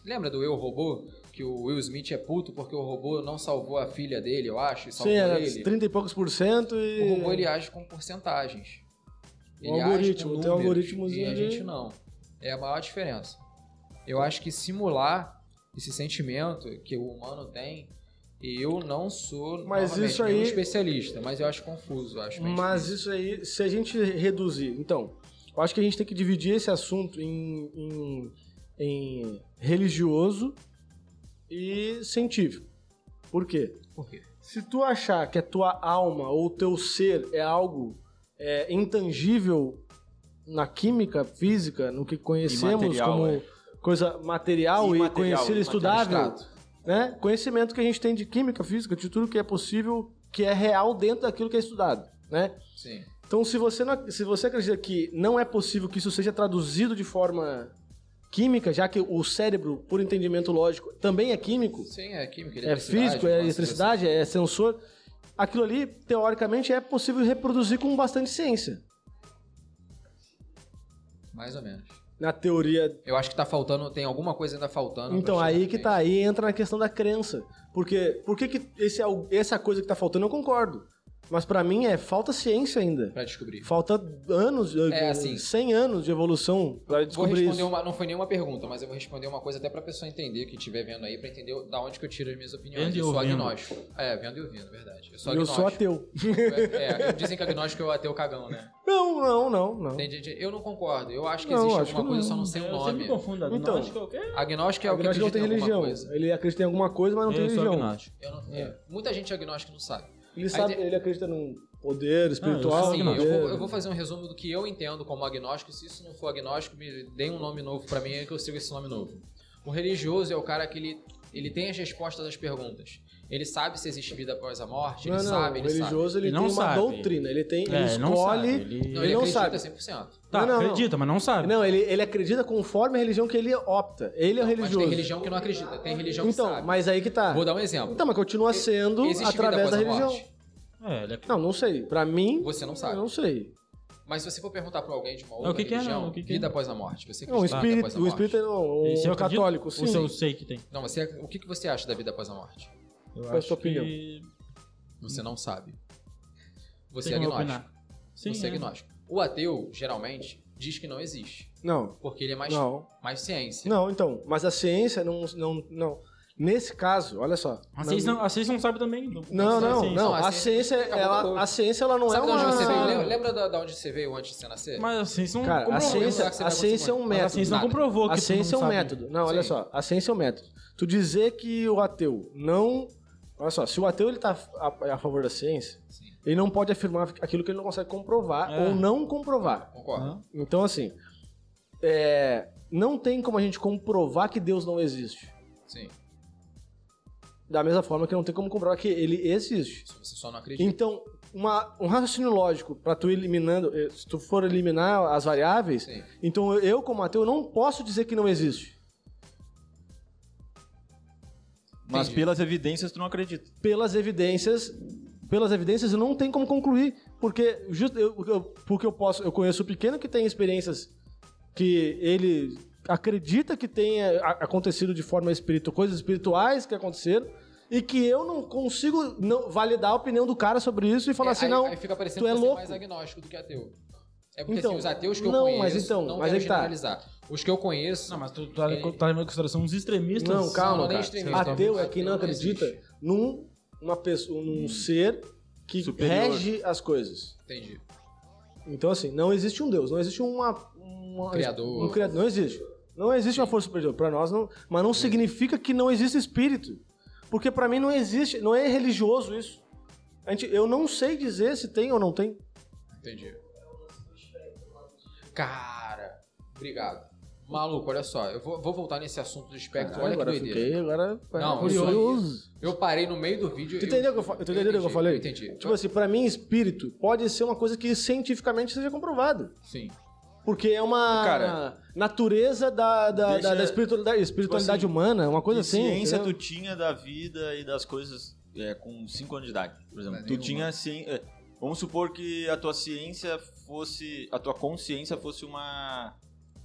[SPEAKER 4] Lembra do Eu Robô? Que o Will Smith é puto porque o robô não salvou a filha dele, eu acho, e salvou
[SPEAKER 1] Sim, era
[SPEAKER 4] ele.
[SPEAKER 1] 30 e poucos por cento
[SPEAKER 4] O
[SPEAKER 1] e.
[SPEAKER 4] robô ele é age com porcentagens.
[SPEAKER 1] O algoritmo, tem É. um
[SPEAKER 4] números,
[SPEAKER 1] algoritmozinho
[SPEAKER 4] E a
[SPEAKER 1] de-
[SPEAKER 4] gente não. É a maior diferença. Eu acho que simular esse sentimento que o humano tem, e eu não sou
[SPEAKER 1] Mas
[SPEAKER 4] novamente,
[SPEAKER 1] isso
[SPEAKER 4] nenhum
[SPEAKER 1] aí-
[SPEAKER 4] especialista, mas eu acho confuso, eu acho meio
[SPEAKER 1] Mas
[SPEAKER 4] difícil.
[SPEAKER 1] isso aí, se a gente reduzir. Então, eu acho que a gente tem que dividir esse assunto em, em, em religioso e científico. Por quê?
[SPEAKER 4] Por quê?
[SPEAKER 1] Se tu achar que a tua alma ou o teu ser é algo é, intangível na química, física, no que conhecemos
[SPEAKER 3] Imaterial,
[SPEAKER 1] como
[SPEAKER 3] é.
[SPEAKER 1] coisa material e
[SPEAKER 3] Imaterial,
[SPEAKER 1] conhecida,
[SPEAKER 3] imaterial,
[SPEAKER 1] estudável,
[SPEAKER 4] Abstrato.
[SPEAKER 1] né? Conhecimento que a gente tem de química, física, de tudo que é possível, que é real dentro daquilo que é estudado, né?
[SPEAKER 4] Sim.
[SPEAKER 1] Então, se você, não, se você acredita que não é possível que isso seja traduzido de forma química, já que o cérebro, por entendimento lógico, também é químico,
[SPEAKER 4] Sim, é química,
[SPEAKER 1] é
[SPEAKER 4] eletricidade,
[SPEAKER 1] físico,
[SPEAKER 4] nossa,
[SPEAKER 1] é eletricidade, é sensor. Aquilo ali, teoricamente, é possível reproduzir com bastante ciência.
[SPEAKER 4] Mais ou menos.
[SPEAKER 1] Na teoria.
[SPEAKER 4] Eu acho que tá faltando, tem alguma coisa ainda faltando. Ah, pra
[SPEAKER 1] Então,
[SPEAKER 4] chegar
[SPEAKER 1] aí
[SPEAKER 4] nisso.
[SPEAKER 1] que tá, aí entra na questão da crença. Porque por que, que esse, é o- essa coisa que tá faltando, eu concordo. Mas pra mim é falta ciência ainda.
[SPEAKER 4] Pra descobrir.
[SPEAKER 1] Falta anos,
[SPEAKER 4] É, assim,
[SPEAKER 1] 100 anos de evolução pra
[SPEAKER 4] Vou
[SPEAKER 1] descobrir
[SPEAKER 4] responder
[SPEAKER 1] isso.
[SPEAKER 4] uma, não foi nenhuma pergunta, mas eu vou responder uma coisa até pra pessoa entender que estiver vendo aí, pra entender da onde que eu tiro as minhas opiniões.
[SPEAKER 2] Vendo e
[SPEAKER 4] eu sou
[SPEAKER 2] ouvindo.
[SPEAKER 4] agnóstico. É, vendo e ouvindo, verdade. Eu sou
[SPEAKER 1] Eu
[SPEAKER 4] agnóstico.
[SPEAKER 1] sou ateu.
[SPEAKER 4] É, é, dizem que agnóstico é o ateu cagão, né?
[SPEAKER 1] Não, não, não, não.
[SPEAKER 4] Tem gente- eu não concordo. Eu acho que
[SPEAKER 1] Não,
[SPEAKER 4] existe
[SPEAKER 1] acho que
[SPEAKER 4] alguma coisa,
[SPEAKER 1] não. É,
[SPEAKER 4] eu só não sei o
[SPEAKER 2] Eu sempre
[SPEAKER 4] nome.
[SPEAKER 2] confundo
[SPEAKER 1] Então.
[SPEAKER 2] agnóstico. eu- é,
[SPEAKER 4] Agnóstico é o
[SPEAKER 1] Agnóstico
[SPEAKER 4] que
[SPEAKER 1] não
[SPEAKER 4] acredita
[SPEAKER 1] tem
[SPEAKER 4] em alguma
[SPEAKER 1] religião.
[SPEAKER 4] coisa.
[SPEAKER 1] Ele acredita em alguma coisa, mas não tem
[SPEAKER 2] Eu sou
[SPEAKER 1] religião.
[SPEAKER 2] agnóstico.
[SPEAKER 4] Eu não- é, Muita gente agnóstica não sabe.
[SPEAKER 1] Ele, sabe,
[SPEAKER 4] tem-
[SPEAKER 1] ele acredita num poder espiritual.
[SPEAKER 2] sou
[SPEAKER 4] Assim,
[SPEAKER 2] agnóstico.
[SPEAKER 4] eu,
[SPEAKER 1] poder-
[SPEAKER 4] vou, eu vou fazer um resumo do que eu entendo como agnóstico. Se isso não for agnóstico, me dê um nome novo pra mim, é que eu sigo esse nome novo. O religioso é o cara que ele, ele tem as respostas às perguntas. Ele sabe se existe vida após a morte,
[SPEAKER 1] não,
[SPEAKER 4] ele
[SPEAKER 1] não,
[SPEAKER 4] sabe,
[SPEAKER 1] o
[SPEAKER 4] ele sabe.
[SPEAKER 1] religioso ele,
[SPEAKER 2] Ele
[SPEAKER 1] tem
[SPEAKER 2] não
[SPEAKER 1] uma
[SPEAKER 2] sabe.
[SPEAKER 1] doutrina, ele tem, ele
[SPEAKER 2] É,
[SPEAKER 1] escolhe,
[SPEAKER 2] ele não sabe, ele-
[SPEAKER 4] Não,
[SPEAKER 1] ele
[SPEAKER 4] ele
[SPEAKER 1] não
[SPEAKER 4] acredita assim.
[SPEAKER 1] sabe.
[SPEAKER 4] 100%.
[SPEAKER 2] Tá,
[SPEAKER 1] Não, não,
[SPEAKER 2] acredita, mas não sabe.
[SPEAKER 1] Não, ele, ele acredita conforme a religião que ele opta. Ele é o
[SPEAKER 4] Mas
[SPEAKER 1] religioso.
[SPEAKER 4] tem religião que não acredita, tem religião que
[SPEAKER 1] então,
[SPEAKER 4] sabe.
[SPEAKER 1] mas aí que tá.
[SPEAKER 4] Vou dar um exemplo.
[SPEAKER 1] Então, mas continua sendo
[SPEAKER 4] Existe vida
[SPEAKER 1] através
[SPEAKER 4] após
[SPEAKER 1] da
[SPEAKER 4] a
[SPEAKER 1] religião.
[SPEAKER 4] morte?
[SPEAKER 2] É, ele é...
[SPEAKER 1] Não, não sei. Pra mim,
[SPEAKER 4] Você não
[SPEAKER 1] eu
[SPEAKER 4] sabe.
[SPEAKER 1] não sei.
[SPEAKER 4] Mas se você for perguntar pra alguém de uma
[SPEAKER 2] o
[SPEAKER 4] outra
[SPEAKER 2] que que é,
[SPEAKER 4] religião,
[SPEAKER 2] não, o que que é?
[SPEAKER 4] vida após a morte, você
[SPEAKER 1] Não, o
[SPEAKER 4] acredita na vida após
[SPEAKER 1] espírito,
[SPEAKER 4] a
[SPEAKER 1] o
[SPEAKER 4] morte?
[SPEAKER 1] espírito é o,
[SPEAKER 2] Esse eu
[SPEAKER 1] o
[SPEAKER 2] acredito,
[SPEAKER 1] católico, sim.
[SPEAKER 2] O seu sei que tem.
[SPEAKER 4] Não, você, é, o que que você acha da vida após a morte?
[SPEAKER 1] Qual
[SPEAKER 2] Eu
[SPEAKER 1] é a sua
[SPEAKER 2] acho
[SPEAKER 1] opinião?
[SPEAKER 2] que
[SPEAKER 4] Você não sabe. Você
[SPEAKER 2] tem
[SPEAKER 4] é
[SPEAKER 2] como
[SPEAKER 4] agnóstico.
[SPEAKER 2] opinar. Sim,
[SPEAKER 4] você é
[SPEAKER 2] é.
[SPEAKER 4] agnóstico. O ateu, geralmente, diz que não existe.
[SPEAKER 1] Não,
[SPEAKER 4] Porque ele é mais,
[SPEAKER 1] não.
[SPEAKER 4] mais ciência.
[SPEAKER 1] Não, então. Mas a ciência não. não, não. Nesse caso, olha só.
[SPEAKER 2] A Cis Ah, não, a Cis não sabe também.
[SPEAKER 1] Não,
[SPEAKER 2] sabe
[SPEAKER 1] não,
[SPEAKER 2] ciência.
[SPEAKER 1] não.
[SPEAKER 4] Não, a
[SPEAKER 1] A ciência,
[SPEAKER 4] ciência acabou com
[SPEAKER 1] ela,
[SPEAKER 4] tudo.
[SPEAKER 1] a ciência ela não
[SPEAKER 4] Sabe
[SPEAKER 1] é
[SPEAKER 4] de
[SPEAKER 1] uma...
[SPEAKER 4] onde você veio? Lembra, lembra da, da onde você veio antes de você nascer?
[SPEAKER 2] Mas a Cis não
[SPEAKER 1] Cara, a
[SPEAKER 2] comprovou.
[SPEAKER 1] ciência,
[SPEAKER 4] que você
[SPEAKER 1] a
[SPEAKER 4] vai
[SPEAKER 1] ciência é um método.
[SPEAKER 2] Mas
[SPEAKER 4] acostumar.
[SPEAKER 2] a ciência não
[SPEAKER 4] Nada.
[SPEAKER 2] comprovou que
[SPEAKER 1] A
[SPEAKER 2] tu
[SPEAKER 1] ciência é
[SPEAKER 2] não
[SPEAKER 1] um
[SPEAKER 2] sabe.
[SPEAKER 1] método. Não, olha
[SPEAKER 4] Sim.
[SPEAKER 1] só. A ciência é um método. Tu dizer que o ateu não. Olha só, se o ateu ele tá a, a favor da ciência,
[SPEAKER 4] Sim.
[SPEAKER 1] ele não pode afirmar aquilo que ele não consegue comprovar
[SPEAKER 2] É.
[SPEAKER 1] ou não comprovar.
[SPEAKER 4] Concordo.
[SPEAKER 1] Então, assim. é, não tem como a gente comprovar que Deus não existe.
[SPEAKER 4] Sim.
[SPEAKER 1] Da mesma forma que não tem como comprovar que ele existe.
[SPEAKER 4] Se Você só não acredita.
[SPEAKER 1] Então, uma- um raciocínio lógico para tu eliminando, eh, se tu for eliminar as variáveis,
[SPEAKER 4] Sim.
[SPEAKER 1] então eu- eu como ateu não posso dizer que não existe.
[SPEAKER 3] Mas
[SPEAKER 4] Entendi.
[SPEAKER 3] pelas evidências tu não acredita.
[SPEAKER 1] pelas evidências, pelas evidências eu não tenho como concluir, porque justo eu, eu- porque eu posso, eu conheço o pequeno que tem experiências que ele acredita que tenha a- acontecido de forma espiritual, coisas espirituais que aconteceram e que eu não consigo não validar a opinião do cara sobre isso e falar
[SPEAKER 4] É,
[SPEAKER 1] assim,
[SPEAKER 4] aí,
[SPEAKER 1] não,
[SPEAKER 4] aí fica
[SPEAKER 1] tu
[SPEAKER 4] parecendo que
[SPEAKER 1] é
[SPEAKER 4] você
[SPEAKER 1] louco.
[SPEAKER 4] mais agnóstico do que ateu. É porque
[SPEAKER 1] Então,
[SPEAKER 4] assim, os ateus que eu
[SPEAKER 1] não,
[SPEAKER 4] conheço,
[SPEAKER 1] mas então,
[SPEAKER 4] não
[SPEAKER 1] mas
[SPEAKER 4] quero
[SPEAKER 1] aí tá.
[SPEAKER 4] generalizar. Os que eu conheço...
[SPEAKER 2] Não, mas tu tá,
[SPEAKER 4] Ele-
[SPEAKER 2] tá levando em consideração uns extremistas.
[SPEAKER 1] não, calma,
[SPEAKER 4] não, nem
[SPEAKER 1] cara.
[SPEAKER 4] extremista,
[SPEAKER 1] Ateu é
[SPEAKER 4] ateu
[SPEAKER 1] quem não
[SPEAKER 4] não
[SPEAKER 1] acredita
[SPEAKER 4] existe. Hum.
[SPEAKER 1] num uma pessoa, num ser que
[SPEAKER 3] Superior.
[SPEAKER 1] rege as coisas.
[SPEAKER 4] Entendi.
[SPEAKER 1] Então, assim, não existe um Deus, não existe uma. uma-
[SPEAKER 4] Criador.
[SPEAKER 1] Um criador. Não existe. Não existe uma força superior. Para nós, não, mas não significa que não existe espírito. Porque para mim não existe, não é religioso isso. A gente, eu não sei dizer se tem ou não tem.
[SPEAKER 4] Entendi. Cara, obrigado. Maluco, olha só, eu vou, vou voltar nesse assunto do
[SPEAKER 3] É,
[SPEAKER 4] espectro. olha que
[SPEAKER 1] agora
[SPEAKER 4] doideira.
[SPEAKER 1] fiquei, agora
[SPEAKER 4] Não,
[SPEAKER 1] curioso.
[SPEAKER 4] Eu parei no meio do vídeo.
[SPEAKER 1] Tu entendeu o que eu fa- tu entendeu o que eu
[SPEAKER 4] entendi,
[SPEAKER 1] falei?
[SPEAKER 4] entendi.
[SPEAKER 1] Tipo assim, para mim, espírito pode ser uma coisa que cientificamente seja comprovada.
[SPEAKER 4] Sim.
[SPEAKER 1] Porque é uma
[SPEAKER 3] Cara,
[SPEAKER 1] natureza da, da,
[SPEAKER 3] deixa-
[SPEAKER 1] da- da espiritualidade, espiritualidade
[SPEAKER 3] assim,
[SPEAKER 1] humana, uma coisa
[SPEAKER 3] que
[SPEAKER 1] assim.
[SPEAKER 3] ciência
[SPEAKER 1] entendeu?
[SPEAKER 3] tu tinha da vida e das coisas é, com 5 anos de idade, por exemplo.
[SPEAKER 4] Não é
[SPEAKER 3] tu
[SPEAKER 4] nenhuma.
[SPEAKER 3] tinha assim, é, vamos supor que a tua ciência fosse, a tua consciência fosse uma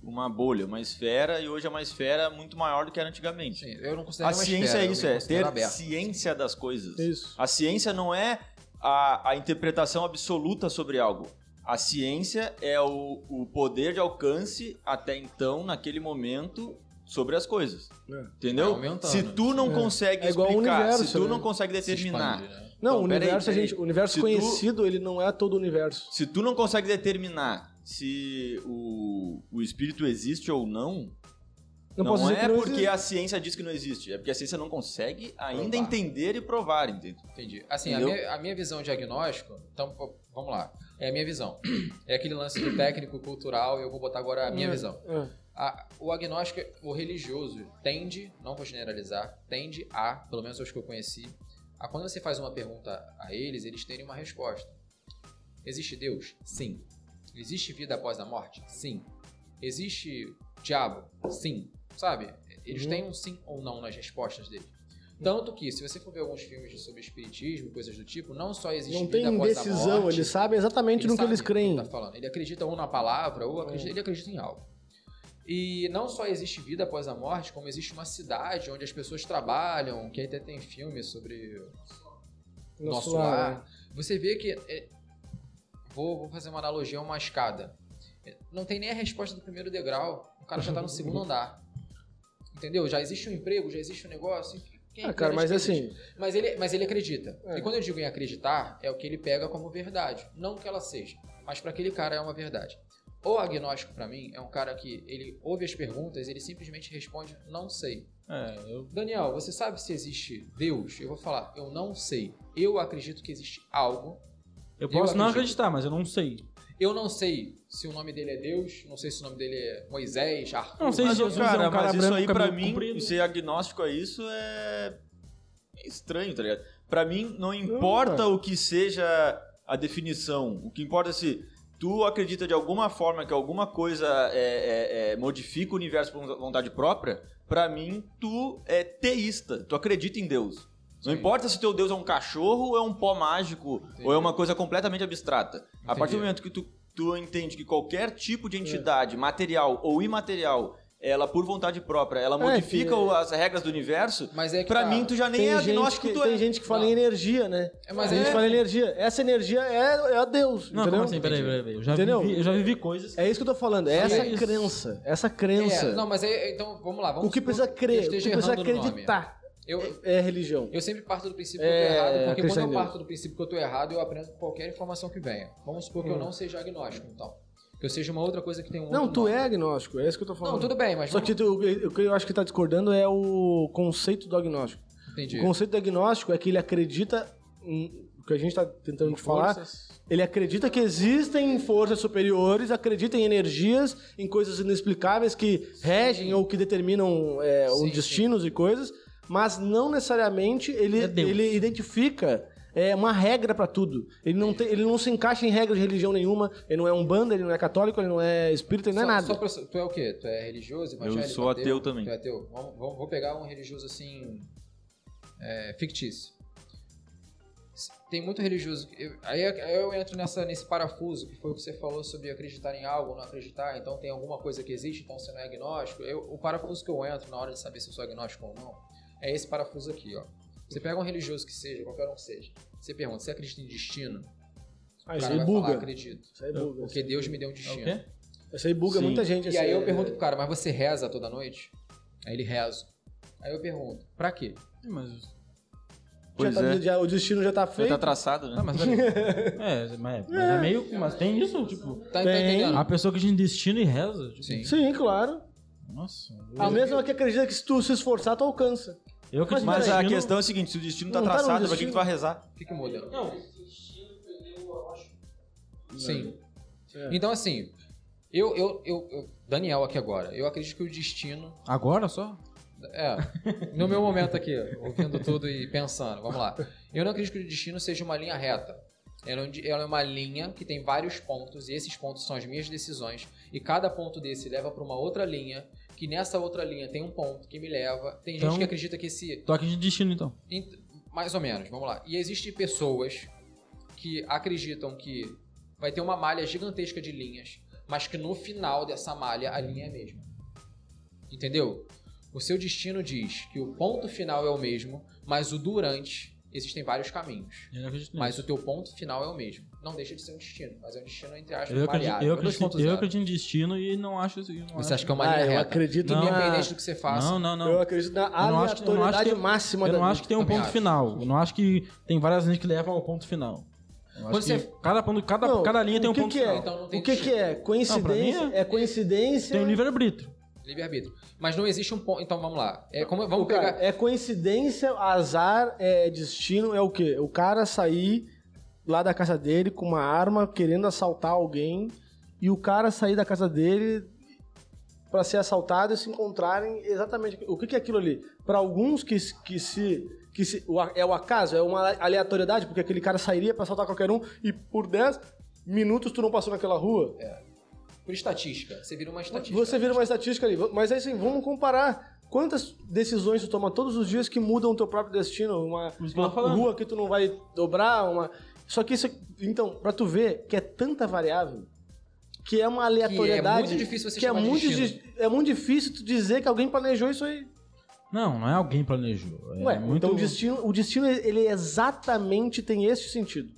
[SPEAKER 3] uma bolha, uma esfera e hoje é uma esfera muito maior do que era antigamente.
[SPEAKER 4] Sim, eu não considero
[SPEAKER 3] A
[SPEAKER 4] uma
[SPEAKER 3] ciência
[SPEAKER 4] esfera,
[SPEAKER 3] é
[SPEAKER 4] eu
[SPEAKER 3] isso, é ter
[SPEAKER 4] considero aberto.
[SPEAKER 3] ciência das coisas.
[SPEAKER 1] Isso.
[SPEAKER 3] A ciência não é a, a interpretação absoluta sobre algo. A ciência é o, o poder de alcance até então, naquele momento, sobre as coisas.
[SPEAKER 1] É.
[SPEAKER 4] Vai
[SPEAKER 3] Entendeu?
[SPEAKER 4] aumentando.
[SPEAKER 3] se tu não
[SPEAKER 1] É.
[SPEAKER 3] consegue
[SPEAKER 1] É igual
[SPEAKER 3] explicar,
[SPEAKER 1] ao universo,
[SPEAKER 3] se tu
[SPEAKER 1] né?
[SPEAKER 3] não consegue
[SPEAKER 4] Se expande,
[SPEAKER 3] determinar,
[SPEAKER 4] né?
[SPEAKER 1] Não,
[SPEAKER 3] Não,
[SPEAKER 1] o
[SPEAKER 3] peraí,
[SPEAKER 1] universo,
[SPEAKER 3] peraí.
[SPEAKER 1] a gente, o universo
[SPEAKER 3] Se tu-
[SPEAKER 1] conhecido, ele não é todo o universo.
[SPEAKER 3] se tu não consegue determinar se o, o espírito existe ou não,
[SPEAKER 1] Não,
[SPEAKER 3] não,
[SPEAKER 1] posso dizer
[SPEAKER 3] é
[SPEAKER 1] que não
[SPEAKER 3] porque
[SPEAKER 1] existe.
[SPEAKER 3] a ciência diz que não existe, é porque a ciência não consegue ainda
[SPEAKER 4] Provar.
[SPEAKER 3] entender e provar, entende?
[SPEAKER 4] Entendi. Assim, a
[SPEAKER 3] Entendeu?
[SPEAKER 4] minha, a minha visão de agnóstico, então pô, vamos lá. É a minha visão. É aquele lance do técnico cultural, eu vou botar agora a minha
[SPEAKER 1] É.
[SPEAKER 4] visão.
[SPEAKER 1] É.
[SPEAKER 4] A- o agnóstico, o religioso, tende, não vou generalizar, tende a, pelo menos os que eu conheci, a quando você faz uma pergunta a eles, eles terem uma resposta. Existe Deus? Sim. Existe vida após a morte? Sim. Existe diabo? Sim. Sabe? Eles
[SPEAKER 1] Uhum.
[SPEAKER 4] têm um sim ou não nas respostas deles. Tanto que, se você for ver alguns filmes sobre espiritismo, coisas do tipo, não só existe
[SPEAKER 1] Não
[SPEAKER 4] vida
[SPEAKER 1] tem
[SPEAKER 4] após a
[SPEAKER 1] indecisão,
[SPEAKER 4] morte,
[SPEAKER 1] eles sabem exatamente no que
[SPEAKER 4] sabe
[SPEAKER 1] eles
[SPEAKER 4] o ele
[SPEAKER 1] creem. É.
[SPEAKER 4] tá falando. Ele acredita ou na palavra, ou acredita- ele acredita em algo. E não só existe vida após a morte, como existe uma cidade onde as pessoas trabalham, que até tem filme sobre o nosso lar. né? Você vê que. é, vou, vou fazer uma analogia a uma escada. É, Não tem nem a resposta do primeiro degrau. O cara já tá no segundo andar. Entendeu? Já existe um emprego, já existe um negócio. quem
[SPEAKER 1] Ah, cara, mas
[SPEAKER 4] entende que existe?
[SPEAKER 1] assim,
[SPEAKER 4] Mas ele, mas ele acredita.
[SPEAKER 1] É.
[SPEAKER 4] E quando eu digo em acreditar, é o que ele pega como verdade. Não que ela seja, mas para aquele cara é uma verdade. O agnóstico, para mim, é um cara que ele ouve as perguntas ele simplesmente responde, não sei.
[SPEAKER 2] É, eu...
[SPEAKER 4] Daniel, você sabe se existe Deus? Eu vou falar, eu não sei. Eu acredito que existe algo.
[SPEAKER 2] eu posso não
[SPEAKER 4] acredito.
[SPEAKER 2] acreditar, mas eu não sei.
[SPEAKER 4] Eu não sei se o nome dele é Deus, não sei se o nome dele é Moisés, Arthur.
[SPEAKER 2] Não sei se
[SPEAKER 3] Mas, ô,
[SPEAKER 2] Jesus é um cara
[SPEAKER 3] cara, mas isso
[SPEAKER 2] branco,
[SPEAKER 3] aí pra
[SPEAKER 2] cabelo
[SPEAKER 3] mim,
[SPEAKER 2] comprido.
[SPEAKER 3] ser agnóstico a isso é é estranho, tá ligado? Pra mim, não importa o que seja a definição. O que importa é se tu acredita de alguma forma que alguma coisa é, é, é, modifica o universo por vontade própria, pra mim, tu é teísta. Tu acredita em Deus. Não
[SPEAKER 4] Sim.
[SPEAKER 3] importa se teu Deus é um cachorro, ou é um pó mágico, ou é
[SPEAKER 4] Entendi.
[SPEAKER 3] uma coisa completamente abstrata. A
[SPEAKER 4] Entendi.
[SPEAKER 3] partir do momento que tu, tu entende que qualquer tipo de entidade, material ou imaterial, ela por vontade própria, ela modifica
[SPEAKER 1] É, que-
[SPEAKER 3] o- as regras do universo,
[SPEAKER 4] Mas é que
[SPEAKER 3] pra
[SPEAKER 4] tá.
[SPEAKER 3] mim tu já nem
[SPEAKER 1] Tem,
[SPEAKER 3] é
[SPEAKER 1] gente
[SPEAKER 3] agnóstico,
[SPEAKER 1] que,
[SPEAKER 3] tu
[SPEAKER 1] tem
[SPEAKER 3] é.
[SPEAKER 1] gente que fala em energia, né?
[SPEAKER 4] É, mas
[SPEAKER 1] tem gente
[SPEAKER 4] é-
[SPEAKER 1] que fala em energia. Essa energia é, é a Deus,
[SPEAKER 2] Não,
[SPEAKER 1] entendeu?
[SPEAKER 2] como assim? Peraí, peraí, peraí. Eu já,
[SPEAKER 1] Entendeu?
[SPEAKER 2] vivi, eu já vivi coisas.
[SPEAKER 1] É isso que eu tô falando. É
[SPEAKER 4] Sim,
[SPEAKER 1] essa
[SPEAKER 4] é isso.
[SPEAKER 1] crença. Essa
[SPEAKER 4] É,
[SPEAKER 1] crença.
[SPEAKER 4] não, mas é, então vamos lá. Vamos
[SPEAKER 1] o que
[SPEAKER 4] supor
[SPEAKER 1] precisa
[SPEAKER 4] eu
[SPEAKER 1] crer, o que
[SPEAKER 4] esteja
[SPEAKER 1] precisa
[SPEAKER 4] errando no nome.
[SPEAKER 1] acreditar
[SPEAKER 4] Eu,
[SPEAKER 1] é religião.
[SPEAKER 4] eu sempre parto do princípio que eu
[SPEAKER 1] É,
[SPEAKER 4] tô errado, porque quando eu
[SPEAKER 1] acrescente.
[SPEAKER 4] parto do princípio que eu tô errado, eu aprendo com qualquer informação que venha. Vamos supor que eu não seja agnóstico, então. Que eu seja uma outra coisa que tem um outro
[SPEAKER 1] Hum. Não, tu
[SPEAKER 4] nome.
[SPEAKER 1] é agnóstico, é isso que eu tô falando.
[SPEAKER 4] Não, tudo bem, mas
[SPEAKER 1] Só que tu- o que eu acho que tá discordando é o conceito do agnóstico.
[SPEAKER 4] Entendi.
[SPEAKER 1] O conceito do agnóstico é que ele acredita. em- O que a gente tá tentando te falar. Ele acredita que existem forças superiores, acredita em energias, em coisas inexplicáveis que regem ou que determinam é,
[SPEAKER 4] Sim,
[SPEAKER 1] os
[SPEAKER 4] sim.
[SPEAKER 1] destinos e coisas, mas não necessariamente ele,
[SPEAKER 2] É Deus.
[SPEAKER 1] ele identifica é, uma regra pra tudo. Ele não, tem- ele não se encaixa em regra de religião nenhuma, ele não é umbanda, ele não é católico, ele não é espírita, ele não é
[SPEAKER 4] Só-
[SPEAKER 1] nada.
[SPEAKER 4] só pra- tu é o quê? Tu é religioso, evangélico?
[SPEAKER 3] sou ateu também.
[SPEAKER 4] Tu é ateu? Vamos, vamos- vou pegar um religioso assim. é, fictício. S- Tem muito religioso. que- eu- aí eu- aí eu entro nessa, nesse parafuso que foi o que você falou sobre acreditar em algo ou não acreditar. Então tem alguma coisa que existe, então você não é agnóstico. Eu- o parafuso que eu entro na hora de saber se eu sou agnóstico ou não é esse parafuso aqui, ó. Você pega um religioso que seja, qualquer um que seja. Você pergunta, você acredita em destino?
[SPEAKER 1] Ah,
[SPEAKER 4] O
[SPEAKER 1] isso
[SPEAKER 4] cara
[SPEAKER 1] aí
[SPEAKER 4] vai falar,
[SPEAKER 1] buga.
[SPEAKER 4] acredito.
[SPEAKER 1] Isso aí buga.
[SPEAKER 4] Porque Deus me deu um
[SPEAKER 2] É o
[SPEAKER 4] destino.
[SPEAKER 2] quê?
[SPEAKER 1] Isso aí buga
[SPEAKER 3] Sim.
[SPEAKER 1] muita gente.
[SPEAKER 4] E
[SPEAKER 1] assim,
[SPEAKER 4] aí eu
[SPEAKER 1] é-
[SPEAKER 4] pergunto pro cara, mas você reza toda noite? Aí ele reza. Aí eu pergunto, pra quê?
[SPEAKER 2] Mas,
[SPEAKER 1] Já
[SPEAKER 3] Pois
[SPEAKER 1] tá-
[SPEAKER 3] é.
[SPEAKER 1] já- o destino já tá
[SPEAKER 3] Já
[SPEAKER 1] feito.
[SPEAKER 3] tá traçado, né?
[SPEAKER 2] ah, mas peraí. é, mas, mas é meio. Mas tem isso, tipo.
[SPEAKER 4] Tá, tá
[SPEAKER 1] Tem. Ah,
[SPEAKER 4] entendendo?
[SPEAKER 2] A pessoa que a gente destina e reza. Tipo,
[SPEAKER 4] Sim.
[SPEAKER 1] Sim, claro.
[SPEAKER 2] Nossa.
[SPEAKER 1] A
[SPEAKER 4] é.
[SPEAKER 1] mesma que acredita que se tu se esforçar, tu alcança.
[SPEAKER 2] Eu que
[SPEAKER 1] Mas
[SPEAKER 3] Mas a
[SPEAKER 2] destino-
[SPEAKER 3] questão é a seguinte, se o destino tá
[SPEAKER 1] Não tá no
[SPEAKER 3] traçado, pra que
[SPEAKER 1] destino.
[SPEAKER 3] que tu vai rezar?
[SPEAKER 4] O que, que muda?
[SPEAKER 2] Não,
[SPEAKER 4] Sim. Então, assim, eu, eu, eu, eu- Daniel aqui agora, eu acredito que o destino.
[SPEAKER 2] agora só?
[SPEAKER 4] É, no meu momento aqui, ouvindo tudo e pensando, vamos lá. Eu não acredito que o destino seja uma linha reta. Ela é um di- ela é uma linha que tem vários pontos, e esses pontos são as minhas decisões, e cada ponto desse leva pra uma outra linha, que nessa outra linha tem um ponto que me leva. Tem gente
[SPEAKER 2] Então-
[SPEAKER 4] que acredita que esse
[SPEAKER 2] Toque de destino, então.
[SPEAKER 4] Ent- Mais ou menos, vamos lá. E existem pessoas que acreditam que vai ter uma malha gigantesca de linhas, mas que no final dessa malha a linha é a mesma. Entendeu? O seu destino diz que o ponto final é o mesmo, mas o durante existem vários caminhos.
[SPEAKER 2] Eu não acredito nisso.
[SPEAKER 4] Mas o teu ponto final é o mesmo. Não deixa de ser um destino, mas é um destino entre aspas
[SPEAKER 2] Eu acredito,
[SPEAKER 4] variável.
[SPEAKER 2] eu,
[SPEAKER 4] É 2.0.
[SPEAKER 2] acredito, eu acredito em destino e não acho isso. Não
[SPEAKER 4] Você
[SPEAKER 2] acho-
[SPEAKER 4] acha que é uma
[SPEAKER 1] Ah,
[SPEAKER 4] linha
[SPEAKER 1] eu
[SPEAKER 4] reta?
[SPEAKER 1] acredito
[SPEAKER 2] Não,
[SPEAKER 4] Independente do que você faça.
[SPEAKER 2] Não, não, não.
[SPEAKER 1] Eu acredito na
[SPEAKER 2] Eu não acho que- eu não acho
[SPEAKER 1] aleatoriedade
[SPEAKER 2] que-
[SPEAKER 6] é
[SPEAKER 1] máxima
[SPEAKER 2] Eu
[SPEAKER 1] da
[SPEAKER 2] não
[SPEAKER 1] vida.
[SPEAKER 2] acho que tem um
[SPEAKER 4] Também
[SPEAKER 2] ponto
[SPEAKER 4] acho.
[SPEAKER 2] final. Eu não acho que tem várias linhas que levam ao ponto final. Eu acho
[SPEAKER 4] Quando
[SPEAKER 2] que
[SPEAKER 4] você-
[SPEAKER 2] Cada, ponto, cada,
[SPEAKER 1] Não,
[SPEAKER 2] cada linha tem um
[SPEAKER 1] o que
[SPEAKER 2] ponto
[SPEAKER 1] que
[SPEAKER 2] final.
[SPEAKER 1] é?
[SPEAKER 4] Então não tem
[SPEAKER 1] O que que é? Coincidência?
[SPEAKER 2] Não, pra mim
[SPEAKER 1] é... coincidência?
[SPEAKER 2] Tem o livre-arbítrio.
[SPEAKER 4] Livre-arbítrio. Mas não existe um ponto. Então vamos lá. É, como,
[SPEAKER 1] O
[SPEAKER 4] vamos
[SPEAKER 1] cara,
[SPEAKER 4] pegar.
[SPEAKER 1] É coincidência, azar, é destino, é o quê? O cara sair lá da casa dele com uma arma querendo assaltar alguém e o cara sair da casa dele pra ser assaltado e se encontrarem exatamente o que que é aquilo ali. Pra alguns que, se- que se que se, o a- é o acaso, é uma aleatoriedade, porque aquele cara sairia pra assaltar qualquer um e por 10 minutos tu não passou naquela rua.
[SPEAKER 4] Por estatística. Você vira uma estatística. né?
[SPEAKER 1] Você vira uma estatística ali. Mas é assim, vamos comparar. Quantas decisões tu toma todos os dias que mudam o teu próprio destino? Uma,
[SPEAKER 2] Por isso que eu
[SPEAKER 1] uma
[SPEAKER 2] tô falando.
[SPEAKER 1] rua que tu não vai dobrar, uma... Só que isso... Então, pra tu ver que é tanta variável, que é uma aleatoriedade...
[SPEAKER 4] muito difícil você
[SPEAKER 1] que é
[SPEAKER 4] chamar de
[SPEAKER 1] muito
[SPEAKER 4] destino.
[SPEAKER 1] di- é muito difícil tu dizer que alguém planejou isso aí.
[SPEAKER 2] Não, não é alguém planejou. É
[SPEAKER 1] Ué,
[SPEAKER 2] muito...
[SPEAKER 1] então o destino, o destino, ele exatamente tem esse sentido.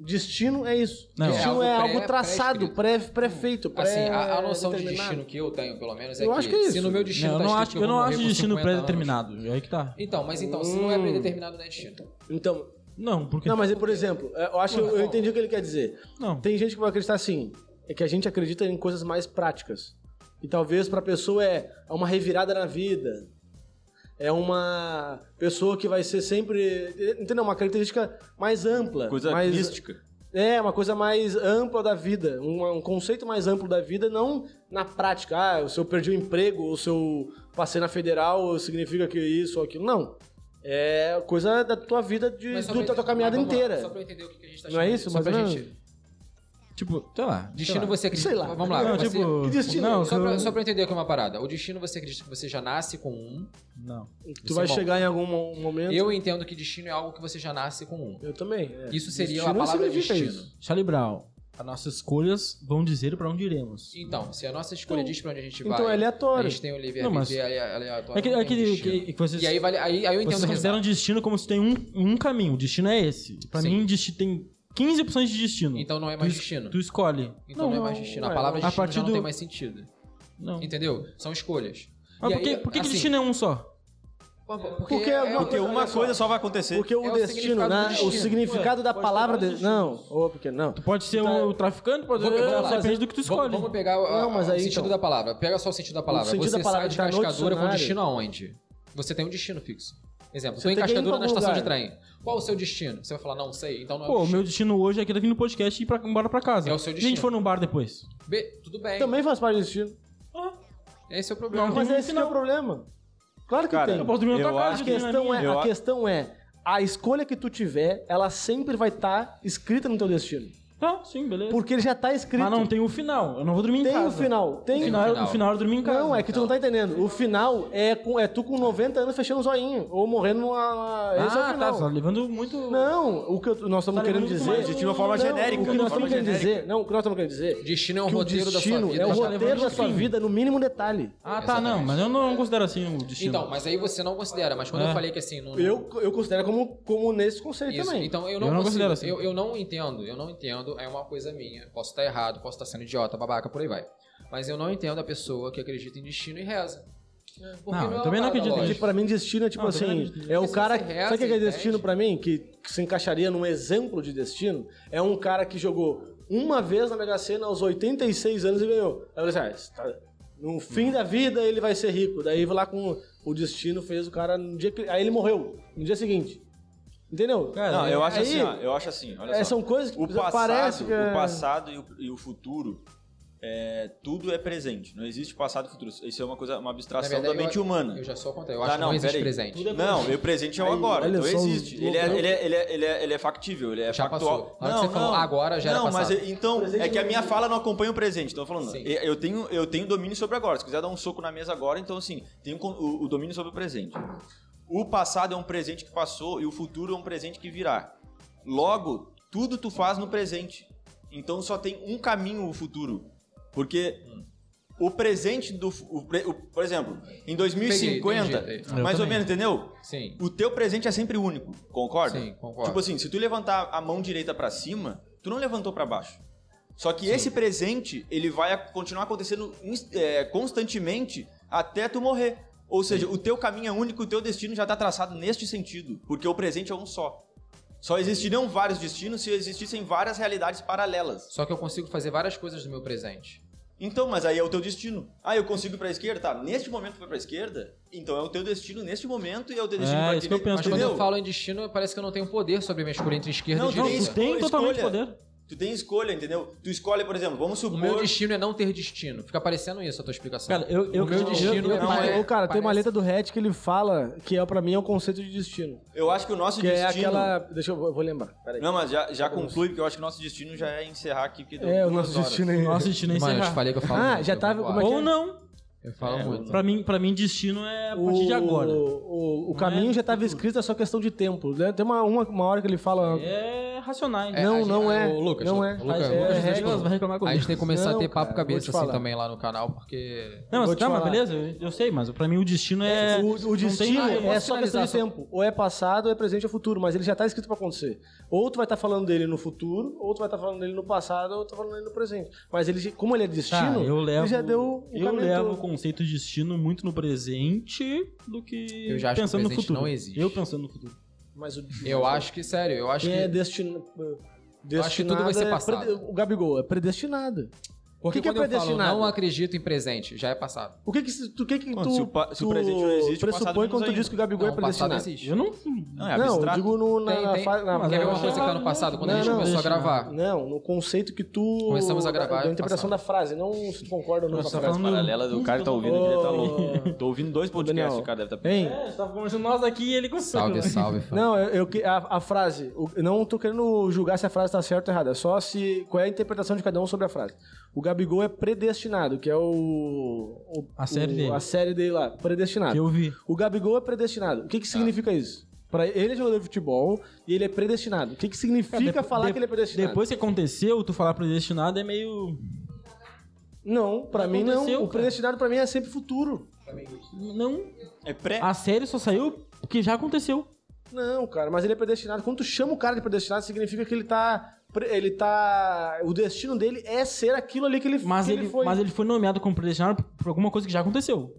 [SPEAKER 1] Destino é isso.
[SPEAKER 2] Não.
[SPEAKER 1] Destino
[SPEAKER 4] É
[SPEAKER 1] é
[SPEAKER 4] algo
[SPEAKER 1] algo,
[SPEAKER 4] pré-
[SPEAKER 1] traçado, pré, pré-feito, pré
[SPEAKER 4] Assim, a, a noção de
[SPEAKER 1] É, determinado.
[SPEAKER 4] destino que eu tenho, pelo menos, é
[SPEAKER 1] Eu
[SPEAKER 4] que,
[SPEAKER 1] acho que é
[SPEAKER 4] se
[SPEAKER 1] isso.
[SPEAKER 4] no meu
[SPEAKER 2] Não,
[SPEAKER 4] destino
[SPEAKER 2] eu
[SPEAKER 4] tá
[SPEAKER 2] não
[SPEAKER 4] escrito
[SPEAKER 2] acho,
[SPEAKER 4] que
[SPEAKER 2] eu não
[SPEAKER 4] vou morrer
[SPEAKER 2] acho
[SPEAKER 4] com
[SPEAKER 2] destino
[SPEAKER 4] 50 anos-
[SPEAKER 2] pré-determinado. É aí que tá.
[SPEAKER 4] Então, mas então, se não é
[SPEAKER 1] Hum.
[SPEAKER 4] pré-determinado, não é destino.
[SPEAKER 1] Então,
[SPEAKER 2] Não, porque.
[SPEAKER 1] Não, mas é, por exemplo, é, eu acho que eu, eu entendi o que ele quer dizer.
[SPEAKER 2] Não.
[SPEAKER 1] Tem gente que vai acreditar assim, é que a gente acredita em coisas mais práticas. E talvez pra pessoa é uma revirada na vida. É uma pessoa que vai ser sempre, entendeu? Uma característica mais ampla,
[SPEAKER 3] Coisa
[SPEAKER 1] mais
[SPEAKER 3] mística.
[SPEAKER 1] é, uma coisa mais ampla da vida, um, um conceito mais amplo da vida, não na prática. Ah, se eu perdi o emprego, ou se eu passei na federal, significa que isso ou aquilo. Não. É coisa da tua vida, de,
[SPEAKER 4] Mas só
[SPEAKER 1] do,
[SPEAKER 4] pra
[SPEAKER 1] da tua
[SPEAKER 4] eu-
[SPEAKER 1] caminhada
[SPEAKER 4] mas vamos lá,
[SPEAKER 1] inteira.
[SPEAKER 4] Só pra eu entender o que que a gente tá
[SPEAKER 1] Não é
[SPEAKER 4] chamando.
[SPEAKER 1] isso,
[SPEAKER 4] Só
[SPEAKER 1] mais
[SPEAKER 4] pra
[SPEAKER 1] ou
[SPEAKER 4] gente.
[SPEAKER 5] Tipo, sei lá.
[SPEAKER 4] Destino você acredita.
[SPEAKER 1] Sei lá.
[SPEAKER 4] Vamos lá.
[SPEAKER 5] Não,
[SPEAKER 4] você-
[SPEAKER 5] tipo.
[SPEAKER 1] Que destino?
[SPEAKER 5] Não,
[SPEAKER 4] Só
[SPEAKER 5] eu-
[SPEAKER 4] pra, só pra eu entender aqui uma parada. O destino você acredita que você já nasce com um.
[SPEAKER 5] Não.
[SPEAKER 1] Tu vai
[SPEAKER 4] Isso é bom.
[SPEAKER 1] chegar em algum mo- momento.
[SPEAKER 4] Eu entendo que destino é algo que você já nasce com um.
[SPEAKER 1] Eu também. é.
[SPEAKER 4] Isso seria a
[SPEAKER 1] Destino
[SPEAKER 4] palavra
[SPEAKER 1] significa
[SPEAKER 4] destino.
[SPEAKER 1] isso.
[SPEAKER 2] Charlie Brown, as nossas escolhas vão dizer pra onde iremos.
[SPEAKER 4] Então, se a nossa escolha diz pra onde a gente vai.
[SPEAKER 1] Então é
[SPEAKER 4] A
[SPEAKER 1] aleatório.
[SPEAKER 4] gente tem o livre
[SPEAKER 2] Não, mas-
[SPEAKER 4] arbítrio aleatório.
[SPEAKER 2] É aquele,
[SPEAKER 4] não
[SPEAKER 2] é
[SPEAKER 4] tem
[SPEAKER 2] aquele
[SPEAKER 4] destino.
[SPEAKER 2] que, que vocês,
[SPEAKER 4] E aí, vale, aí, aí eu entendo
[SPEAKER 2] vocês
[SPEAKER 4] o
[SPEAKER 2] consideram
[SPEAKER 4] resultado.
[SPEAKER 2] destino como se tem um, um caminho. O destino é esse. Pra
[SPEAKER 4] Sim.
[SPEAKER 2] mim, desti- tem 15 opções de destino.
[SPEAKER 4] Então não é mais
[SPEAKER 2] Tu es-
[SPEAKER 4] destino.
[SPEAKER 2] Tu escolhe.
[SPEAKER 4] Então não, é mais destino. A palavra
[SPEAKER 2] A
[SPEAKER 4] destino
[SPEAKER 2] partir
[SPEAKER 4] já não
[SPEAKER 2] do-
[SPEAKER 4] tem mais sentido.
[SPEAKER 2] Não.
[SPEAKER 4] Entendeu? São escolhas.
[SPEAKER 2] Mas
[SPEAKER 4] E
[SPEAKER 2] por que,
[SPEAKER 4] aí,
[SPEAKER 2] por que que
[SPEAKER 4] assim,
[SPEAKER 2] destino é um só?
[SPEAKER 4] Porque,
[SPEAKER 1] Porque
[SPEAKER 4] é
[SPEAKER 1] alguma
[SPEAKER 4] uma
[SPEAKER 3] Porque
[SPEAKER 4] coisa-
[SPEAKER 3] uma coisa só vai acontecer.
[SPEAKER 1] Porque o,
[SPEAKER 4] É o
[SPEAKER 1] destino,
[SPEAKER 4] significado
[SPEAKER 1] né?
[SPEAKER 4] do destino.
[SPEAKER 1] O significado da
[SPEAKER 8] Ué, pode
[SPEAKER 1] palavra.
[SPEAKER 8] ter vários
[SPEAKER 1] De... Não, ou porque não.
[SPEAKER 2] Pode ser
[SPEAKER 4] então,
[SPEAKER 1] Tá.
[SPEAKER 2] o traficante, pode ser.
[SPEAKER 4] Vamos- vamos lá.
[SPEAKER 2] Depende do que tu
[SPEAKER 4] Vamos,
[SPEAKER 2] escolhe.
[SPEAKER 4] vamos pegar o-
[SPEAKER 1] Não, mas
[SPEAKER 4] o
[SPEAKER 1] aí,
[SPEAKER 4] sentido
[SPEAKER 1] então.
[SPEAKER 4] da palavra. Pega só o sentido da palavra.
[SPEAKER 1] O sentido
[SPEAKER 4] você
[SPEAKER 1] da palavra
[SPEAKER 4] sai de
[SPEAKER 1] tá no
[SPEAKER 4] cascadura com
[SPEAKER 1] dicionário.
[SPEAKER 4] destino aonde? Você tem um destino fixo. Exemplo,
[SPEAKER 1] Você
[SPEAKER 4] estou em
[SPEAKER 1] tem que ir
[SPEAKER 4] cascadura
[SPEAKER 1] pra
[SPEAKER 4] na
[SPEAKER 1] algum
[SPEAKER 4] estação de
[SPEAKER 1] lugar.
[SPEAKER 4] trem. Qual o seu destino? Você vai falar, não sei, então não é o
[SPEAKER 2] Pô, o
[SPEAKER 4] destino.
[SPEAKER 2] meu destino hoje é aquele aqui no podcast e ir pra, embora pra casa.
[SPEAKER 4] É o seu
[SPEAKER 2] E a
[SPEAKER 4] destino.
[SPEAKER 2] gente for num bar depois.
[SPEAKER 4] B, tudo bem.
[SPEAKER 1] Também faz parte do destino.
[SPEAKER 4] Esse é o problema.
[SPEAKER 2] Não,
[SPEAKER 1] Mas
[SPEAKER 2] Não,
[SPEAKER 1] esse não é o problema. Claro que
[SPEAKER 3] Cara,
[SPEAKER 1] tem.
[SPEAKER 2] Eu posso dormir na
[SPEAKER 3] Eu
[SPEAKER 2] tua casa.
[SPEAKER 1] A
[SPEAKER 3] acho
[SPEAKER 2] dormir na
[SPEAKER 1] questão,
[SPEAKER 2] minha.
[SPEAKER 1] é,
[SPEAKER 3] Eu
[SPEAKER 1] a
[SPEAKER 3] a-
[SPEAKER 1] questão é, a escolha que tu tiver, ela sempre vai estar escrita no teu destino.
[SPEAKER 2] Tá, sim, beleza.
[SPEAKER 1] Porque ele já tá escrito.
[SPEAKER 2] Mas não tem o final. Eu não vou dormir em
[SPEAKER 1] Tem
[SPEAKER 2] casa.
[SPEAKER 1] o final. Tem,
[SPEAKER 2] No
[SPEAKER 4] Tem
[SPEAKER 2] final,
[SPEAKER 4] o final.
[SPEAKER 2] no final eu dormi em casa. Então.
[SPEAKER 1] Não, é que tu não tá entendendo. O final é, com, é tu com 90 anos fechando o zoinho. Ou morrendo numa. numa- Esse é o
[SPEAKER 2] Ah, tá,
[SPEAKER 1] final.
[SPEAKER 2] você tá levando muito...
[SPEAKER 1] Não, o que eu- nós estamos
[SPEAKER 2] Tá
[SPEAKER 1] querendo
[SPEAKER 2] levando muito
[SPEAKER 1] dizer.
[SPEAKER 2] mais-
[SPEAKER 3] de uma forma
[SPEAKER 1] não,
[SPEAKER 3] genérica,
[SPEAKER 1] O que
[SPEAKER 3] de
[SPEAKER 1] nós
[SPEAKER 3] uma
[SPEAKER 1] estamos
[SPEAKER 3] forma
[SPEAKER 1] querendo
[SPEAKER 3] genérico.
[SPEAKER 1] dizer. Não, o que nós estamos querendo dizer.
[SPEAKER 4] Destino é o
[SPEAKER 1] que o
[SPEAKER 4] roteiro da sua
[SPEAKER 1] destino
[SPEAKER 4] vida.
[SPEAKER 1] é o
[SPEAKER 4] já tá
[SPEAKER 1] roteiro da
[SPEAKER 4] escrito.
[SPEAKER 1] sua vida, no mínimo detalhe.
[SPEAKER 2] Ah, tá, não. Mas eu não considero assim o destino.
[SPEAKER 4] Então, mas aí você não considera. Mas quando
[SPEAKER 2] É.
[SPEAKER 4] eu falei que assim... Não,
[SPEAKER 1] Eu, eu considero como, como nesse conceito
[SPEAKER 4] Isso.
[SPEAKER 1] também.
[SPEAKER 4] Então eu não,
[SPEAKER 2] Eu não
[SPEAKER 4] consigo-
[SPEAKER 2] considero assim.
[SPEAKER 4] Eu, eu não entendo, eu não entendo, é uma coisa minha. Posso estar errado, posso estar sendo idiota, babaca, por aí vai. Mas eu não entendo a pessoa que acredita em destino e reza. Porque
[SPEAKER 2] Não, eu
[SPEAKER 4] é uma
[SPEAKER 2] também não
[SPEAKER 4] parada
[SPEAKER 2] acredito em
[SPEAKER 1] Porque
[SPEAKER 4] lógica.
[SPEAKER 1] pra mim, destino é tipo
[SPEAKER 2] Não, também não
[SPEAKER 1] assim:
[SPEAKER 2] acredito.
[SPEAKER 1] é o
[SPEAKER 4] Porque
[SPEAKER 1] cara.
[SPEAKER 4] se você reza,
[SPEAKER 1] sabe o que é
[SPEAKER 4] entende?
[SPEAKER 1] destino pra mim? Que, que se encaixaria num exemplo de destino? É um cara que jogou uma vez na Mega Sena aos 86 anos e ganhou. Aí você, ah, isso tá- no fim da vida ele vai ser rico. Daí vai lá com o destino, fez o cara no dia que. Aí ele morreu, no dia seguinte. Entendeu?
[SPEAKER 2] Cara, é,
[SPEAKER 3] Não, eu acho
[SPEAKER 1] é Aí-
[SPEAKER 3] assim, ó, eu acho assim, olha
[SPEAKER 1] É,
[SPEAKER 3] só.
[SPEAKER 1] são coisas que
[SPEAKER 3] O
[SPEAKER 1] parece
[SPEAKER 3] passado,
[SPEAKER 1] que é-
[SPEAKER 3] o passado e o, e o futuro, é, tudo é presente. Não existe passado e futuro. Isso é uma coisa,
[SPEAKER 4] Na
[SPEAKER 3] uma abstração
[SPEAKER 4] verdade,
[SPEAKER 3] da mente
[SPEAKER 4] eu,
[SPEAKER 3] humana.
[SPEAKER 4] Eu já sou contra. Eu
[SPEAKER 3] Tá,
[SPEAKER 4] acho que não existe
[SPEAKER 3] peraí.
[SPEAKER 4] presente.
[SPEAKER 3] Não, o presente é o
[SPEAKER 1] Aí,
[SPEAKER 3] agora.
[SPEAKER 1] olha
[SPEAKER 3] Então
[SPEAKER 1] só os
[SPEAKER 3] existe. Ele é,
[SPEAKER 1] loucos.
[SPEAKER 3] ele, é, ele, é, ele, é, ele é factível, ele é
[SPEAKER 4] Já
[SPEAKER 3] factual.
[SPEAKER 4] passou. Na hora que você falou agora, já era
[SPEAKER 3] Não, mas
[SPEAKER 4] passado.
[SPEAKER 3] eu- então, é que a minha fala não acompanha o presente. Então, eu tô falando,
[SPEAKER 4] Sim.
[SPEAKER 3] eu eu tenho, eu tenho domínio sobre agora. Se quiser dar um soco na mesa agora, então, assim, tenho con- o, o domínio sobre o presente. O passado é um presente que passou e o futuro é um presente que virá. Logo, tudo tu faz no presente. Então, só tem um caminho o futuro. Porque o presente do. fu- o pre- o- por exemplo, em 2050,
[SPEAKER 4] Peguei, entendi. é,
[SPEAKER 3] mais
[SPEAKER 2] Eu
[SPEAKER 3] ou menos, entendeu?
[SPEAKER 4] Sim.
[SPEAKER 3] O teu presente é sempre único, concorda?
[SPEAKER 4] Sim, concordo.
[SPEAKER 3] Tipo assim, se tu levantar a mão direita pra cima, tu não levantou pra baixo. Só que esse presente, ele vai a- continuar acontecendo ins- é, constantemente até tu morrer. Ou seja, o teu caminho é único, o teu destino já tá traçado neste sentido, porque o presente é um só. Só existiriam vários destinos se existissem várias realidades paralelas.
[SPEAKER 4] Só que eu consigo fazer várias coisas do meu presente.
[SPEAKER 3] Então, mas aí é o teu destino. Ah, eu consigo ir pra esquerda? Tá, neste momento foi pra esquerda, então é o teu destino neste momento e é o teu destino
[SPEAKER 2] É,
[SPEAKER 3] pra
[SPEAKER 2] isso que eu
[SPEAKER 3] direita.
[SPEAKER 2] penso
[SPEAKER 4] Mas
[SPEAKER 3] Entendeu?
[SPEAKER 4] quando eu falo em destino, parece que eu não tenho poder sobre a minha escolha entre esquerda
[SPEAKER 3] Não,
[SPEAKER 4] e
[SPEAKER 3] não,
[SPEAKER 4] direita.
[SPEAKER 2] tu tem
[SPEAKER 3] escolha.
[SPEAKER 2] totalmente poder.
[SPEAKER 3] Tu tem escolha, entendeu? Tu escolhe, por exemplo, vamos
[SPEAKER 4] O
[SPEAKER 3] supor.
[SPEAKER 4] meu destino é não ter destino. Fica parecendo isso a tua explicação.
[SPEAKER 2] Cara, eu- eu-
[SPEAKER 4] o meu
[SPEAKER 2] eu-
[SPEAKER 4] destino
[SPEAKER 1] Eu-
[SPEAKER 4] é...
[SPEAKER 1] eu-
[SPEAKER 4] pare-
[SPEAKER 1] eu- cara, tem uma
[SPEAKER 4] parece-
[SPEAKER 1] letra do Red que ele fala que é, pra mim é o conceito de destino.
[SPEAKER 3] Eu acho que o nosso
[SPEAKER 1] Que é
[SPEAKER 3] destino.
[SPEAKER 1] aquela. Deixa eu eu vou lembrar. Peraí.
[SPEAKER 3] Não, mas já, já conclui, porque eu acho que o nosso destino já é encerrar aqui. Porque deu
[SPEAKER 1] É, o
[SPEAKER 3] duas
[SPEAKER 1] nosso
[SPEAKER 3] horas.
[SPEAKER 1] destino é.
[SPEAKER 2] Nossa, destino é
[SPEAKER 4] Mano, eu te
[SPEAKER 2] encerrar.
[SPEAKER 4] falei que eu falo
[SPEAKER 1] Ah,
[SPEAKER 4] muito,
[SPEAKER 1] já
[SPEAKER 4] eu
[SPEAKER 1] tava-
[SPEAKER 4] concordo.
[SPEAKER 1] como é que-
[SPEAKER 2] Ou não.
[SPEAKER 4] Eu falo muito.
[SPEAKER 2] Pra mim, pra mim, destino é a partir de agora.
[SPEAKER 1] O, o
[SPEAKER 2] é
[SPEAKER 1] caminho já estava
[SPEAKER 2] futuro.
[SPEAKER 1] escrito, é só questão de tempo. né? Tem uma, uma, uma hora que ele fala.
[SPEAKER 2] É racionais.
[SPEAKER 4] É,
[SPEAKER 1] não,
[SPEAKER 4] a
[SPEAKER 1] não
[SPEAKER 4] gente-
[SPEAKER 1] é.
[SPEAKER 4] o Lucas,
[SPEAKER 1] não
[SPEAKER 4] Lu-
[SPEAKER 1] é.
[SPEAKER 4] o Lucas,
[SPEAKER 1] é,
[SPEAKER 4] o Lucas
[SPEAKER 1] é,
[SPEAKER 4] vai reclamar.
[SPEAKER 2] vai reclamar
[SPEAKER 4] A gente tem que começar a
[SPEAKER 1] Não,
[SPEAKER 4] ter papo
[SPEAKER 1] cara, vou
[SPEAKER 4] cabeça
[SPEAKER 1] te
[SPEAKER 4] assim
[SPEAKER 1] falar.
[SPEAKER 4] também lá no canal, porque.
[SPEAKER 2] Não,
[SPEAKER 1] Vou
[SPEAKER 2] mas
[SPEAKER 1] te
[SPEAKER 2] tá, mas
[SPEAKER 1] falar.
[SPEAKER 2] beleza, eu- eu sei, mas pra mim o destino é.
[SPEAKER 1] o, o
[SPEAKER 2] não tem-
[SPEAKER 1] destino
[SPEAKER 2] Ah, eu
[SPEAKER 1] é
[SPEAKER 2] posso
[SPEAKER 1] só questão
[SPEAKER 2] finalizar
[SPEAKER 1] de tempo. Ou é passado, ou é presente ou futuro, mas ele já está escrito para acontecer. Ou tu vai estar falando dele no futuro, ou tu vai estar falando dele no passado, ou tu tá falando dele no presente. Mas ele, como ele é
[SPEAKER 2] Tá,
[SPEAKER 1] destino,
[SPEAKER 2] eu levo,
[SPEAKER 1] ele já deu o
[SPEAKER 2] eu
[SPEAKER 1] caminho
[SPEAKER 2] levo o
[SPEAKER 1] todo.
[SPEAKER 2] conceito de destino muito no presente do que
[SPEAKER 4] Eu já acho que o
[SPEAKER 2] pensando no
[SPEAKER 4] presente
[SPEAKER 2] futuro.
[SPEAKER 4] não existe.
[SPEAKER 2] Eu pensando no futuro.
[SPEAKER 1] Mas o
[SPEAKER 4] Eu acho que, sério, eu acho
[SPEAKER 1] quem é
[SPEAKER 4] que.
[SPEAKER 1] destinado.
[SPEAKER 4] acho que tudo vai ser passado.
[SPEAKER 1] o Gabigol é predestinado.
[SPEAKER 5] Porque
[SPEAKER 1] que é
[SPEAKER 5] quando eu falo
[SPEAKER 1] predestinado?
[SPEAKER 4] Não acredito em presente, já é passado.
[SPEAKER 1] O que que, se- tu, o que que
[SPEAKER 3] Bom,
[SPEAKER 1] tu,
[SPEAKER 3] se o pa- se o
[SPEAKER 1] tu
[SPEAKER 3] presente não existe, o passado
[SPEAKER 1] pressupõe
[SPEAKER 3] menos
[SPEAKER 1] quando tu
[SPEAKER 3] ainda.
[SPEAKER 1] diz que o Gabigol
[SPEAKER 4] não,
[SPEAKER 1] é
[SPEAKER 4] o passado
[SPEAKER 1] predestinado?
[SPEAKER 4] existe.
[SPEAKER 2] Eu não.
[SPEAKER 3] Não, é
[SPEAKER 1] não, eu
[SPEAKER 3] abstrato.
[SPEAKER 1] digo no, na,
[SPEAKER 4] Tem,
[SPEAKER 1] na
[SPEAKER 4] tem.
[SPEAKER 1] fa- na-
[SPEAKER 4] Quer ver
[SPEAKER 1] na-
[SPEAKER 4] uma coisa que tá no passado, quando a gente
[SPEAKER 1] Não, não,
[SPEAKER 4] começou a
[SPEAKER 1] deixa,
[SPEAKER 4] gravar?
[SPEAKER 1] Não, no conceito que tu...
[SPEAKER 4] Começamos a gravar,
[SPEAKER 1] Da, da interpretação da
[SPEAKER 4] passado.
[SPEAKER 1] frase, não se tu concorda ou não
[SPEAKER 2] Eu
[SPEAKER 1] com a
[SPEAKER 2] só
[SPEAKER 1] frase.
[SPEAKER 2] falando-
[SPEAKER 3] Paralela do cara que tá ouvindo aqui, ele tá louco. Tô ouvindo dois podcasts,
[SPEAKER 1] Daniel.
[SPEAKER 3] o cara deve tá...
[SPEAKER 1] Hein?
[SPEAKER 2] É, você tava conversando nós aqui e ele consegue. né?
[SPEAKER 4] Salve, salve. fam.
[SPEAKER 1] Não, eu, eu que- a, a frase. o- eu não tô querendo julgar se a frase tá certa ou errada. É só se. Qual é a interpretação de cada um sobre a frase. O Gabigol é predestinado, que é o. o-
[SPEAKER 2] A série
[SPEAKER 1] o-
[SPEAKER 2] dele.
[SPEAKER 1] A série dele lá, predestinado.
[SPEAKER 2] Que eu vi.
[SPEAKER 1] O Gabigol é predestinado. O que, que significa isso? Pra ele é jogador de futebol e ele é predestinado. O que, que significa
[SPEAKER 2] Depo-
[SPEAKER 1] falar
[SPEAKER 2] de-
[SPEAKER 1] que ele é predestinado?
[SPEAKER 2] Depois que aconteceu, tu falar predestinado é meio.
[SPEAKER 1] Não, pra
[SPEAKER 2] Não
[SPEAKER 1] mim não.
[SPEAKER 2] aconteceu,
[SPEAKER 1] O
[SPEAKER 2] cara.
[SPEAKER 1] predestinado pra mim é sempre futuro.
[SPEAKER 2] Não.
[SPEAKER 3] É pré...
[SPEAKER 2] A série só saiu porque já aconteceu.
[SPEAKER 1] Não, cara, mas ele é predestinado. Quando tu chama o cara de predestinado, significa que ele tá. pre- Ele tá. O destino dele é ser aquilo ali que ele,
[SPEAKER 2] Mas,
[SPEAKER 1] que
[SPEAKER 2] ele,
[SPEAKER 1] foi.
[SPEAKER 2] mas ele foi nomeado como predestinado por- por alguma coisa que já aconteceu.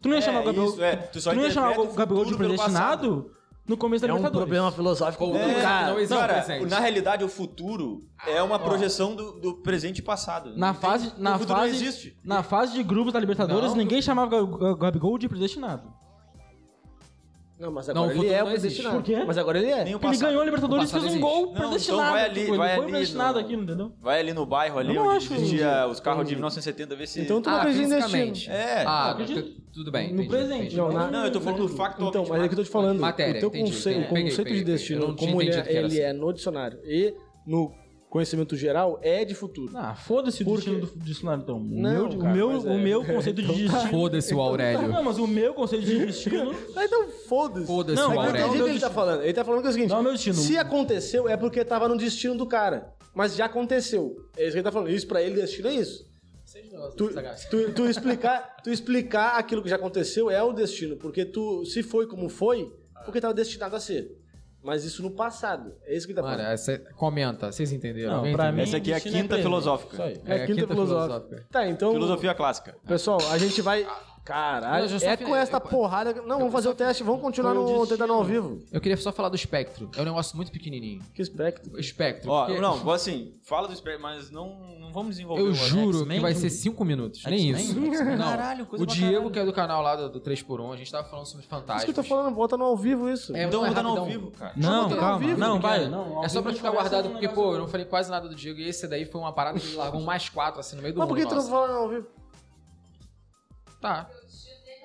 [SPEAKER 2] Tu não ia
[SPEAKER 3] É,
[SPEAKER 2] chamar o Gabriel.
[SPEAKER 3] isso, é. Tu só
[SPEAKER 2] não ia chamar
[SPEAKER 3] interpreta
[SPEAKER 2] o Gabriel de
[SPEAKER 3] futuro pelo
[SPEAKER 2] predestinado no começo da
[SPEAKER 5] É um
[SPEAKER 2] Libertadores.
[SPEAKER 5] problema filosófico
[SPEAKER 4] Ou
[SPEAKER 1] É.
[SPEAKER 4] não,
[SPEAKER 5] do
[SPEAKER 4] cara,
[SPEAKER 5] cara.
[SPEAKER 4] não existe
[SPEAKER 3] É. Cara,
[SPEAKER 4] presente.
[SPEAKER 3] na realidade, o futuro é uma projeção do, do presente e passado.
[SPEAKER 2] Na
[SPEAKER 3] Não tem-
[SPEAKER 2] fase, na
[SPEAKER 3] o futuro
[SPEAKER 2] fase,
[SPEAKER 3] não existe.
[SPEAKER 2] na fase de grupos da Libertadores,
[SPEAKER 4] Não.
[SPEAKER 2] ninguém chamava o Gab- Gabigol de predestinado.
[SPEAKER 1] Não, mas
[SPEAKER 4] Não, o
[SPEAKER 1] agora ele
[SPEAKER 4] futuro
[SPEAKER 1] é o
[SPEAKER 4] não existe.
[SPEAKER 1] predestinado.
[SPEAKER 2] Por quê?
[SPEAKER 1] Mas agora ele é.
[SPEAKER 3] Nem o
[SPEAKER 2] Porque ele
[SPEAKER 3] passado.
[SPEAKER 2] ganhou a Libertadores e
[SPEAKER 4] passado
[SPEAKER 2] fez um
[SPEAKER 4] existe.
[SPEAKER 2] gol
[SPEAKER 3] Não, então
[SPEAKER 2] predestinado.
[SPEAKER 3] vai ali,
[SPEAKER 2] tipo, ele
[SPEAKER 3] vai
[SPEAKER 2] foi
[SPEAKER 3] ali
[SPEAKER 2] predestinado
[SPEAKER 3] no-
[SPEAKER 2] aquilo, entendeu?
[SPEAKER 3] Vai ali no bairro ali
[SPEAKER 2] Eu não
[SPEAKER 3] onde
[SPEAKER 2] acho.
[SPEAKER 3] existia os carros de 1970, ver se...
[SPEAKER 1] Então tu não
[SPEAKER 4] Ah,
[SPEAKER 1] acredita em
[SPEAKER 4] fisicamente.
[SPEAKER 1] destino.
[SPEAKER 3] É.
[SPEAKER 4] Ah,
[SPEAKER 2] Não, acredito.
[SPEAKER 4] tu- tudo bem.
[SPEAKER 2] No
[SPEAKER 4] entendi,
[SPEAKER 2] presente.
[SPEAKER 4] entendi.
[SPEAKER 1] Não, na-
[SPEAKER 3] Então, Não, eu tô falando do facto
[SPEAKER 1] Então, mas é que eu tô te falando.
[SPEAKER 4] Matéria,
[SPEAKER 1] o teu
[SPEAKER 4] entendi,
[SPEAKER 1] conceito,
[SPEAKER 4] entendi.
[SPEAKER 1] o conceito de
[SPEAKER 4] Peguei, peguei, eu
[SPEAKER 1] destino,
[SPEAKER 4] não tinha
[SPEAKER 1] como ele,
[SPEAKER 4] entendido
[SPEAKER 1] é,
[SPEAKER 4] que era
[SPEAKER 1] ele é no dicionário e no conhecimento geral, é de futuro.
[SPEAKER 2] Ah, foda-se o
[SPEAKER 1] Por
[SPEAKER 2] destino
[SPEAKER 1] quê?
[SPEAKER 2] do dicionário, então. O
[SPEAKER 1] Não,
[SPEAKER 2] meu, o
[SPEAKER 1] cara,
[SPEAKER 2] meu,
[SPEAKER 1] mas
[SPEAKER 2] o
[SPEAKER 1] é.
[SPEAKER 2] meu conceito de destino...
[SPEAKER 4] Foda-se o Aurélio.
[SPEAKER 2] Não, mas o meu conceito de destino...
[SPEAKER 1] Ah, então foda-se.
[SPEAKER 4] Foda-se
[SPEAKER 2] Não,
[SPEAKER 4] o
[SPEAKER 1] Eu
[SPEAKER 2] mas
[SPEAKER 1] entendi o
[SPEAKER 4] Aurélio.
[SPEAKER 1] que ele tá falando. Ele tá falando que é o seguinte:
[SPEAKER 2] Não é o meu destino.
[SPEAKER 1] se aconteceu, é porque tava no destino do cara. Mas já aconteceu. É isso que ele tá falando. Isso pra ele, destino é isso.
[SPEAKER 4] Vocês não gostam
[SPEAKER 1] Tu,
[SPEAKER 4] dessa graça.
[SPEAKER 1] tu- tu explicar, tu explicar aquilo que já aconteceu é o destino, porque tu, se foi como foi, porque tava destinado a ser. Mas isso no passado. É isso que ele tá
[SPEAKER 4] Mano,
[SPEAKER 1] falando.
[SPEAKER 4] essa- comenta, vocês entenderam?
[SPEAKER 2] Não,
[SPEAKER 4] Alguém
[SPEAKER 2] pra
[SPEAKER 4] entendeu?
[SPEAKER 2] mim-
[SPEAKER 3] Essa aqui é a
[SPEAKER 2] destino é
[SPEAKER 3] quinta
[SPEAKER 2] presente.
[SPEAKER 3] filosófica.
[SPEAKER 2] Isso aí.
[SPEAKER 4] é a quinta filosófica. Ah,
[SPEAKER 1] Tá, então.
[SPEAKER 3] Filosofia clássica.
[SPEAKER 1] Pessoal, a gente vai. Caralho,
[SPEAKER 4] Não, já só
[SPEAKER 1] é
[SPEAKER 4] fi-
[SPEAKER 1] com esta
[SPEAKER 4] eu-
[SPEAKER 1] porrada. que- Não, vamos fazer o teste, vamos continuar
[SPEAKER 2] Foi o
[SPEAKER 1] no
[SPEAKER 2] destino.
[SPEAKER 1] tentando ao vivo.
[SPEAKER 4] Eu queria só falar do espectro. É um negócio muito pequenininho.
[SPEAKER 1] Que espectro.
[SPEAKER 4] Espectro.
[SPEAKER 3] Ó,
[SPEAKER 4] porque
[SPEAKER 3] não, assim, fala do Spider, mas não, não vamos desenvolver
[SPEAKER 4] Eu
[SPEAKER 3] o
[SPEAKER 4] juro
[SPEAKER 2] X-Men?
[SPEAKER 4] que vai ser 5 minutos. Nem
[SPEAKER 2] X-Men?
[SPEAKER 4] isso.
[SPEAKER 2] X-Men?
[SPEAKER 4] Não.
[SPEAKER 3] Caralho, coisa
[SPEAKER 4] O
[SPEAKER 3] pra
[SPEAKER 4] Diego,
[SPEAKER 3] caralho.
[SPEAKER 4] que é do canal lá do, do 3x1, a gente tava falando sobre
[SPEAKER 1] É isso
[SPEAKER 4] fantasmas.
[SPEAKER 1] que eu tô falando, volta no ao vivo isso.
[SPEAKER 4] É,
[SPEAKER 3] Então
[SPEAKER 4] não, é
[SPEAKER 3] vamos dar ao
[SPEAKER 4] rapidão.
[SPEAKER 3] vivo, cara.
[SPEAKER 2] Não,
[SPEAKER 4] Vamos botar ao
[SPEAKER 2] calma.
[SPEAKER 4] vivo,
[SPEAKER 2] não,
[SPEAKER 4] porque
[SPEAKER 2] vai. Não, ao
[SPEAKER 4] É só
[SPEAKER 2] vivo
[SPEAKER 4] pra
[SPEAKER 2] a gente
[SPEAKER 4] ficar
[SPEAKER 2] conversa
[SPEAKER 4] guardado,
[SPEAKER 2] um
[SPEAKER 4] porque,
[SPEAKER 2] negócio-
[SPEAKER 4] pô, eu não falei quase nada do Diego. E esse daí foi uma parada que ele largou mais quatro, assim, no meio do
[SPEAKER 1] Mas por que
[SPEAKER 4] mundo.
[SPEAKER 1] tu não
[SPEAKER 4] nosso.
[SPEAKER 1] fala no ao vivo?
[SPEAKER 4] Tá.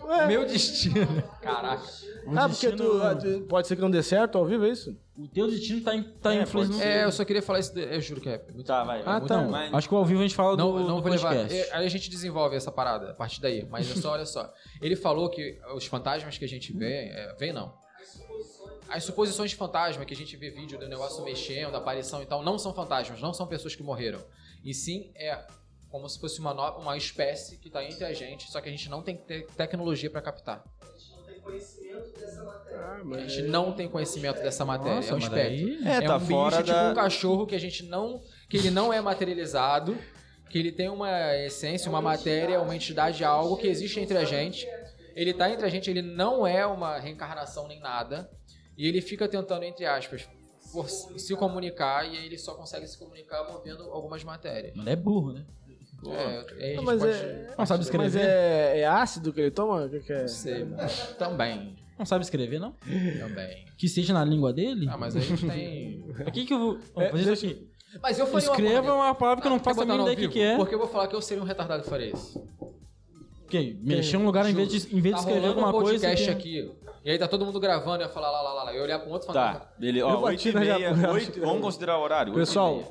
[SPEAKER 1] Ué,
[SPEAKER 4] Meu destino. Caraca.
[SPEAKER 2] O
[SPEAKER 1] ah, porque tu,
[SPEAKER 2] destino-
[SPEAKER 1] ah, tu- Pode ser que não dê certo ao vivo, é isso?
[SPEAKER 2] O teu destino tá, em- tá
[SPEAKER 3] É,
[SPEAKER 2] influenciando...
[SPEAKER 3] pode
[SPEAKER 4] É, eu só queria falar isso. de- Eu juro que é. muito-
[SPEAKER 3] Tá, vai.
[SPEAKER 1] Ah,
[SPEAKER 3] vai.
[SPEAKER 1] tá.
[SPEAKER 3] Não, mas-
[SPEAKER 2] Acho que ao vivo a gente fala
[SPEAKER 4] Não,
[SPEAKER 2] do,
[SPEAKER 4] não
[SPEAKER 2] do
[SPEAKER 4] vou levar.
[SPEAKER 2] podcast.
[SPEAKER 4] É, Aí a gente desenvolve essa parada a partir daí. Mas é só, olha só. Ele falou que os fantasmas que a gente vê. É, vem não. As suposições de fantasma que a gente vê vídeo do negócio mexendo, aparição e tal, não são fantasmas, não são pessoas que morreram. E sim é como se fosse uma, no- uma espécie que tá entre a gente, só que a gente não tem que ter tecnologia para captar. A gente não tem conhecimento dessa matéria. é um
[SPEAKER 2] mas
[SPEAKER 4] espectro.
[SPEAKER 2] daí-
[SPEAKER 3] É,
[SPEAKER 4] É,
[SPEAKER 3] tá
[SPEAKER 4] um
[SPEAKER 3] fora
[SPEAKER 4] bicho,
[SPEAKER 3] da...
[SPEAKER 4] tipo um cachorro que a gente não. que ele não é materializado, que ele tem uma essência, uma matéria, uma entidade, algo que existe entre a gente. Ele tá entre a gente, ele não é uma reencarnação nem nada. E ele fica tentando, entre aspas, for- se comunicar e aí ele só consegue se comunicar movendo algumas matérias.
[SPEAKER 2] Mas é burro, né?
[SPEAKER 4] É, aí a gente
[SPEAKER 1] Mas
[SPEAKER 4] pode.
[SPEAKER 1] é-
[SPEAKER 2] Não sabe
[SPEAKER 1] Mas
[SPEAKER 2] escrever?
[SPEAKER 1] é, é ácido que ele toma? O que que é?
[SPEAKER 4] Não sei, mas também,
[SPEAKER 2] Não sabe escrever, não?
[SPEAKER 4] também.
[SPEAKER 2] Que seja na língua dele?
[SPEAKER 4] Ah, mas a gente tem.
[SPEAKER 2] O que que eu vou... Vamos
[SPEAKER 1] É,
[SPEAKER 2] fazer isso aqui.
[SPEAKER 4] Mas eu faria uma
[SPEAKER 2] Escreva
[SPEAKER 4] coisa.
[SPEAKER 2] uma palavra que eu não
[SPEAKER 4] Quer
[SPEAKER 2] faço a
[SPEAKER 4] botar no
[SPEAKER 2] mínima
[SPEAKER 4] ao
[SPEAKER 2] ideia do que, que
[SPEAKER 4] vivo?
[SPEAKER 2] é.
[SPEAKER 4] Porque eu vou falar que eu seria um retardado que faria isso.
[SPEAKER 2] Ok, mexer um lugar em vez de, em vez de
[SPEAKER 4] tá
[SPEAKER 2] escrever
[SPEAKER 4] rolando
[SPEAKER 2] alguma
[SPEAKER 4] um
[SPEAKER 2] coisa.
[SPEAKER 4] podcast
[SPEAKER 2] que- é-
[SPEAKER 4] aqui. E aí tá todo mundo gravando e eu falar lá, lá, lá, lá. Eu olhar pra um outro fantasma.
[SPEAKER 3] Tá, beleza. Ó,
[SPEAKER 1] Eu bati
[SPEAKER 3] 8 e
[SPEAKER 1] na
[SPEAKER 3] meia,
[SPEAKER 1] japonesa.
[SPEAKER 3] oito- vamos considerar o horário. oito e
[SPEAKER 1] Pessoal,
[SPEAKER 3] meia.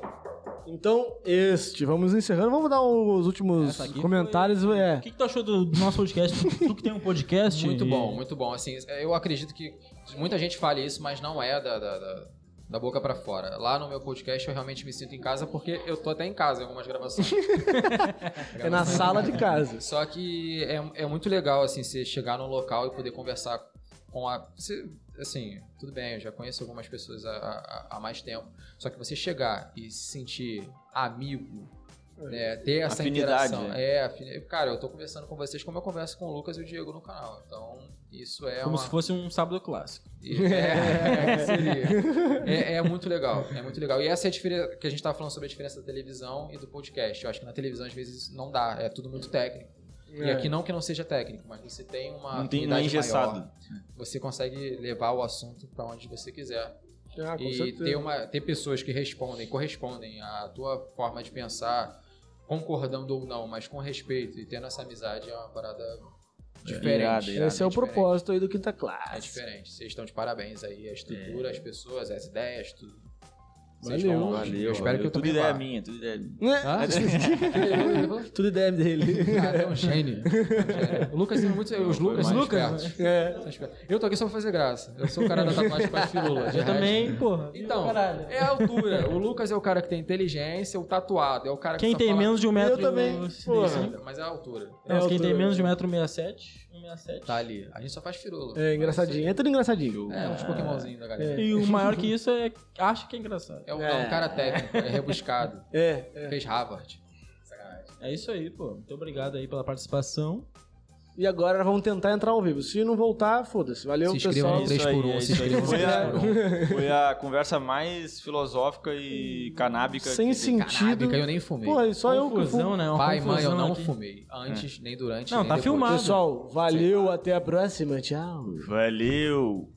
[SPEAKER 1] então este, vamos encerrando. Vamos dar os últimos
[SPEAKER 2] Essa aqui foi-
[SPEAKER 1] comentários.
[SPEAKER 2] O
[SPEAKER 1] É.
[SPEAKER 2] que, que tu achou do, do nosso podcast? tu que tem um podcast.
[SPEAKER 4] é Muito
[SPEAKER 2] e-
[SPEAKER 4] bom, muito bom. Assim, eu acredito que muita gente fale isso, mas não é da, da, da, da boca pra fora. Lá no meu podcast eu realmente me sinto em casa porque eu tô até em casa em algumas gravações.
[SPEAKER 1] é na sala de casa.
[SPEAKER 4] Só que é, é muito legal, assim, você chegar num local e poder conversar com a. você- assim, tudo bem, eu já conheço algumas pessoas há, há- há mais tempo. Só que você chegar e se sentir amigo,
[SPEAKER 2] É.
[SPEAKER 4] né, ter essa
[SPEAKER 3] Afinidade,
[SPEAKER 4] interação.
[SPEAKER 3] né?
[SPEAKER 4] É, afini- cara, eu tô conversando com vocês como eu converso com o Lucas e o Diego no canal. Então, Isso é
[SPEAKER 2] Como
[SPEAKER 4] uma...
[SPEAKER 2] se fosse um sábado clássico.
[SPEAKER 4] E- É, seria. É- é muito legal, é muito legal. E essa é a diferença que a gente estava falando sobre a diferença da televisão e do podcast. Eu acho que na televisão às vezes não dá, é tudo muito técnico.
[SPEAKER 1] É.
[SPEAKER 4] E aqui não que não seja técnico, mas você tem uma
[SPEAKER 3] Não tem não é
[SPEAKER 4] afinidade
[SPEAKER 3] engessado.
[SPEAKER 4] maior. Você consegue levar o assunto para onde você quiser.
[SPEAKER 1] Ah, com
[SPEAKER 4] e um
[SPEAKER 1] certeza.
[SPEAKER 4] ter, uma, ter pessoas que respondem, correspondem à tua forma de pensar, concordando ou não, mas com respeito e tendo essa amizade é uma parada diferente.
[SPEAKER 3] irado, irado.
[SPEAKER 1] Esse é o
[SPEAKER 4] diferente.
[SPEAKER 1] propósito aí do Quinta
[SPEAKER 4] É
[SPEAKER 1] Classe.
[SPEAKER 4] diferente. Vocês estão de parabéns aí. A
[SPEAKER 3] É.
[SPEAKER 4] estrutura, as pessoas, as ideias, tudo. Vocês
[SPEAKER 1] Valeu.
[SPEAKER 4] vão longe.
[SPEAKER 3] Então, Valeu,
[SPEAKER 4] eu espero
[SPEAKER 3] valeu.
[SPEAKER 4] que eu
[SPEAKER 3] Tudo
[SPEAKER 4] também
[SPEAKER 3] ideia é
[SPEAKER 4] vá.
[SPEAKER 3] minha, tudo ideia minha.
[SPEAKER 1] Né?
[SPEAKER 2] Ah?
[SPEAKER 1] Tudo ideia dele.
[SPEAKER 4] Cara, é um gênio. É um gênio. O Lucas tem muito... Os Lucas
[SPEAKER 3] Foi
[SPEAKER 4] né?
[SPEAKER 3] mais
[SPEAKER 4] são
[SPEAKER 2] Lucas, né?
[SPEAKER 4] espertos.
[SPEAKER 1] É.
[SPEAKER 4] São espertos. Eu tô aqui só pra fazer graça. Eu sou o cara da tatuagem para filula.
[SPEAKER 2] Eu também, porra.
[SPEAKER 4] Então,
[SPEAKER 8] Caralho.
[SPEAKER 4] é a altura. O Lucas é o cara que tem inteligência, o tatuado. É o cara que
[SPEAKER 2] Quem
[SPEAKER 4] só
[SPEAKER 2] tem
[SPEAKER 4] fala-
[SPEAKER 2] menos de um metro...
[SPEAKER 1] também,
[SPEAKER 2] e-
[SPEAKER 1] porra.
[SPEAKER 4] Mas é a altura.
[SPEAKER 2] Não,
[SPEAKER 1] É, eu
[SPEAKER 2] quem
[SPEAKER 1] tô-
[SPEAKER 2] tem menos de 1,67m, 1,67m.
[SPEAKER 4] Tá ali. A gente só faz firula.
[SPEAKER 1] É engraçadinho. É tudo engraçadinho.
[SPEAKER 4] É, uns pokémonzinhos da galera. É.
[SPEAKER 2] E o maior que isso é. Acha que é engraçado.
[SPEAKER 4] um, é um cara técnico, é rebuscado.
[SPEAKER 1] É.
[SPEAKER 4] Fez Harvard. Sacanagem.
[SPEAKER 2] É isso aí, pô. Muito obrigado aí pela participação.
[SPEAKER 1] E agora vamos tentar entrar ao vivo. Se não voltar, foda-se. Valeu,
[SPEAKER 4] Se inscreva
[SPEAKER 1] pessoal.
[SPEAKER 4] no 3
[SPEAKER 3] um Isso aí,
[SPEAKER 4] por 1
[SPEAKER 3] é
[SPEAKER 4] se
[SPEAKER 3] isso aí.
[SPEAKER 4] inscreva no
[SPEAKER 3] Foi
[SPEAKER 4] 3
[SPEAKER 3] a-
[SPEAKER 4] por 1
[SPEAKER 3] Foi a conversa mais filosófica e canábica.
[SPEAKER 1] Sem
[SPEAKER 3] que-
[SPEAKER 1] sentido.
[SPEAKER 4] Canábica, eu nem fumei.
[SPEAKER 1] Porra, só eu que
[SPEAKER 2] Confusão,
[SPEAKER 1] fumo.
[SPEAKER 2] né? Uma
[SPEAKER 4] Pai, mãe,
[SPEAKER 2] confusão
[SPEAKER 4] eu não
[SPEAKER 2] aqui.
[SPEAKER 4] fumei.
[SPEAKER 3] É.
[SPEAKER 4] Antes, nem durante,
[SPEAKER 2] Não,
[SPEAKER 4] nem
[SPEAKER 2] tá
[SPEAKER 4] depois.
[SPEAKER 2] filmado.
[SPEAKER 1] Pessoal, valeu, até a próxima. Tchau.
[SPEAKER 3] Valeu!